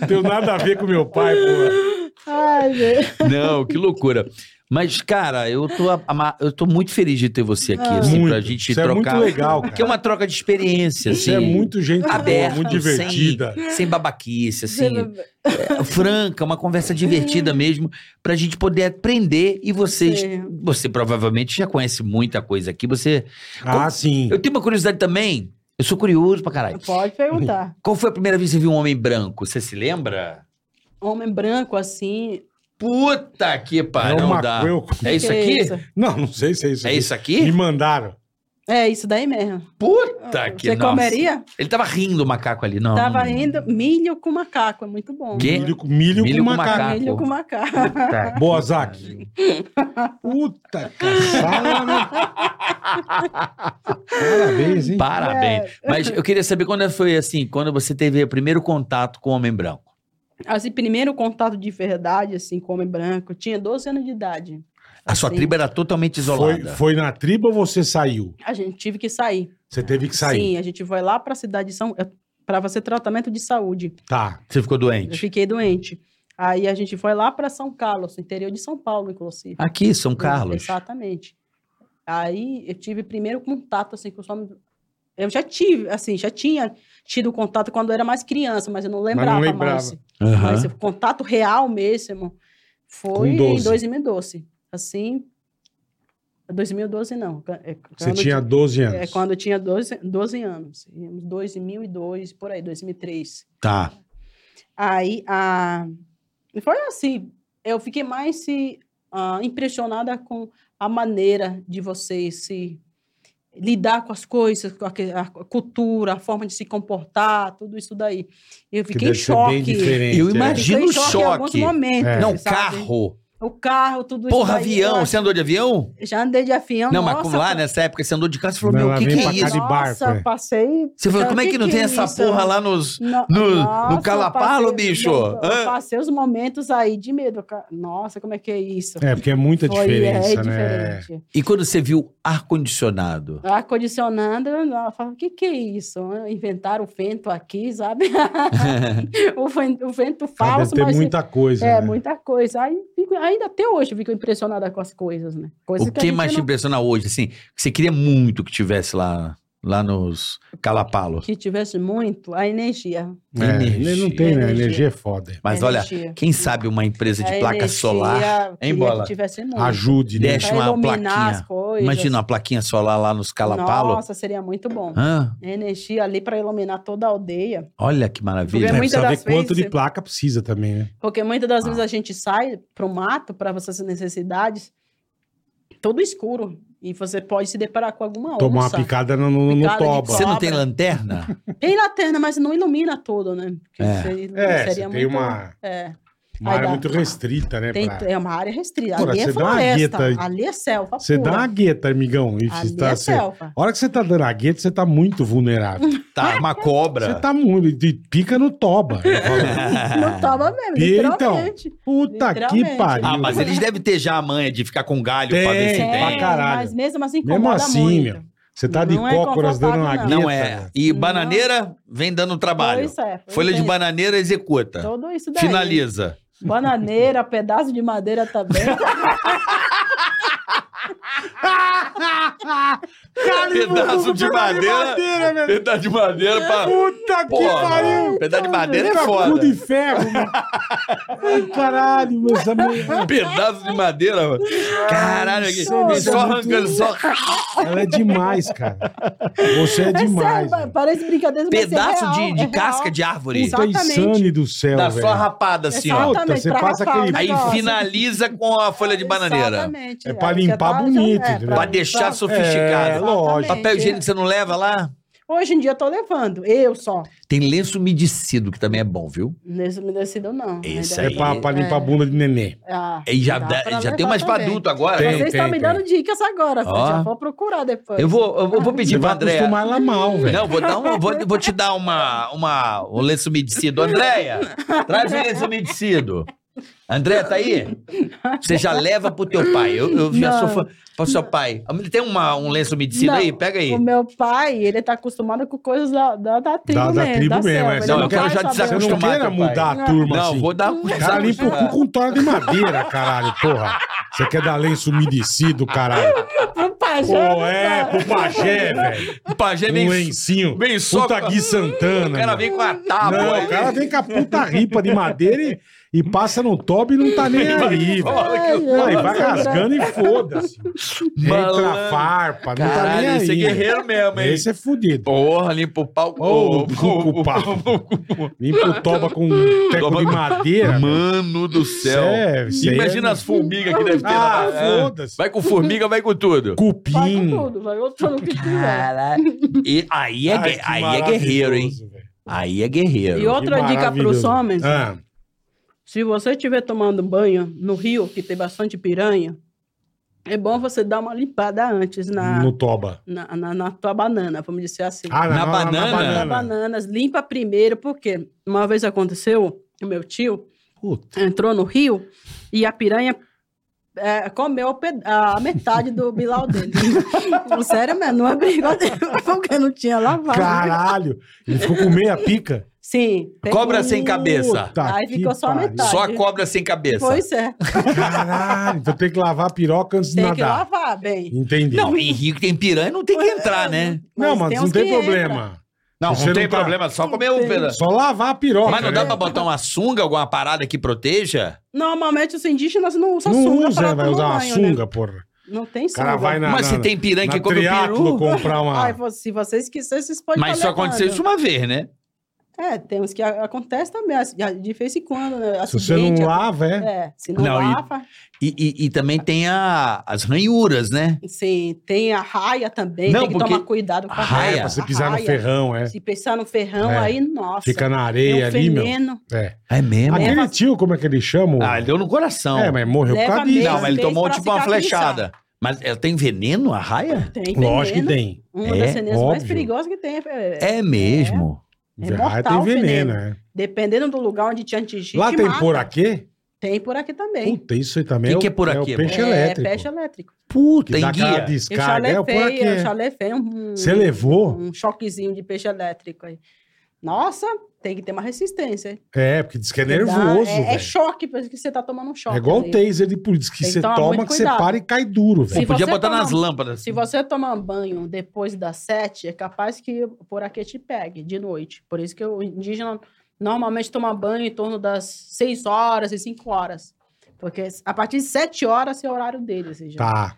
Speaker 3: Não Deu nada a ver com meu pai, pô.
Speaker 4: Ai, gente.
Speaker 2: Não, que loucura. Mas, cara, eu tô, ama- eu tô muito feliz de ter você aqui, assim,
Speaker 3: Muito.
Speaker 2: pra gente
Speaker 3: Isso é
Speaker 2: trocar.
Speaker 3: muito legal, cara.
Speaker 2: Porque é uma troca de experiência, assim.
Speaker 3: Você é muito gente boa,
Speaker 2: aberta,
Speaker 3: muito divertida.
Speaker 2: Sem, sem babaquice, assim, é, franca, uma conversa divertida
Speaker 3: É.
Speaker 2: mesmo, pra gente poder aprender. E vocês,
Speaker 4: Sim.
Speaker 2: você provavelmente já conhece muita coisa aqui. Você,
Speaker 3: Ah, sim.
Speaker 2: eu tenho uma curiosidade também. Eu sou curioso pra caralho.
Speaker 4: Pode perguntar.
Speaker 2: Qual foi a primeira vez que você viu um homem branco? Você se lembra?
Speaker 4: Homem branco assim.
Speaker 2: Puta que
Speaker 3: É
Speaker 2: pariu,
Speaker 3: uma
Speaker 2: não dá.
Speaker 3: coisa-
Speaker 2: É isso
Speaker 4: que
Speaker 2: aqui?
Speaker 3: Não, não sei se é isso.
Speaker 2: É
Speaker 3: aqui.
Speaker 2: isso
Speaker 3: Me
Speaker 2: aqui?
Speaker 3: mandaram.
Speaker 4: É isso daí mesmo. Ah,
Speaker 2: Puta que
Speaker 4: Você
Speaker 2: nossa.
Speaker 4: comeria?
Speaker 2: Ele tava rindo o macaco ali, não.
Speaker 4: Tava
Speaker 2: não.
Speaker 4: rindo milho com macaco, é muito bom.
Speaker 2: Quê?
Speaker 4: Milho,
Speaker 3: Milho, com- milho,
Speaker 2: Milho
Speaker 3: com
Speaker 2: com
Speaker 3: macaco.
Speaker 2: macaco.
Speaker 4: com macaco.
Speaker 2: Puta que
Speaker 3: Boa, Zac.
Speaker 2: pariu.
Speaker 3: Puta caçada, né? Parabéns, hein?
Speaker 2: Parabéns.
Speaker 4: É.
Speaker 2: Mas eu queria saber quando foi assim, quando você teve o primeiro contato com o homem branco.
Speaker 4: Assim, primeiro contato de verdade, assim, com homem branco, eu tinha 12 anos de idade.
Speaker 2: A sua
Speaker 4: Assim,
Speaker 2: tribo era totalmente isolada.
Speaker 3: Foi, foi na tribo ou você saiu?
Speaker 4: A gente tive que sair.
Speaker 3: Você teve que sair.
Speaker 4: Sim, a gente foi lá pra cidade de São. para fazer tratamento de saúde.
Speaker 3: Tá.
Speaker 2: Você ficou
Speaker 4: Eu
Speaker 2: doente.
Speaker 4: fiquei doente. Aí a gente foi lá pra São Carlos, interior de São Paulo, inclusive.
Speaker 2: Aqui, Ah, São Carlos.
Speaker 4: Exatamente. Aí eu tive primeiro contato assim com os homens. Eu já tive, assim, já tinha tido contato quando eu era mais criança, mas eu não lembrava,
Speaker 3: lembrava.
Speaker 4: mais.
Speaker 2: Aham.
Speaker 4: Mas o contato real mesmo foi
Speaker 3: Com 12.
Speaker 4: em 2012. Assim, 2012 não. é
Speaker 3: Você
Speaker 4: quando eu
Speaker 3: tinha 12
Speaker 4: ti-
Speaker 3: anos.
Speaker 4: É quando eu tinha 12, 12 anos. Em 2002, por aí, 2003.
Speaker 2: Tá.
Speaker 4: Aí, a... e foi assim, eu fiquei mais se, ah, impressionada com a maneira de vocês se lidar com as coisas, com aque- a cultura, a forma de se comportar, tudo isso daí. Eu fiquei em
Speaker 3: deve ser bem
Speaker 4: choque.
Speaker 3: diferente.
Speaker 2: Eu
Speaker 3: é.
Speaker 4: Eu fiquei
Speaker 2: imagino- Imagina
Speaker 4: em
Speaker 2: o
Speaker 4: choque, em alguns
Speaker 2: choque.
Speaker 4: momentos.
Speaker 3: É.
Speaker 2: Não,
Speaker 4: sabe?
Speaker 2: carro.
Speaker 4: O carro, tudo isso.
Speaker 2: Porra,
Speaker 4: daí, eu
Speaker 2: avião.
Speaker 4: acho-
Speaker 2: Você andou de avião?
Speaker 4: Já andei de avião.
Speaker 2: Não,
Speaker 4: nossa,
Speaker 2: mas como lá né? nessa época você andou de carro, você falou,
Speaker 3: Não,
Speaker 2: meu, o
Speaker 3: lá
Speaker 2: que,
Speaker 3: vem
Speaker 2: que
Speaker 3: pra
Speaker 2: é
Speaker 3: cá
Speaker 2: isso?
Speaker 3: de barco,
Speaker 4: Nossa,
Speaker 3: é.
Speaker 4: passei.
Speaker 2: Você falou,
Speaker 4: Cara,
Speaker 2: como é
Speaker 4: que
Speaker 2: que, não
Speaker 4: que
Speaker 2: tem
Speaker 4: é
Speaker 2: essa
Speaker 4: isso?
Speaker 2: porra lá nos...
Speaker 4: No,
Speaker 2: No- no calapalo,
Speaker 4: passei-
Speaker 2: bicho?
Speaker 4: Eu
Speaker 2: Hã?
Speaker 4: passei os momentos aí de medo. Ca- Nossa, como é que é isso?
Speaker 3: É, porque é muita
Speaker 4: Foi,
Speaker 3: diferença,
Speaker 4: é
Speaker 3: né?
Speaker 4: diferente.
Speaker 2: E quando você viu ar-condicionado?
Speaker 4: Ar-condicionado, eu falo, o que, que é isso? Inventaram o vento aqui, sabe? o, vento, o vento
Speaker 3: Cara,
Speaker 4: falso,
Speaker 3: Ah, deve ter
Speaker 4: mas.
Speaker 3: muita coisa.
Speaker 4: é,
Speaker 3: né?
Speaker 4: muita coisa. Aí, fico- ainda até hoje eu fico impressionada com as coisas, né? Coisas
Speaker 2: O
Speaker 4: a
Speaker 2: que
Speaker 4: gente
Speaker 2: mais te
Speaker 4: não-
Speaker 2: impressiona hoje, assim, que você queria muito que tivesse lá, lá nos Calapalo.
Speaker 4: que tivesse muito, a energia.
Speaker 3: É,
Speaker 2: Energia.
Speaker 3: Não tem, né?
Speaker 4: Energia.
Speaker 3: Energia é foda.
Speaker 2: Mas olha,
Speaker 4: energia.
Speaker 2: quem sabe uma empresa de
Speaker 4: A
Speaker 2: placa
Speaker 4: energia,
Speaker 2: solar,
Speaker 4: queria
Speaker 2: Bola?
Speaker 4: Que tivesse muito.
Speaker 3: Ajude, né?
Speaker 2: Deixa-
Speaker 4: Pra
Speaker 2: uma
Speaker 4: iluminar
Speaker 2: plaquinha.
Speaker 4: as coisas.
Speaker 2: imagina uma plaquinha solar lá nos Calapalo.
Speaker 4: Nossa, seria muito bom.
Speaker 2: Hã?
Speaker 4: Energia ali para iluminar toda a aldeia.
Speaker 2: olha que maravilha.
Speaker 4: É
Speaker 3: Mas
Speaker 4: muita
Speaker 3: precisa ver
Speaker 4: das
Speaker 3: quanto de
Speaker 4: vezes-
Speaker 3: placa precisa também, né?
Speaker 4: Porque muitas das
Speaker 2: Ah.
Speaker 4: vezes a gente sai pro mato para essas necessidades, todo escuro. E você pode se deparar com alguma
Speaker 3: Tomar uma
Speaker 4: onça.
Speaker 3: picada no, no- no
Speaker 4: Picada de
Speaker 3: toba.
Speaker 2: Você não
Speaker 4: cobra.
Speaker 2: tem lanterna?
Speaker 4: Tem lanterna, mas não ilumina todo, né? Porque
Speaker 2: É.
Speaker 4: seria,
Speaker 3: É, você
Speaker 4: seria
Speaker 3: tem
Speaker 4: muito-
Speaker 3: uma,
Speaker 4: É,
Speaker 3: uma
Speaker 4: Aí
Speaker 3: área
Speaker 4: dá-
Speaker 3: muito restrita, né?
Speaker 4: tem-
Speaker 3: pra-
Speaker 4: é uma área restrita.
Speaker 3: Porra,
Speaker 4: ali é
Speaker 3: você dá uma
Speaker 4: floresta,
Speaker 3: gueta.
Speaker 4: ali é selva
Speaker 3: Você dá
Speaker 4: pura.
Speaker 3: uma gueta, amigão. E você
Speaker 4: Ali
Speaker 3: tá,
Speaker 4: é
Speaker 3: você-
Speaker 4: selva.
Speaker 3: A hora que você tá dando a gueta, você tá muito vulnerável.
Speaker 2: Tá, uma cobra.
Speaker 3: Você tá muito. e Pica no toba. Eu falo,
Speaker 4: Não tava mesmo,
Speaker 3: E então?
Speaker 4: literalmente.
Speaker 3: Puta que
Speaker 4: Literalmente.
Speaker 3: pariu.
Speaker 2: Ah, mas eles devem ter já a manha de ficar com galho pra
Speaker 3: Tem,
Speaker 2: ver se
Speaker 3: pra
Speaker 2: tem.
Speaker 3: caralho.
Speaker 4: Mas mesmo assim
Speaker 3: Mesmo
Speaker 4: incomoda
Speaker 3: assim,
Speaker 4: muito.
Speaker 3: meu, Você tá de
Speaker 4: Não é
Speaker 3: cócoras dando uma gueta.
Speaker 4: confortável,
Speaker 2: Não é. E
Speaker 4: Não.
Speaker 2: bananeira vem dando trabalho.
Speaker 4: Pois é, pois
Speaker 2: Folha de
Speaker 4: é.
Speaker 2: bananeira executa.
Speaker 4: Tudo isso daí.
Speaker 2: Finaliza.
Speaker 4: Bananeira, pedaço de madeira também.
Speaker 2: Pedaço de madeira.
Speaker 3: velho.
Speaker 2: Pedaço de madeira pra.
Speaker 3: Puta que
Speaker 2: Porra,
Speaker 3: pariu.
Speaker 2: pedaço de madeira é
Speaker 3: Tá cu
Speaker 2: foda.
Speaker 3: de ferro, mano. Ai, caralho, meu. Essa mulher,
Speaker 2: Um Pedaço de madeira, mano. Caralho, aqui.
Speaker 3: Isso, é
Speaker 2: só arrancando, só.
Speaker 3: ela é demais, cara. Você é demais.
Speaker 4: sério,
Speaker 3: velho.
Speaker 4: parece brincadeira, mas
Speaker 2: Pedaço
Speaker 4: é
Speaker 2: de,
Speaker 4: real,
Speaker 2: de
Speaker 4: é
Speaker 2: casca
Speaker 4: real.
Speaker 2: de árvore.
Speaker 4: Exato.
Speaker 3: Puta
Speaker 4: Exatamente.
Speaker 3: insane do céu,
Speaker 2: Dá
Speaker 3: é velho. é
Speaker 2: só rapada assim, ó.
Speaker 4: Exatamente,
Speaker 3: Puta, você
Speaker 4: pra
Speaker 3: passa
Speaker 4: rapar o
Speaker 3: aquele-
Speaker 2: Aí
Speaker 4: negócio.
Speaker 2: finaliza com a folha de bananeira.
Speaker 4: Exatamente.
Speaker 3: É
Speaker 4: Aí
Speaker 3: pra
Speaker 4: você tá
Speaker 3: limpar bonito, entendeu?
Speaker 2: Pra deixar
Speaker 3: É,
Speaker 2: sofisticado.
Speaker 3: lógico.
Speaker 2: Papel higiênico você não leva lá?
Speaker 4: Hoje em dia eu tô levando, eu só.
Speaker 2: Tem lenço umedecido, que também é bom, viu?
Speaker 4: Nesse umedecido não.
Speaker 2: Esse
Speaker 3: É
Speaker 4: Ainda-
Speaker 2: aí.
Speaker 3: pra, pra limpar a bunda de neném.
Speaker 4: Ah,
Speaker 2: E já,
Speaker 4: dá
Speaker 2: dá-
Speaker 4: pra
Speaker 2: já tem
Speaker 4: levar
Speaker 2: umas pra
Speaker 4: também.
Speaker 2: adulto agora.
Speaker 3: Tem,
Speaker 4: Vocês estão me
Speaker 3: tem.
Speaker 4: dando dicas agora, filho.
Speaker 2: Ó.
Speaker 4: já vou procurar depois.
Speaker 2: Eu vou, eu vou- vou
Speaker 3: Você
Speaker 2: pedir pra
Speaker 3: vai
Speaker 2: Andréia.
Speaker 3: acostumar ela mal, velho.
Speaker 2: Não, vou, dar um, vou, vou te dar uma, uma, um lenço umedecido. Andréia, traz o lenço umedecido. Andréia, tá aí? Você já leva pro teu pai. Eu, eu já
Speaker 4: Não.
Speaker 2: sou fã. Pro seu pai. Tem uma, um lenço umedecido
Speaker 4: Não.
Speaker 2: aí? Pega aí.
Speaker 4: O meu pai, ele tá acostumado com coisas da, da, da tribo
Speaker 3: Da- da
Speaker 4: mesmo.
Speaker 3: tribo mesmo, é.
Speaker 4: selva. Ele
Speaker 3: Não, eu
Speaker 2: quero
Speaker 4: vai
Speaker 2: já
Speaker 4: saber.
Speaker 3: Você
Speaker 2: desacostumar
Speaker 3: não queira
Speaker 2: teu pai.
Speaker 3: mudar a turma
Speaker 2: Não,
Speaker 3: assim.
Speaker 2: vou dar
Speaker 3: O cara limpa o cu com tora de madeira, caralho, porra. Você quer dar lenço umedecido, caralho?
Speaker 4: Pro pajé,
Speaker 3: Pô,
Speaker 4: não
Speaker 3: é,
Speaker 4: dá.
Speaker 3: pro pajé, velho.
Speaker 2: O pajé
Speaker 3: Um
Speaker 2: vem,
Speaker 3: lencinho.
Speaker 2: vem só.
Speaker 3: Puta Gui Santana.
Speaker 2: O cara
Speaker 3: mano.
Speaker 2: vem com a tábua.
Speaker 3: Não, o cara vem com a puta ripa de madeira e, e passa no top e não tá nem aí, velho.
Speaker 2: Olha que-
Speaker 3: Não, e
Speaker 4: Ai,
Speaker 3: vai rasgando e foda-se. Entra
Speaker 2: Malandro.
Speaker 3: a farpa, não tá nem
Speaker 2: Caralho,
Speaker 3: aí.
Speaker 2: esse é guerreiro mesmo, hein?
Speaker 3: Esse é fudido.
Speaker 2: Porra, limpa o pau.
Speaker 3: Ô,
Speaker 2: Ô,
Speaker 3: cu
Speaker 2: cu-
Speaker 3: com papo. Limpa o toba com um teco
Speaker 2: Toba
Speaker 3: de
Speaker 2: com-
Speaker 3: madeira.
Speaker 2: Mano do céu.
Speaker 3: É, isso aí
Speaker 2: Imagina
Speaker 3: é-
Speaker 2: as formigas que deve ter.
Speaker 3: Ah,
Speaker 2: na-
Speaker 3: foda-se.
Speaker 2: Vai com formiga, vai com tudo.
Speaker 4: Vai com
Speaker 3: Cupim.
Speaker 4: tudo, vai com tudo que quiser.
Speaker 2: E aí é,
Speaker 3: Ai,
Speaker 2: gue-
Speaker 3: que
Speaker 2: aí é guerreiro, hein?
Speaker 3: maravilhoso, velho.
Speaker 2: Aí é
Speaker 4: E
Speaker 2: guerreiro.
Speaker 4: outra
Speaker 3: Que
Speaker 4: dica pros
Speaker 3: maravilhoso.
Speaker 4: homens,
Speaker 3: Ah,
Speaker 4: se você estiver tomando banho no rio, que tem bastante piranha, é bom você dar uma limpada antes na,
Speaker 3: no toba.
Speaker 4: na, na, na tua banana, vamos dizer assim.
Speaker 3: Ah, né?
Speaker 2: Na banana?
Speaker 4: Na bananas, limpa primeiro, porque uma vez aconteceu, o meu tio
Speaker 3: Puta.
Speaker 4: entrou no rio e a piranha é, comeu o ped- a metade do bilau dele. Sério mesmo, não é brincadeira, porque não tinha lavado.
Speaker 3: Caralho. Ele ficou com meia pica?
Speaker 4: Sim. pegou-
Speaker 2: Cobra sem cabeça.
Speaker 3: Puta
Speaker 4: Aí
Speaker 3: que
Speaker 4: ficou só a
Speaker 3: pariu.
Speaker 4: metade.
Speaker 2: Só a cobra sem cabeça.
Speaker 4: Pois é,
Speaker 3: Caralho. Então tem que lavar a piroca antes de
Speaker 4: tem que
Speaker 3: nadar.
Speaker 4: lavar bem.
Speaker 3: Entendi.
Speaker 4: é.
Speaker 2: Não, em Rio que tem piranha, não tem que entrar, né?
Speaker 3: Não, mas não
Speaker 4: uns
Speaker 3: tem
Speaker 4: que entra.
Speaker 3: problema.
Speaker 2: Não,
Speaker 3: Você
Speaker 2: não tem
Speaker 3: tá-
Speaker 2: problema, só comer o pedaço.
Speaker 3: Só lavar a piroca.
Speaker 2: Mas não dá
Speaker 3: né?
Speaker 2: pra botar uma sunga, alguma parada que proteja?
Speaker 4: Normalmente os indígenas não usam
Speaker 3: Não
Speaker 4: sunga
Speaker 3: usa,
Speaker 4: pra
Speaker 3: vai
Speaker 4: tomar
Speaker 3: usar uma
Speaker 4: banho, né?
Speaker 3: sunga, porra.
Speaker 4: Não tem
Speaker 3: O
Speaker 4: sunga.
Speaker 3: cara vai na.
Speaker 2: Mas se
Speaker 3: na-
Speaker 2: tem piranha que
Speaker 3: na
Speaker 2: come peru.
Speaker 3: triatlo comprar uma.
Speaker 4: Ai, vo- se vocês quisessem, vocês podem
Speaker 2: Mas
Speaker 4: tá
Speaker 2: só
Speaker 4: levando.
Speaker 2: aconteceu isso uma vez, né?
Speaker 4: É, temos que a- acontece também, assim, de- de vez em quando, né?
Speaker 3: Se você não
Speaker 4: acidente,
Speaker 3: lava, é.
Speaker 4: É, se não,
Speaker 2: Não, e-
Speaker 4: lava,
Speaker 2: E, e- e também tem a- as ranhuras, né?
Speaker 4: sim, tem a raia também,
Speaker 2: Não,
Speaker 4: tem que
Speaker 2: porque-
Speaker 4: tomar cuidado com a
Speaker 2: A
Speaker 3: Ah,
Speaker 4: raia.
Speaker 2: raia,
Speaker 3: é, pra você
Speaker 4: A
Speaker 3: pisar no
Speaker 4: raia.
Speaker 3: ferrão, é.
Speaker 4: Se pensar no ferrão,
Speaker 3: É.
Speaker 4: aí, nossa,
Speaker 3: Fica na
Speaker 4: tem
Speaker 3: areia
Speaker 4: um
Speaker 3: ali, meu.
Speaker 4: veneno.
Speaker 3: É.
Speaker 2: É mesmo?
Speaker 4: Leva-
Speaker 3: Aquele tio, como é que ele chama? o-
Speaker 2: Ah, ele deu no coração.
Speaker 3: é, mas morreu por
Speaker 4: Leva
Speaker 3: causa
Speaker 4: mesmo.
Speaker 3: disso.
Speaker 2: Não, mas ele
Speaker 4: fez
Speaker 2: tomou
Speaker 4: pra
Speaker 2: tipo uma
Speaker 4: cicatrizar.
Speaker 2: flechada. Mas ela tem veneno, a raia?
Speaker 4: Tem
Speaker 3: Lógico que
Speaker 4: veneno.
Speaker 3: tem.
Speaker 4: Uma
Speaker 2: É,
Speaker 4: das cenas mais
Speaker 3: óbvio.
Speaker 4: perigosas que tem. É,
Speaker 2: É mesmo.
Speaker 4: É
Speaker 3: Raia tem
Speaker 4: mortal o veneno.
Speaker 3: veneno, é.
Speaker 4: Dependendo do lugar onde te antigite,
Speaker 3: Lá tem
Speaker 4: mata.
Speaker 3: por aqui?
Speaker 4: Tem por aqui também.
Speaker 3: Puta, isso aí também.
Speaker 2: Que
Speaker 3: o-
Speaker 2: que é por
Speaker 3: o
Speaker 2: aqui,
Speaker 3: peixe
Speaker 4: é,
Speaker 3: elétrico.
Speaker 4: peixe elétrico.
Speaker 2: Puta,
Speaker 3: Que dá aquela
Speaker 2: enguia.
Speaker 4: E o chalé
Speaker 3: descarga. É o por
Speaker 4: feio, o
Speaker 3: aqui.
Speaker 4: chalé feio, um,
Speaker 3: Você levou?
Speaker 4: um choquezinho de peixe elétrico aí. Nossa, tem que ter uma resistência. hein?
Speaker 3: É, porque diz que é
Speaker 4: Dá-
Speaker 3: nervoso,
Speaker 4: É, é
Speaker 3: velho.
Speaker 4: choque, parece que você tá tomando um choque.
Speaker 3: É igual o
Speaker 4: ali.
Speaker 3: taser, ele diz que
Speaker 4: Tem que
Speaker 3: você
Speaker 4: tomar
Speaker 3: toma,
Speaker 4: muito
Speaker 3: que você
Speaker 4: cuidado.
Speaker 3: para e cai duro,
Speaker 2: Pô,
Speaker 3: velho.
Speaker 4: Se
Speaker 2: podia
Speaker 4: você
Speaker 2: botar nas
Speaker 4: tomar-
Speaker 2: lâmpadas.
Speaker 4: Se você tomar banho depois das sete, é capaz que por aqui te pegue de noite. Por isso que o indígena normalmente toma banho em torno das seis horas e cinco horas. Porque a partir de sete horas é o horário deles. assim, já.
Speaker 3: Tá.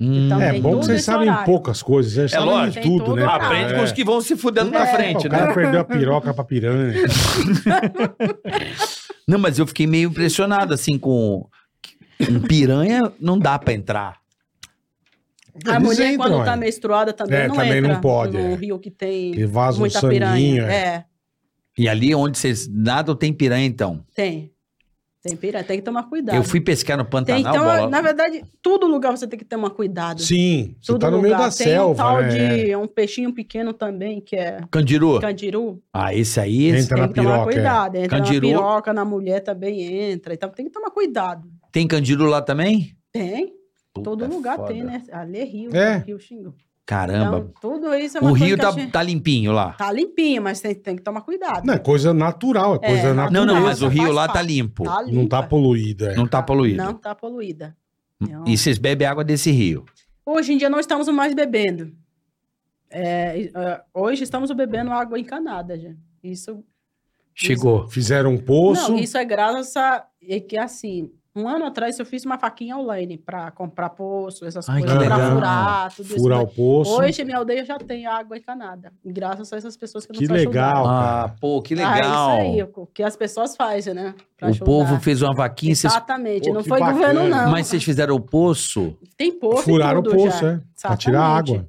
Speaker 2: Hum.
Speaker 4: Então,
Speaker 3: É
Speaker 4: tem
Speaker 3: bom
Speaker 4: todo
Speaker 3: que vocês
Speaker 4: esse
Speaker 3: sabem
Speaker 4: horário.
Speaker 3: poucas coisas, vocês
Speaker 2: É
Speaker 3: sabem
Speaker 2: lógico.
Speaker 3: de
Speaker 4: Tem
Speaker 3: tudo,
Speaker 4: todo
Speaker 3: né?
Speaker 4: horário.
Speaker 2: Aprende com os que vão se fudendo
Speaker 3: É,
Speaker 4: Tá
Speaker 2: na frente,
Speaker 3: o cara
Speaker 2: né?
Speaker 3: perdeu a piroca pra piranha.
Speaker 2: Não, mas eu fiquei meio impressionado, assim, com... Um piranha não dá pra entrar.
Speaker 4: A
Speaker 3: Eles
Speaker 4: mulher,
Speaker 3: entram,
Speaker 4: quando tá
Speaker 3: é.
Speaker 4: menstruada, também
Speaker 3: É,
Speaker 4: não
Speaker 3: também
Speaker 4: entra
Speaker 3: não pode,
Speaker 4: no
Speaker 3: é.
Speaker 4: rio que tem
Speaker 3: Ele vaza um
Speaker 4: muita piranha.
Speaker 3: sanguinho. é.
Speaker 4: É,
Speaker 2: E ali onde vocês nadam tem piranha, então.
Speaker 4: tem. Tem piranha, tem que tomar cuidado.
Speaker 2: Eu fui pescar no
Speaker 4: Tem,
Speaker 2: Pantanal,
Speaker 4: então,
Speaker 2: bola-
Speaker 4: na verdade, todo lugar você tem que tomar cuidado.
Speaker 3: Sim, você
Speaker 4: Todo
Speaker 3: tá no meio
Speaker 4: é. lugar.
Speaker 3: da
Speaker 4: tem um
Speaker 3: selva,
Speaker 4: tal
Speaker 3: né?
Speaker 4: de é um peixinho pequeno também, que é
Speaker 2: Candiru.
Speaker 4: candiru.
Speaker 2: Ah, esse aí... esse-
Speaker 3: Entra
Speaker 4: tem
Speaker 3: na
Speaker 4: que tomar
Speaker 3: piroca. é.
Speaker 4: cuidado. Entra
Speaker 2: Candiru.
Speaker 4: na piroca, na mulher também entra. Então tem que tomar cuidado.
Speaker 2: Tem candiru lá também?
Speaker 4: Tem. todo
Speaker 2: Puta é
Speaker 4: lugar
Speaker 2: foda.
Speaker 4: tem, né? Ali é rio,
Speaker 3: É.
Speaker 4: rio Xingu.
Speaker 2: Caramba.
Speaker 4: Então, tudo isso é uma
Speaker 2: o
Speaker 4: coisa
Speaker 2: rio
Speaker 4: que a
Speaker 2: tá,
Speaker 4: gente-
Speaker 2: tá limpinho lá.
Speaker 4: tá limpinho, mas tem, tem que tomar cuidado.
Speaker 3: Não, é coisa natural, é
Speaker 4: É,
Speaker 3: coisa natural.
Speaker 2: Não, não,
Speaker 4: Não,
Speaker 2: mas o
Speaker 4: faz
Speaker 2: rio lá
Speaker 4: parte.
Speaker 2: tá limpo.
Speaker 4: Tá
Speaker 3: Não tá
Speaker 4: limpa.
Speaker 3: poluído, é.
Speaker 2: Não tá poluído.
Speaker 4: Não tá poluída. Não.
Speaker 2: E vocês bebem água desse rio.
Speaker 4: Hoje em dia não estamos mais bebendo. É, e, é, hoje estamos bebendo água encanada, já. Isso,
Speaker 2: Chegou.
Speaker 3: Fizeram um poço.
Speaker 4: não, isso é graças a é que assim, um ano atrás eu fiz uma faquinha online para comprar poço, essas
Speaker 2: Ai,
Speaker 4: coisas
Speaker 3: que
Speaker 4: para
Speaker 3: legal.
Speaker 4: furar, tudo
Speaker 3: Furar
Speaker 4: isso.
Speaker 3: o poço.
Speaker 4: Hoje minha aldeia já tem água encanada, graças a essas pessoas que nos
Speaker 3: Que legal.
Speaker 4: ajudaram.
Speaker 2: Ah, pô, que legal.
Speaker 4: Ah, isso aí, o que as pessoas fazem, né? pra
Speaker 2: o
Speaker 4: ajudar.
Speaker 2: povo fez uma vaquinha, vocês...
Speaker 4: Exatamente,
Speaker 3: Pô,
Speaker 4: não
Speaker 3: que
Speaker 4: foi
Speaker 3: bacana.
Speaker 4: governo não.
Speaker 2: mas vocês fizeram o poço.
Speaker 4: Tem poço e
Speaker 3: Furaram o
Speaker 4: tudo
Speaker 3: poço,
Speaker 4: já.
Speaker 3: é. Pra tirar a água.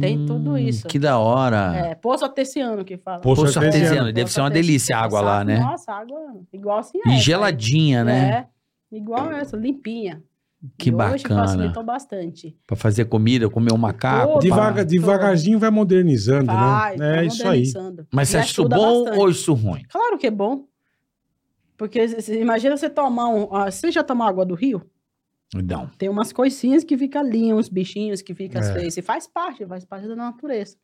Speaker 4: Tem
Speaker 2: Hum,
Speaker 4: tudo isso.
Speaker 2: Que da hora.
Speaker 4: É, poço artesiano que fala.
Speaker 3: Poço
Speaker 2: Poço
Speaker 3: artesiano.
Speaker 2: artesiano. Deve
Speaker 4: Poço
Speaker 2: ser uma
Speaker 4: artesiano.
Speaker 2: delícia a água lá, né?
Speaker 4: Nossa, água igual assim
Speaker 2: E
Speaker 4: essa,
Speaker 2: geladinha,
Speaker 4: aí.
Speaker 2: né?
Speaker 4: É, igual essa, limpinha.
Speaker 2: Que
Speaker 4: e
Speaker 2: bacana.
Speaker 4: Hoje facilitou bastante.
Speaker 2: Pra fazer comida, comer um macaco.
Speaker 4: Pô,
Speaker 2: pá.
Speaker 3: Devagar, devagarzinho vai modernizando,
Speaker 4: Vai,
Speaker 3: né?
Speaker 4: tá
Speaker 3: É isso aí.
Speaker 4: modernizando.
Speaker 2: Mas você
Speaker 4: E
Speaker 2: acha isso
Speaker 4: ajuda
Speaker 2: bom
Speaker 4: bastante.
Speaker 2: ou isso ruim?
Speaker 4: Claro que é bom. Porque se- se- imagina você tomar um. ah, Você já tomou água do rio?
Speaker 2: Não.
Speaker 4: Tem umas coisinhas que ficam ali, uns bichinhos que ficam
Speaker 3: É.
Speaker 4: às vezes. E faz parte, faz parte da natureza.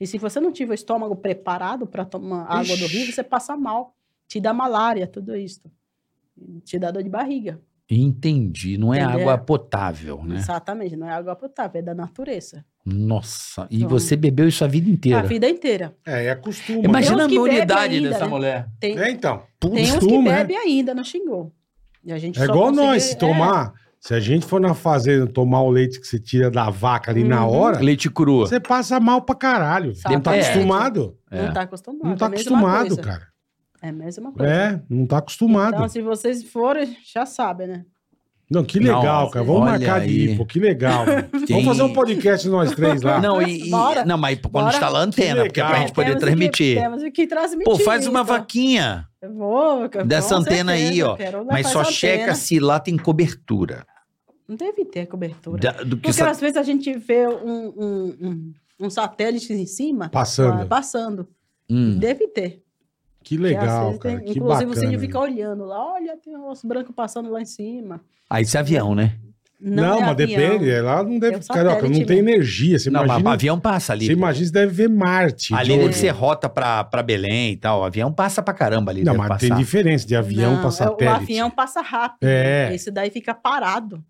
Speaker 4: E se você não tiver o estômago preparado para tomar água do rio, você passa mal. Te dá malária, tudo isso. Te dá dor de barriga.
Speaker 2: Entendi. Não é
Speaker 4: Entendeu?
Speaker 2: água potável, né?
Speaker 4: Exatamente, não é água potável, é da natureza.
Speaker 2: Nossa. E
Speaker 4: Não.
Speaker 2: você bebeu isso a vida inteira.
Speaker 4: A vida inteira.
Speaker 3: É, é costume.
Speaker 2: Imagina
Speaker 4: Tem uns
Speaker 2: a
Speaker 4: que bebem
Speaker 2: imunidade
Speaker 4: ainda,
Speaker 2: dessa
Speaker 4: né?
Speaker 2: mulher.
Speaker 4: Tem,
Speaker 3: né? É, então.
Speaker 4: tem uns que
Speaker 3: costume, né?
Speaker 4: bebem ainda, não xingou. E a gente
Speaker 3: É
Speaker 4: só é.
Speaker 3: igual
Speaker 4: consegue-
Speaker 3: nós, se tomar. Se a gente for na fazenda tomar o leite que você tira da vaca ali na
Speaker 4: Uhum.
Speaker 3: hora,
Speaker 2: Leite crua.
Speaker 3: você passa mal pra caralho. Não tá
Speaker 2: É.
Speaker 3: acostumado.
Speaker 4: É, não
Speaker 2: É.
Speaker 4: tá acostumado.
Speaker 3: Não tá
Speaker 4: é a mesma
Speaker 3: acostumado,
Speaker 4: coisa.
Speaker 3: cara.
Speaker 4: É a mesma coisa.
Speaker 3: É, não tá acostumado.
Speaker 4: Então, se vocês forem, já sabem, né?
Speaker 3: Não, que
Speaker 2: Não,
Speaker 3: legal, cara. Vamos
Speaker 2: olha
Speaker 3: marcar de
Speaker 2: aí.
Speaker 3: ir, pô. Que legal. mano.
Speaker 2: Tem-
Speaker 3: Vamos fazer um podcast nós três lá.
Speaker 2: Não, e, e-
Speaker 4: Bora.
Speaker 2: não, mas quando
Speaker 4: Bora.
Speaker 2: instalar a antena,
Speaker 3: Que
Speaker 2: porque é
Speaker 3: legal.
Speaker 2: pra gente poder
Speaker 4: Temos que-
Speaker 2: transmitir.
Speaker 4: temos que transmitir.
Speaker 2: Pô, faz uma
Speaker 4: isso.
Speaker 2: vaquinha,
Speaker 4: Eu Vou, com
Speaker 2: Dessa antena aí,
Speaker 4: certeza,
Speaker 2: ó.
Speaker 4: eu quero lá, faz
Speaker 2: mas só
Speaker 4: antena.
Speaker 2: checa se lá tem cobertura.
Speaker 4: Não deve ter cobertura.
Speaker 2: Da- do que
Speaker 4: Porque
Speaker 2: sa-
Speaker 4: às vezes a gente vê um, um, um, um satélite em cima
Speaker 3: Passando.
Speaker 4: ah, passando.
Speaker 2: Hum.
Speaker 4: Deve ter. Porque
Speaker 3: Que
Speaker 4: às
Speaker 3: legal,
Speaker 4: vezes tem-
Speaker 3: cara. Que
Speaker 4: inclusive
Speaker 3: bacana.
Speaker 4: você fica olhando lá, olha, tem um osso branco passando lá em cima.
Speaker 2: Aí esse é avião, né?
Speaker 3: Não,
Speaker 4: é
Speaker 3: mas
Speaker 4: avião.
Speaker 3: depende. Ela não deve.
Speaker 4: É um
Speaker 3: Carioca, não
Speaker 4: satélite
Speaker 3: tem
Speaker 4: mesmo.
Speaker 3: energia. Você
Speaker 2: não, mas o
Speaker 3: imagina.
Speaker 2: avião passa ali.
Speaker 3: Você imagina, você deve ver Marte. de
Speaker 2: ali
Speaker 3: olho.
Speaker 2: deve ser rota pra, pra Belém e tal. O avião passa pra caramba ali.
Speaker 3: Não,
Speaker 2: deve
Speaker 3: mas
Speaker 2: passar.
Speaker 3: tem diferença de avião
Speaker 4: Não,
Speaker 3: pra
Speaker 4: é-
Speaker 3: satélite.
Speaker 4: O avião passa rápido.
Speaker 3: É.
Speaker 4: Esse daí fica parado.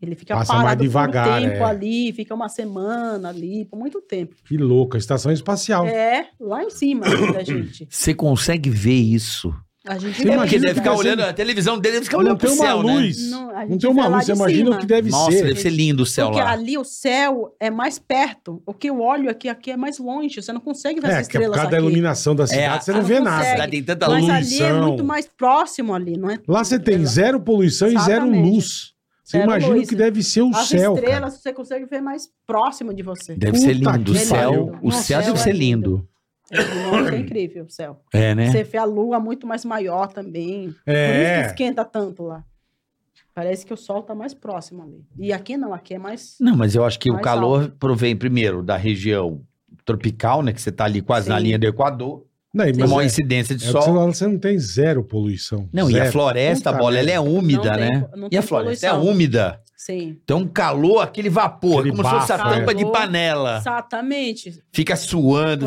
Speaker 4: Ele fica
Speaker 3: Passa mais
Speaker 4: parado
Speaker 3: devagar,
Speaker 4: por um tempo
Speaker 3: é.
Speaker 4: ali, fica uma semana ali, por muito tempo.
Speaker 3: Que Então louco, a estação espacial.
Speaker 4: É, lá em cima da gente.
Speaker 2: Você consegue ver isso?
Speaker 4: A gente
Speaker 3: Você
Speaker 2: É
Speaker 4: vê
Speaker 2: porque
Speaker 3: imagina
Speaker 2: deve
Speaker 3: que
Speaker 2: ficar
Speaker 3: vai ser-
Speaker 2: olhando, a televisão dele deve ficar
Speaker 3: Não
Speaker 2: olhando
Speaker 3: tem
Speaker 2: pro
Speaker 3: uma
Speaker 2: céu, né?
Speaker 3: luz.
Speaker 4: Não, a
Speaker 3: Não,
Speaker 4: gente
Speaker 3: tem uma
Speaker 4: vê lá
Speaker 3: luz. Você
Speaker 4: de
Speaker 3: imagina
Speaker 4: cima.
Speaker 3: o que deve
Speaker 2: Nossa,
Speaker 3: ser.
Speaker 2: deve ser lindo o céu
Speaker 4: Porque
Speaker 2: lá.
Speaker 4: ali o céu é mais perto. O que eu olho aqui, aqui é mais longe. Você não consegue ver as
Speaker 3: É, que é por
Speaker 4: estrelas
Speaker 3: causa
Speaker 4: aqui.
Speaker 3: da iluminação da cidade,
Speaker 2: a-
Speaker 3: você não
Speaker 4: não
Speaker 3: vê
Speaker 2: A
Speaker 4: consegue.
Speaker 3: nada.
Speaker 2: cidade tem tanta
Speaker 4: Mas
Speaker 2: luz.
Speaker 4: ali é
Speaker 3: Poluição.
Speaker 4: muito mais próximo ali, não é?
Speaker 3: Lá você tem zero poluição e zero
Speaker 4: Exatamente.
Speaker 3: luz. Você
Speaker 4: Zero
Speaker 3: imagina o
Speaker 4: luz.
Speaker 3: que deve ser o
Speaker 4: As
Speaker 3: céu. cara.
Speaker 4: estrelas você consegue ver mais próximo de você.
Speaker 2: Deve ser
Speaker 3: Puta
Speaker 2: lindo o
Speaker 3: que
Speaker 2: céu.
Speaker 4: pariu.
Speaker 2: O céu
Speaker 4: Nossa,
Speaker 2: deve
Speaker 4: é
Speaker 2: ser
Speaker 4: lindo.
Speaker 2: lindo.
Speaker 4: Nossa, é incrível o céu.
Speaker 2: É, né?
Speaker 4: Você vê a lua muito mais maior também. Por isso que
Speaker 3: É.
Speaker 4: esquenta tanto lá. Parece que o sol tá mais próximo ali. E aqui não, aqui é mais.
Speaker 2: Não, mas eu acho que o
Speaker 4: Mais
Speaker 2: calor provém primeiro da região tropical, né? Que você tá ali quase na
Speaker 4: Sim.
Speaker 2: linha do Equador.
Speaker 3: Não,
Speaker 2: Tem
Speaker 3: mas
Speaker 2: maior
Speaker 3: é-
Speaker 2: incidência de
Speaker 3: é o que você
Speaker 2: sol.
Speaker 3: fala, você não tem zero poluição.
Speaker 2: Não, e a
Speaker 3: Zero.
Speaker 2: floresta,
Speaker 3: Puta
Speaker 2: bola, ela é úmida,
Speaker 4: Não tem-
Speaker 2: né?
Speaker 4: não
Speaker 2: E a
Speaker 4: tem
Speaker 2: floresta é
Speaker 4: poluição.
Speaker 2: úmida.
Speaker 4: Sim.
Speaker 2: Então, um calor, aquele vapor,
Speaker 3: Aquele
Speaker 2: como se fosse a
Speaker 3: bafo,
Speaker 2: tampa
Speaker 4: é.
Speaker 2: de panela.
Speaker 4: Exatamente.
Speaker 2: Fica suando,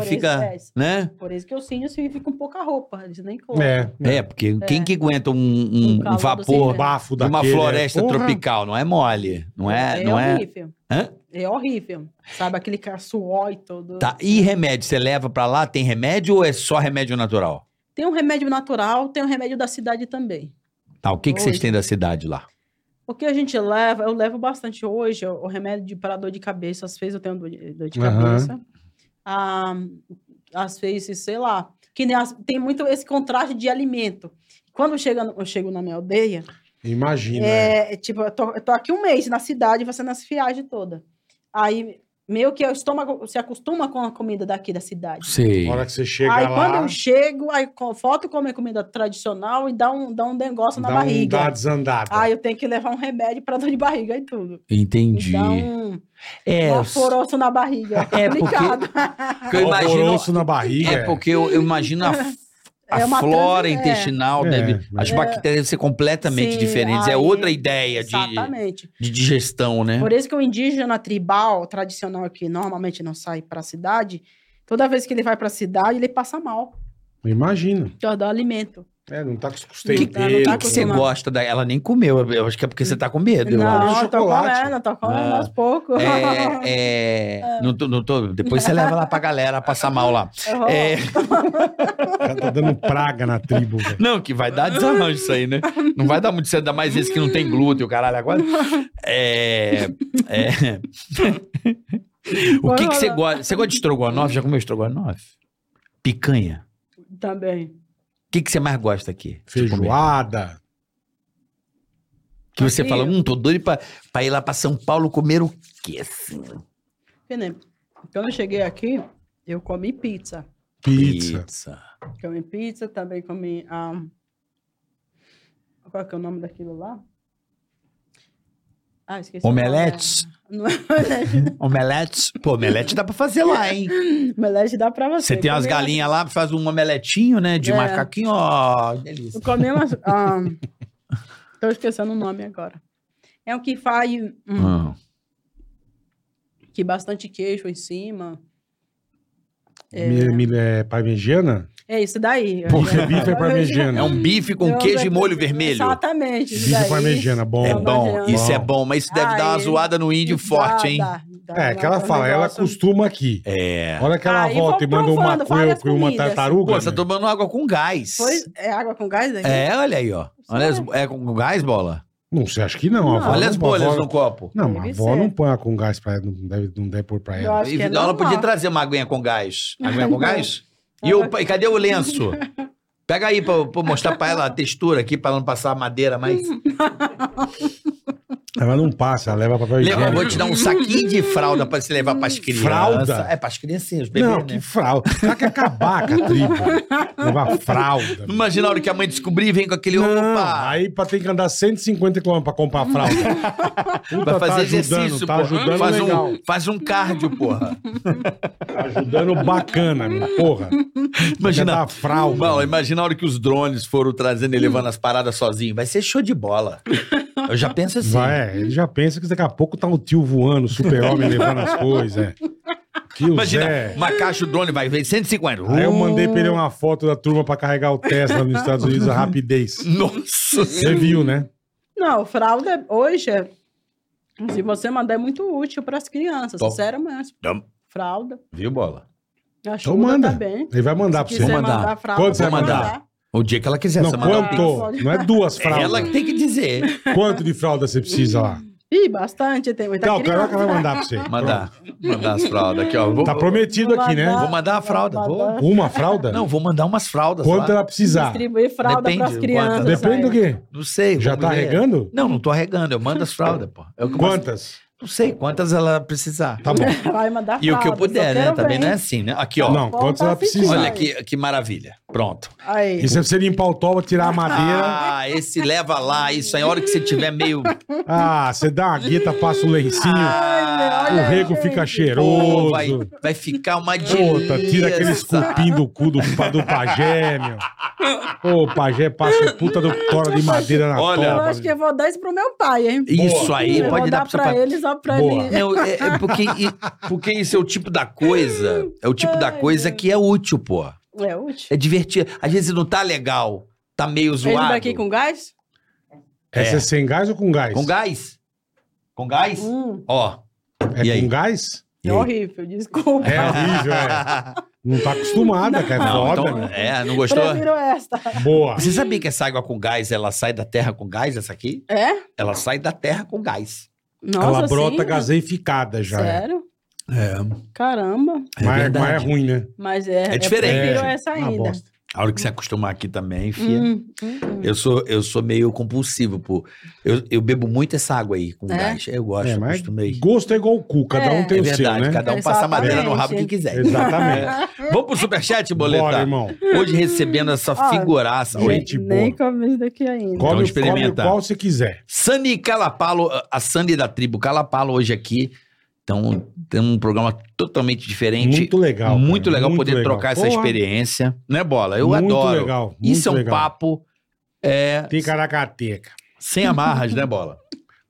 Speaker 4: Por isso,
Speaker 2: fica.
Speaker 4: é,
Speaker 2: Né?
Speaker 4: por isso que eu sinto assim, fica com pouca roupa. Eles nem colocam.
Speaker 3: É.
Speaker 2: É, porque quem que aguenta um, um-
Speaker 4: Um
Speaker 2: um
Speaker 4: calor
Speaker 2: vapor
Speaker 3: O bafo
Speaker 2: de
Speaker 3: daquele.
Speaker 2: uma
Speaker 3: é,
Speaker 2: floresta
Speaker 3: porra.
Speaker 2: tropical? Não é mole. Não é. não é...
Speaker 4: horrível.
Speaker 2: Hã?
Speaker 4: É horrível. Sabe, aquele ca- suor e todo.
Speaker 2: Tá. E remédio? Você leva pra lá? Tem remédio ou é só remédio natural?
Speaker 4: Tem um remédio natural, tem um remédio da cidade também.
Speaker 2: Tá, o que, que vocês
Speaker 4: Hoje.
Speaker 2: têm da cidade lá?
Speaker 4: O que a gente leva, eu levo bastante hoje, o o remédio de- para dor de cabeça, às vezes eu tenho dor de, dor de
Speaker 3: Aham.
Speaker 4: cabeça. Ah, às vezes, sei lá, que nem as- tem muito esse contraste de alimento. Quando eu chego, no- eu chego na minha aldeia,
Speaker 3: Imagina. é.
Speaker 4: é, é tipo, eu tô, eu tô aqui um mês na cidade, você nessa viagem toda. Aí, meio que o estômago se acostuma com a comida daqui da cidade.
Speaker 2: Sei.
Speaker 3: é. A hora que você chega
Speaker 4: Aí
Speaker 3: lá,
Speaker 4: quando é um eu chego, aí co- volto comer comida tradicional e dá um, dá um negócio
Speaker 3: dá,
Speaker 4: na
Speaker 3: um, dá uma
Speaker 4: barriga.
Speaker 3: desandada.
Speaker 4: Aí eu tenho que levar um remédio pra dor de barriga e tudo.
Speaker 2: Entendi.
Speaker 4: Me dá um,
Speaker 2: é,
Speaker 4: um
Speaker 2: eu-
Speaker 4: aforoço na barriga.
Speaker 2: É,
Speaker 4: É complicado.
Speaker 2: porque eu imagino.
Speaker 3: um Alvoroço na barriga.
Speaker 2: É porque eu, eu imagino a, f- a
Speaker 4: É uma
Speaker 2: flora
Speaker 4: transi- é.
Speaker 2: intestinal
Speaker 3: É,
Speaker 2: deve.
Speaker 3: mas-
Speaker 2: As bactérias devem ser completamente
Speaker 4: Sim,
Speaker 2: diferentes. É
Speaker 4: aí-
Speaker 2: outra ideia de,
Speaker 4: Exatamente.
Speaker 2: de digestão, né?
Speaker 4: Por isso que o indígena tribal tradicional que normalmente não sai pra cidade, toda vez que ele vai pra cidade, ele passa mal.
Speaker 3: é. Imagina.
Speaker 4: Que eu dou alimento.
Speaker 3: É, não tá com os custeios
Speaker 2: Que,
Speaker 4: Tem
Speaker 2: que,
Speaker 4: dela,
Speaker 3: dele.
Speaker 4: tá
Speaker 2: que você
Speaker 4: acostumado.
Speaker 2: gosta da. Ela nem comeu. Eu acho que é porque você tá com medo. eu acho.
Speaker 4: não, eu tô
Speaker 3: chocolate.
Speaker 4: comendo, tô comendo
Speaker 2: Ah.
Speaker 4: aos poucos.
Speaker 2: É, é, não tô, não tô- depois você leva lá pra galera passar mal lá.
Speaker 4: Eu vou-
Speaker 2: É,
Speaker 3: O cara tá dando praga na tribo, velho.
Speaker 2: não, que vai dar desarranjo isso aí, né? Não vai dar muito certo, ainda mais esse que não tem glúten, o caralho agora. É, é. O que que você gosta? Você gosta de estrogonofe? Já comeu estrogonofe? Picanha.
Speaker 4: Também.
Speaker 2: O que que você mais gosta aqui? de comer?
Speaker 3: Feijoada.
Speaker 2: Que você
Speaker 4: Aqui,
Speaker 2: fala,
Speaker 4: eu-
Speaker 2: hum, tô doido pra, pra ir lá pra São Paulo comer o quê? assim?"
Speaker 4: Que nem- Quando eu cheguei aqui, eu comi pizza.
Speaker 3: Pizza.
Speaker 4: Comi pizza, também comi. ah, qual que é o nome daquilo lá? Ah, esqueci. o nome.
Speaker 2: Omeletes?
Speaker 4: Não é omelete.
Speaker 2: Omelete. Pô, omelete dá pra fazer lá, hein?
Speaker 4: Omelete dá pra você.
Speaker 2: Você tem umas
Speaker 4: Comi uma-
Speaker 2: galinhas lá, faz um omeletinho, né? De
Speaker 4: É.
Speaker 2: macaquinho, ó, delícia.
Speaker 4: Eu comi umas. ah, tô esquecendo o nome agora. É o que faz. hum,
Speaker 3: Ah.
Speaker 2: Hum.
Speaker 4: Que bastante queijo em cima. É.
Speaker 3: Mi- mi- É parmegiana?
Speaker 4: É isso daí.
Speaker 3: Porque bife é parmegiana.
Speaker 2: É um bife com
Speaker 4: Eu-
Speaker 2: queijo e molho
Speaker 4: é
Speaker 2: vermelho.
Speaker 4: Exatamente. isso
Speaker 3: Bife
Speaker 4: daí.
Speaker 3: parmegiana, bom.
Speaker 2: É
Speaker 4: Não,
Speaker 2: bom,
Speaker 4: não.
Speaker 3: né?
Speaker 2: isso é bom, mas isso deve
Speaker 4: Ah,
Speaker 2: dar uma
Speaker 4: é.
Speaker 2: zoada no índio forte,
Speaker 4: Dá,
Speaker 2: hein?
Speaker 4: dá, dá, dá,
Speaker 3: É, que ela
Speaker 4: dá um
Speaker 3: fala, ela
Speaker 4: negócio-
Speaker 3: costuma aqui.
Speaker 2: É.
Speaker 3: Olha que ela
Speaker 4: Aí vão
Speaker 3: volta e manda uma
Speaker 4: provando várias
Speaker 3: coelho e uma
Speaker 4: comidas.
Speaker 3: tartaruga.
Speaker 2: Pô, você tá
Speaker 3: né?
Speaker 2: tomando água com gás.
Speaker 4: Pois é água com gás aqui?
Speaker 2: É, olha aí, ó. Olha as- é com gás, bola?
Speaker 3: Não sei, acho que não. a
Speaker 4: Não.
Speaker 3: avó
Speaker 2: olha as
Speaker 3: não- Ah, a
Speaker 2: bolhas
Speaker 3: avó-
Speaker 2: no copo.
Speaker 3: Não, mas a
Speaker 4: Deve
Speaker 3: avó
Speaker 4: ser.
Speaker 3: não põe a com gás pra ela, não deve, não deve pôr pra
Speaker 4: Eu
Speaker 3: ela.
Speaker 4: acho que é
Speaker 2: ela podia
Speaker 4: normal.
Speaker 2: trazer uma aguinha com gás. Aguinha com
Speaker 4: Não.
Speaker 2: gás? E, o, e cadê o lenço? Pega aí pra, pra mostrar pra ela a textura aqui, pra ela não passar a madeira mais.
Speaker 3: Ela não passa, ela leva papel
Speaker 2: Lembra,
Speaker 3: higiênico.
Speaker 2: vou te dar um saquinho de fralda pra se levar pras crianças.
Speaker 3: Fralda?
Speaker 2: É, pras criancinhas, os bebês,
Speaker 3: Não,
Speaker 2: né?
Speaker 3: que é fralda. Ela quer acabar com a tribo. Levar fralda.
Speaker 2: Não imagina a hora que a mãe descobrir e vem com aquele
Speaker 3: Não,
Speaker 2: opa.
Speaker 3: aí pra ter que andar 150 km pra comprar fralda.
Speaker 2: Vai
Speaker 3: Puta,
Speaker 2: fazer
Speaker 3: tá
Speaker 2: exercício,
Speaker 3: ajudando, tá
Speaker 2: porra.
Speaker 3: ajudando
Speaker 2: faz,
Speaker 3: legal.
Speaker 2: um, faz um cardio, porra.
Speaker 3: Tá ajudando bacana, minha porra. Quer
Speaker 2: Imagina.
Speaker 3: dar fralda.
Speaker 2: Bom, imagina a hora que os drones foram trazendo e levando as paradas sozinho. Vai ser show de bola. Eu já penso assim.
Speaker 3: Vai, é, ele já pensa que daqui a pouco tá o tio voando, o super-homem levando as coisas. É. Tio
Speaker 2: Imagina,
Speaker 3: Zé.
Speaker 2: uma caixa o drone vai, vem 150.
Speaker 3: Aí eu mandei pra ele uma foto da turma pra carregar o Tesla nos Estados Unidos, a rapidez.
Speaker 2: Nossa
Speaker 3: Você viu, né?
Speaker 4: Não, fralda é- hoje é. Se você mandar, é muito útil para as crianças,
Speaker 2: Top.
Speaker 4: sinceramente.
Speaker 2: Tam.
Speaker 4: Fralda.
Speaker 2: Viu, bola?
Speaker 4: Ajuda
Speaker 3: Então manda.
Speaker 4: também.
Speaker 3: Ele vai mandar
Speaker 4: Se
Speaker 3: pra
Speaker 4: quiser
Speaker 3: você.
Speaker 2: mandar.
Speaker 4: mandar fralda,
Speaker 3: Quanto você
Speaker 4: pode
Speaker 2: vai mandar? O dia que ela quiser.
Speaker 3: não,
Speaker 2: você mandar um
Speaker 3: quanto?
Speaker 2: pix.
Speaker 3: Não é duas fraldas.
Speaker 2: Ela que tem que dizer.
Speaker 3: Quanto de fralda você precisa lá?
Speaker 5: Ih, bastante, tem
Speaker 4: Tá
Speaker 5: muita
Speaker 3: Não, o
Speaker 5: criança.
Speaker 3: Carioca vai mandar pra você.
Speaker 2: Mandar. Mandar as fraldas aqui, ó. Vou,
Speaker 3: Pronto. Tá prometido aqui, né?
Speaker 2: vou mandar a fralda.
Speaker 5: Vai
Speaker 2: Vou.
Speaker 5: mandar.
Speaker 3: Uma fralda?
Speaker 2: Não, vou mandar umas fraldas.
Speaker 3: Quanto
Speaker 2: lá.
Speaker 3: ela precisar?
Speaker 5: Distribuir fralda
Speaker 2: Depende
Speaker 5: pras
Speaker 2: do
Speaker 5: crianças.
Speaker 2: quanto.
Speaker 3: Depende do
Speaker 5: aí.
Speaker 3: quê?
Speaker 2: Não sei.
Speaker 3: Já
Speaker 2: vou
Speaker 3: tá
Speaker 2: ver.
Speaker 3: regando?
Speaker 2: Não, não tô regando. Eu mando as fraldas, pô. Eu que mando-
Speaker 3: Quantas?
Speaker 2: Não sei quantas ela precisar.
Speaker 3: Tá bom.
Speaker 5: Vai mandar fralda.
Speaker 2: E o que eu puder,
Speaker 5: só
Speaker 2: né?
Speaker 5: quero
Speaker 2: Também
Speaker 5: ver.
Speaker 2: não é assim, né? Aqui, ó.
Speaker 3: Não,
Speaker 5: Bom,
Speaker 3: quantos
Speaker 5: tá
Speaker 3: ela
Speaker 5: assistindo.
Speaker 3: precisar?
Speaker 2: Olha que, que maravilha. Pronto.
Speaker 5: Aí.
Speaker 3: E se você limpar o toba, tirar a madeira.
Speaker 2: Ah, esse leva lá. Isso aí, a hora que você tiver meio...
Speaker 3: Ah, você dá uma guita, passa o lencinho.
Speaker 2: Ah,
Speaker 3: o rego fica
Speaker 2: Pô,
Speaker 3: cheiroso.
Speaker 2: vai, vai ficar uma
Speaker 3: Puta,
Speaker 2: delícia.
Speaker 3: tira aqueles cupim do cu do, pa- do pajé, meu. Ô, o pajé passa o puta do tora de madeira na
Speaker 2: Olha,
Speaker 5: Eu
Speaker 3: toba. É,
Speaker 5: acho que eu vou dar isso pro meu pai, hein?
Speaker 2: Isso aí,
Speaker 5: eu
Speaker 2: pode
Speaker 5: vou
Speaker 2: dar
Speaker 5: dar
Speaker 2: pro seu pai.
Speaker 5: pra ele, só pra
Speaker 3: Boa.
Speaker 5: ele.
Speaker 2: Não, é, é porque, e- porque isso é o tipo da coisa. É o tipo da
Speaker 5: Ai,
Speaker 2: coisa
Speaker 5: meu.
Speaker 2: que é útil, pô.
Speaker 5: É útil.
Speaker 2: É divertido. Às vezes não tá legal, tá meio
Speaker 5: Ele
Speaker 2: zoado.
Speaker 5: vai aqui com gás?
Speaker 3: Essa é sem gás ou com gás?
Speaker 2: Com gás? Com gás?
Speaker 5: Hum,
Speaker 2: Ó.
Speaker 3: É
Speaker 2: E aí?
Speaker 3: com gás?
Speaker 2: E
Speaker 5: é
Speaker 2: aí?
Speaker 5: horrível, desculpa.
Speaker 3: É horrível, é. Não tá acostumada, cara. É
Speaker 2: Não,
Speaker 3: foda,
Speaker 2: então,
Speaker 3: meu.
Speaker 2: é, não gostou?
Speaker 5: Prefiro esta.
Speaker 3: Boa.
Speaker 2: Você sabia que essa água com gás, ela sai da terra com gás, essa aqui?
Speaker 5: É?
Speaker 2: Ela sai da terra com gás.
Speaker 5: Nossa,
Speaker 3: ela brota
Speaker 5: sim?
Speaker 3: gaseificada já. é.
Speaker 5: Sério?
Speaker 2: É,
Speaker 5: Caramba.
Speaker 3: mas,
Speaker 2: verdade.
Speaker 3: mas é ruim, né?
Speaker 5: Mas é.
Speaker 2: É diferente.
Speaker 5: Eu prefiro essa
Speaker 3: Uma
Speaker 5: ainda.
Speaker 3: bosta.
Speaker 2: A hora que você acostumar aqui também,
Speaker 5: Hum,
Speaker 2: fia.
Speaker 5: hum, hum.
Speaker 2: Eu sou, eu sou meio compulsivo, pô. Eu, eu bebo muito essa água aí com
Speaker 5: É?
Speaker 2: gás. Eu gosto,
Speaker 3: É,
Speaker 2: eu
Speaker 3: mas
Speaker 2: acostumei.
Speaker 3: gosto é igual o cu, cada um
Speaker 5: É.
Speaker 3: tem
Speaker 2: é
Speaker 3: o seu,
Speaker 2: verdade,
Speaker 3: né?
Speaker 2: cada um passa a madeira no rabo que
Speaker 5: Exatamente.
Speaker 2: quiser.
Speaker 3: Exatamente.
Speaker 2: Vamos pro superchat,
Speaker 3: Bora,
Speaker 2: Boleta?
Speaker 3: irmão.
Speaker 2: Hoje recebendo essa
Speaker 5: Ó,
Speaker 2: figuraça.
Speaker 3: gente,
Speaker 2: Oi.
Speaker 5: Nem come isso daqui ainda.
Speaker 2: Então
Speaker 3: Come, come o
Speaker 2: experimenta.
Speaker 3: qual você quiser.
Speaker 2: Sani Calapalo, a Sani da tribo Calapalo hoje aqui. Então, tem um programa totalmente diferente.
Speaker 3: Muito legal.
Speaker 2: Muito
Speaker 3: cara,
Speaker 2: legal poder
Speaker 3: legal.
Speaker 2: trocar essa
Speaker 3: Porra,
Speaker 2: experiência. Né, Bola? Eu
Speaker 3: muito
Speaker 2: adoro.
Speaker 3: Legal, muito
Speaker 2: Isso é um
Speaker 3: legal.
Speaker 2: papo é,
Speaker 3: Ticaracateca.
Speaker 2: sem amarras, né, Bola?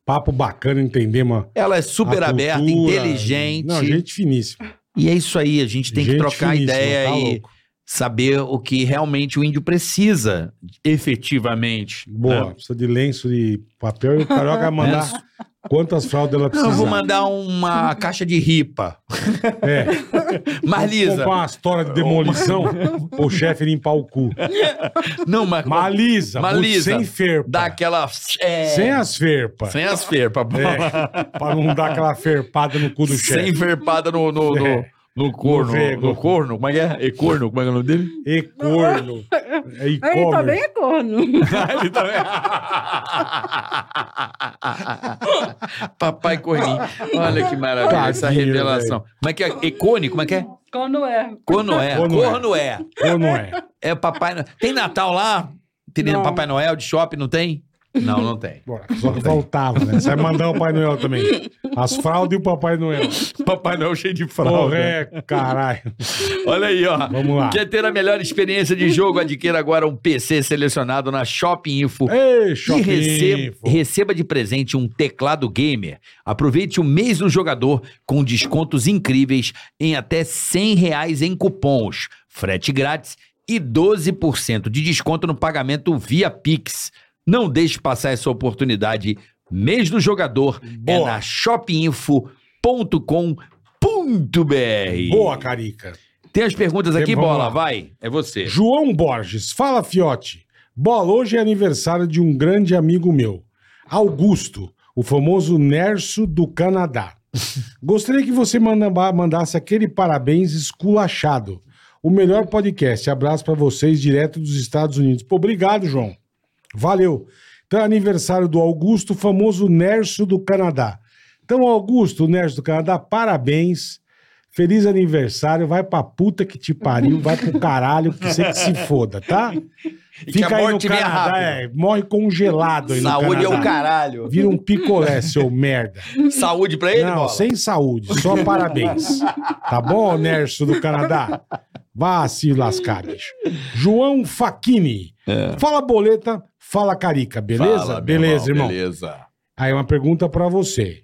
Speaker 3: Papo bacana, entendemos. a-
Speaker 2: Ela é super
Speaker 3: a
Speaker 2: aberta,
Speaker 3: cultura.
Speaker 2: inteligente.
Speaker 3: Não, gente finíssima.
Speaker 2: E é isso aí, a gente tem que
Speaker 3: Gente
Speaker 2: trocar
Speaker 3: finíssima,
Speaker 2: ideia
Speaker 3: tá
Speaker 2: e
Speaker 3: louco.
Speaker 2: saber o que realmente o índio precisa, efetivamente.
Speaker 3: Boa,
Speaker 2: né?
Speaker 3: precisa de lenço de papel e o carioca vai mandar quantas fraldas ela
Speaker 2: Não,
Speaker 3: precisa.
Speaker 2: eu vou mandar uma caixa de ripa.
Speaker 3: É,
Speaker 2: Mas, Lisa,
Speaker 3: comprar uma história de demolição o chefe limpar o cu.
Speaker 2: não, mas
Speaker 3: Malisa,
Speaker 2: Malisa,
Speaker 3: sem ferpa.
Speaker 2: dá aquela... é,
Speaker 3: Sem as ferpas.
Speaker 2: sem as ferpas,
Speaker 3: É, pra não dar aquela ferpada no cu do
Speaker 2: sem
Speaker 3: chefe.
Speaker 2: ferpada no, no, no,
Speaker 3: É.
Speaker 2: no corno.
Speaker 3: No
Speaker 2: No,
Speaker 3: rego.
Speaker 2: corno, como é que é? E corno, como é que é o nome dele?
Speaker 3: E corno. É
Speaker 4: tá
Speaker 5: Ele também
Speaker 3: e-commerce.
Speaker 5: é corno.
Speaker 2: Ele também. Papai Corninho. Olha que maravilha essa
Speaker 3: Tadinho,
Speaker 2: revelação. Como é que é? E corne, como é que é?
Speaker 5: Corno é.
Speaker 2: Corno é.
Speaker 3: Corno é.
Speaker 2: Corno é.
Speaker 3: Ou não é?
Speaker 2: É Papai Noel. Tem Natal lá? Tem
Speaker 5: Não.
Speaker 2: Papai Noel de shopping, não tem? Não, não tem.
Speaker 3: Bora, só que faltava, né? Você vai mandar o Papai Noel também. As fraldas e o Papai Noel.
Speaker 2: Papai Noel cheio de
Speaker 3: Porra, é, caralho.
Speaker 2: Olha aí, ó.
Speaker 3: Vamos lá.
Speaker 2: Quer ter a melhor experiência de jogo? Adquira agora um PC selecionado na Shopping Info.
Speaker 3: Ei,
Speaker 2: E
Speaker 3: É shopping.
Speaker 2: receba, receba de presente um teclado gamer. Aproveite o mês do jogador com descontos incríveis em até R$ 100 reais em cupons, frete grátis e 12% de desconto no pagamento via Pix. Não deixe passar essa oportunidade. Mês do jogador é
Speaker 3: Boa.
Speaker 2: na shopinfo.com.br.
Speaker 3: Boa, Carica.
Speaker 2: Tem as perguntas aqui,
Speaker 3: Vamos
Speaker 2: Bola,
Speaker 3: lá.
Speaker 2: vai. É você.
Speaker 3: João Borges, fala Fiote. Bola, hoje é aniversário de um grande amigo meu, Augusto, o famoso Nerso do Canadá. Gostaria que você manda- mandasse aquele parabéns esculachado. O melhor podcast. Abraço pra vocês, direto dos Estados Unidos. Pô, obrigado, João. Valeu. Então é aniversário do Augusto, famoso Nerso do Canadá. Então, Augusto, Nerso do Canadá, parabéns. Feliz aniversário, vai pra puta que te pariu, vai pro caralho, que você que se foda, tá?
Speaker 2: E que a morte venha rápido.
Speaker 3: é, morre congelado aí no
Speaker 2: Saúde é
Speaker 3: Canadá.
Speaker 2: o caralho.
Speaker 3: Vira um picolé, seu merda.
Speaker 2: Saúde pra ele,
Speaker 3: Não,
Speaker 2: Bola?
Speaker 3: sem saúde, só parabéns. Tá bom, Nerso do Canadá? Vá se lascar, bicho. João Faquini. Fala boleta, fala carica, beleza?
Speaker 2: É. Fala, meu
Speaker 3: beleza, irmão.
Speaker 2: Beleza.
Speaker 3: Aí uma pergunta pra você.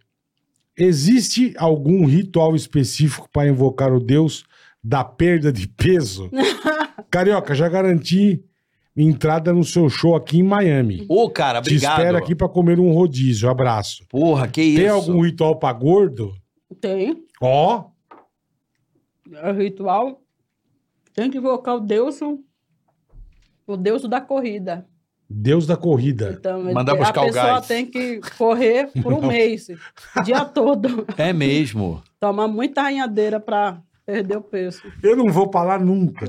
Speaker 3: Existe algum ritual específico pra invocar o deus da perda de peso? Carioca, já garanti entrada no seu show aqui em Miami.
Speaker 2: Ô, cara,
Speaker 3: Te
Speaker 2: obrigado.
Speaker 3: espero aqui pra comer um rodízio. Abraço.
Speaker 2: Porra, que isso.
Speaker 3: Tem algum ritual pra gordo?
Speaker 5: Tem.
Speaker 3: Ó,
Speaker 5: É ritual. Tem que invocar o Deus
Speaker 4: O deus da corrida.
Speaker 3: Deus da corrida.
Speaker 4: Então, ele
Speaker 2: Mandar
Speaker 4: tem-
Speaker 2: buscar
Speaker 4: a
Speaker 2: o
Speaker 4: pessoa
Speaker 2: gás.
Speaker 4: tem que correr por um mês, o dia todo.
Speaker 2: É mesmo.
Speaker 4: Tomar muita arranhadeira para perder o peso.
Speaker 3: Eu não vou falar nunca.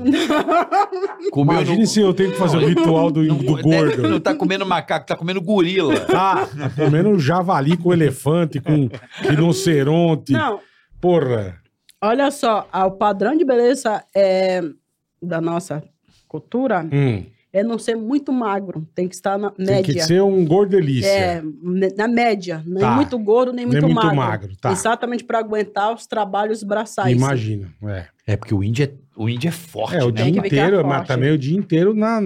Speaker 2: Comeu
Speaker 3: Imagine se eu tenho que fazer o ritual do, do gordo.
Speaker 2: Não tá comendo macaco, tá comendo gorila.
Speaker 3: Tá, tá comendo javali com elefante, com rinoceronte.
Speaker 4: Não,
Speaker 3: Porra.
Speaker 4: olha só, ah, o padrão de beleza é, da nossa cultura
Speaker 3: Hum,
Speaker 4: é não ser muito magro, tem que estar na
Speaker 3: tem que
Speaker 4: média.
Speaker 3: ser um gordelícia.
Speaker 4: É, ne- na média, nem
Speaker 3: Tá.
Speaker 4: muito gordo, nem
Speaker 3: Nem
Speaker 4: muito,
Speaker 3: muito
Speaker 4: magro. tá,
Speaker 3: magro, tá.
Speaker 4: Exatamente para aguentar os trabalhos braçais.
Speaker 3: Imagina. É,
Speaker 2: É porque o índio é, o índio é forte,
Speaker 3: É,
Speaker 2: né?
Speaker 3: o dia
Speaker 4: Tem que ficar
Speaker 3: inteiro, mas
Speaker 4: forte.
Speaker 3: também o dia inteiro na,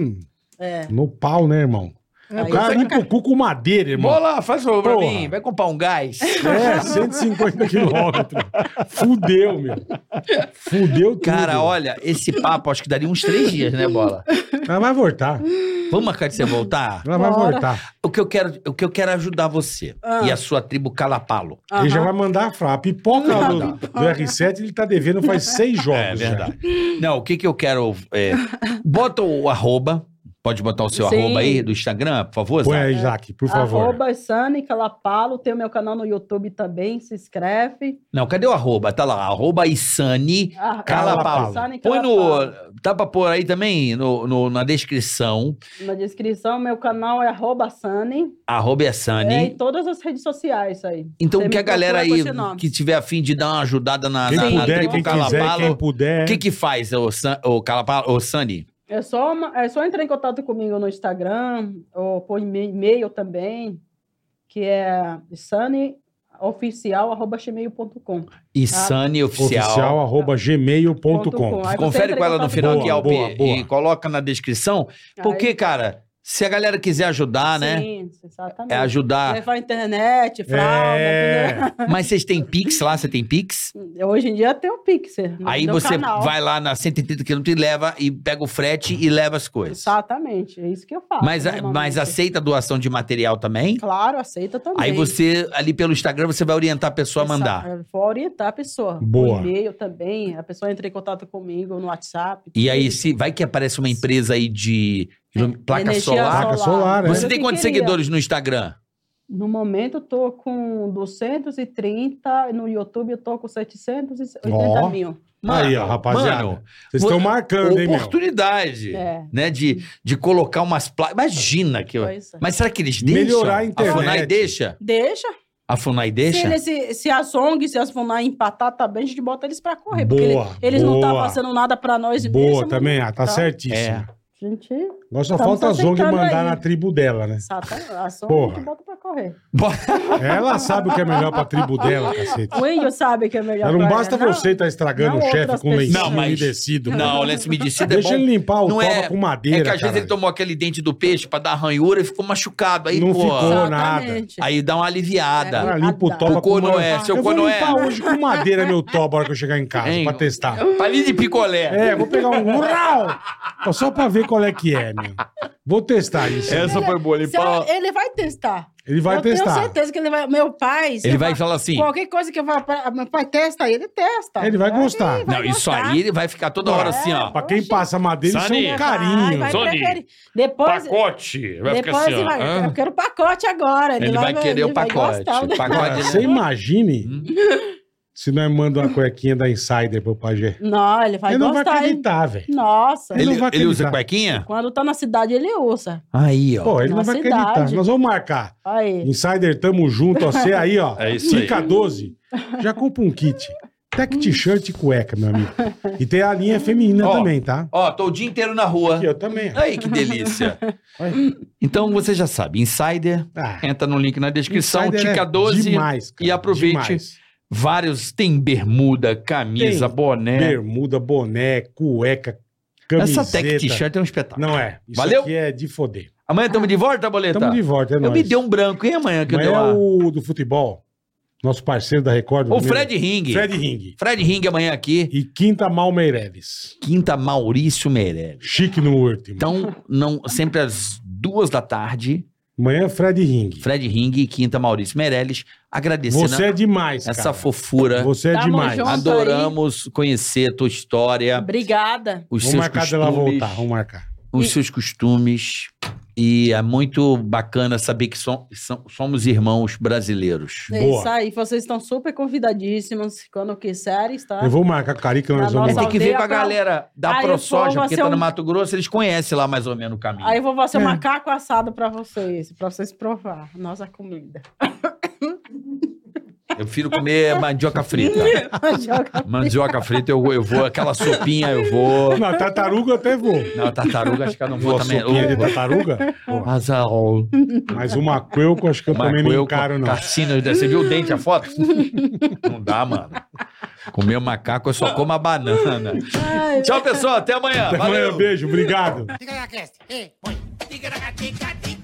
Speaker 4: É.
Speaker 3: no pau, né, irmão?
Speaker 4: É,
Speaker 3: O cara limpa o cu com madeira, irmão.
Speaker 2: Bola, faz favor pra
Speaker 3: Porra.
Speaker 2: mim. Vai comprar um gás.
Speaker 3: É, 150 quilômetros. Fudeu, meu. Fudeu tudo.
Speaker 2: Cara, olha, esse papo acho que daria uns três dias, né, Bola?
Speaker 3: Ela vai voltar.
Speaker 2: Vamos marcar de você voltar?
Speaker 3: Ela vai
Speaker 4: Bora.
Speaker 3: voltar.
Speaker 2: O que eu quero, o que eu quero é ajudar você
Speaker 4: Ah.
Speaker 2: e a sua tribo Calapalo.
Speaker 3: Ele já
Speaker 4: Aham.
Speaker 3: vai mandar a frase. A pipoca
Speaker 4: Não,
Speaker 3: do,
Speaker 4: pipoca.
Speaker 3: do R7 ele tá devendo faz seis jogos. né?
Speaker 2: É verdade. Não, o que que eu quero... é, bota o arroba. Pode botar o seu
Speaker 4: Sim.
Speaker 2: arroba aí do Instagram, por favor,
Speaker 3: já. Põe
Speaker 2: Zé?
Speaker 3: aí, Isaac, por favor.
Speaker 4: Arroba Sani Calapalo, tem o meu canal no YouTube também, se inscreve.
Speaker 2: Não, cadê o arroba? Tá lá, arroba Isani
Speaker 4: Ah,
Speaker 2: Calapalo.
Speaker 4: Sani
Speaker 2: Põe
Speaker 4: Calapalo.
Speaker 2: no... Dá pra pôr aí também no- no, na descrição.
Speaker 4: Na descrição, meu canal é arroba Sani.
Speaker 2: Arroba é Sani.
Speaker 4: É, em todas as redes sociais aí.
Speaker 2: então,
Speaker 4: você
Speaker 2: que
Speaker 4: me
Speaker 2: a galera
Speaker 4: procura com
Speaker 2: aí
Speaker 4: esse nome.
Speaker 2: que tiver afim de dar uma ajudada na,
Speaker 3: Quem
Speaker 2: na, na
Speaker 3: puder,
Speaker 2: tribo
Speaker 3: quem quiser, quem
Speaker 2: Calapalo,
Speaker 3: puder.
Speaker 2: o que que faz, o, San, o, Calapalo, o Sani?
Speaker 4: É só, uma- é só entrar em contato comigo no Instagram, ou por e- e-mail também, que é saneoficial.gmail.com.
Speaker 2: E Sani é Oficial.
Speaker 3: Oficial, arroba gmail.com.
Speaker 4: Aí você
Speaker 2: Confere
Speaker 4: entra
Speaker 2: com ela
Speaker 4: em
Speaker 2: no
Speaker 4: contato
Speaker 2: final
Speaker 4: comigo.
Speaker 2: aqui, Alpi,
Speaker 3: Boa, boa.
Speaker 2: e coloca na descrição. Porque, cara, se a galera quiser ajudar,
Speaker 4: Aí-
Speaker 2: né?
Speaker 4: Sim, exatamente.
Speaker 2: É ajudar.
Speaker 4: Levar internet, fralda,
Speaker 3: É.
Speaker 4: entendeu?
Speaker 2: Mas vocês têm Pix lá? Você tem Pix?
Speaker 4: Hoje em dia tem o Pixel. no
Speaker 2: Aí
Speaker 4: meu
Speaker 2: você
Speaker 4: canal.
Speaker 2: vai lá na 130 km e leva, e pega o frete e leva as coisas.
Speaker 4: Exatamente, é isso que eu faço.
Speaker 2: Mas, a- mas
Speaker 4: normalmente.
Speaker 2: aceita a doação de material também?
Speaker 4: Claro, aceita também.
Speaker 2: Aí você, ali pelo Instagram, você vai orientar a pessoa a
Speaker 4: Exa-
Speaker 2: mandar.
Speaker 4: eu Vou orientar a pessoa.
Speaker 3: Boa.
Speaker 4: Por e-mail também, a pessoa entra em contato comigo no WhatsApp.
Speaker 2: E aí, se vai que aparece uma empresa aí de ilum- placa
Speaker 4: É. Energia
Speaker 2: solar.
Speaker 3: Placa solar, né?
Speaker 2: Você
Speaker 4: Eu
Speaker 2: tem
Speaker 4: que
Speaker 2: quantos
Speaker 4: queria.
Speaker 2: seguidores no Instagram?
Speaker 4: No momento eu tô com 230, no YouTube eu tô com 780
Speaker 3: Ó.
Speaker 4: mil.
Speaker 3: Aí, ó, rapaziada.
Speaker 2: mano,
Speaker 3: Vocês
Speaker 2: Vou-
Speaker 3: estão marcando, hein, meu?
Speaker 2: oportunidade,
Speaker 4: É.
Speaker 2: né, de, de colocar umas placas. Imagina que... eu-
Speaker 4: Pois é.
Speaker 2: Mas será que eles deixam?
Speaker 3: Melhorar a internet.
Speaker 2: FUNAI deixa?
Speaker 4: Deixa.
Speaker 2: A FUNAI
Speaker 4: Se,
Speaker 2: deixa?
Speaker 4: eles- se, se as ONGs, se as FUNAI empatar também, a gente bota eles pra correr. porque
Speaker 3: Boa,
Speaker 4: ele- eles não estão
Speaker 3: boa.
Speaker 4: fazendo nada pra nós. e eles
Speaker 3: Boa,
Speaker 4: são-
Speaker 3: também. Ah, tá
Speaker 4: Tá.
Speaker 3: certíssimo.
Speaker 4: Gente,
Speaker 3: Agora só
Speaker 4: Estamos
Speaker 3: falta a Zong
Speaker 4: aceitando
Speaker 3: mandar
Speaker 4: aí.
Speaker 3: na tribo dela, né?
Speaker 4: satan- as ONGs a
Speaker 3: Porra.
Speaker 4: gente bota pra correr.
Speaker 3: Ela sabe o que é melhor pra tribo dela, cacete.
Speaker 4: O índio sabe que é melhor
Speaker 3: Ela não
Speaker 4: pra
Speaker 3: basta
Speaker 4: ela, não.
Speaker 3: você estar estragando
Speaker 4: não
Speaker 3: o chefe
Speaker 4: outras
Speaker 3: com
Speaker 4: pessoas.
Speaker 3: lencinho
Speaker 2: Não, mas-
Speaker 3: umedecido.
Speaker 2: Não, o Lance me disse, é
Speaker 3: Deixa
Speaker 2: bom.
Speaker 3: ele limpar o
Speaker 2: Não
Speaker 3: toba
Speaker 2: é-
Speaker 3: com
Speaker 2: É
Speaker 3: madeira,
Speaker 2: que às vezes
Speaker 3: caralho.
Speaker 2: ele tomou aquele dente do peixe pra dar ranhura e ficou machucado. Aí,
Speaker 3: Não
Speaker 2: pô,
Speaker 3: ficou. Não, nada.
Speaker 4: Exatamente.
Speaker 2: aí dá uma aliviada.
Speaker 3: Ela limpa
Speaker 4: Ah,
Speaker 3: o toba
Speaker 2: O
Speaker 3: com
Speaker 2: Conoé,
Speaker 3: madeira.
Speaker 2: seu
Speaker 3: eu vou
Speaker 2: Conoé.
Speaker 3: limpar hoje com madeira meu toba a hora que eu chegar em casa,
Speaker 2: Hein?
Speaker 3: pra testar.
Speaker 4: É.
Speaker 2: Palinho de picolé.
Speaker 3: É, vou pegar um ural, só pra ver qual é que é, meu. Vou testar isso.
Speaker 2: Essa foi boa. Ele,
Speaker 4: Se ela-
Speaker 2: fala-
Speaker 4: Ele vai testar.
Speaker 3: Ele vai
Speaker 4: eu
Speaker 3: testar.
Speaker 4: tenho certeza que ele vai. Meu pai. se
Speaker 2: ele
Speaker 4: eu
Speaker 2: vai
Speaker 4: fa-
Speaker 2: falar assim.
Speaker 4: Qualquer coisa que eu falar, pra- meu pai testa, ele testa.
Speaker 3: Ele vai gostar.
Speaker 2: Não, isso
Speaker 4: gostar.
Speaker 2: aí ele vai ficar toda hora
Speaker 3: É.
Speaker 2: assim, ó.
Speaker 3: Pra quem passa madeira, isso é um
Speaker 2: Sani.
Speaker 3: carinho.
Speaker 4: Vai, vai
Speaker 2: Sony.
Speaker 4: preferir. Depois,
Speaker 2: Pacote. assim,
Speaker 4: depois ele vai. Eu quero o pacote agora.
Speaker 2: Ele vai querer o
Speaker 4: ele vai
Speaker 2: pacote.
Speaker 4: gostar, né?
Speaker 2: Pacote,
Speaker 3: Agora,
Speaker 2: né?
Speaker 3: você imagine
Speaker 2: Hum.
Speaker 3: se nós manda uma cuequinha da Insider pro Pajé.
Speaker 4: Não, ele vai
Speaker 3: Ele não vai
Speaker 4: gostar. hein?
Speaker 3: acreditar, velho.
Speaker 4: Nossa.
Speaker 3: Ele
Speaker 2: Ele,
Speaker 3: não vai
Speaker 2: ele usa
Speaker 3: acreditar.
Speaker 2: cuequinha?
Speaker 4: Quando tá na cidade, ele usa.
Speaker 2: Aí, ó.
Speaker 3: Pô, ele não
Speaker 4: Nossa
Speaker 3: vai acreditar.
Speaker 4: idade.
Speaker 3: Nós vamos marcar.
Speaker 4: Aí.
Speaker 3: Insider, tamo junto, ó. Você aí, ó.
Speaker 2: É isso aí.
Speaker 3: Fica 12. Já compra um kit.
Speaker 4: Hum.
Speaker 3: Tech t-shirt e cueca, meu amigo. E tem a linha feminina
Speaker 2: Ó.
Speaker 3: também, tá?
Speaker 2: Ó, tô o dia inteiro na rua.
Speaker 3: E eu também. ó.
Speaker 2: Aí, que delícia.
Speaker 3: Olha.
Speaker 2: Então, você já sabe. Insider,
Speaker 3: Ah,
Speaker 2: entra no link na descrição.
Speaker 3: Insider é
Speaker 2: Tica 12.
Speaker 3: demais, cara,
Speaker 2: e aproveite.
Speaker 3: demais.
Speaker 2: Vários. Tem bermuda, camisa,
Speaker 3: Tem
Speaker 2: boné.
Speaker 3: Bermuda, boné, cueca,
Speaker 2: É.
Speaker 3: camiseta.
Speaker 2: Essa tech t-shirt é um espetáculo.
Speaker 3: Não é. Isso
Speaker 2: Valeu?
Speaker 3: aqui é de foder.
Speaker 2: Amanhã estamos de volta, boleta?
Speaker 3: Tamo de volta, é
Speaker 2: Eu me
Speaker 3: nóis.
Speaker 2: dei um branco, hein, amanhã que eu
Speaker 3: Mas
Speaker 2: dei
Speaker 3: é
Speaker 2: uma...
Speaker 3: o do futebol, nosso parceiro da Record. do
Speaker 2: O
Speaker 3: primeiro-
Speaker 2: Fred Ring. Fred...
Speaker 3: Fred Ring.
Speaker 2: Ring amanhã aqui.
Speaker 3: E quinta, Mal Meireles.
Speaker 2: Quinta, Maurício Meirelles.
Speaker 3: Chique no último.
Speaker 2: Então, não, sempre às duas da tarde,
Speaker 3: Amanhã, Fred Ring.
Speaker 2: Fred Ring e Quinta Maurício Meirelles, agradecendo
Speaker 3: Você é demais,
Speaker 2: essa
Speaker 3: cara.
Speaker 2: fofura.
Speaker 3: Você é
Speaker 4: Tamo
Speaker 3: demais.
Speaker 4: junto.
Speaker 2: Adoramos conhecer a tua história,
Speaker 4: Obrigada.
Speaker 2: os
Speaker 3: Vamos
Speaker 2: seus
Speaker 3: marcar
Speaker 2: costumes.
Speaker 3: dela voltar, vamos marcar.
Speaker 2: os
Speaker 4: E-
Speaker 2: seus costumes. E é muito bacana saber que som- som- somos irmãos brasileiros.
Speaker 4: É
Speaker 3: Boa.
Speaker 4: isso aí, vocês estão super convidadíssimas. Quando quiserem, está.
Speaker 3: Eu vou marcar com a Cari que nós
Speaker 4: Na
Speaker 3: vamos
Speaker 2: Mas
Speaker 4: nossa
Speaker 2: tem que ver
Speaker 4: aldeia
Speaker 2: com a
Speaker 4: pra-
Speaker 2: galera da
Speaker 4: Aí
Speaker 2: ProSoja,
Speaker 4: for
Speaker 2: porque
Speaker 4: você
Speaker 2: tá no
Speaker 4: um-
Speaker 2: Mato Grosso, eles conhecem lá mais ou menos o caminho.
Speaker 4: Aí eu vou fazer
Speaker 3: É.
Speaker 4: um macaco assado para vocês, para vocês provar a nossa comida.
Speaker 2: Eu prefiro comer mandioca frita.
Speaker 4: Joga-
Speaker 2: Mandioca frita, eu, eu vou, aquela sopinha eu vou.
Speaker 3: Na tartaruga eu até vou.
Speaker 2: Não, tartaruga, acho que eu não vou
Speaker 3: Uma
Speaker 2: também.
Speaker 3: sopinha de
Speaker 2: Eu,
Speaker 3: tartaruga?
Speaker 2: Azarol.
Speaker 3: Mas uma cuelco acho que eu também não encaro, não.
Speaker 2: Cassino, você viu o dente, a foto? Não dá, mano. Comer macaco, eu só como a banana.
Speaker 4: Ai,
Speaker 2: Tchau, pessoal. Até amanhã.
Speaker 3: Até amanhã,
Speaker 2: Valeu.
Speaker 3: beijo, obrigado.
Speaker 1: Tigaracast, hey, boy. Tigaracati,